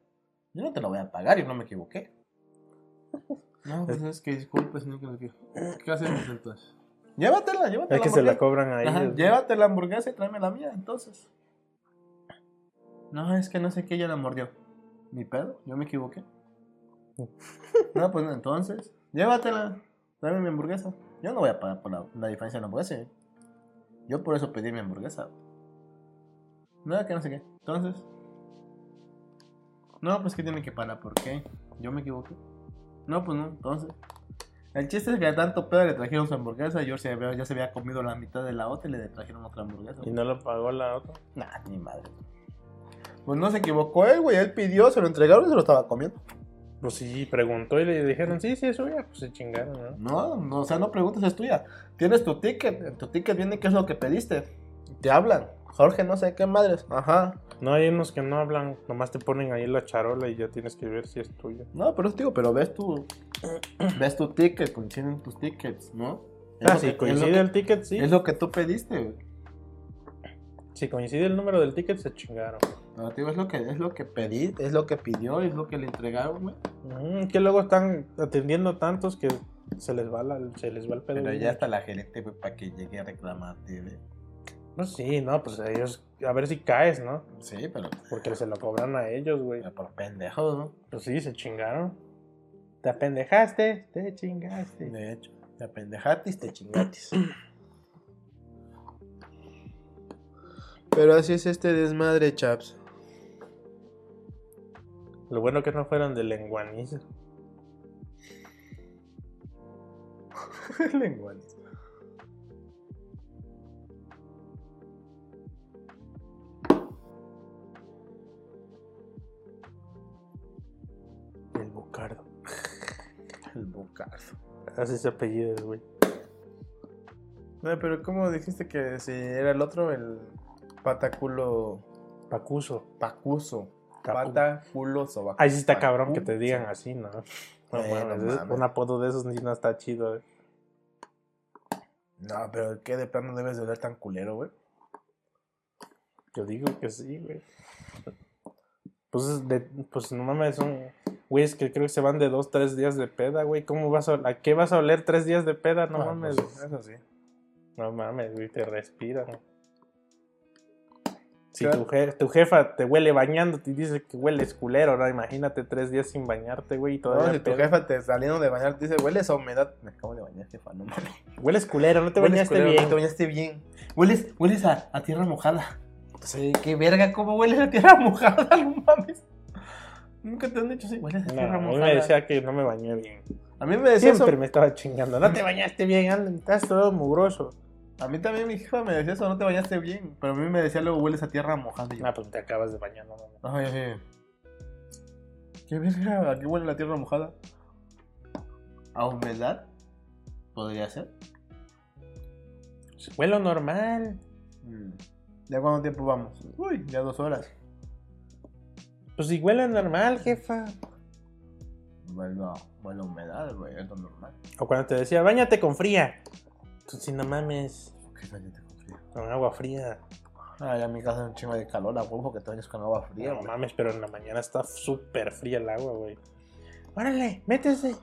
S1: Yo no te la voy a pagar, yo no me equivoqué. No, pues es que disculpe, señor que lo digo. ¿Qué hacemos entonces? Llévatela, llévatela.
S3: Es que se la cobran ahí.
S1: Ajá,
S3: es-
S1: Llévate la hamburguesa y tráeme la mía, entonces. No, es que no sé qué, ella la mordió. Mi pedo, yo me equivoqué. No, pues no, entonces, llévatela, tráeme mi hamburguesa. Yo no voy a pagar por la, la diferencia de la hamburguesa. ¿eh? Yo por eso pedí mi hamburguesa. No, que no sé qué. Entonces, no, pues que tiene que parar, ¿por qué? Yo me equivoqué. No, pues no, entonces. El chiste es que de tanto pedo le trajeron su hamburguesa. George se había- ya se había comido la mitad de la otra y le trajeron otra hamburguesa.
S3: Y no lo pagó la otra.
S1: Nah, ni madre. Pues no se equivocó él, güey. Él pidió, se lo entregaron y se lo estaba comiendo.
S3: Pues sí, preguntó y le dijeron, sí, sí, es suya. Pues se chingaron,
S1: No,
S3: ¿no?
S1: no, o sea, no preguntes, es tuya. Tienes tu ticket, en tu ticket viene qué es lo que pediste. Te hablan. Jorge, no sé qué madres. Ajá.
S3: No, hay unos que no hablan, nomás te ponen ahí la charola y ya tienes que ver si es tuyo.
S1: No, pero es tío, pero ves tu, ves tu ticket, coinciden tus tickets, ¿no? Es
S3: Ah,
S1: lo
S3: si
S1: que-
S3: coincide
S1: es lo
S3: el ticket, sí.
S1: que- Es lo que tú pediste, güey.
S3: Si coincide el número del ticket, se chingaron.
S1: No, te digo, es lo que es lo que pedí, es lo que pidió, es lo que le entregaron, güey.
S3: Mm, que luego están atendiendo tantos que se les va, la, se les va el pedo.
S1: Pero
S3: bien
S1: ya
S3: mucho.
S1: hasta la gerente, güey, para que llegue a reclamarte, güey.
S3: No, sí, no, pues ellos, a ver si caes, ¿no?
S1: Sí, pero,
S3: Porque se lo cobran a ellos, güey.
S1: pero por pendejo, ¿no?
S3: Pues sí, se chingaron. Te apendejaste, te chingaste.
S1: De hecho, te apendejatis, te chingatis. Pero así es este desmadre, chaps.
S3: Lo bueno que no fueron de lenguanizo.
S1: Lenguales.
S3: El bocardo.
S1: El bocazo.
S3: Así se apellido, güey.
S1: No, pero ¿cómo dijiste que si era el otro, el pataculo
S3: Pacuso.
S1: pacuso?
S3: Capu-
S1: Pataculo sobaco.
S3: Ahí sí está cabrón que te digan así, ¿no? No
S1: Eh, no
S3: mames, es-
S1: mames.
S3: un apodo de esos ni no está chido, eh. güey.
S1: No, pero ¿qué de plano debes de hablar tan culero, güey?
S3: Yo digo que sí, güey. Pues, es de, pues no mames, son güeyes que creo que se van de dos, tres días de peda, güey. ¿Cómo vas a, ¿A qué vas a oler tres días de peda? No
S1: Ah,
S3: mames.
S1: pues,
S3: güey.
S1: Eso sí.
S3: No mames, güey, te respiran. Si
S1: Claro.
S3: tu, je- tu jefa te huele bañándote y dice que hueles culero, ¿no? Imagínate tres días sin bañarte, güey, y todavía
S1: No, si tu
S3: pedo.
S1: jefa te saliendo de bañar te dice, hueles a humedad. Me acabo de bañar, jefa, no mames.
S3: Hueles culero, no te
S1: Hueles
S3: bañaste
S1: culero,
S3: bien.
S1: no te bañaste bien. Hueles, hueles a, a tierra mojada. Sí, qué verga, ¿cómo hueles a tierra mojada? No mames. Nunca te han dicho así, hueles a
S3: No,
S1: tierra
S3: a mí
S1: mojada.
S3: me decía que no me bañé bien.
S1: a mí me decía eso.
S3: Siempre me estaba chingando. No te bañaste bien, anda, estás todo mugroso.
S1: A mí también mi jefa me decía eso, no te bañaste bien. Pero a mí me decía luego, hueles a tierra mojada. Y yo,
S3: No, pues te acabas de bañar, no mames.
S1: Ay, sí. ¿Qué verga? ¿A qué huele la tierra mojada? ¿A humedad? ¿Podría ser?
S3: Huelo normal.
S1: Mm. ¿Ya cuánto tiempo vamos? Uy, ya dos horas.
S3: Pues si huele normal, jefa.
S1: Vuelvo a, vuelvo a humedad, güey, es lo normal.
S3: O cuando te decía, bañate con fría. Tú sí, no mames.
S1: ¿Qué tal yo tengo frío?
S3: Con agua fría.
S1: Ah, ya en mi casa es un chingo de calor, a huevo que te bañas con agua fría,
S3: no
S1: güey.
S3: mames, pero en la mañana está súper fría el agua, güey. Órale, métese.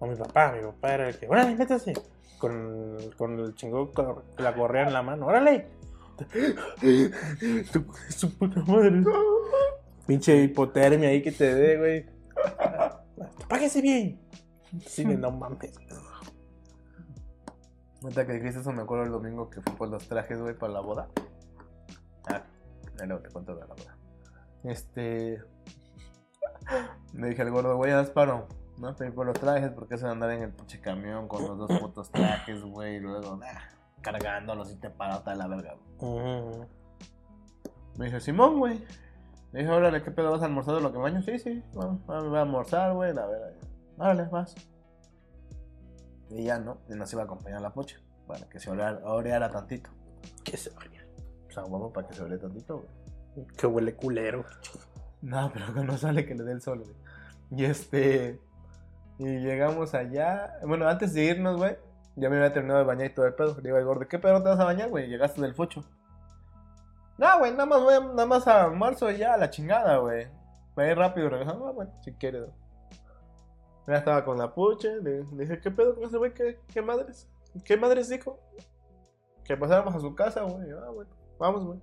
S3: O mi papá, mi papá era el que, órale, métese. Con, con el chingón, con la correa en la mano, órale. Su, su puta madre. Pinche hipotermia ahí que te dé, güey. Páguese bien. Sí, de no mames.
S1: Ahorita que dijiste eso, me acuerdo el domingo que fui por los trajes, güey, para la boda. Ah, ya luego te cuento de la boda. Este. Me dije al gordo, güey, haz paro. No pedí por los trajes porque se andar en el pinche camión con los dos putos trajes, güey, y luego, nah, cargándolos y te parota de la verga, güey.
S3: Ujú.
S1: Me dijo, Simón, güey. Le dije, órale, ¿qué pedo vas a almorzar de lo que baño? Sí, sí, bueno, ah, me voy a almorzar, güey, la verdad. Órale, vas. Y ya, ¿no? Y nos iba a acompañar la pocha. Para que se oreara, oreara tantito.
S3: Que se vaya.
S1: O sea, vamos Pues, para que se ore tantito, güey.
S3: Que huele culero.
S1: No, pero que no sale que le dé el sol, güey. Y este. Y llegamos allá. Bueno, antes de irnos, güey, ya me había terminado de bañar y todo el pedo. Le digo al gordo, ¿qué pedo te vas a bañar, güey? Llegaste del focho. No, güey, nada más voy a- nada más a marzo y ya, a la chingada, güey. Voy a ir rápido y regresamos, ah, bueno, si quieres. Ya estaba con la puche, le, le dije, ¿qué pedo con ese güey? ¿Qué, ¿Qué madres? ¿Qué madres dijo? Que pasáramos a su casa, güey. Ah, bueno, vamos, güey.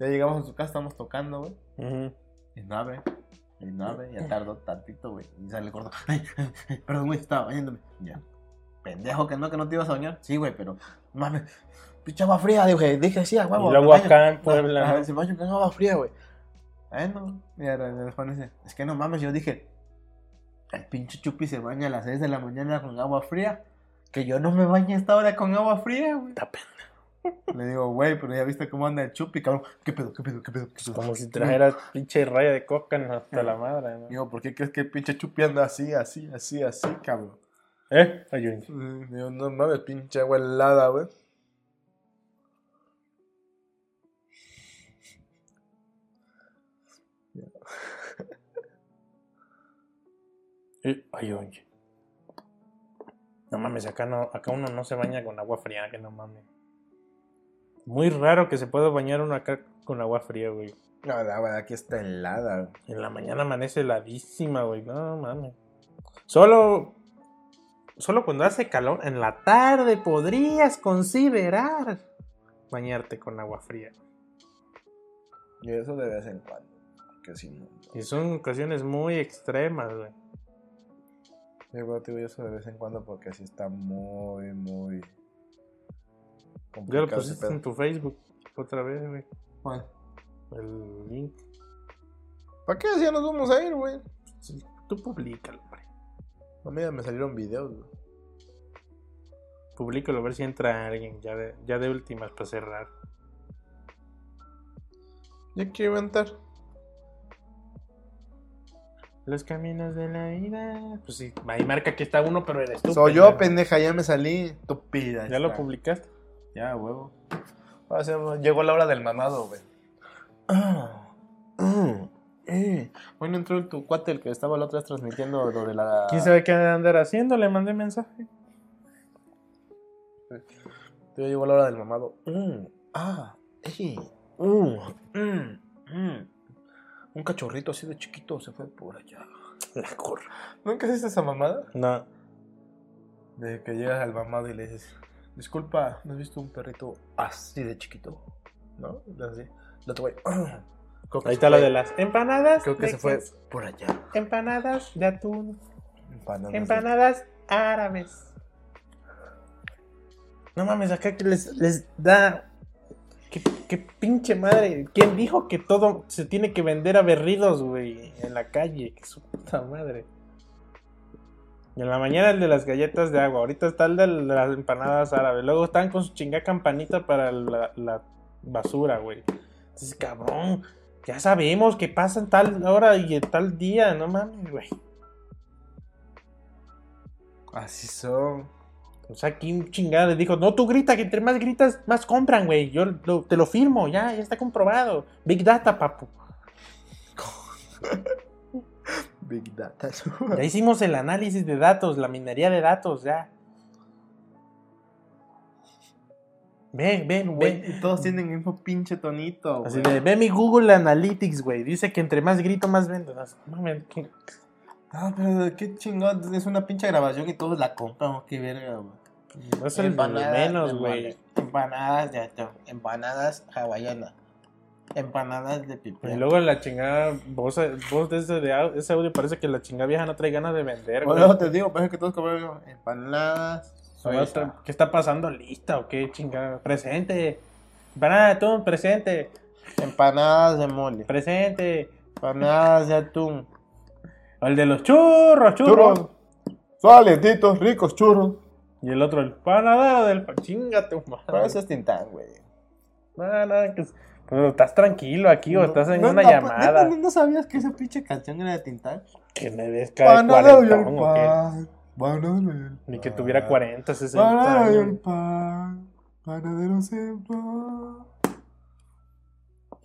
S1: Ya llegamos a su casa, estamos tocando, güey.
S3: Ujú.
S1: Y nave, y nave, ya tardó tantito, güey. Y sale el gordo. Ay, ay, ay, perdón, güey, estaba bañándome. Ya. Pendejo, que no, que no te ibas a bañar. Sí, güey, pero. Mames, pinche agua fría, dije, dije, sí, a huevo.
S3: Y luego
S1: me baño.
S3: acá en Puebla,
S1: Ajá,
S3: ¿no?
S1: se baño con agua fría, güey. Ay, no. Mira, el Juan dice, es que no mames, yo dije.
S8: El pinche Chupi se baña a las 6 de la mañana con agua fría. Que yo no me baño a esta hora con agua fría, güey. Le digo, güey, pero ya viste cómo anda el Chupi, cabrón. ¿Qué pedo, qué pedo, qué pedo? qué pedo?"
S3: Como si trajeras pinche raya de coca en- hasta la madre, ¿no?
S1: Digo, ¿por qué crees que el pinche Chupi anda así, así, así, así, cabrón? Mm,
S3: ¿Eh? Ayúdenme.
S1: Digo, no mames, pinche agua helada, güey.
S3: Eh, Ay, oye. No mames, acá, no, acá uno no se baña con agua fría, que no mames. Muy raro que se pueda bañar uno acá con agua fría, güey.
S1: No, la verdad que está helada, güey.
S3: En la mañana amanece heladísima, güey. No mames. Solo. Solo cuando hace calor, en la tarde podrías considerar bañarte con agua fría.
S1: Y eso de vez en cuando. Que si no.
S3: Y son ocasiones muy extremas, güey.
S1: Yo creo que eso de vez en cuando porque así está muy, muy.
S3: Ya
S1: Complicado
S3: lo
S1: ese
S3: pusiste
S1: pedo.
S3: en tu Facebook otra vez, güey.
S8: Bueno,
S3: El link.
S1: ¿Para qué? Si ya nos vamos a ir, güey.
S3: Sí, Tú públicalo, hombre.
S1: A mí ya me salieron videos, güey.
S3: Publícalo, a ver si entra alguien. Ya de, ya de últimas para cerrar.
S1: Ya quiero inventar.
S3: Los caminos de la vida. Pues sí, ahí marca que está uno, pero eres tú.
S1: Soy yo, Ah.
S3: pendejo.
S1: pendeja, ya me salí. Tupida.
S3: Ya lo publicaste.
S1: Ya, huevo. Ahora Ah, sí, llegó la hora del mamado, güey. Ah, ah, eh. Hoy no entró el tu cuate, el que estaba la otra vez transmitiendo lo de la.
S3: ¿Quién sabe qué ha de andar haciendo? Le mandé mensaje.
S1: Ya llegó la hora del mamado. Mm, ah, eh, uh, mm, mm. Un cachorrito así de chiquito se fue por allá. La corra. ¿Nunca hiciste esa mamada?
S3: No.
S1: De que llegas al mamado y le dices, disculpa, ¿no has visto un perrito así de chiquito? ¿No? Y Así. La tuve. Creo que se
S3: Ahí está lo
S1: fue-
S3: de las empanadas.
S1: Creo que
S3: de
S1: se fue
S3: queso,
S1: por allá.
S3: Empanadas de atún.
S1: Empanadas. de-
S3: Empanadas árabes. No mames, acá que les, les da. ¿Qué, qué pinche madre. ¿Quién dijo que todo se tiene que vender a berridos, güey? En la calle. Que su puta madre. Y en la mañana el de las galletas de agua. Ahorita está el de las empanadas árabes. Luego están con su chingada campanita para la, la basura, güey. Entonces, cabrón. Ya sabemos que pasan tal hora y en tal día. No mames, güey.
S1: Así son.
S3: O sea, ¿quién chingada les dijo? No, tú grita, que entre más gritas, más compran, güey. Yo lo- te lo firmo, ya, ya está comprobado. Big Data, papu.
S1: Big Data.
S3: Ya hicimos el análisis de datos, la minería de datos, ya. Ve, ve, ve.
S8: y todos tienen el mismo pinche tonito,
S3: Así
S8: güey.
S3: de, ve mi Google Analytics, güey. Dice que entre más grito, más vendo. No, mames, ¿qué?
S8: Ah, pero qué chingón. Es una pinche grabación y todos la compran, oh, qué verga, güey.
S3: No es el menos, güey.
S8: Empanadas de atún, empanadas hawaianas, empanadas de
S3: Y
S8: pipián.
S3: luego la chingada, voz, voz de, ese, de au- ese audio parece que la chingada vieja no trae ganas de vender, güey.
S8: Bueno, te digo, parece que todos comieron empanadas.
S3: Ahora
S8: suiza.
S3: está- ¿Qué está pasando? ¿Lista o qué chingada? Presente. Empanada de atún, presente.
S8: Empanadas de mole,
S3: Presente.
S8: empanadas de atún.
S3: O El de los churros, churros.
S1: Churros. Sualentitos, ricos churros.
S3: Y el otro, el panadero del pa- Chinga tu
S8: Pero
S3: madre.
S8: eso es tintán, güey.
S3: No, no, que es- Pero estás tranquilo aquí o estás en
S8: No,
S3: una
S8: no,
S3: llamada.
S8: ¿neta ¿No, no sabías que esa pinche canción era de tintán?
S3: Que me ves cada cuarentón o qué.
S1: Panadero y el
S3: Ni que tuviera 40, 60
S1: Panadero y el
S3: años.
S1: pan. Panadero sin pan.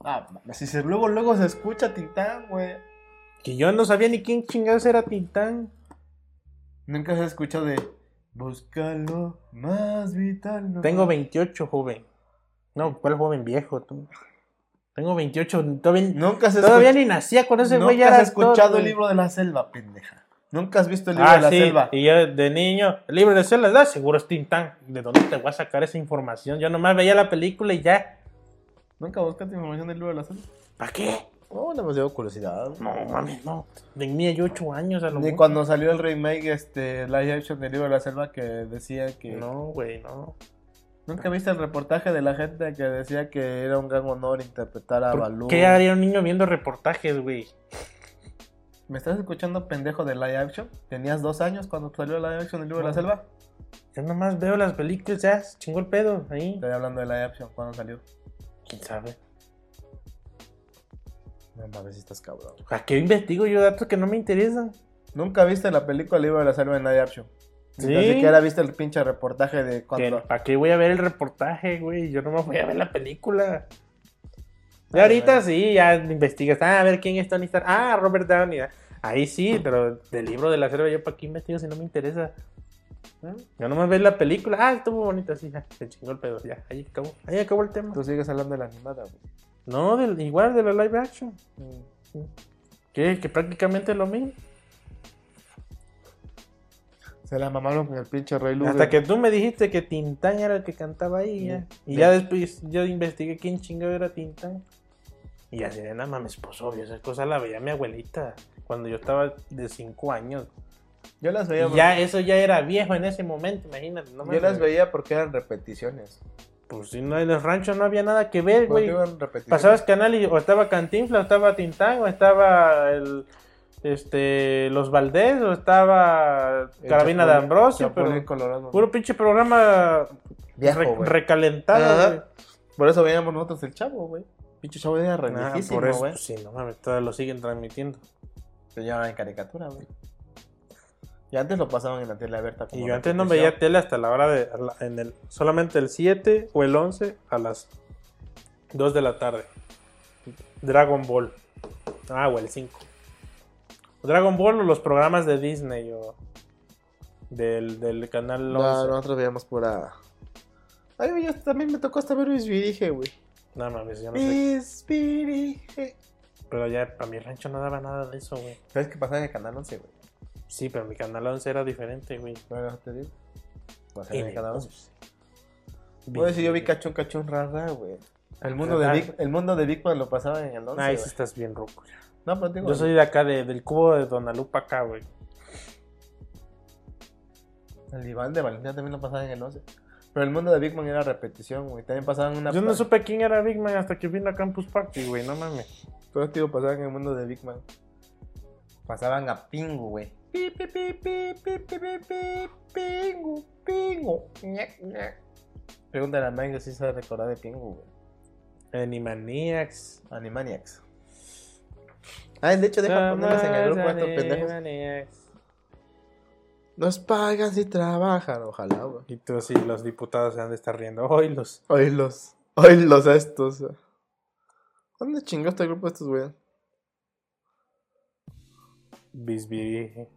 S8: Ah, mames, si se- luego, luego se escucha tintán, güey.
S3: Que yo no sabía ni quién chingados era Tintán.
S8: Nunca se escucha de búscalo más vital. no
S3: Tengo 28, joven. No, ¿cuál joven viejo tú? Tengo 28, todavía,
S8: Nunca se
S3: todavía ni nacía con ese güey. ya
S8: Nunca has
S3: era
S8: escuchado
S3: actor,
S8: el
S3: güey.
S8: libro de la selva, pendeja. Nunca has visto el libro
S3: Ah,
S8: de la
S3: sí,
S8: selva.
S3: y yo de niño, el libro de celdas, ah, seguro es Tintán. ¿De dónde te voy a sacar esa información? Yo nomás veía la película y ya.
S8: Nunca buscaste información del libro de la selva.
S3: ¿Para qué?
S1: No, nada más llevo curiosidad.
S3: No, mames, no. Tenía yo ocho años a lo
S8: Ni
S3: mucho.
S8: cuando salió el remake, este, live action del libro de la selva que decía que.
S3: No, güey, no.
S8: Nunca viste el reportaje de la gente que decía que era un gran honor interpretar a Balú.
S3: ¿Qué haría un niño viendo reportajes, güey?
S1: ¿Me estás escuchando, pendejo, de live action? ¿Tenías dos años cuando salió live action del libro de la selva?
S3: Yo nomás veo las películas, ya, se chingó el pedo ahí.
S1: Estoy hablando de live action, cuando salió?
S3: ¿Quién sabe?
S10: No mames, estás cabrón.
S3: ¿A qué investigo yo datos que no me interesan?
S1: ¿Nunca viste la película Libro de la Selva en live action?
S3: Sí.
S1: Ni tan siquiera viste el pinche reportaje de
S3: Que-
S1: cuando...
S3: ¿Para qué voy a ver el reportaje, güey? Yo nomás voy a ver la película. Ya ahorita sí, ya investigas. Ah, a ver quién está en Instagram. Ah, Robert Downey. ah. Ahí sí, pero del libro de la selva, yo para qué investigo si no me interesa. ¿Mm? Yo nomás veo la película. Ah, estuvo bonita, sí, ya. Se chingó el pedo, ya. Ahí acabó, ahí acabó el tema.
S1: Tú sigues hablando de la animada, güey.
S3: No, del- igual de la live action. Mm, Que, que prácticamente es lo mismo.
S1: Se la mamaron con el pinche Rey Lugo.
S3: Hasta que tú me dijiste que Tintán era el que cantaba ahí, ya. Y ya después yo investigué quién chingado era Tintán. Y así de nada mames, pues obvio, esas cosas la veía mi abuelita cuando yo estaba de 5 años.
S1: Yo las veía,
S3: Y ya eso ya era viejo en ese momento, imagínate. No
S1: porque- pues, yo
S3: mames.
S1: las veía porque eran repeticiones.
S3: Pues si no, en los ranchos no había nada que ver,
S1: Cuando
S3: güey.
S1: iban repeticiones.
S3: Pasabas canal y o estaba Cantinfla, o estaba Tintán, o estaba el, este, Los Valdés, o estaba
S1: El
S3: Carabina de
S1: Chapulín-
S3: Ambrosio,
S1: Chapulín
S3: pero
S1: Colorado.
S3: puro pinche programa
S1: Viejo,
S3: re-
S1: güey.
S3: recalentado,
S1: Ajá.
S3: güey.
S1: Por eso veíamos nosotros el chavo, güey. Pinche chavo era re
S3: Ah,
S1: viejísimo,
S3: por eso,
S1: Pues, güey.
S3: sí, no mames, todavía lo siguen transmitiendo.
S1: Lo llamaban en caricatura, güey. Y antes lo pasaban en la tele abierta.
S3: Y yo antes no veía tele hasta la hora de. a la- en el, solamente el 7 o el 11 a las 2 de la tarde. Dragon Ball. Ah, o el 5. Dragon Ball o los programas de Disney o. Del, del canal 11.
S1: No, nosotros veíamos pura. Ay, güey, yo también me tocó hasta ver Luis Virige, güey.
S3: No mames, yo no sé.
S1: Luis Virige.
S3: Pero ya para mi rancho no daba nada de eso, güey.
S1: ¿Sabes qué pasaba en el canal 11, güey?
S3: Sí, pero mi canal 11 era diferente, güey.
S1: Bueno, te digo. Pasaba en el canal 11.
S3: Entonces,
S1: Pues sí, yo vi cachón, cachón, rara, güey. El mundo,
S3: Ah.
S1: de Big, el mundo de Big Man lo pasaban en el 11.
S3: Ay,
S1: güey.
S3: sí estás bien roco.
S1: No, pero digo,
S3: Yo soy de acá, de- del cubo de Donalupa acá, güey.
S1: el diván de Valentina también lo pasaban en el 11. Pero el mundo de Big Man era repetición, güey. También pasaban una.
S3: Yo no supe quién era Big Man hasta que vino a Campus Party, güey, no mames.
S1: Todo esto pasaban en el mundo de Big Man. Pasaban a Pingu, güey. Pi, pi, pi, pi, pi, pi, pi, pi, Pingu, Pingu. Ñac, ñac. Pregúntale a Mike si sabe recordar de Pingu, güey.
S3: Animaniacs.
S1: Animaniacs. Ah, de hecho, deja ponerles en el grupo a estos pendejos.
S3: Animaniacs.
S1: Nos pagan si trabajan, ojalá, güey.
S3: Y tú sí, los diputados se han de estar riendo. Hoy los.
S1: Oílos. Oílos a estos. ¿Dónde chingó este grupo estos, güey?
S3: Bisbirige.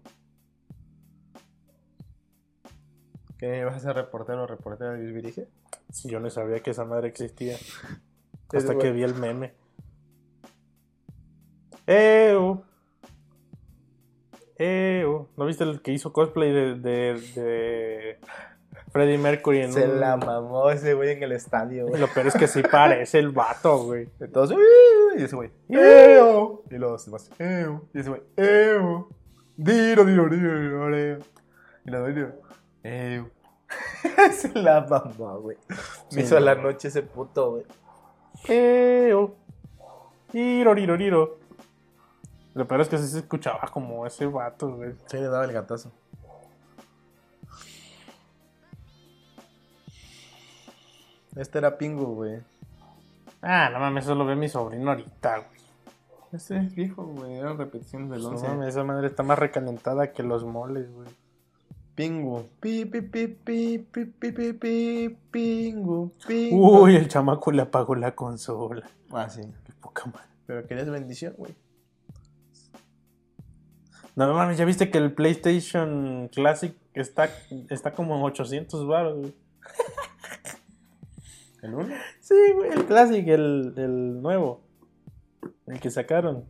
S1: ¿Qué vas a ser reportero o reportera de Virige?
S3: Sí, yo no sabía que esa madre existía.
S1: Es
S3: Hasta que
S1: bueno.
S3: vi el meme. Eh, ¡Ew! ¡Ew! uh. Eh, ¿No viste el que hizo cosplay de, de, de Freddie Mercury en
S1: Se
S3: un-
S1: la mamó ese güey en el estadio, güey.
S3: Lo peor es que sí parece el vato, güey.
S1: Entonces, "Uy", y ese güey, "Eo". Y los demás, "Eo". Y ese güey, "Eo". Diro, diro, diro, diro, diro. Y los demás, diro, "Eo". Se la mamó, güey. Me
S3: Sí,
S1: hizo la
S3: no.
S1: noche ese puto, güey.
S3: Eo. Tiro, tiro, tiro. Lo peor es que sí se escuchaba como ese vato, güey.
S1: Sí, le daba el gatazo. Este era Pingu, güey.
S3: Ah, no mames, eso lo ve mi sobrino ahorita, güey.
S1: Este es viejo, güey. Eran repeticiones del
S3: No
S1: 11.
S3: mames, esa madre está más recalentada que los moles, güey.
S1: Pingu. Pi, pi, pi, pi, pi, pi, pi, pi, pingu, pingu.
S3: Uy, el chamaco le apagó la consola.
S1: Ah, sí.
S3: Qué poca madre.
S1: Pero querías bendición, güey.
S3: No mames, ya viste que el PlayStation Classic está, está como en 800 baros, güey.
S1: ¿El uno?
S3: Sí, güey, el Classic, el, el nuevo. El que sacaron.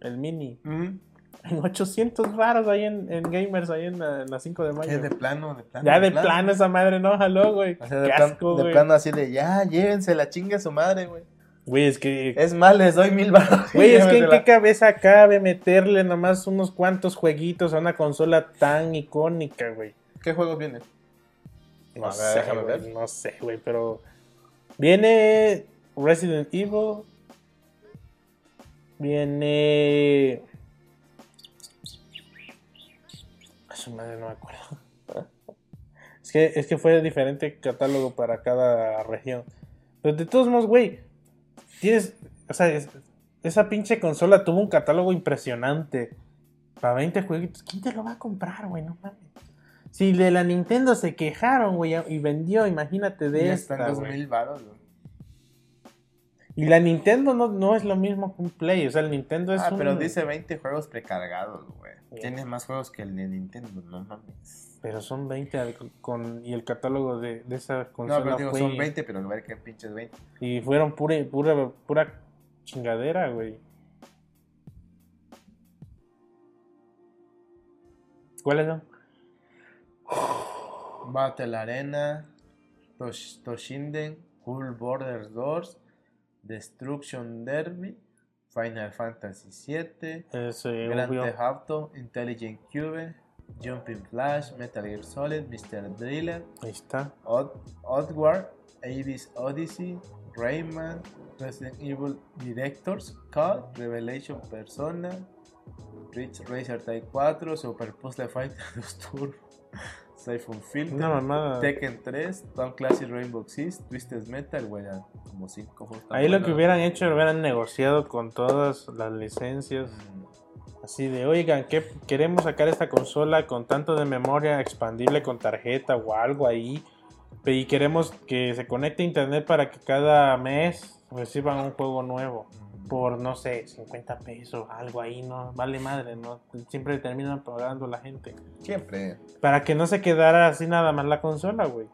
S3: El mini. En 800 varos ahí en, en Gamers, ahí en la, en la 5 de mayo.
S1: Es de plano, de plano.
S3: ya de plano. esa madre no jaló, güey.
S1: O sea, de,
S3: Qué
S1: plan-
S3: asco,
S1: de
S3: güey.
S1: plano así de ya, llévense la chinga su madre, güey.
S3: Güey, es que...
S1: Es más, les doy mil baros.
S3: Güey, es que en qué
S1: Llévensela.
S3: cabeza cabe meterle nomás unos cuantos jueguitos a una consola tan icónica, güey.
S1: ¿Qué juegos viene?
S3: No
S1: A ver,
S3: sé,
S1: déjame
S3: güey,
S1: ver.
S3: no sé, güey, pero... Viene Resident Evil, Viene. A su madre, no me acuerdo. Es que, es que fue diferente catálogo para cada región. Pero de todos modos, güey, tienes. O sea, es- esa pinche consola tuvo un catálogo impresionante. Para 20 jueguitos. ¿Quién te lo va a comprar, güey? No mames. Si de la Nintendo se quejaron, güey, y vendió, imagínate de esta, güey.
S1: baros, güey.
S3: Y la Nintendo no, no es lo mismo que un Play. O sea, el Nintendo es
S1: Ah,
S3: un-
S1: pero dice 20 juegos precargados, güey.
S3: Ya.
S1: Tiene más juegos que el de Nintendo, no mames.
S3: Pero son 20 al- con, y el catálogo de, de esa consola
S1: No, pero digo,
S3: fue-
S1: son 20, pero a ver qué pinches 20.
S3: Y fueron pura, pura, pura chingadera, güey. ¿Cuáles son?
S1: Battle Arena, Tosh- Toshinden, Cool Border Doors, Destruction Derby, Final Fantasy VII,
S3: Ese,
S1: Grand
S3: obvio.
S1: Theft Auto, Intelligent Cube, Jumping Flash, Metal Gear Solid, Mr. Driller,
S3: Ahí está.
S1: Odd- Oddward, Abyss Odyssey, Rayman, Resident Evil Directors, COD, Revelation Persona, Ridge Racer Type 4, Super Puzzle Fighter 2 Tour, Siphon Filter,
S3: Una mamada.
S1: Tekken 3, Tom Classic Rainbow Six, Twisted Metal, güey, ya como 5 juegos. tan
S3: Ahí lo
S1: buenos.
S3: que hubieran hecho, hubieran negociado con todas las licencias.
S1: Mm,
S3: Así de, oigan, que queremos sacar esta consola con tanto de memoria expandible con tarjeta o algo ahí. pe- Y queremos que se conecte a internet para que cada mes reciban un juego nuevo.
S1: mm,
S3: Por, no sé, 50 pesos, algo ahí, ¿no? Vale madre, ¿no? Siempre terminan pagando la gente.
S1: mm. Siempre.
S3: Para que no se quedara así nada más la consola, güey.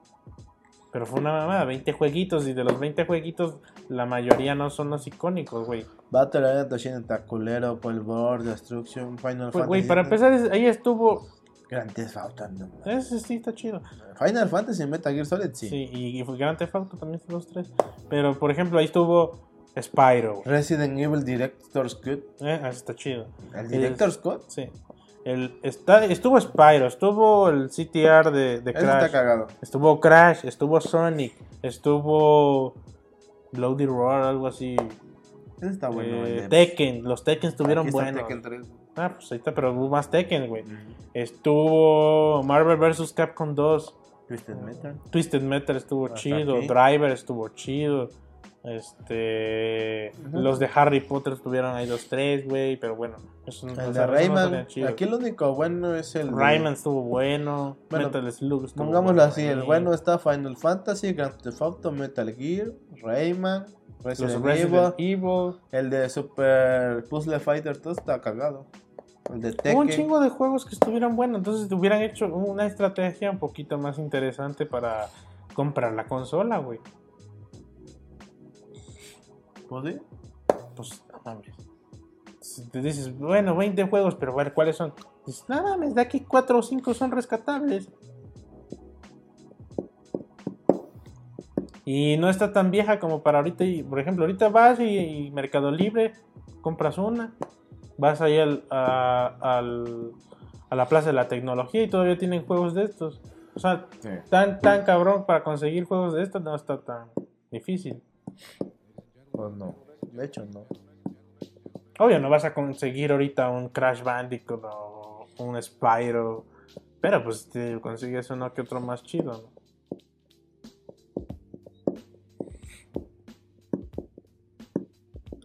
S3: Pero fue una mamada, 20 jueguitos. Y de los 20 jueguitos, la mayoría no son los icónicos, güey.
S1: Battle Arena, Toshinden, Taculero, Polvor, Destruction, Final
S3: Pues,
S1: Fantasy.
S3: Güey, para empezar, es- ahí estuvo.
S1: Grand Theft Auto, no mames.
S3: Ese sí está chido.
S1: Final Fantasy y Metal Gear Solid,
S3: Sí,
S1: sí.
S3: y, y fue Grand Theft Auto también fue los tres. Pero, por ejemplo, ahí estuvo Spyro. güey.
S1: Resident Evil Director's Cut.
S3: Eh, ah, está chido.
S1: ¿El
S3: Sí,
S1: Director's Cut?
S3: Sí. El, está, estuvo Spyro, estuvo el CTR de, de
S1: Eso está
S3: Crash.
S1: cagado.
S3: Estuvo Crash, estuvo Sonic, estuvo Bloody Roar, algo así.
S1: Eso está Ah, bueno.
S3: Eh,
S1: el de-
S3: Tekken, los Tekken estuvieron
S1: Aquí está
S3: buenos.
S1: Tekken 3.
S3: Ah, pues ahí está, pero hubo más Tekken, güey. Estuvo Marvel vs. Capcom 2.
S1: Twisted Metal.
S3: Twisted Metal estuvo
S1: Hasta
S3: chido,
S1: aquí.
S3: Driver estuvo chido. Este, los de Harry Potter estuvieron ahí los tres, güey, pero bueno, eso no-
S1: El
S3: o sea,
S1: de
S3: eso no
S1: Rayman.
S3: estaría chido.
S1: Aquí el único bueno es el. de-
S3: Rayman estuvo bueno,
S1: Bueno,
S3: Metal Slug estuvo
S1: Pongámoslo así: el
S3: ahí.
S1: bueno está Final Fantasy, Grand Theft Auto, Metal Gear, Rayman,
S3: los
S1: Resident Evil.
S3: Resident Evil,
S1: El de Super Puzzle Fighter, todo está cagado. El de
S3: Hubo un
S1: Tekken.
S3: chingo de juegos que estuvieron buenos, entonces te hubieran hecho una estrategia un poquito más interesante para comprar la consola, güey.
S1: ¿Puede?
S3: pues no mames. Si Te dices, bueno, 20 juegos, pero a ver, ¿cuáles son? Dices, no mames, de aquí 4 o 5 son rescatables. Y no está tan vieja como para ahorita. Y, por ejemplo, ahorita vas y, y Mercado Libre, compras una, vas ahí al, a, al- a la Plaza de la Tecnología y todavía tienen juegos de estos. O sea,
S1: Sí.
S3: tan, tan cabrón para conseguir juegos de estos no está tan difícil.
S1: Pues no. De hecho, no.
S3: Obvio, no vas a conseguir ahorita un Crash Bandicoot o un Spyro. Pero pues te consigues uno que otro más chido, ¿no?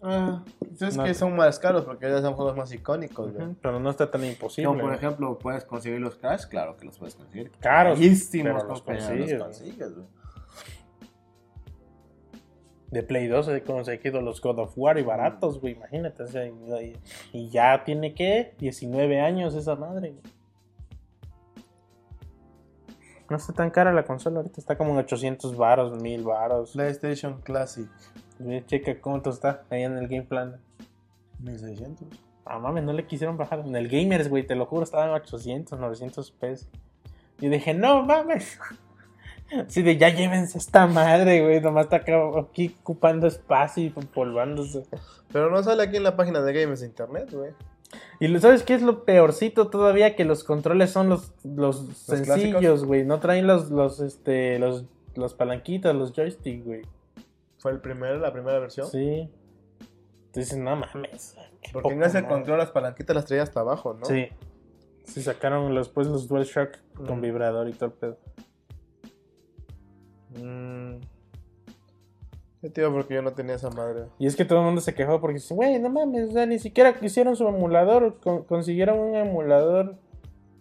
S1: Ah, es
S3: No.
S1: que son más caros porque ya son juegos más icónicos. güey.
S3: Pero no está tan imposible.
S1: Como por
S3: ¿no?
S1: ejemplo, puedes conseguir los Crash, claro que los puedes conseguir.
S3: Caros.
S1: Carísimos,
S3: pero
S1: los
S3: los
S1: consigues.
S3: consigues,
S1: Los consigues güey.
S3: De Play 2 he conseguido los God of War y baratos, güey, imagínate. o sea, y, y- y ya tiene que 19 años esa madre. güey. No está tan cara la consola ahorita, está como en 800 varos, 1000 varos.
S1: PlayStation Classic
S3: Ve, Checa cuánto está ahí en el Game Plan.
S1: 1600.
S3: Ah, mames, no le quisieron bajar. En el Gamers, güey, te lo juro, estaban 800, 900 pesos. Y dije, no mames. Así de ya llévense esta madre, güey. Nomás está acá- aquí ocupando espacio y polvándose.
S1: Pero no sale aquí en la página de Games Internet, güey.
S3: Y lo- ¿sabes qué es lo peorcito todavía? Que los controles son los, los, sencillos,
S1: clásicos?
S3: güey. No traen los, los, este, los, los palanquitas, los joysticks, güey.
S1: Fue el primero, la primera versión.
S3: Sí. Tú dices, no mames. qué
S1: Porque en
S3: poca
S1: ese
S3: madre.
S1: control las palanquitas las traía hasta abajo, ¿no?
S3: Sí. Sí, sacaron los, pues, los DualShock con vibrador y todo el pedo. Mm,
S1: Sí, tío, porque yo no tenía esa madre.
S3: Y es que todo el mundo se quejó porque dice, güey, no mames, o sea, ni siquiera hicieron su emulador, con- consiguieron un emulador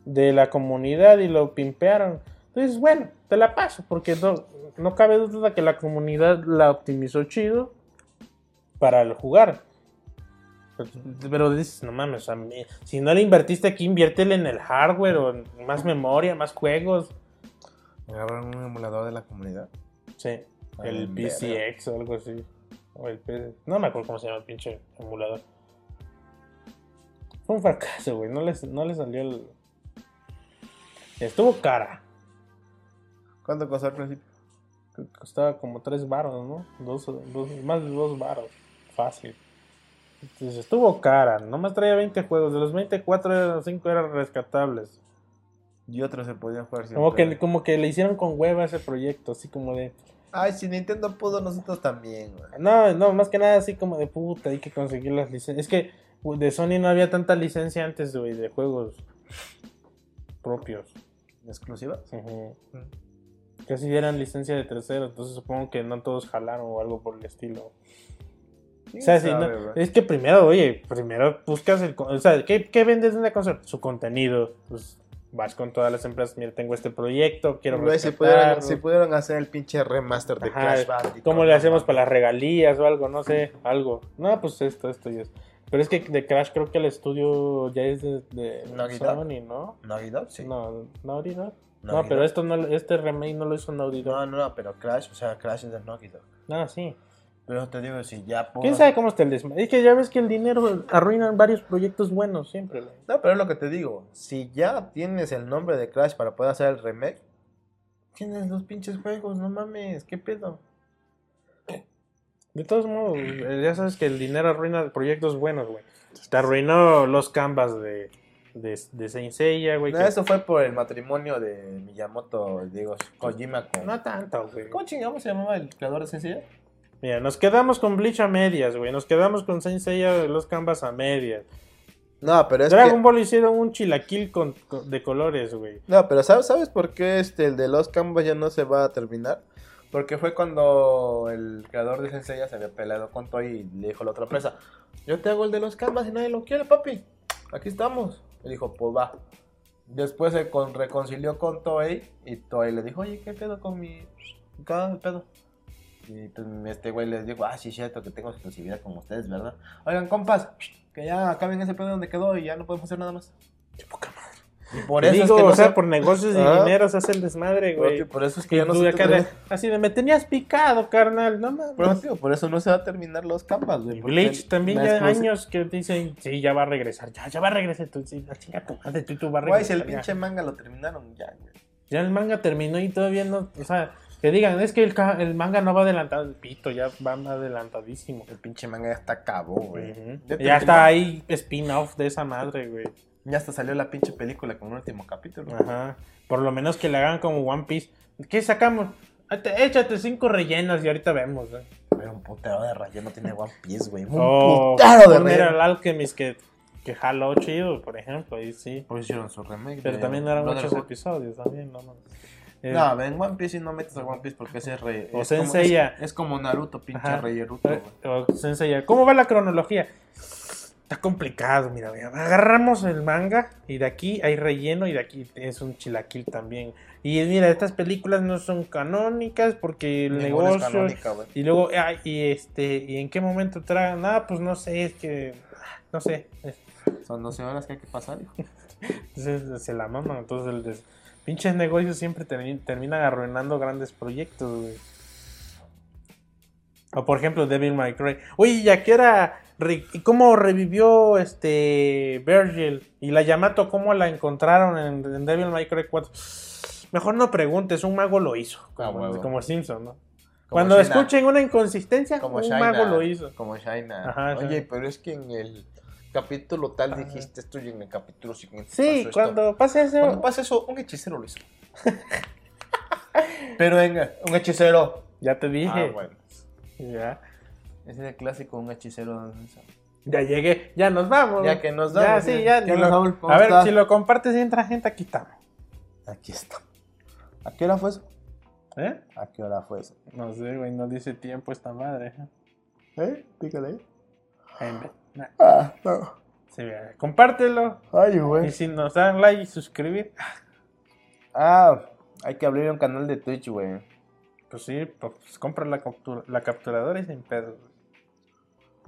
S3: de la comunidad y lo pimpearon. Entonces, bueno, te la paso, porque no, no cabe duda que la comunidad la optimizó chido para el jugar. Pues, Pero dices, no mames, o sea, mi- si no le invertiste aquí, inviértele en el hardware o en más memoria, más juegos.
S1: Agarraron un emulador de la comunidad.
S3: Sí,
S1: Ah,
S3: el
S1: verga.
S3: PCX o algo así. O el PC. No me acuerdo cómo se llama el pinche emulador. Fue un fracaso, güey. No les, no les salió el. Estuvo cara.
S1: ¿Cuánto costó al principio?
S3: Creo que Costaba como 3 baros, ¿no? Dos, dos- más de 2 baros. Fácil. Entonces estuvo cara. Nomás traía 20 juegos. De los 24, eran- 5 eran rescatables.
S1: Y otros se podían jugar sin
S3: Como que, como que le hicieron con hueva ese proyecto. Así como de.
S1: Ay, si Nintendo pudo, nosotros también, güey.
S3: No, no, más que nada así como de puta, hay que conseguir las licencias. Es que güey, de Sony no había tanta licencia antes, güey, de juegos propios.
S1: ¿Exclusivas?
S3: Ujú. Casi eran licencia de tercero, entonces supongo que no todos jalaron o algo por el estilo. O sea, si no- es que primero, oye, primero buscas el... con- O sea, ¿qué, qué vendes de una consola? Su contenido. Pues vas con todas las empresas, mira, tengo este proyecto, quiero...
S1: Güey, si,
S3: rescatarlo.
S1: pudieron, si pudieron hacer el pinche remaster de
S3: Ajá,
S1: Crash Bandicoot.
S3: ¿Cómo le
S1: no
S3: hacemos
S1: mames.
S3: para las regalías o algo? No sé, algo. No, pues esto, esto y esto. Pero es que de Crash creo que el estudio ya es de, de
S1: Naughty Dog.
S3: Sony, ¿no?
S1: Naughty Dog, sí.
S3: No, Naughty Dog.
S1: Naughty
S3: no, pero
S1: Dog.
S3: esto no, lo- este remake no lo hizo Naughty Dog.
S1: No, no, no, pero Crash, o sea, Crash es de Naughty Dog.
S3: Ah, sí.
S1: Pero te digo, si ya pudo...
S3: ¿Quién sabe cómo está el desmadre? Es que ya ves que el dinero arruina varios proyectos buenos siempre. güey.
S1: No, pero es lo que te digo. Si ya tienes el nombre de Crash para poder hacer el remake, tienes los pinches juegos, no mames, qué pedo.
S3: De todos modos, eh, ya sabes que el dinero arruina proyectos buenos, güey. Te arruinó los canvas de, de, de Saint Seiya, güey.
S1: No,
S3: que-
S1: eso fue por el matrimonio de Miyamoto, digo, Kojima con...
S3: no tanto, güey.
S1: ¿Cómo chingamos se llamaba el creador de Sencilla?
S3: Mira, nos quedamos con Bleach a medias, güey. Nos quedamos con Saint Seiya de los Canvas a medias.
S1: No, pero es
S3: Dragon
S1: que...
S3: Ball hicieron un chilaquil con, con- de colores, güey.
S1: No, pero ¿sabes, ¿sabes por qué este, el de los Canvas ya no se va a terminar? Porque fue cuando el creador de Sencilla se había peleado con Toy y le dijo a la otra empresa, yo te hago el de los Canvas y nadie lo quiere, papi. Aquí estamos. Le dijo, pues va. Después se con- reconcilió con Toei y Toei le dijo, oye, ¿qué pedo con mi... ¿Qué pedo? Y pues, este güey les dijo, ah, sí, cierto, que tengo exclusividad con ustedes, ¿verdad? Oigan, compas, que ya acaben ese pedo donde quedó y ya no podemos hacer nada más. Y por
S3: Te
S1: eso es
S3: digo,
S1: que no
S3: o sea,
S1: se-
S3: por negocios y
S1: Ah.
S3: dinero se hace el desmadre, güey.
S1: Por eso es que ya no
S3: Tú
S1: se
S3: acá de- así de, me tenías picado, carnal, no mames.
S1: Por eso, tío, por eso no se va a terminar los capas, güey.
S3: Y
S1: porque
S3: Bleach también
S1: la
S3: ya
S1: exclusi-
S3: años que dicen, sí, ya va a regresar, ya, ya va a regresar, tú, sí, la chinga tu madre, tú, tú va a
S1: Guay, si
S3: regresar.
S1: el
S3: ya.
S1: pinche manga lo terminaron ya, güey.
S3: Ya el manga terminó y todavía no, o sea, que digan, es que el, ca- el manga no va adelantado, el pito, ya va adelantadísimo.
S1: El pinche manga ya está acabó, güey.
S3: Ujú.
S1: Ya
S3: Ya
S1: terminó.
S3: está ahí spin-off de esa madre, güey.
S1: Ya hasta salió la pinche película con el último capítulo.
S3: Ajá. Por lo menos que le hagan como One Piece. ¿Qué sacamos? Échate- Échate cinco rellenas y ahorita vemos. ¿eh?
S1: Pero un putero de relleno tiene One Piece, güey. Un
S3: O
S1: putero de
S3: Fullmetal
S1: relleno.
S3: Oh, Alchemist que, que jaló chido, por ejemplo, ahí sí.
S1: Pues hicieron su remake.
S3: Pero
S1: de
S3: también no eran muchos
S1: Brotherhood.
S3: episodios también, no mames. Eh,
S1: No, ve, en One Piece y no metes a One Piece porque ese es rey.
S3: O
S1: es como-
S3: Sensei ya.
S1: Es, es como Naruto, pinche
S3: Ajá.
S1: rey Naruto, güey.
S3: Eh, o Sensei, ¿Cómo va la cronología? Está complicado, mira, mira, agarramos el manga y de aquí hay relleno y de aquí es un chilaquil también. Y mira, estas películas no son canónicas porque el
S1: Ninguna es
S3: negocio
S1: canónica, güey.
S3: Y luego, ah, y este, ¿y en qué momento tragan? Ah, pues no sé, es que, ah, no sé, es-
S1: Son 12 horas que hay que pasar, hijo.
S3: se, se la maman, entonces el des- pinches negocios siempre termi- terminan arruinando grandes proyectos, güey. O por ejemplo, Devil May Cry. Oye, ¿ya qué era? ¿Cómo revivió este Virgil? Y la Yamato, ¿cómo la encontraron en, en Devil May Cry 4? Mejor no preguntes, un mago lo hizo.
S1: Ah,
S3: Como,
S1: huevo.
S3: como Simpson, ¿no?
S1: Como
S3: Cuando
S1: China.
S3: escuchen una inconsistencia,
S1: Como
S3: un
S1: Shaina,
S3: mago lo hizo.
S1: Como Shaina.
S3: Ajá,
S1: Oye,
S3: Shaina.
S1: pero es que en el capítulo tal dijiste esto y en el capítulo siguiente.
S3: Sí,
S1: pasó esto.
S3: cuando pasa eso.
S1: Cuando pasa eso, un hechicero lo hizo. pero venga, un hechicero.
S3: Ya te dije.
S1: Ah, bueno.
S3: Ya.
S11: Ese es el clásico, un hechicero de danza.
S3: Ya llegué, ya nos vamos.
S11: Ya que nos
S3: Ya,
S11: vamos.
S3: sí, ya.
S11: que
S3: ni
S11: nos
S3: lo-
S11: vamos, ¿cómo
S3: a ver,
S11: estás?
S3: si lo compartes y entra gente, aquí estamos.
S1: Aquí está. ¿A qué hora fue eso?
S3: ¿Eh?
S1: ¿A qué hora fue eso?
S3: No sé, güey, no dice tiempo esta madre.
S1: ¿Eh? Pícale ahí.
S3: Ahí ve. Nah,
S1: Ah, no.
S3: sí, mira, compártelo.
S1: Ay,
S3: Y
S1: güey.
S3: si nos dan like y suscribir,
S1: Ah, hay que abrir un canal de Twitch, güey.
S3: pues sí, pues compra la, captura- la capturadora y sin pedo. güey.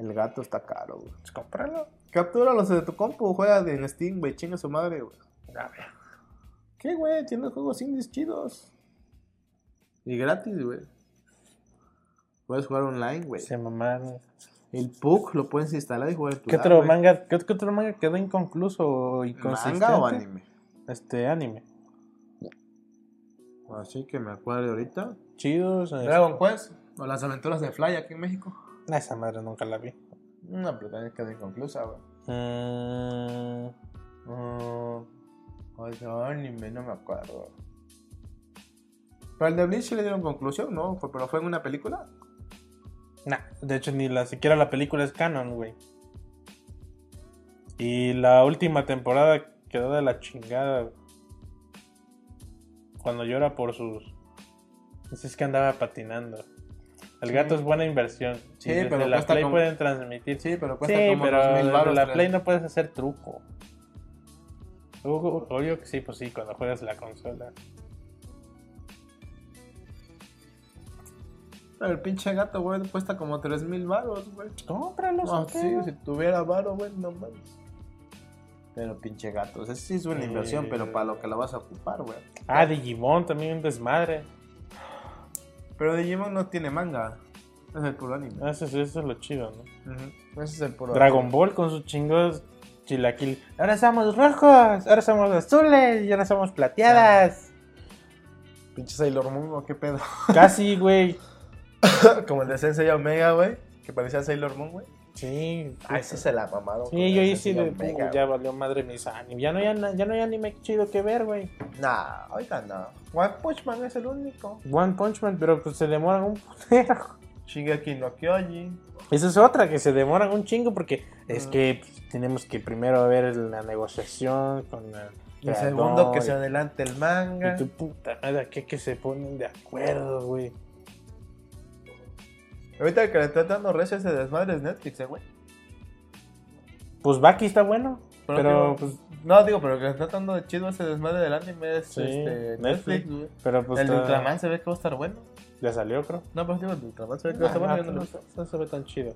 S1: El gato está caro, güey.
S3: Pues cómpralo.
S1: Captúralos de tu compu, juega en Steam, güey. Chinga su madre, güey.
S3: A ver.
S1: ¿Qué, güey? Tienes juegos indies chidos. Y gratis, güey. Puedes jugar online, güey.
S3: Se mamaron.
S1: El PUC lo puedes instalar y jugar en tu
S3: ¿Qué
S1: lab,
S3: otro
S1: güey.
S3: manga, qué, qué otro manga quedó inconcluso o inconsistente?
S1: pues, ¿Manga o anime?
S3: Este anime.
S1: Así que me acuerdo ahorita.
S3: Chidos. eh,
S1: Dragon Quest o las aventuras de Fly aquí en México.
S3: nah, esa madre nunca la vi.
S1: Una pero también quedó inconclusa, güey.
S3: Mm,
S1: Mm, otro anime, no me acuerdo. ¿Pero el de Bleach sí le dieron conclusión? No, fue- pero fue en una película.
S3: nah, de hecho ni la siquiera la película es canon, güey. Y la última temporada quedó de la chingada. güey. Cuando llora por sus. Así es que andaba patinando. El gato es buena inversión.
S1: Sí,
S3: Y desde
S1: pero
S3: la
S1: cuesta
S3: Play
S1: como-
S3: pueden transmitir.
S1: Sí, pero
S3: Sí,
S1: cuesta como
S3: pero
S1: 2000
S3: desde
S1: baros.
S3: la Play no puedes hacer truco. Luego, obvio que sí, pues sí, cuando juegas la consola.
S1: Pues Pero el pinche gato, güey, cuesta como 3000 baros, güey.
S3: Cómpralo,
S1: Ah,
S3: sin
S1: sí,
S3: pedo.
S1: si tuviera varo, güey, no mames. Pero pinche gato, o sea, sí es una inversión,
S3: Eh.
S1: pero para lo que la vas a ocupar, güey.
S3: Ah, Digimon también un desmadre.
S1: Pero Digimon no tiene manga. Es el puro anime.
S3: Eso, es- eso es lo chido, ¿no?
S1: Ujú, Ah, Ese es el puro
S3: Dragon Ball con sus chingos chilaquil. Ahora somos rojos, ahora somos azules y ahora somos plateadas.
S1: anime. Pinche Sailor Moon, ¿o qué pedo?
S3: Casi, güey.
S1: como el de Sensei Omega, güey. Que parecía Sailor Moon, güey.
S3: Sí.
S1: Ah, ese se la mamaron. con
S3: Sí,
S1: el
S3: yo ahí sí
S1: Sensei
S3: de
S1: Omega,
S3: "Puh, ya valió madre mis animes. Ya no, ya, na- ya no hay anime chido que ver, güey.
S1: güey. Nah, ahorita no. One Punch Man es el único.
S3: One Punch Man, pero pues se demoran un putero.
S1: Shigeki no Kyojin.
S3: Esa es otra, que se demoran un chingo porque es que pues, tenemos que primero ver la negociación con el
S1: El
S3: creador
S1: segundo que
S3: y-
S1: se adelante el manga.
S3: Y tu puta madre, ¿a qué que se ponen de acuerdo, güey?
S1: Ahorita el que le está dando recio a ese desmadre es Netflix, eh, güey.
S3: Pues Baki está bueno,
S1: Pero
S3: pero,
S1: digo-
S3: pues,
S1: No, digo, pero el que le está dando de chido a ese desmadre del anime es
S3: Sí,
S1: este,
S3: Netflix.
S1: Netflix, güey.
S3: pero pues
S1: el de
S3: está-
S1: Ultraman se ve que va a estar bueno.
S3: ya salió, creo.
S1: No, pero digo, el de Ultraman se ve que va a
S3: Ah,
S1: estar
S3: no,
S1: bueno. yo
S3: no,
S1: no lo sé.
S3: no, no se ve tan chido.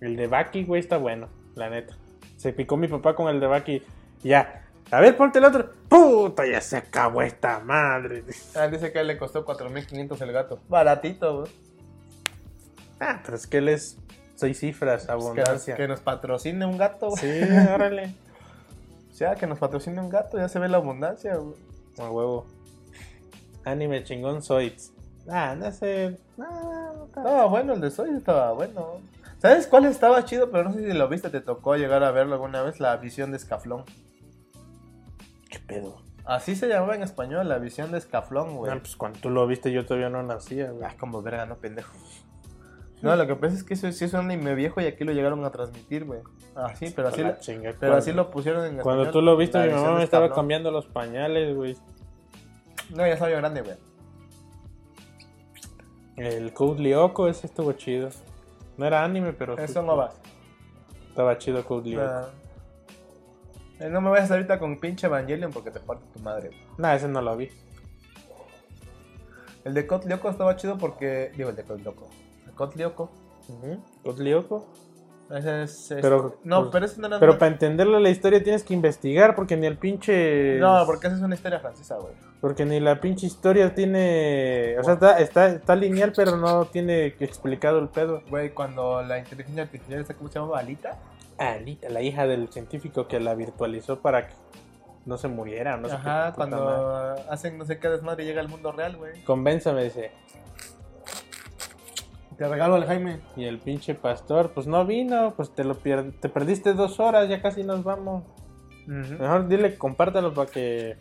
S3: El de Baki, güey, está bueno, la neta. Se picó mi papá con el de Baki. Ya. A ver, ponte el otro. Puta, ya se acabó esta madre.
S1: Ah, dice que le costó 4.500 el gato. Baratito, güey. Pues
S3: Ah, pero es que él es seis
S1: Pues
S3: cifras,
S1: Que,
S3: abundancia.
S1: que nos patrocine un gato, güey.
S3: Sí, órale.
S1: O sea, que nos patrocine un gato, ya se ve la abundancia, güey.
S3: A huevo. Anime chingón Zoids. Ah, no sé. Ah, No, no,
S1: Estaba bueno, el de Soy estaba bueno. ¿Sabes cuál estaba chido? Pero no sé si lo viste, te tocó llegar a verlo alguna vez, la visión de escaflón.
S3: ¿Qué pedo?
S1: Así se llamaba en español, la visión de escaflón, güey.
S3: No, pues cuando tú lo viste yo todavía no nacía, güey.
S1: Ah, como verga, no pendejo. No, lo que pasa es que eso sí es un anime viejo y aquí lo llegaron a transmitir, güey. Así, pero así,
S3: A la
S1: lo-
S3: Ah, chinga,
S1: pero
S3: cuando-
S1: así lo pusieron en
S3: Cuando
S1: español,
S3: tú lo viste,
S1: la
S3: mi
S1: visión
S3: mamá
S1: de
S3: me estaba
S1: escaflón.
S3: cambiando los pañales, güey.
S1: No, ya estaba yo grande, güey.
S3: El Code Lyoko, ese estuvo chido. No era anime, pero
S1: Eso no va.
S3: estaba chido Code Lyoko.
S1: Ah. Eh, No me vayas ahorita con pinche Evangelion porque te parte tu madre, güey.
S3: Nah, ese no lo vi.
S1: El de Cod Lyoko estaba chido porque. Digo, el de Cod Lyoko. El Cod Lyoko.
S3: Code Lyoko.
S1: Ese es. es-
S3: Pero-
S1: no,
S3: pues-
S1: pero ese no era.
S3: Pero para entenderle la historia tienes que investigar porque ni el pinche...
S1: No, porque esa es una historia francesa, güey.
S3: Porque ni la pinche historia tiene... O sea, está, está, está lineal, pero no tiene explicado el pedo.
S1: Güey, cuando la inteligencia artificial, ¿esa ¿cómo se llama? Alita.
S3: Alita, Ah, la hija del científico que la virtualizó para que no se muriera, no sé qué
S1: Ajá,
S3: puta
S1: cuando
S3: madre.
S1: hacen no sé qué desmadre y llega al mundo real, güey.
S3: Convénzame, dice.
S1: Te regalo al Jaime.
S3: Y el pinche pastor, pues no vino, pues te lo pier- te perdiste dos horas, ya casi nos vamos. Mejor dile, compártelo para que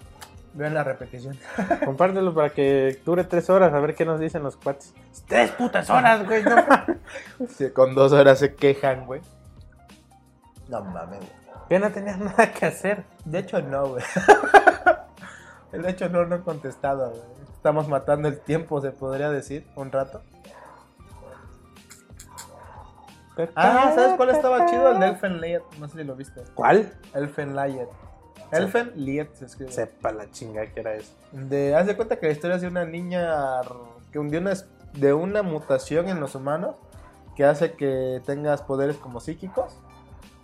S1: Vean la repetición.
S3: Compártelo para que dure tres horas, a ver qué nos dicen los cuates.
S1: Tres putas horas, güey. No.
S12: Sí, con dos horas se quejan, güey. No mames, güey.
S1: Ya no tenías nada que hacer. De hecho, no, güey. De hecho, no, no he contestado, güey. Estamos matando el tiempo, se podría decir, un rato. Ah, ¿sabes cuál estaba chido? El de Elfen Lied. No sé si lo viste.
S3: ¿Cuál?
S1: Elfen Lied. Elfen Lied se escribe.
S3: Sepa la chinga que era eso.
S1: De, haz de cuenta que la historia es de una niña que hundió una, es- de una mutación en los humanos que hace que tengas poderes como psíquicos.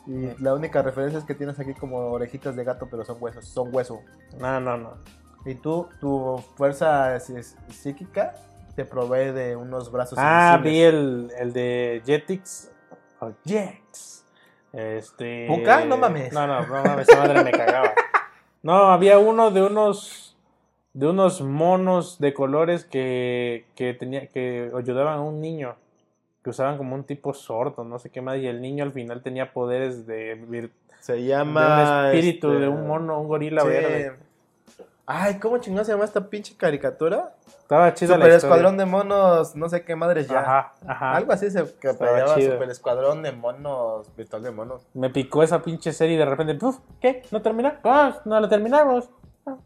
S1: Y la única referencia es que tienes aquí como orejitas de gato, pero son huesos, son hueso.
S3: No, no, no.
S1: Y tú, tu fuerza es- es psíquica te provee de unos brazos
S3: Ah, vi
S1: invisibles.
S3: el, el de Jetix. O Jetix. Este.
S1: ¿Puka? No mames.
S3: No, no, no mames, esa madre me cagaba. No, había uno de unos. De unos monos de colores que, que, tenía, que ayudaban a un niño. Que usaban como un tipo sordo, no sé qué más. Y el niño al final tenía poderes de, vir-
S12: Se
S3: de
S12: llama.
S3: un espíritu,
S12: este,
S3: de un mono, un gorila
S12: sí.
S3: verde.
S12: Ay, ¿cómo chingada se llama esta pinche caricatura?
S3: Estaba chida
S12: Super
S3: la historia.
S12: Escuadrón de Monos, no sé qué madres ya.
S3: Ajá, ajá.
S12: Algo así se que
S3: Estaba
S12: llamaba
S3: chido.
S12: Super Escuadrón de Monos, Virtual de Monos.
S3: Me picó esa pinche serie y de repente, puf, ¿qué? ¿No termina? Ah, no la terminamos. Ah.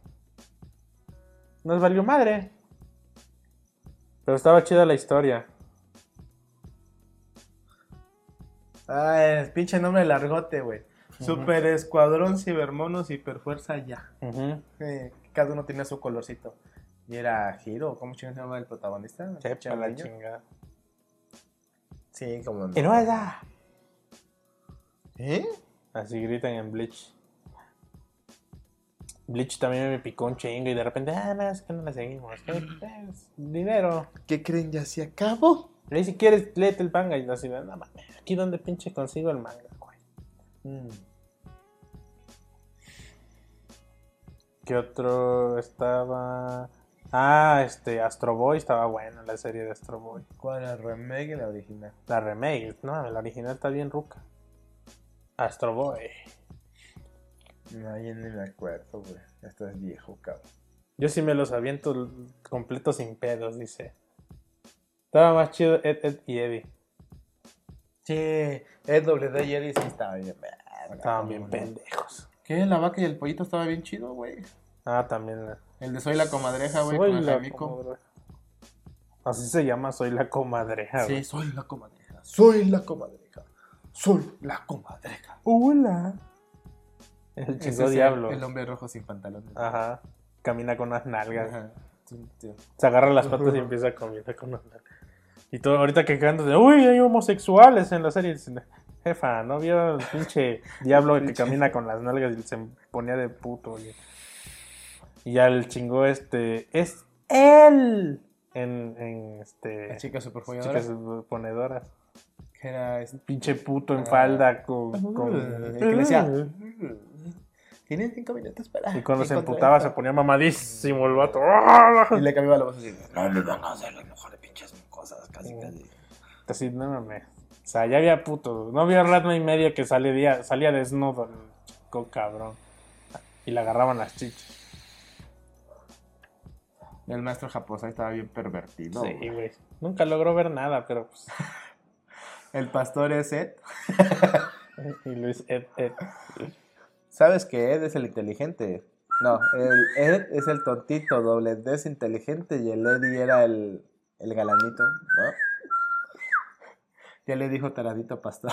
S3: Nos valió madre. Pero estaba chida la historia.
S1: Ah, el pinche nombre largote, güey. Super Escuadrón, Cibermonos, Hiperfuerza, ya.
S3: Ujú.
S1: Eh, cada uno tenía su colorcito. Y era Hiro, ¿cómo chingón se llama el protagonista?
S3: Sepa la
S1: Chamarillo.
S3: chingada.
S12: Sí, como.
S3: ¡Que no haya!
S12: ¿Eh?
S3: Así gritan en Bleach. Bleach también me picó un chingo y de repente, ah, no, es que no la seguimos. ¿Qué? Es dinero.
S12: ¿Qué creen? ¿Ya se acabó?
S3: Le dice, ¿quieres? Léete el manga. Y así, no mames, aquí donde pinche consigo el manga, güey. Mm. ¿Qué otro estaba? Ah, este, Astro Boy estaba buena la serie de Astro Boy.
S1: ¿Cuál era el remake y la original?
S3: La remake, no, la original está bien ruca. Astro Boy.
S1: No, yo ni me acuerdo, güey. Esto es viejo, cabrón.
S3: Yo sí me los aviento l- completo sin pedos, dice. Estaba más chido Ed, Ed y Eddie.
S1: Sí, el WD Jerry sí estaba bien. verga,
S3: Estaban bien
S1: cabrón.
S3: pendejos.
S1: Ah, ¿Qué? La vaca y el pollito estaba bien chido, güey.
S3: Ah, también la...
S1: El de Soy la comadreja, güey,
S3: Soy
S1: con el
S3: la
S1: Javico.
S3: comadreja. Así se llama Soy la comadreja.
S1: Sí,
S3: güey.
S1: soy la comadreja. Soy la comadreja. Soy la comadreja.
S3: Hola. El Ah,
S1: Ese
S3: chico
S1: es el-
S3: diablo.
S1: El, hombre rojo sin pantalones.
S3: Ajá. Camina con unas nalgas.
S1: Ajá. Sí, sí.
S3: Se agarra las patas y empieza a comer con las nalgas. Y todo ahorita que cantas de, uy, hay homosexuales en la serie. Dicen, Jefa, ¿no vio el pinche diablo que camina con las nalgas y se ponía de puto? Y, y ya el chingó este, es él. En, en
S1: La
S3: este...
S1: chica superfolladora.
S3: Chicas ponedoras.
S1: Que era este.
S3: Pinche puto en
S1: Ah.
S3: falda con...
S1: Uh,
S3: con...
S1: y que le decía. "Mm, Tienes cinco minutos para.
S3: Y cuando se
S1: encontrar
S3: emputaba se
S1: esto".
S3: ponía mamadísimo el vato. ¡Ah!
S1: Y le cambiaba la voz así. No, no, no, no, soy la mejor de pinches cosas, casi,
S3: Mm.
S1: casi.
S3: Así, no mames. O sea, ya había puto. No había ratma y media que salía, salía desnudo. el Chico cabrón. Y le agarraban las chichas.
S12: El maestro Japosai estaba bien pervertido.
S3: sí, güey. Nunca logró ver nada, pero pues.
S12: El pastor es Ed.
S3: Y eh, Luis, Ed, Ed.
S12: ¿Sabes que Ed es el inteligente? No, el Ed es el tontito, doble D es inteligente y el Eddie era el, el galanito, ¿no? Ya le dijo taradito pastor.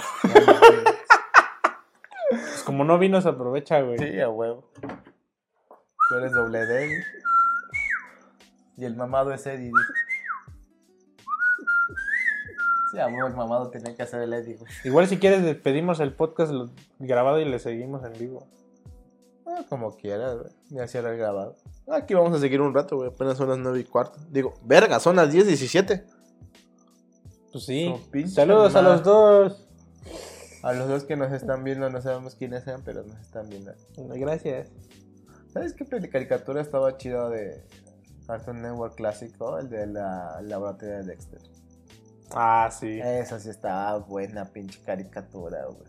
S3: Pues como no vino, se aprovecha, güey.
S12: Sí, a huevo. Tú eres doble D.
S1: Y el mamado es Eddie. Sí, a huevo, el mamado tenía que hacer el Eddie, güey.
S3: Igual si quieres, despedimos el podcast lo- grabado y le seguimos en vivo.
S12: Ah, como quieras, güey. Ya se lo he grabado. Aquí vamos a seguir un rato, güey. Apenas son las 9 y cuarto. Digo, verga, son las 10 y 17.
S3: Pues sí.
S1: Su pinche
S3: Saludos a
S1: madre.
S3: los dos.
S1: A los dos que nos están viendo, no sabemos quiénes sean, pero nos están viendo.
S3: Gracias.
S1: ¿Sabes qué peli- caricatura estaba chida de Cartoon Network clásico? El de la el laboratorio de Dexter.
S3: Ah, sí.
S1: Esa sí estaba buena, pinche caricatura, güey.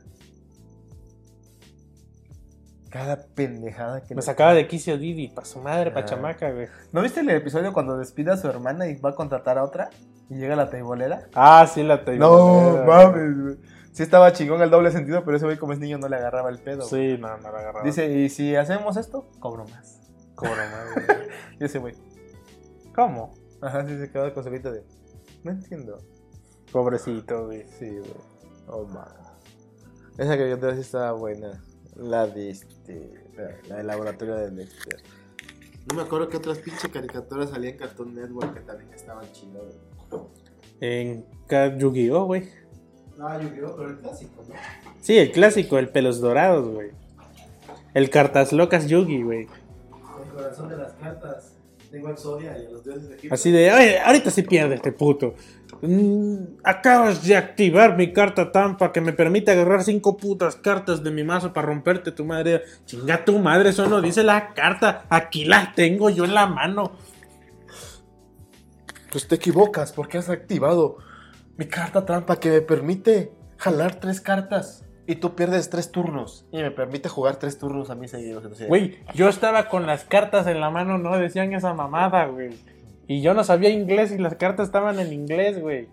S1: Cada pendejada que
S3: Me
S1: le-
S3: sacaba de quicio Didi, pa' su madre, pa'
S1: Ah.
S3: chamaca, güey.
S1: ¿No viste el episodio cuando despide a su hermana y va a contratar a otra? Y llega la teibolera.
S3: Ah, sí, la te
S1: No mames, güey. Sí estaba chingón el doble sentido, pero ese güey como es niño no le agarraba el pedo. güey.
S3: Sí, no, no la agarraba.
S1: Dice, y si hacemos esto, cobro más.
S3: Cobro, madre.
S1: Y ese güey,
S3: ¿Cómo?
S1: ajá, sí se quedó con su grito de, no entiendo.
S3: Pobrecito, güey.
S1: Sí, güey. Oh, man. Esa que yo te sí estaba buena. La de este. espera, La del laboratorio de Dexter.
S13: No me acuerdo qué otras pinche caricaturas salían en Cartoon Network que también estaban chidas. güey.
S3: En Ca- Yu-Gi-Oh, güey.
S14: Ah, yo quiero, pero el clásico, ¿no?
S3: Sí, el clásico, el pelos dorados, güey. El cartas locas Yugi, güey.
S14: El corazón de las cartas. Tengo Exodia y a los dioses de Egipto.
S3: Así de, "Oye, ahorita sí pierde este puto. Mm, acabas de activar mi carta tampa que me permite agarrar cinco putas cartas de mi mazo para romperte tu madre. Chinga tu madre, eso no dice la carta. Aquí las tengo yo en la mano.
S13: Pues te equivocas porque has activado mi carta trampa que me permite jalar tres cartas. Y tú pierdes tres turnos. Y me permite jugar tres turnos a mí seguidos. entonces-
S3: Güey, yo estaba con las cartas en la mano, no decían esa mamada, güey. Y yo no sabía inglés y las cartas estaban en inglés, güey.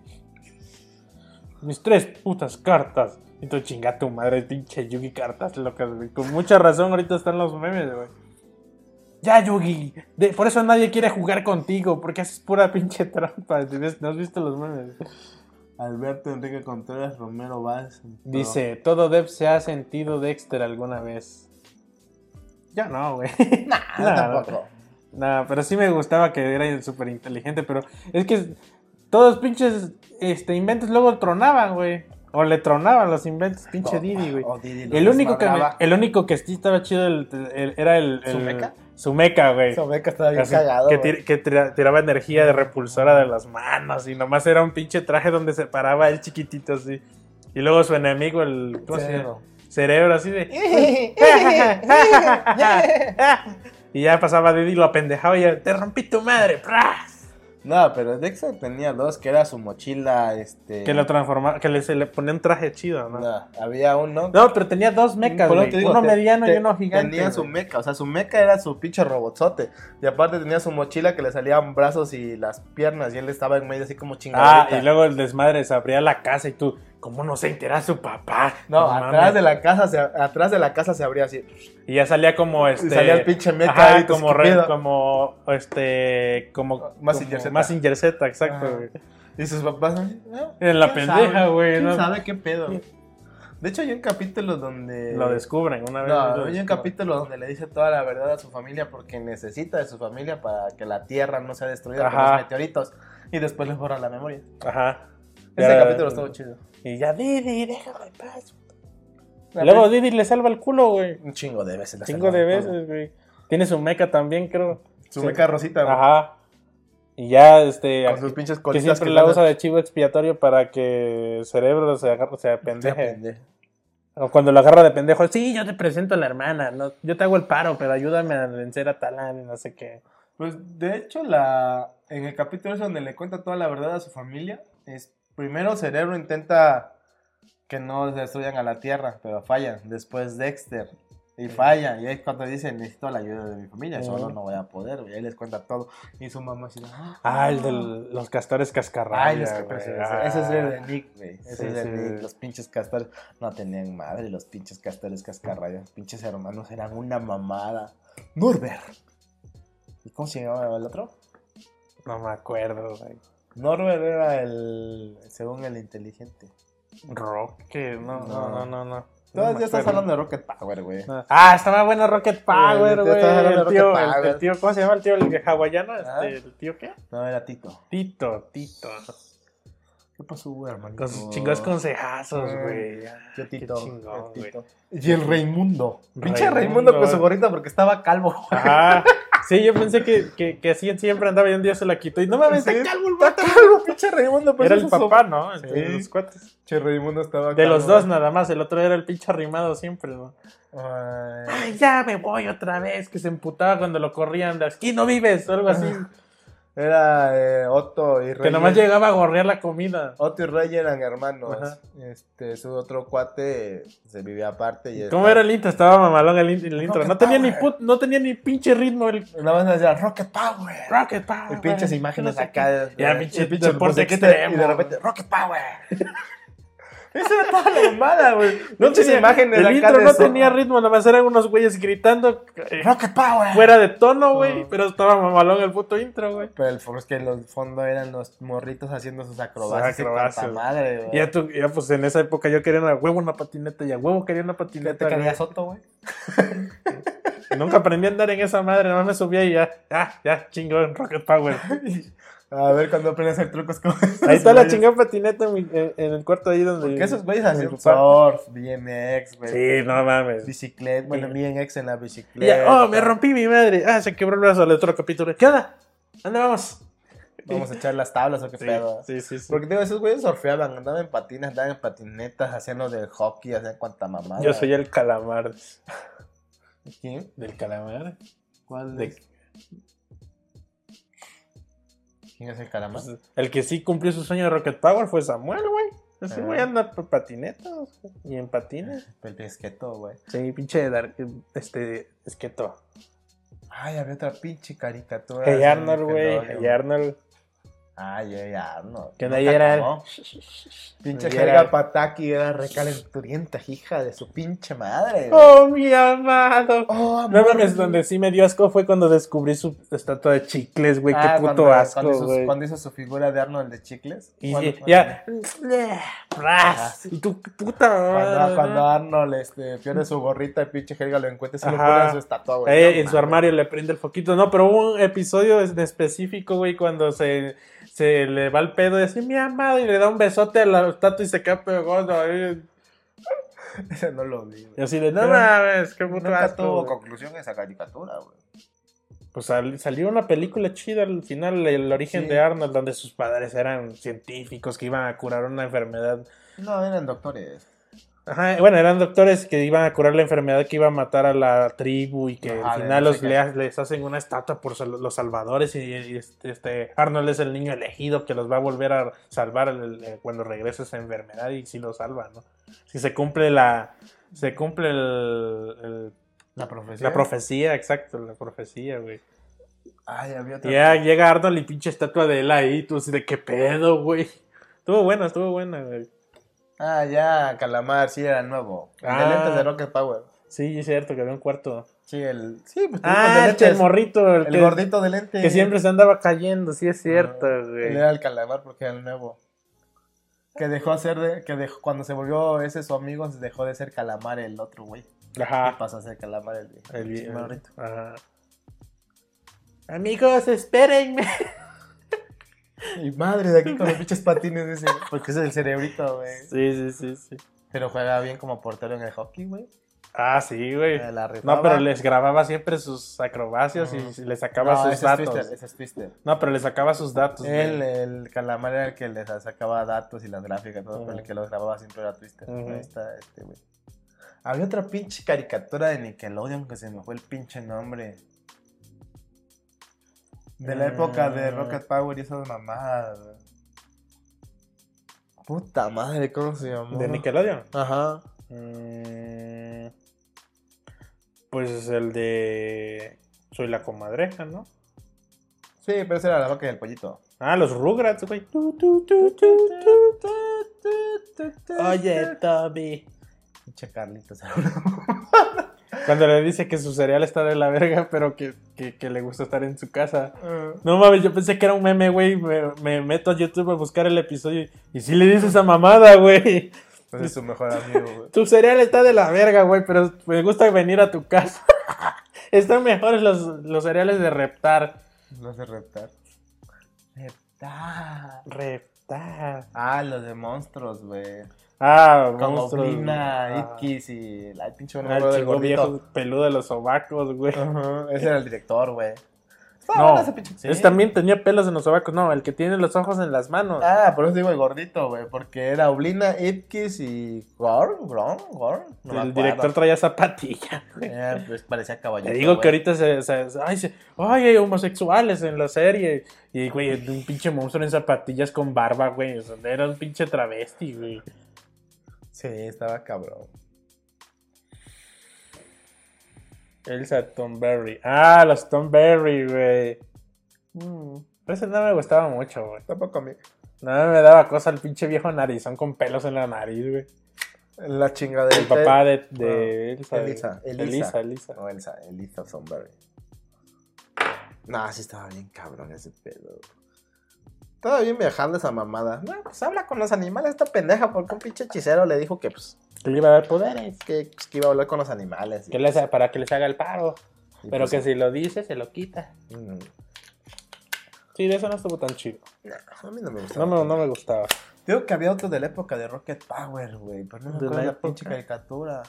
S3: Mis tres putas cartas. Y tú chinga tu madre, pinche Yugi cartas locas, güey. Con mucha razón ahorita están los memes, güey. Ya, Yugi. de- por eso nadie quiere jugar contigo, porque haces pura pinche trampa. ¿te ves? ¿No has visto los memes?
S1: Alberto Enrique Contreras Romero Valls.
S3: Dice, todo Dev se ha sentido Dexter alguna vez. Yo no, güey.
S1: Yo
S3: Nah,
S1: tampoco.
S3: Nah, pero sí me gustaba que era súper inteligente, pero es que todos pinches este, inventos luego tronaban, güey. O le tronaban los inventos, pinche Didi, güey.
S1: Oh, Didi lo
S3: el, único que me-
S1: desmadraba.
S3: el único que sí estaba chido el- el- era el... el
S1: ¿Sumeca?
S3: Sumeca, güey.
S1: Eso beca estaba bien
S3: Así,
S1: cagado.
S3: que,
S1: güey.
S3: tir- que tira- tiraba energía de repulsora de las manos y nomás era un pinche traje donde se paraba el chiquitito así. Y luego su enemigo, el... ¿cómo se llama?
S1: Cerebro.
S3: Cerebro así de... y ya pasaba Didi y lo apendejaba y ya, te rompí tu madre. ¡pras!
S1: No, pero Dexter tenía dos, que era su mochila, este...
S3: Que lo transformaba, que le, se le ponía un traje chido, ¿no? No,
S1: No, había uno.
S3: pero tenía dos mecas,
S1: Por lo
S3: güey.
S1: que te digo,
S3: uno
S1: te-
S3: mediano y
S1: te-
S3: uno gigante.
S1: Tenía su
S3: güey.
S1: meca, o sea, su meca era su pinche robotzote. Y aparte tenía su mochila que le salían brazos y las piernas y él estaba en medio así como
S3: Ah,
S1: chingadita.
S3: y luego el desmadre se abría la casa y tú, ¿cómo no se entera su papá?
S1: No,
S3: mames.
S1: atrás de la casa se, atrás de la casa se abría así.
S3: Y ya salía como este.
S1: y salía el pinche meca
S3: ajá,
S1: ahí,
S3: como,
S1: tus-
S3: re-
S1: miedo.
S3: como este. Como.
S1: Mazinger
S3: como
S1: Z.
S3: Mazinger Z, exacto,
S1: Ajá.
S3: güey.
S1: Y sus papás ¿no?
S3: En la
S1: ¿Quién
S3: pendeja,
S1: sabe?
S3: güey,
S1: ¿Quién
S3: ¿no?
S1: sabe qué pedo? De hecho hay un capítulo donde
S3: Lo descubren una vez.
S1: No,
S3: lo
S1: hay un
S3: descubren.
S1: capítulo donde le dice toda la verdad a su familia porque necesita de su familia para que la tierra no sea destruida por
S3: Ajá.
S1: los meteoritos. Y después le borra la memoria.
S3: Ajá.
S1: Ese
S3: Ya,
S1: capítulo estuvo chido.
S3: Y ya, Didi, déjame en paz. Luego Didi le salva el culo, güey.
S1: un chingo de veces. la
S3: Cinco de
S1: salvaba.
S3: veces, güey. Tiene su meca también, creo.
S1: Su
S3: Sí.
S1: meca rosita, güey,
S3: Ajá. Y ya, este.
S1: Con sus pinches
S3: Que
S1: colitas
S3: siempre
S1: que
S3: la
S1: salen.
S3: usa de chivo expiatorio para que el cerebro se, agarre, se
S1: Se
S3: apendeje.
S1: aprende.
S3: O cuando lo agarra de pendejo, sí, yo te presento a la hermana, no, yo te hago el paro, pero ayúdame a vencer a Talán y no sé qué.
S1: Pues de hecho, la en el capítulo ese donde le cuenta toda la verdad a su familia, es primero Cerebro intenta que no se destruyan a la Tierra, pero fallan. Después Dexter y falla. Y ahí es cuando dice, necesito la ayuda de mi familia,
S3: Ujú.
S1: solo no voy a poder. Y ahí les cuenta todo. Y su mamá así, ah,
S3: Ah, el de los castores
S1: Ay, los
S3: cascarrabias. güey.
S1: pero ese,
S3: Ah.
S1: pues, ese es el de Nick, güey. Ese
S3: Sí,
S1: es el
S3: sí,
S1: de Nick.
S3: sí.
S1: Los pinches castores no tenían madre, los pinches castores cascarrayas. Pinches hermanos eran una mamada. Norbert. ¿Y cómo se llamaba el otro?
S3: No me acuerdo, güey.
S1: Norbert era el. según el inteligente.
S3: Rocket, no, no, no, no. no.
S1: Todas
S3: No me
S1: ya estás
S3: acuerdo.
S1: hablando de Rocket Power, güey.
S3: No. Ah, estaba bueno Rocket Power,
S1: Eh,
S3: güey.
S1: te estás hablando de
S3: El
S1: Rocket
S3: tío, el-
S1: Power.
S3: el tío, ¿cómo se llama el tío? El hawaiano,
S1: Ah.
S3: este, el tío qué?
S1: No, era Tito.
S3: Tito, Tito.
S1: ¿Qué pasó, güey, hermanito?
S3: Con sus chingos consejazos,
S1: Ah,
S3: güey.
S1: Yo,
S3: Qué
S1: Tito.
S3: chingón,
S1: yo,
S3: güey.
S1: Tito. Y el Raimundo. Pinche
S3: Raimundo
S1: Raimundo con su gorrita porque estaba calvo.
S3: Ajá. Sí, yo pensé que, que, que así siempre andaba y un día se la quitó. Y no mames,
S1: Sí,
S3: está calvo el
S1: está
S3: vato.
S1: calvo, pinche Raimundo. pero
S3: Era
S1: eso
S3: el
S1: es su-
S3: papá, ¿no? Este,
S1: Sí.
S3: de los cuates.
S1: Che, Raimundo estaba
S3: De los
S1: calvo.
S3: dos nada más, el otro era el pinche arrimado siempre, ¿no?
S1: Ay, Ah,
S3: Ay, ya me voy otra vez, que se emputaba cuando lo corrían de aquí no vives, o algo así.
S1: Era eh, Otto y Rey.
S3: Que nomás llegaba a gorrear la comida.
S1: Otto y Rey eran hermanos.
S3: Ajá.
S1: Este, su otro cuate se vivía aparte. Y
S3: ¿Cómo era el intro? Estaba mamalón el, in- el intro. No
S1: Rocket
S3: tenía, ni
S1: Power.
S3: put- no tenía ni pinche ritmo el
S1: Una vez decía Rocket Power.
S3: Rocket Power.
S1: Y pinches imágenes acá.
S3: Ya,
S1: eh, pues, de-
S3: pinche
S1: y
S3: deporte
S1: musiquita,
S3: extremo.
S1: Y de repente, Rocket Power. Esa era toda la mamada, güey. No
S3: Pinches
S1: tenía imágenes
S3: El
S1: acá
S3: intro
S1: de
S3: no
S1: eso.
S3: tenía ritmo, nomás eran unos güeyes gritando eh,
S1: Rocket Power.
S3: fuera de tono, güey. Pero estaba mamalón el puto intro, güey.
S1: Pero el fondo es que en el fondo eran los morritos haciendo sus acrobacias. y
S3: acrobacias.
S1: cuanta madre, güey.
S3: Ya, tú- ya, pues en esa época yo quería una huevo, una patineta y a huevo quería una
S1: ¿Ya
S3: patineta.
S1: te
S3: güey.
S1: querías Soto, güey?
S3: Nunca aprendí a andar en esa madre, nomás me subía y ya, ah, ya, chingón, Rocket Power.
S1: A ver cuando aprendes a hacer trucos con
S3: Ahí está la
S1: güeyes.
S3: chingada patineta en, mi- en- en el cuarto ahí donde.
S1: Que esos güeyes
S3: en mi
S1: hacían
S3: cuarto.
S1: surf, BMX, güey.
S3: Sí, no mames.
S1: Bicicleta, bueno, BMX en la
S3: Y
S1: bicicleta.
S3: ya, oh, me rompí mi madre. Ah, se quebró el brazo al otro capítulo. ¿Qué onda? ¿Dónde vamos?
S1: Vamos a echar las tablas o qué pedo.
S3: sí, sí, sí.
S1: Porque digo, esos güeyes surfeaban, andaban en patinas, andaban en patinetas, hacían lo del hockey, hacían cuanta mamada.
S3: Yo soy el calamar.
S1: ¿Quién?
S3: ¿Del calamar?
S1: ¿Cuál
S3: De-
S1: es? ¿Quién es el calamar?
S3: Pues, el que sí cumplió su sueño de Rocket Power fue Samuel, güey. Ese
S1: Ah.
S3: güey anda por patinetas y en patines.
S1: El pesqueto, güey.
S3: Sí, pinche dar, este esqueto.
S1: Ay, había otra pinche caricatura.
S3: Hey
S1: de
S3: Arnold, güey.
S1: Nickelodeon.
S3: Hey Arnold.
S1: Ay, hey Arnold.
S3: Que
S1: No
S3: ahí
S1: te
S3: era él.
S1: acabó. Pinche
S3: Ahí era él.
S1: Helga Pataki era recalenturienta, hija de su pinche madre. güey.
S3: Oh, mi amado.
S1: Oh,
S3: No
S1: amor.
S3: mames, donde sí me dio asco fue cuando descubrí su estatua de chicles, güey.
S1: Ah,
S3: Qué puto
S1: cuando- cuando
S3: asco,
S1: hizo, su-
S3: güey.
S1: cuando hizo su figura de Arnold de chicles.
S3: Y
S1: Cuando-
S3: y- ya. ras, Y tu puta madre, Eh,
S1: Cuando, cuando
S3: ¿no?
S1: Arnold este, pierde su gorrita y pinche Helga lo encuentra, se lo
S3: Ajá.
S1: pone en su estatua, güey.
S3: Ahí
S1: No
S3: en su
S1: mames.
S3: armario le prende el foquito. No, pero hubo un episodio es- de específico, güey, cuando se, se le va el pedo y dice, mi amado, y le da un besote a la estatua y se queda pegoso. ahí.
S1: Ese no lo vi, güey.
S3: Y así de, no
S1: Pero
S3: mames, qué puto
S1: Nunca
S3: asco.
S1: tuvo
S3: güey".
S1: conclusión esa caricatura, güey.
S3: Pues sal- salió una película chida al final, El origen
S1: Sí.
S3: de Arnold, donde sus padres eran científicos que iban a curar una enfermedad.
S1: No, eran doctores.
S3: Ajá, bueno, eran doctores que iban a curar la enfermedad que iba a matar a la tribu y que
S1: Ajá,
S3: al
S1: de
S3: final
S1: no
S3: los
S1: sé qué.
S3: le- les hacen una estatua por sal- los salvadores y, y este, este, Arnold es el niño elegido que los va a volver a salvar el- el- cuando regrese esa enfermedad y si lo salva, ¿no? Si se cumple la... Se cumple el- el-
S1: La profesión.
S3: la profecía, exacto, la profecía, güey.
S1: Ay, había otra.
S3: Ya llega Arnold y pinche estatua de él ahí, tú así de qué pedo, güey. Estuvo buena, estuvo buena, güey.
S1: Ah, ya, Calamar, sí, era nuevo. El
S3: Ah.
S1: de lentes de Rocket Power.
S3: Sí, es cierto, que había un cuarto.
S1: Sí, el. Sí, pues te digo, el de
S3: Ah, el,
S1: lentes.
S3: morrito, el,
S1: El
S3: que,
S1: gordito de lentes.
S3: que siempre se andaba cayendo, sí es cierto,
S1: Él
S3: güey.
S1: era el calamar porque era el nuevo. Que dejó ser de. Que dejó, cuando se volvió ese su amigo, se dejó de ser calamar el otro, güey. Y
S3: Ajá.
S1: pasó a ser calamar el,
S3: Ah. El,
S1: el morrito.
S3: ajá. Amigos, espérenme.
S1: Y madre de aquí con los pinches patines ese. Porque ese es el cerebrito, güey.
S3: Sí, sí, sí, sí.
S1: Pero juega bien como portero en el hockey, güey.
S3: Ah, sí, güey.
S1: Eh, La rifaba.
S3: No, pero les grababa siempre sus acrobacias y, y le sacaba
S1: No,
S3: sus
S1: ese es
S3: datos.
S1: Twister, ese es Twister.
S3: No, pero le sacaba sus datos.
S1: Él,
S3: güey.
S1: el calamar era el que les sacaba datos y las gráficas, todo, pero el que los grababa siempre era Twister.
S3: Ujú.
S1: Ahí está este, güey. Había otra pinche caricatura de Nickelodeon que se me fue el pinche nombre. De la época de
S3: Mm.
S1: Rocket Power y esas mamadas. güey. Puta madre, ¿cómo se llamó?
S3: De Nickelodeon.
S1: Ajá.
S3: Mm, Pues el de. Soy la comadreja, ¿no?
S1: Sí, pero esa era la vaca y el pollito.
S3: Ah, los Rugrats, güey. Tu, tu, tu, tu, tu, tu, tu. Oye, Toby.
S1: Pinche Carlitos.
S3: Cuando le dice que su cereal está de la verga, pero que, que- que le gusta estar en su casa. No mames, yo pensé que era un meme, güey. Me, me meto a YouTube a buscar el episodio y, y sí le dice esa mamada, güey.
S1: Ese es su mejor amigo, güey.
S3: Tu cereal está de la verga, güey, pero me gusta venir a tu casa. Están mejores los, los cereales de Reptar.
S1: Lo hace reptar. Reptar.
S3: Reptar.
S1: Ah, los de monstruos, güey.
S3: Ah,
S1: Con
S3: monstruos.
S1: Goblina,
S3: Ah.
S1: Itkis y el ay, pinche
S3: Ah,
S1: bueno,
S3: el
S1: del
S3: chico
S1: gordito.
S3: viejo peludo de los sobacos, güey.
S1: Ajá, ese era el director, güey. Estaba
S3: No,
S1: bueno ese pinche.
S3: Ese también tenía pelos en los sobacos. No, el que tiene los ojos en las manos.
S1: Ah, por eso digo el gordito, güey. Porque era Oblina, Itkis y. Gorn, Gorn, Gorn. no me
S3: el
S1: acuerdo.
S3: director traía zapatilla.
S1: Eh, pues parecía caballero.
S3: Te digo que ahorita se, se- se- ay, se- ay, hay homosexuales en la serie. Y, güey, un pinche monstruo en zapatillas con barba, güey. O sea, era un pinche travesti, güey.
S1: Sí, estaba cabrón.
S3: Elsa Tomberry. Ah, los Tomberry, güey. Mm, ese no me gustaba mucho, güey.
S1: Tampoco a mí.
S3: No me daba cosa el pinche viejo narizón con pelos en la nariz, güey.
S1: La chingadera.
S3: El papá de, de
S1: no,
S3: Elsa. güey.
S1: Elisa, Elisa.
S3: Elisa, Elisa.
S1: No, Elsa, Elisa Thornberry. Nah, sí estaba bien cabrón ese pedo. Estaba bien viajando esa mamada. No, pues habla con los animales esta pendeja porque un pinche hechicero le dijo que pues
S3: Que le iba a dar poderes.
S1: que, pues, que iba a hablar con los animales. y-
S3: Que les, para que les haga el paro.
S1: y
S3: Pero
S1: pues,
S3: que si lo dice, se lo quita.
S1: mm,
S3: Sí, de eso no estuvo tan chido.
S1: a mí no me gustaba.
S3: No me, no me gustaba.
S1: Digo que había otro de la época de Rocket Power, güey. Pero no me
S3: De
S1: acuerdo
S3: la
S1: de la pinche
S3: época.
S1: caricatura.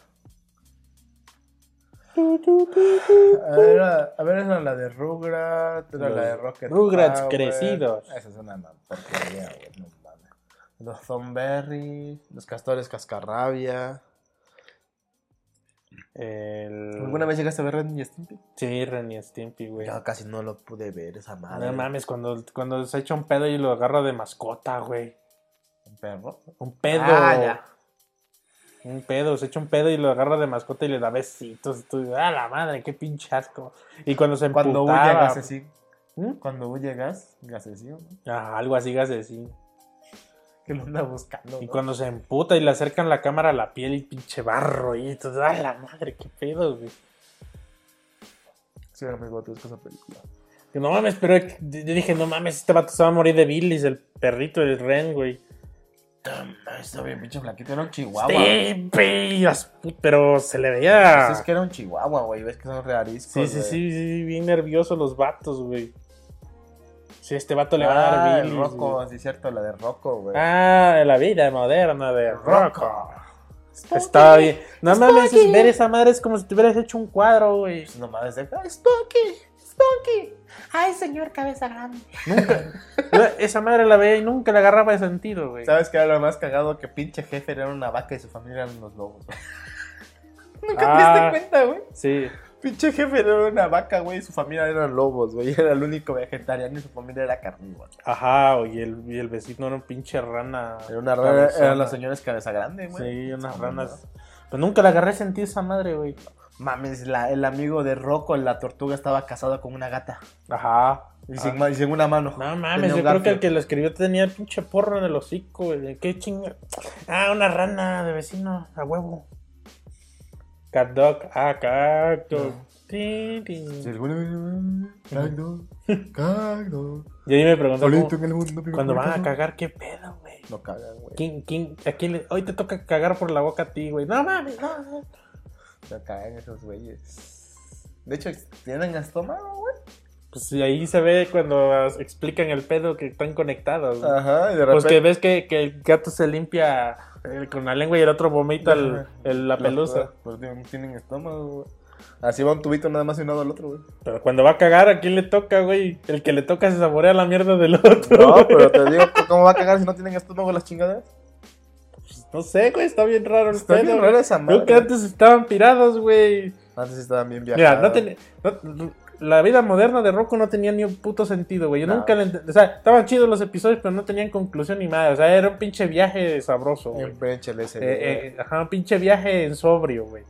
S1: A ver, Ah, era- a ver, era la de Rugrats, era
S3: Los
S1: la de Rocket
S3: Rugrats
S1: Power.
S3: crecidos.
S1: Esa es una ma- porquería, güey, no mames. Los Thornberry, los Castores Cascarrabia.
S3: El...
S1: ¿Alguna vez llegaste a ver Ren y Stimpy?
S3: Sí, Ren y Stimpy, güey.
S1: Yo casi no lo pude ver, esa madre.
S3: No mames, cuando, cuando se echa un pedo y lo agarra de mascota, güey.
S1: ¿Un perro?
S3: Un pedo.
S1: Ah, ya.
S3: Un pedo, se echa un pedo y lo agarra de mascota y le da besitos. Tú, ah, la madre, qué pinche asco. Y cuando se
S1: Cuando huye
S3: emputaba,
S1: gas, sí.
S3: ¿Mm?
S1: Cuando huye gas, gasecillo, ¿no?
S3: Ajá, ah, algo así, gasecín.
S1: Que lo anda buscando.
S3: Y
S1: ¿no?
S3: cuando se emputa y le acercan la cámara a la piel y pinche barro y todo, a la madre, qué pedo, güey.
S1: Sí, amigo, tú es esa película.
S3: Que No mames, pero yo dije, no mames, este vato se va a morir de bilis, el perrito, el ren, güey.
S1: Está bien, pinche flaquito, era un chihuahua.
S3: Sí, pillas, pu- pero se le veía...
S1: Pues es que era un chihuahua, güey. Ves que son reariscos.
S3: Sí, sí, sí,
S1: güey.
S3: sí, sí, bien nerviosos los vatos, güey. Sí, este vato le va a
S1: Ah,
S3: dar
S1: el
S3: bilis.
S1: Rocco,
S3: güey.
S1: sí, cierto, la de Rocco, güey.
S3: Ah, la vida moderna de
S1: Rocco.
S3: Rocco. Estaba bien. No mames, es- ver esa madre es como si te hubieras hecho un cuadro, güey.
S1: Pues nomás de "Ay,
S8: Spooky, Spooky. Ay, señor cabeza grande.
S3: Esa madre la veía y nunca le agarraba de sentido, güey.
S1: ¿Sabes qué era lo más cagado? Que pinche jefe era una vaca y su familia eran unos lobos.
S8: Nunca
S3: Ah.
S8: te diste cuenta, güey.
S3: Sí.
S1: pinche jefe era una vaca, güey, y su familia eran lobos, güey. Era el único vegetariano y su familia era carnívora.
S3: Ajá, y el, y el vecino era un pinche rana.
S1: Era una rara,
S3: Cabezona.
S1: eran los señores cabeza grande, güey.
S3: Sí, unas ranas. Pues nunca le agarré sentido a esa madre, güey.
S1: Mames, la- el amigo de Rocco, la tortuga, estaba casado con una gata.
S3: Ajá.
S1: Y, sin, ma- y sin una mano.
S3: Ah. No
S1: Tenía
S3: mames,
S1: un
S3: yo creo que el
S1: garfio.
S3: que lo escribió tenía el pinche porro en el hocico, güey. Qué chinga. Ah, una rana de vecino, a huevo. Cat dog, ah, cacto. Tin, tin.
S15: Si alguna
S1: mm,
S15: vez- Cagdo, cagdo,
S3: Y ahí me preguntó
S15: solito
S3: cómo-
S15: en el mundo, pero
S3: cuando
S15: por
S3: van a
S15: acaso.
S3: cagar, qué pedo, güey.
S1: No cagan, güey.
S3: ¿Quién, quién, a quién le- Hoy te toca cagar por la boca a ti, güey. No mames, no. no.
S1: No cagan esos güeyes. De hecho, tienen estómago, güey.
S3: Pues sí, ahí se ve cuando as- explican el pedo que están conectados. güey.
S1: Ajá, y Ah, de
S3: Pues que ves que, que el gato se limpia eh, con la lengua y el otro vomita el- el- la pelusa.
S1: Pues tienen, tienen estómago, güey. Así va un tubito nada más y nada al otro, güey.
S3: Pero cuando va a cagar, ¿a quién le toca, güey? El que le toca se saborea la mierda del otro.
S1: No,
S3: güey.
S1: pero te digo, ¿cómo va a cagar si no tienen estómago las chingaderas?
S3: No sé, güey, está bien raro el
S1: Pues Está
S3: pedo.
S1: bien rara esa
S3: Creo que
S1: madre.
S3: antes estaban pirados, güey.
S1: Antes estaban bien viajadas.
S3: Mira, no tenía- no- la vida moderna de Rocco no tenía ni un puto sentido, güey. Yo
S1: No.
S3: nunca le ent- O sea, estaban chidos los episodios, pero no tenían conclusión ni nada. O sea, era un pinche viaje sabroso, güey.
S1: Emprénchale ese.
S3: Eh, eh, ajá, un pinche viaje en sobrio, güey.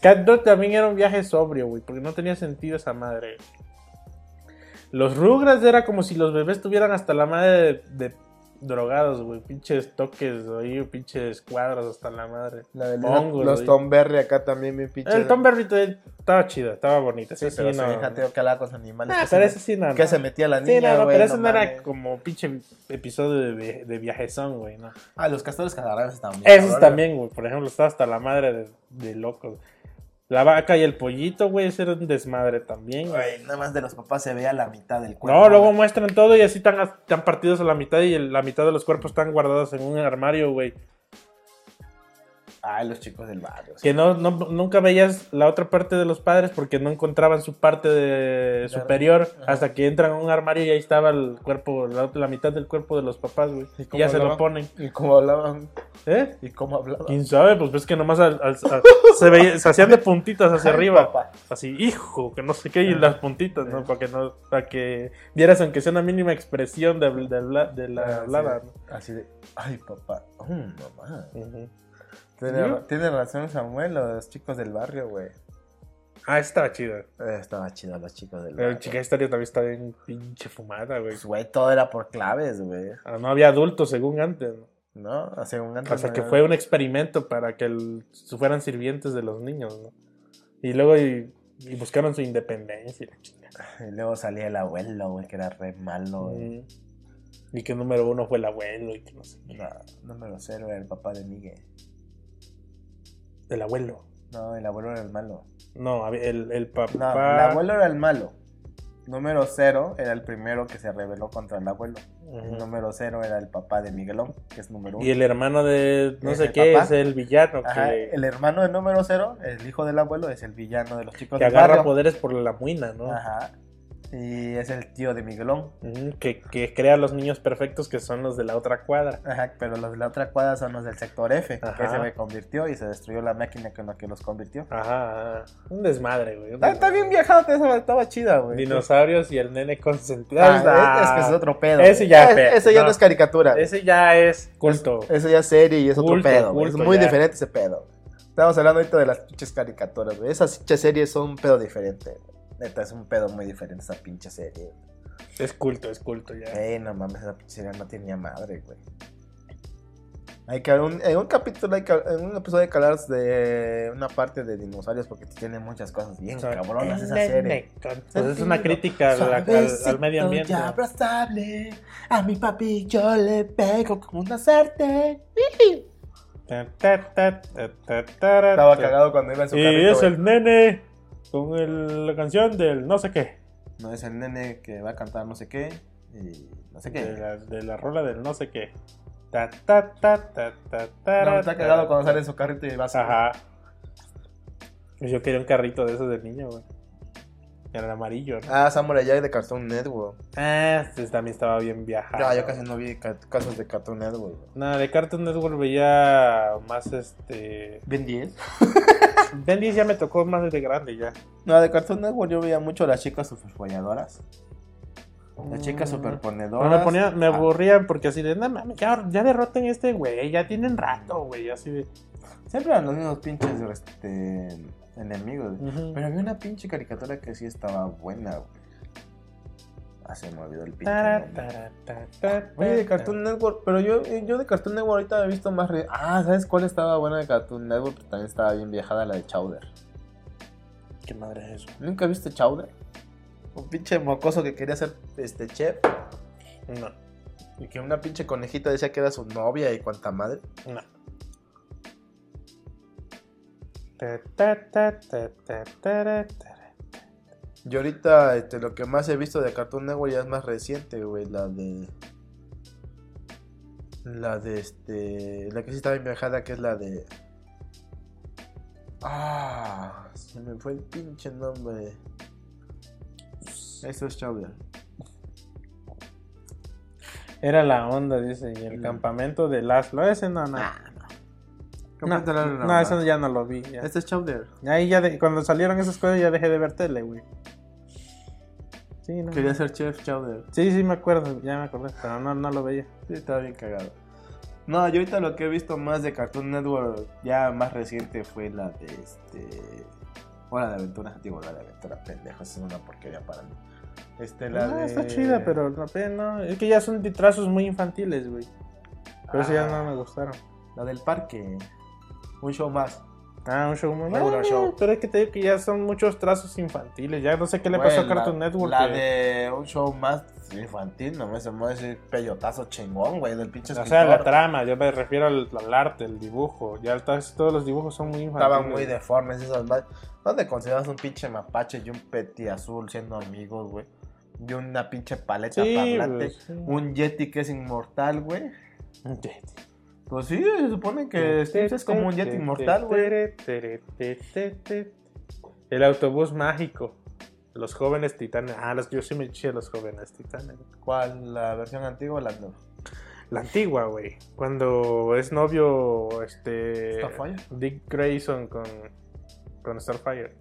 S3: Cat Dog también era un viaje sobrio, güey, porque no tenía sentido esa madre. Los Rugrats era como si los bebés tuvieran hasta la madre de, de drogados, güey. Pinches toques, ahí, pinches cuadros hasta la madre.
S1: La de
S3: hongos,
S1: los
S3: güey.
S1: Tomberry acá también bien pinche.
S3: El Tom Berry te- estaba chido, estaba bonito.
S1: Sí,
S3: Sí, sí,
S1: pero sí,
S3: no.
S1: jateo que hablaba con los animales.
S3: Ah,
S1: que se
S3: pero
S1: me-
S3: ese sí, no.
S1: Que
S3: no.
S1: se metía la niña,
S3: Sí, no, no,
S1: güey,
S3: pero ese no era
S1: mames.
S3: como pinche episodio de, vi- de viajezón, güey, no.
S1: Ah, los castores cazadores también.
S3: Esos también, güey. Por ejemplo, está hasta la madre de, de locos. La vaca y el pollito, güey, ese era un desmadre también. güey.
S1: Güey, nada más de los papás se veía la mitad del cuerpo.
S3: No, luego muestran todo y así están, están partidos a la mitad y el- la mitad de los cuerpos están guardados en un armario, güey.
S1: Ay, los chicos del barrio. sí.
S3: Que no, no- nunca veías la otra parte de los padres porque no encontraban su parte de superior hasta que entran a un armario y ahí estaba el cuerpo, la, la mitad del cuerpo de los papás, güey.
S1: ¿Y
S3: Y
S1: cómo
S3: ya se lo
S1: hablaban?
S3: ponen.
S1: ¿Y cómo hablaban?
S3: ¿Eh?
S1: ¿Y cómo hablaban?
S3: ¿Quién sabe? Pues ves que nomás al- al- a- se, veía- se hacían de puntitas hacia
S1: Ay,
S3: arriba.
S1: papá.
S3: Así, hijo, que no sé qué, y las puntitas, ¿no? Para que, no, para que vieras aunque sea una mínima expresión de, de habla- de la
S1: Ah, sí.
S3: hablada, ¿no?
S1: Así de, ay, papá. Oh, mamá.
S11: Tiene, ra- tiene razón Samuel, los chicos del barrio, güey.
S3: Ah, estaba chida.
S1: Eh, Estaba chido los chicos del
S3: La
S1: barrio.
S3: chica historia también está bien pinche fumada, güey.
S1: Pues, güey, todo era por claves, güey.
S3: Ah, No había adultos, según antes, ¿no?
S1: ¿No? Hace un antes.
S3: O sea,
S1: no
S3: que
S1: era-
S3: fue un experimento para que el- fueran sirvientes de los niños, ¿no? Y luego y, y buscaron su independencia. y la chingada.
S1: Y luego salía el abuelo, güey, que era re malo, güey.
S3: Mm. Y que número uno fue el abuelo y que no sé qué.
S1: No, número cero era el papá de Miguel.
S3: El abuelo.
S1: No, el abuelo era el malo.
S3: No, a ver, el, el
S1: No,
S3: papá.
S1: el abuelo era el malo. Número cero era el primero que se rebeló contra el abuelo.
S3: Ujú.
S1: El número cero era el papá de Miguelón, que es número uno.
S3: Y el hermano de no
S1: ¿Es
S3: sé
S1: el
S3: qué
S1: papá?
S3: es el villano
S1: Ajá,
S3: que,
S1: el hermano del número cero, el hijo del abuelo, es el villano de los chicos
S3: que
S1: del
S3: agarra
S1: barrio.
S3: poderes por la muina, ¿no?
S1: Ajá. Y es el tío de Miguelón.
S3: Ujú, Que, que crea los niños perfectos que son los de la otra cuadra.
S1: Ajá, pero los de la otra cuadra son los del sector F,
S3: Ajá.
S1: que se reconvirtió y se destruyó la máquina con la que los convirtió.
S3: Ajá, ajá. un desmadre, güey. un
S1: Ah, está
S3: desmadre.
S1: bien viajado, estaba, estaba chida, güey.
S3: Dinosaurios y el nene consentido.
S1: Ah,
S3: Ah,
S1: es, es que es otro pedo.
S3: Ese ya,
S1: Es-
S3: pe-
S1: Ah, ese ya
S3: no.
S1: no es caricatura.
S3: Ese ya es culto.
S1: Eso ya es serie y es otro
S3: Culto,
S1: pedo, güey. Es
S3: culto,
S1: muy
S3: ya.
S1: diferente ese pedo. Estamos hablando ahorita de las pinches caricaturas, güey. Esas pinches series son un pedo diferente. güey. Neta, es un pedo muy diferente esa pinche serie.
S3: Es culto, es culto ya.
S1: Ey, no mames, esa pinche serie no tiene ni a madre, güey. Hay que un, en un capítulo, hay que, en un episodio hay que hablar de una parte de dinosaurios porque tiene muchas cosas bien
S3: O sea,
S1: cabronas esa
S3: el
S1: serie.
S3: nene consentido. Pues es una crítica a la- al, al medio ambiente.
S1: abrazable, a mi papi yo le pego como una sartén.
S3: Ta, ta, ta, ta, ta, ta,
S1: Estaba
S3: ta.
S1: cagado cuando iba en su
S3: Y
S1: carrito,
S3: es
S1: güey.
S3: el nene con el- la canción del no sé qué.
S1: No es el nene que va a cantar no sé qué y no sé qué.
S3: De la, de la rola del no sé qué. Ta, ta, ta, ta, ta, ta,
S1: No, está
S3: ta,
S1: cagado
S3: ta.
S1: cuando sale en su carrito y va a
S3: Ajá. Yo quería un carrito de esos de niño, güey. Era el amarillo, ¿no?
S1: Ah, Samurai Jack de Cartoon Network.
S3: Ah, este también estaba bien viajado.
S1: Ah, No, yo casi no vi ca- casos de Cartoon Network. güey.
S3: No, de Cartoon Network veía más este.
S1: ¿Ben 10?
S3: Ben 10 ya me tocó más de grande ya.
S1: No, de Cartoon Network yo veía mucho las chicas superfolladoras. Las chicas
S3: Mm.
S1: superponedoras.
S3: Pero me ponía, me
S1: Ah,
S3: aburrían porque así de, no mames, ya, ya derroten a este güey, ya tienen rato, güey, así de.
S1: Siempre eran los mismos pinches este, enemigos. güey. Pero había una pinche caricatura que sí estaba buena, güey. Ah, se me olvidó el pinche
S3: Tara,
S1: nombre.
S3: tara, ta, ta,
S1: Oye, de
S3: ta,
S1: Cartoon Network, pero yo, eh, yo de Cartoon Network ahorita he visto más... re- Ah, ¿sabes cuál estaba buena de Cartoon Network? Pero también estaba bien viajada la de Chowder.
S3: ta. ¿Qué madre es eso?
S1: ¿Nunca viste Chowder? Un pinche mocoso que quería ser este chef
S3: No,
S1: y que una pinche conejita decía que era su novia y cuanta madre.
S3: no. Ta, ta, ta, ta, ta, tara, tara.
S1: Yo ahorita este, lo que más he visto de Cartoon Network ya es más reciente, güey, la de... La de este... La que sí está bien viajada, que es la de... Ah, se me fue el pinche nombre. Eso es Chowder.
S3: Era la onda, dice, y el
S1: Mm.
S3: campamento de Laszlo. Ese no, no.
S1: Ah,
S3: No,
S1: Capítulo
S3: no,
S1: normal.
S3: eso ya no lo vi. ya.
S1: Este es Chowder.
S3: Ahí ya de- cuando salieron esas cosas ya dejé de ver tele, güey. Sí, no.
S1: Quería ser chef Chowder.
S3: Sí, sí, me acuerdo, ya me acordé, pero no, no lo veía.
S1: Sí, estaba bien cagado. No, yo ahorita lo que he visto más de Cartoon Network, ya más reciente, fue la de este. Hora de Aventura. Digo, Hora de Aventura, pendejo, es una porquería para mí. Este, la
S3: No,
S1: de.
S3: Ah, está chida, pero no, pe- no, es que ya son de trazos muy infantiles, güey. Por eso ya
S1: Ah.
S3: no me gustaron.
S1: La del parque. Un show más.
S3: Ah, un show muy
S1: Regular
S3: bueno.
S1: show.
S3: Pero es que te digo que ya son muchos trazos infantiles. Ya no sé qué le pasó a
S1: Güey, la-
S3: Cartoon Network. eh?
S1: La
S3: que-
S1: de un show más infantil, no me se mueve ese peyotazo chingón, güey, del pinche
S3: O sea, la
S1: escritor.
S3: trama, yo me refiero al, al arte, el dibujo. Ya el- todos los dibujos son muy infantiles.
S1: Estaban muy deformes esos ma- ¿Dónde consideras un pinche mapache y un peti azul siendo amigos, güey? Y una pinche paleta
S3: Sí,
S1: parlante.
S3: pues, sí.
S1: Un yeti que es inmortal, güey. Pues sí, se supone que Steve es como un jet inmortal, güey.
S3: El autobús mágico. Los jóvenes titanes. Ah, los, yo sí me eché los jóvenes titanes.
S1: ¿Cuál? ¿La versión antigua o la nueva?
S3: La antigua, güey. Cuando es novio este
S1: ¿Starfire?
S3: Dick Grayson con, con Starfire.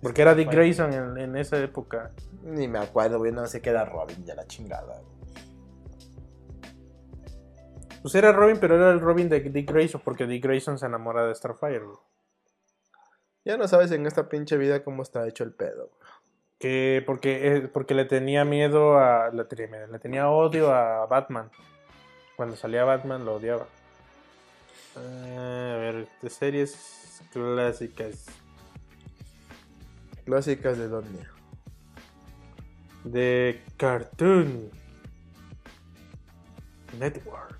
S3: Porque era Dick
S1: Starfire.
S3: Grayson en, en esa época.
S1: Ni me acuerdo, güey. No sé qué era Robin, ya la chingada, güey.
S3: Pues era Robin, pero era el Robin de Dick Grayson. Porque Dick Grayson se enamora de Starfire, güey.
S1: Ya no sabes en esta pinche vida cómo está hecho el pedo. güey.
S3: Que porque, eh, porque le tenía miedo a. Le tenía, miedo, le tenía odio a Batman. Cuando salía Batman lo odiaba. Eh, a ver, de series clásicas.
S1: Clásicas de dónde.
S3: De Cartoon Network.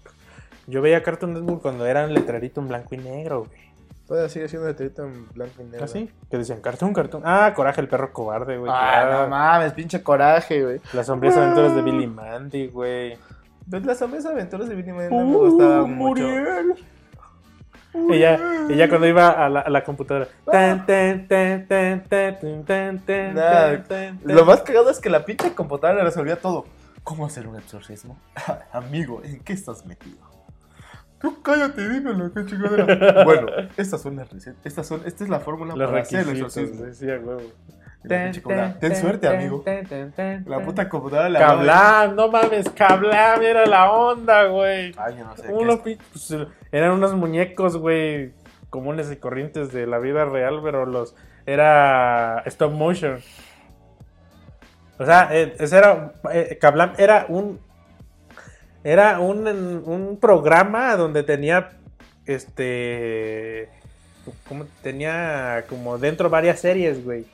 S3: Yo veía Cartoon Network cuando eran letrerito en blanco y negro, güey.
S1: Todavía sigue siendo letrerita en blanco y negro.
S3: ¿Así? Que decían Cartoon, Cartoon. Ah, Coraje, el perro cobarde, güey.
S1: Ah,
S3: claro.
S1: no mames, pinche coraje, güey.
S3: Las sombrías aventuras de Billy Mandy, güey.
S1: Pues las sombras aventuras de Billy Mandy no me gustaban mucho.
S3: Ella, ella cuando iba a la, a la computadora. Tan, tan, tan, tan, tan, tan, tan, tan,
S1: Nada,
S3: tan, tan.
S1: Lo más cagado es que la pinche computadora resolvía todo. ¿Cómo hacer un exorcismo? Amigo, ¿en qué estás metido? Tú cállate, dime lo que chingadera. bueno, estas son las recetas. Estas son, esta es la fórmula
S3: Los
S1: para hacer el
S3: requisitos.
S1: exorcismo.
S3: güey, sí, a huevo.
S1: Y la pinche computadora, Ten suerte, amigo. La puta computadora la
S3: Cablam, no mames, Cablam era la onda, güey.
S1: Ay, yo no sé.
S3: Uno
S1: qué
S3: pin- pues, eran unos muñecos, güey, comunes y corrientes de la vida real, pero los era stop motion. O sea, eh, ese era eh, Kablam era un era un, un programa donde tenía este como tenía como dentro varias series, güey.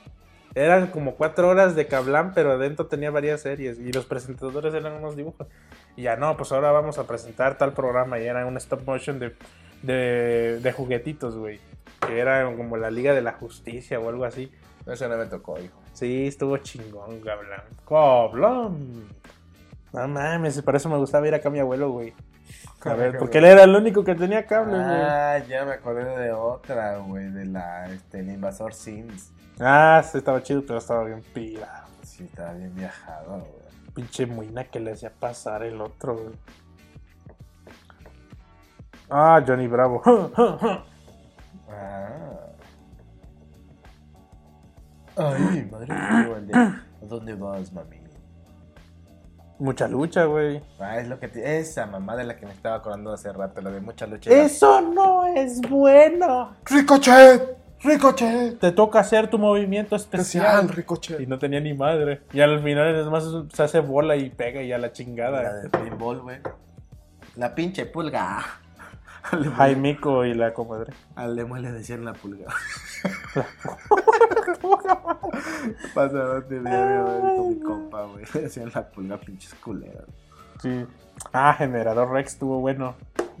S3: Eran como cuatro horas de Kablam, pero adentro tenía varias series y los presentadores eran unos dibujos. Y ya no, pues ahora vamos a presentar tal programa. Y era un stop motion de, de, de juguetitos, güey. Que era como la Liga de la Justicia o algo así.
S1: es. Ese no me tocó, hijo.
S3: Sí, estuvo chingón, cablón. ¡Coblón! No mames, para eso me gustaba ir acá a mi abuelo, güey. A ver, porque él era el único que tenía cable, güey. Ah,
S11: Ah, ya me acordé de otra, güey, de la, este, el invasor Sims.
S3: Ah, sí, estaba chido, pero estaba bien pira.
S11: Sí, estaba bien viajado, güey.
S3: Pinche muina que le hacía pasar el otro, güey. Ah, Johnny Bravo.
S11: Ah,
S1: Ay, madre mía, el de, ¿a ¿Dónde vas, mami?
S3: Mucha lucha, güey.
S1: Ah, es lo que te- Esa mamá de la que me estaba acordando hace rato, la de mucha lucha.
S3: Eso no es bueno.
S1: ¡Ricochet! ¡Ricochet!
S3: Te toca hacer tu movimiento especial.
S1: Ricochet.
S3: Y no tenía ni madre. Y al final es más se hace bola y pega y a la
S1: La
S3: chingada.
S1: de pinball, güey. La pinche pulga. Al Lemuel-
S3: Jaimico y la comadre.
S1: Al Lemuel le decían la pulga. Pasaron de diario güey, con mi compa, güey. Le decían la pulga, pinches culeras.
S3: Sí. Ah, generador Rex estuvo bueno.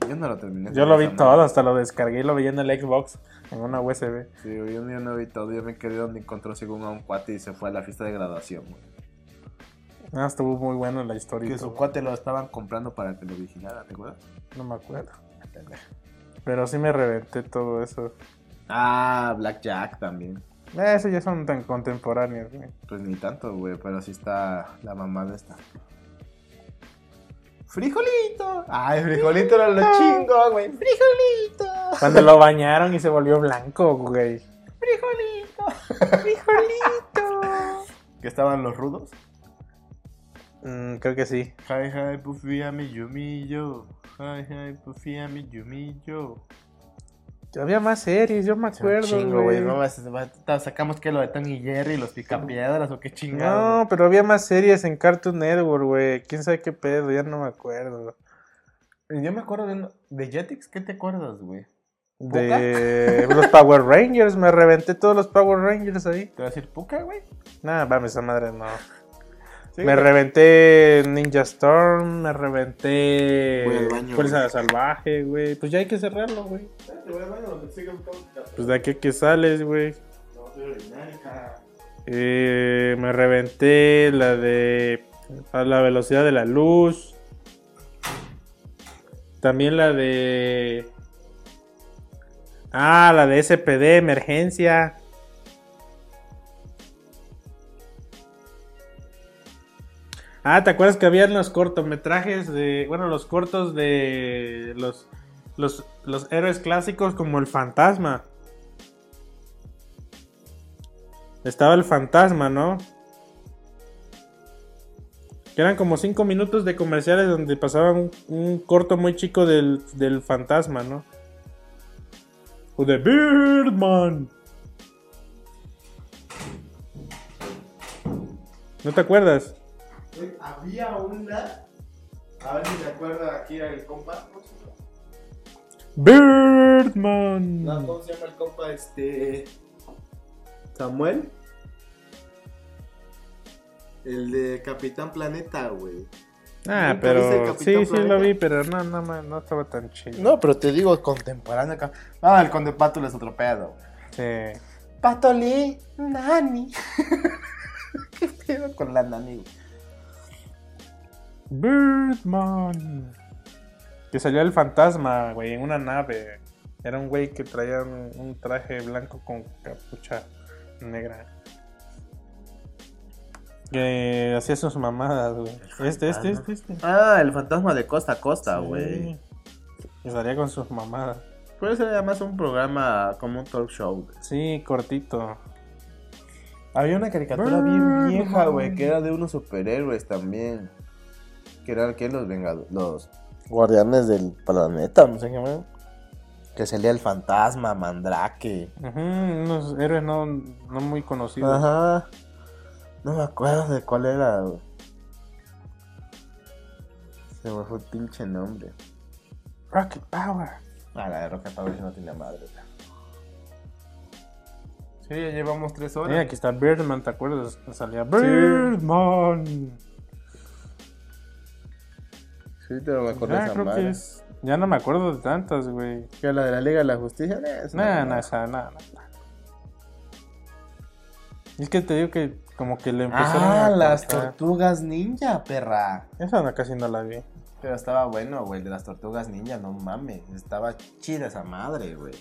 S1: Yo no lo terminé.
S3: Yo lo vi
S1: Esa
S3: todo,
S1: madre.
S3: hasta lo descargué y lo veía en el Xbox, en una USB.
S1: Sí, güey, yo, yo no vi todo. Yo me quedé donde encontró según a un cuate y se fue a la fiesta de graduación, güey.
S3: Ah, estuvo muy bueno la historia. y
S1: Que su
S3: todo.
S1: cuate lo estaban comprando para que lo vigilara, ¿te acuerdas?
S3: No me acuerdo. Pero sí me reventé todo eso.
S1: Ah, Blackjack también.
S3: Eh, Eso ya son tan contemporáneos. güey.
S1: Pues ni tanto, güey, pero sí está la mamá de esta. ¡Frijolito! ¡Ay, frijolito era lo chingo, güey! ¡Frijolito!
S3: Cuando lo bañaron y se volvió blanco, güey.
S1: Que estaban los rudos.
S3: Mm, creo que sí.
S1: Hi, hi, pufía mi yumi yo. Hi, hi, pufía mi yumi yo.
S3: Había más series, yo me acuerdo.
S1: Chingo,
S3: güey.
S1: güey. No, es- va- ta- sacamos que lo de Tony y Jerry, los picapiedras o qué chingado.
S3: No, pero había más series en Cartoon Network, güey. ¿Quién sabe qué pedo? Ya no me acuerdo.
S1: Yo me acuerdo de, uno- de Jetix, ¿qué te acuerdas, güey?
S3: De los Power Rangers. Me reventé todos los Power Rangers ahí.
S1: ¿Te vas a decir puca, güey?
S3: Nada, mames, esa madre no.
S1: Sí,
S3: me
S1: güey.
S3: reventé Ninja Storm, me reventé
S1: Voy al baño,
S3: Fuerza Salvaje, güey. Pues ya hay que cerrarlo, güey.
S9: Ya Te voy al baño donde sigue buscando tu casa.
S3: Pues de aquí a que sales, güey.
S9: No, estoy orinar, hija.
S3: Eh, me reventé la de A la velocidad de la luz. También la de. Ah, la de SPD, emergencia. Ah, ¿te acuerdas que habían los cortometrajes de. Bueno, los cortos de. Los, los, los héroes clásicos como El Fantasma. Estaba El Fantasma, ¿no? Que eran como 5 minutos de comerciales donde pasaban un, un corto muy chico del, del Fantasma, ¿no? O de Birdman. ¿No te acuerdas?
S9: Güey, Había una. A ver si se acuerda aquí el compa.
S3: Birdman.
S9: No, ¿Cómo se llama el compa? Este. Samuel. El de Capitán Planeta, güey. Nunca viste
S3: Ah,
S9: el
S3: pero
S9: Capitán
S3: sí, sí lo
S9: Planeta.
S3: vi, pero no, no, ma- no estaba tan chido.
S1: No, pero te digo contemporáneo acá. Ah, el conde Pátula es otro pedo.
S3: Sí.
S11: Patolí, Nani.
S1: güey. Con la nani. güey.
S3: Birdman. Que salió el fantasma, güey, en una nave. Era un güey que traía un, un traje blanco con capucha negra. Que hacía sus mamadas, güey. Este, este, este, este.
S1: Ah, el fantasma de costa a costa, güey.
S3: Sí. Que salía con sus mamadas.
S1: Puede ser además un programa como un talk show. güey.
S3: Sí, cortito.
S1: Había una caricatura
S3: Ah,
S1: bien vieja, güey, que era de unos superhéroes también. Que eran que los vengadores, los guardianes del planeta, no sé qué man. Que salía el fantasma, Mandrake.
S3: Ujú, unos héroes no, no muy conocidos.
S1: Ajá. No me acuerdo de cuál era, güey. Se me fue el pinche nombre.
S3: Rocket Power.
S1: Ah, la de Rocket Power sí no tiene madre. güey.
S11: Sí, ya llevamos tres
S3: Sí,
S11: horas.
S3: aquí está Birdman, ¿te acuerdas? Salía Birdman.
S1: Sí, pero me acuerdo de
S3: Ya,
S1: esa
S3: Ah, creo
S1: madre.
S3: que es- ya no me acuerdo de tantas, güey.
S1: Que la de la Liga de la Justicia. eh, es
S3: Nada,
S1: una
S3: nada, esa, nada. nada. Es que te digo que como que le empezaron
S1: Ah,
S3: a
S1: las
S3: contar.
S1: tortugas ninja, perra.
S3: Esa no, casi no la vi.
S1: Pero estaba bueno, güey, de las tortugas ninja, no mames. Estaba chida esa madre, güey.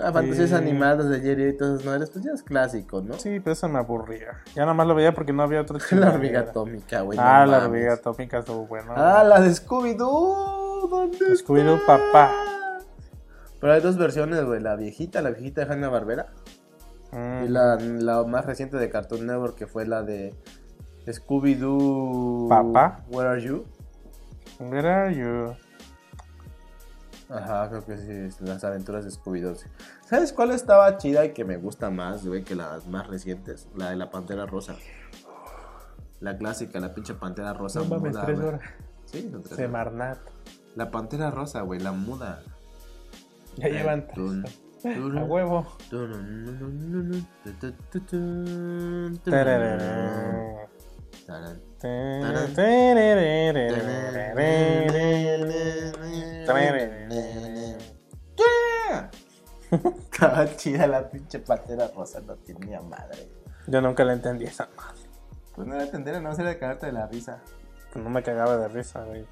S1: Ah, fantasías
S3: Sí.
S1: animadas de ayer y todas esas madres, pues ya es clásico, ¿no?
S3: Sí, pero esa me aburría. Ya nada más la veía porque no había otro
S1: La
S3: chingadera.
S1: hormiga atómica, güey. no
S3: Ah, la
S1: mames.
S3: hormiga atómica estuvo bueno.
S1: Ah, la de Scooby-Doo. ¿Dónde
S3: Scooby-Doo,
S1: está?
S3: papá.
S1: Pero hay dos versiones, güey. La viejita, la viejita de Hanna-Barbera.
S3: Mm.
S1: Y la, la más reciente de Cartoon Network, que fue la de Scooby-Doo.
S3: Papá.
S1: Where are you?
S3: Where are you?
S1: Ajá, creo que sí, es las aventuras de Scooby-Doo. sí. ¿Sabes cuál estaba chida y que me gusta más, güey, que las más recientes? La de la Pantera Rosa. La clásica, la pinche Pantera Rosa
S3: No mames,
S1: muda,
S3: tres
S1: güey.
S3: horas.
S1: Sí, son tres
S3: De
S1: horas.
S3: Marnat.
S1: La Pantera Rosa, güey, la muda.
S3: Ya llevan tres.
S1: Tun, turun,
S3: A huevo.
S1: turun, turun, turun, turun, turun,
S3: Tararara.
S1: tarán,
S3: Tararara.
S1: Estaba chida la pinche patera rosa, no tenía madre.
S3: Yo nunca la entendí esa.
S1: Pues no era tendera, no era de cagarte de la risa.
S3: No me cagaba de risa, güey.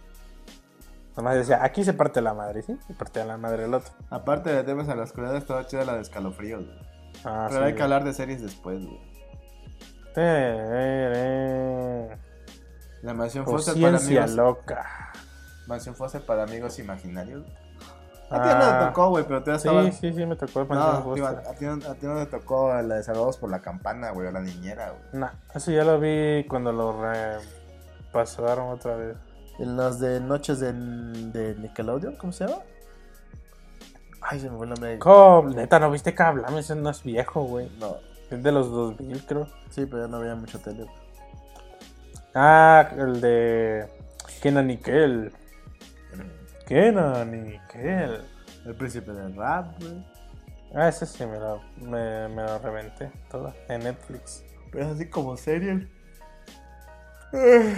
S3: Nomás decía, aquí se parte la madre, ¿sí? Se parte la madre el otro.
S1: Aparte de temas a la oscuridad, estaba chida la de escalofríos. güey.
S3: Ah,
S1: Pero
S3: sí,
S1: hay que hablar de series después, güey.
S3: güey.
S1: La mansión
S3: O
S1: Foster para
S3: Pues ciencia
S1: amigos.
S3: loca.
S1: Mansión Foster para amigos imaginarios. A ti no te
S3: Ah,
S1: tocó, güey, pero tú ya
S3: sí,
S1: estabas.
S3: sí, sí, me tocó el
S1: No,
S3: Mansión
S1: tío,
S3: Foster.
S1: a, ti no, a ti no te tocó la de Salvados por la Campana, güey, o la niñera, güey.
S3: Nah, eso ya lo vi cuando lo pasaron otra vez.
S1: En las de Noches de, de Nickelodeon, ¿cómo se llama? Ay, se me fue el nombre.
S3: Com, neta, ¿no viste que hablamos? Ese no es viejo, güey.
S1: No,
S3: Es de los 2000, creo.
S1: sí, pero ya no veía mucho tele.
S3: Ah, el de Kenan Nickel. Kenan Nickel.
S1: El príncipe del rap, güey.
S3: Ah, ese sí me lo, me, me lo reventé todo en Netflix.
S1: Pero es así como serie. Eh.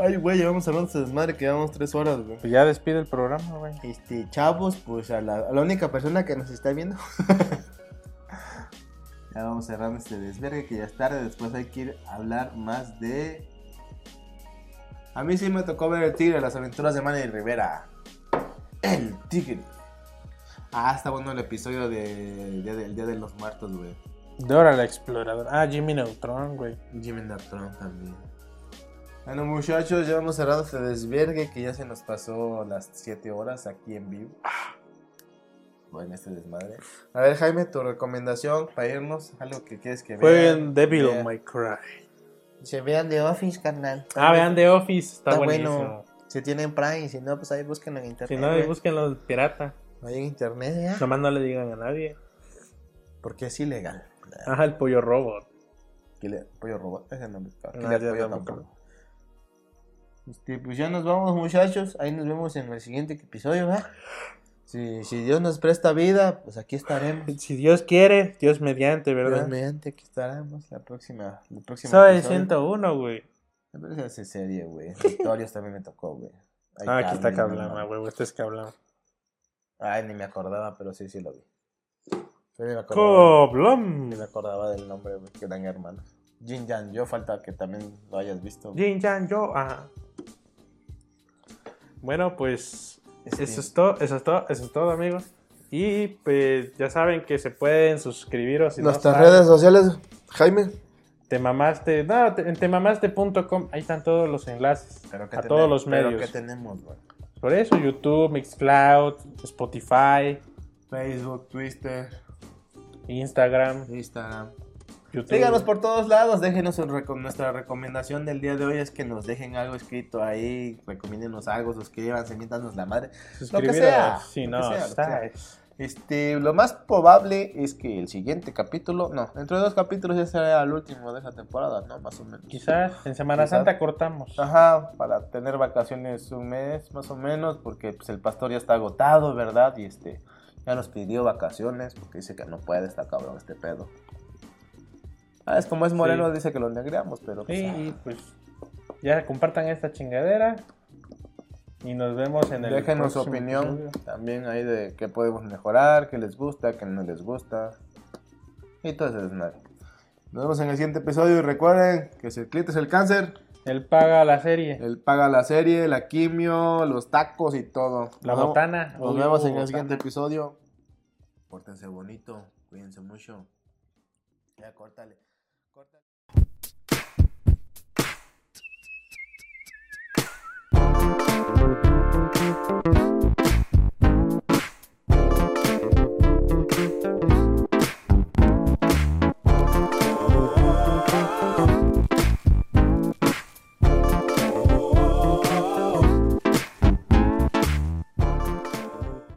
S1: Ay, güey, llevamos hablando de desmadre que llevamos tres horas, güey.
S3: Pues ya despide el programa, güey.
S1: Este, chavos, pues a la, a la única persona que nos está viendo. ya vamos cerrando este desvergue que ya es tarde. Después hay que ir a hablar más de A mí sí me tocó ver el tigre, las aventuras de Manny Rivera. El tigre. Ah, está bueno el episodio de, Día de- el Día de los Muertos, güey.
S3: Dora la exploradora. Ah, Jimmy Neutron, güey.
S1: Jimmy Neutron también. Bueno, muchachos, ya hemos cerrado este desvergue que ya se nos pasó las 7 horas aquí en vivo. Bueno, este desmadre. A ver, Jaime, tu recomendación para irnos, algo que quieres que
S3: Fue
S1: vean.
S3: en Devil
S1: Yeah.
S3: on My Cry.
S11: Se vean de Office, carnal.
S3: Ah, vean The Office, está,
S11: Está
S3: buenísimo.
S11: bueno. Si tienen Prime, si no, pues ahí búsquenlo en
S3: Si
S11: internet.
S3: no,
S11: güey.
S3: ahí búsquenlo pirata.
S11: No hay en internet ya.
S3: Nomás no le digan a nadie.
S1: Porque es ilegal.
S3: Ajá, el pollo robot.
S1: Killer Pollo Robot, ese nombre está.
S3: No,
S1: Killer
S3: ya
S1: Pollo
S3: tampoco.
S1: tampoco.
S11: Este, pues ya nos vamos, muchachos. Ahí nos vemos en el siguiente episodio, ¿verdad?
S1: Si, si Dios nos presta vida, pues aquí estaremos.
S3: Si Dios quiere, Dios mediante,
S1: Dios
S3: ¿verdad?
S1: mediante, aquí estaremos la próxima. La próxima
S3: Soy 101, güey.
S1: Pero esa es serie, güey. Victorios también me tocó, güey. Ay,
S3: Ah, aquí está
S1: Carmen, no
S3: Kablama,
S1: mames.
S3: güey. Este es Kablama.
S1: Ay, ni me acordaba, pero sí, sí lo vi. Pero ni me acordaba,
S3: Coblam.
S1: ni me acordaba del nombre, güey, que eran hermanos. Jin Jan, yo falta que también lo hayas visto.
S3: Jin Jan Yo. Ajá. Bueno, pues
S1: Este,
S3: eso es todo, eso es todo, eso es todo, amigos. Y pues ya saben que se pueden suscribir o si
S1: Nuestras
S3: no saben,
S1: redes sociales, Jaime.
S3: Te mamaste, no, te, en temamaste.com, ahí están todos los enlaces
S1: Pero
S3: a todos los
S1: Pero
S3: medios.
S1: que tenemos, güey.
S3: Por eso YouTube, Mixcloud, Spotify,
S1: Facebook, Twitter,
S3: Instagram,
S1: Instagram.
S3: YouTube.
S1: Síganos por todos lados, déjenos su reco- nuestra recomendación del día de hoy es que nos dejen algo escrito ahí, recomiéndenos algo, suscríbanse, miéntanos la madre.
S3: Suscribiros.
S1: lo que sea,
S3: Sí,
S1: lo que
S3: no,
S1: sea, lo que
S3: está-
S1: sea. Este, lo más probable es que el siguiente capítulo, no, dentro de dos capítulos ya será el último de esa temporada, ¿no? Más o menos.
S3: Quizás en Semana
S1: Quizás.
S3: Santa cortamos.
S1: Ajá, para tener vacaciones un mes, más o menos, porque pues el pastor ya está agotado, ¿verdad? Y este, ya nos pidió vacaciones, porque dice que no puede, está cabrón este pedo. Ah, es como es moreno,
S3: Sí.
S1: dice que lo negreamos, pero pues,
S3: Sí,
S1: ah.
S3: y pues ya compartan esta chingadera y nos vemos en el
S1: Déjenos su
S3: próximo
S1: opinión
S3: episodio.
S1: también ahí de qué podemos mejorar, qué les gusta, qué no les gusta. Y todo ese desmadre. Nos vemos en el siguiente episodio y recuerden que si el cliente es el cáncer,
S3: Él paga la serie,
S1: él paga la serie, la quimio, los tacos y todo.
S3: la
S1: Nos vemos-
S3: botana.
S1: Nos vemos en el siguiente episodio. Pórtense bonito, cuídense mucho. Ya, córtale. Córtale.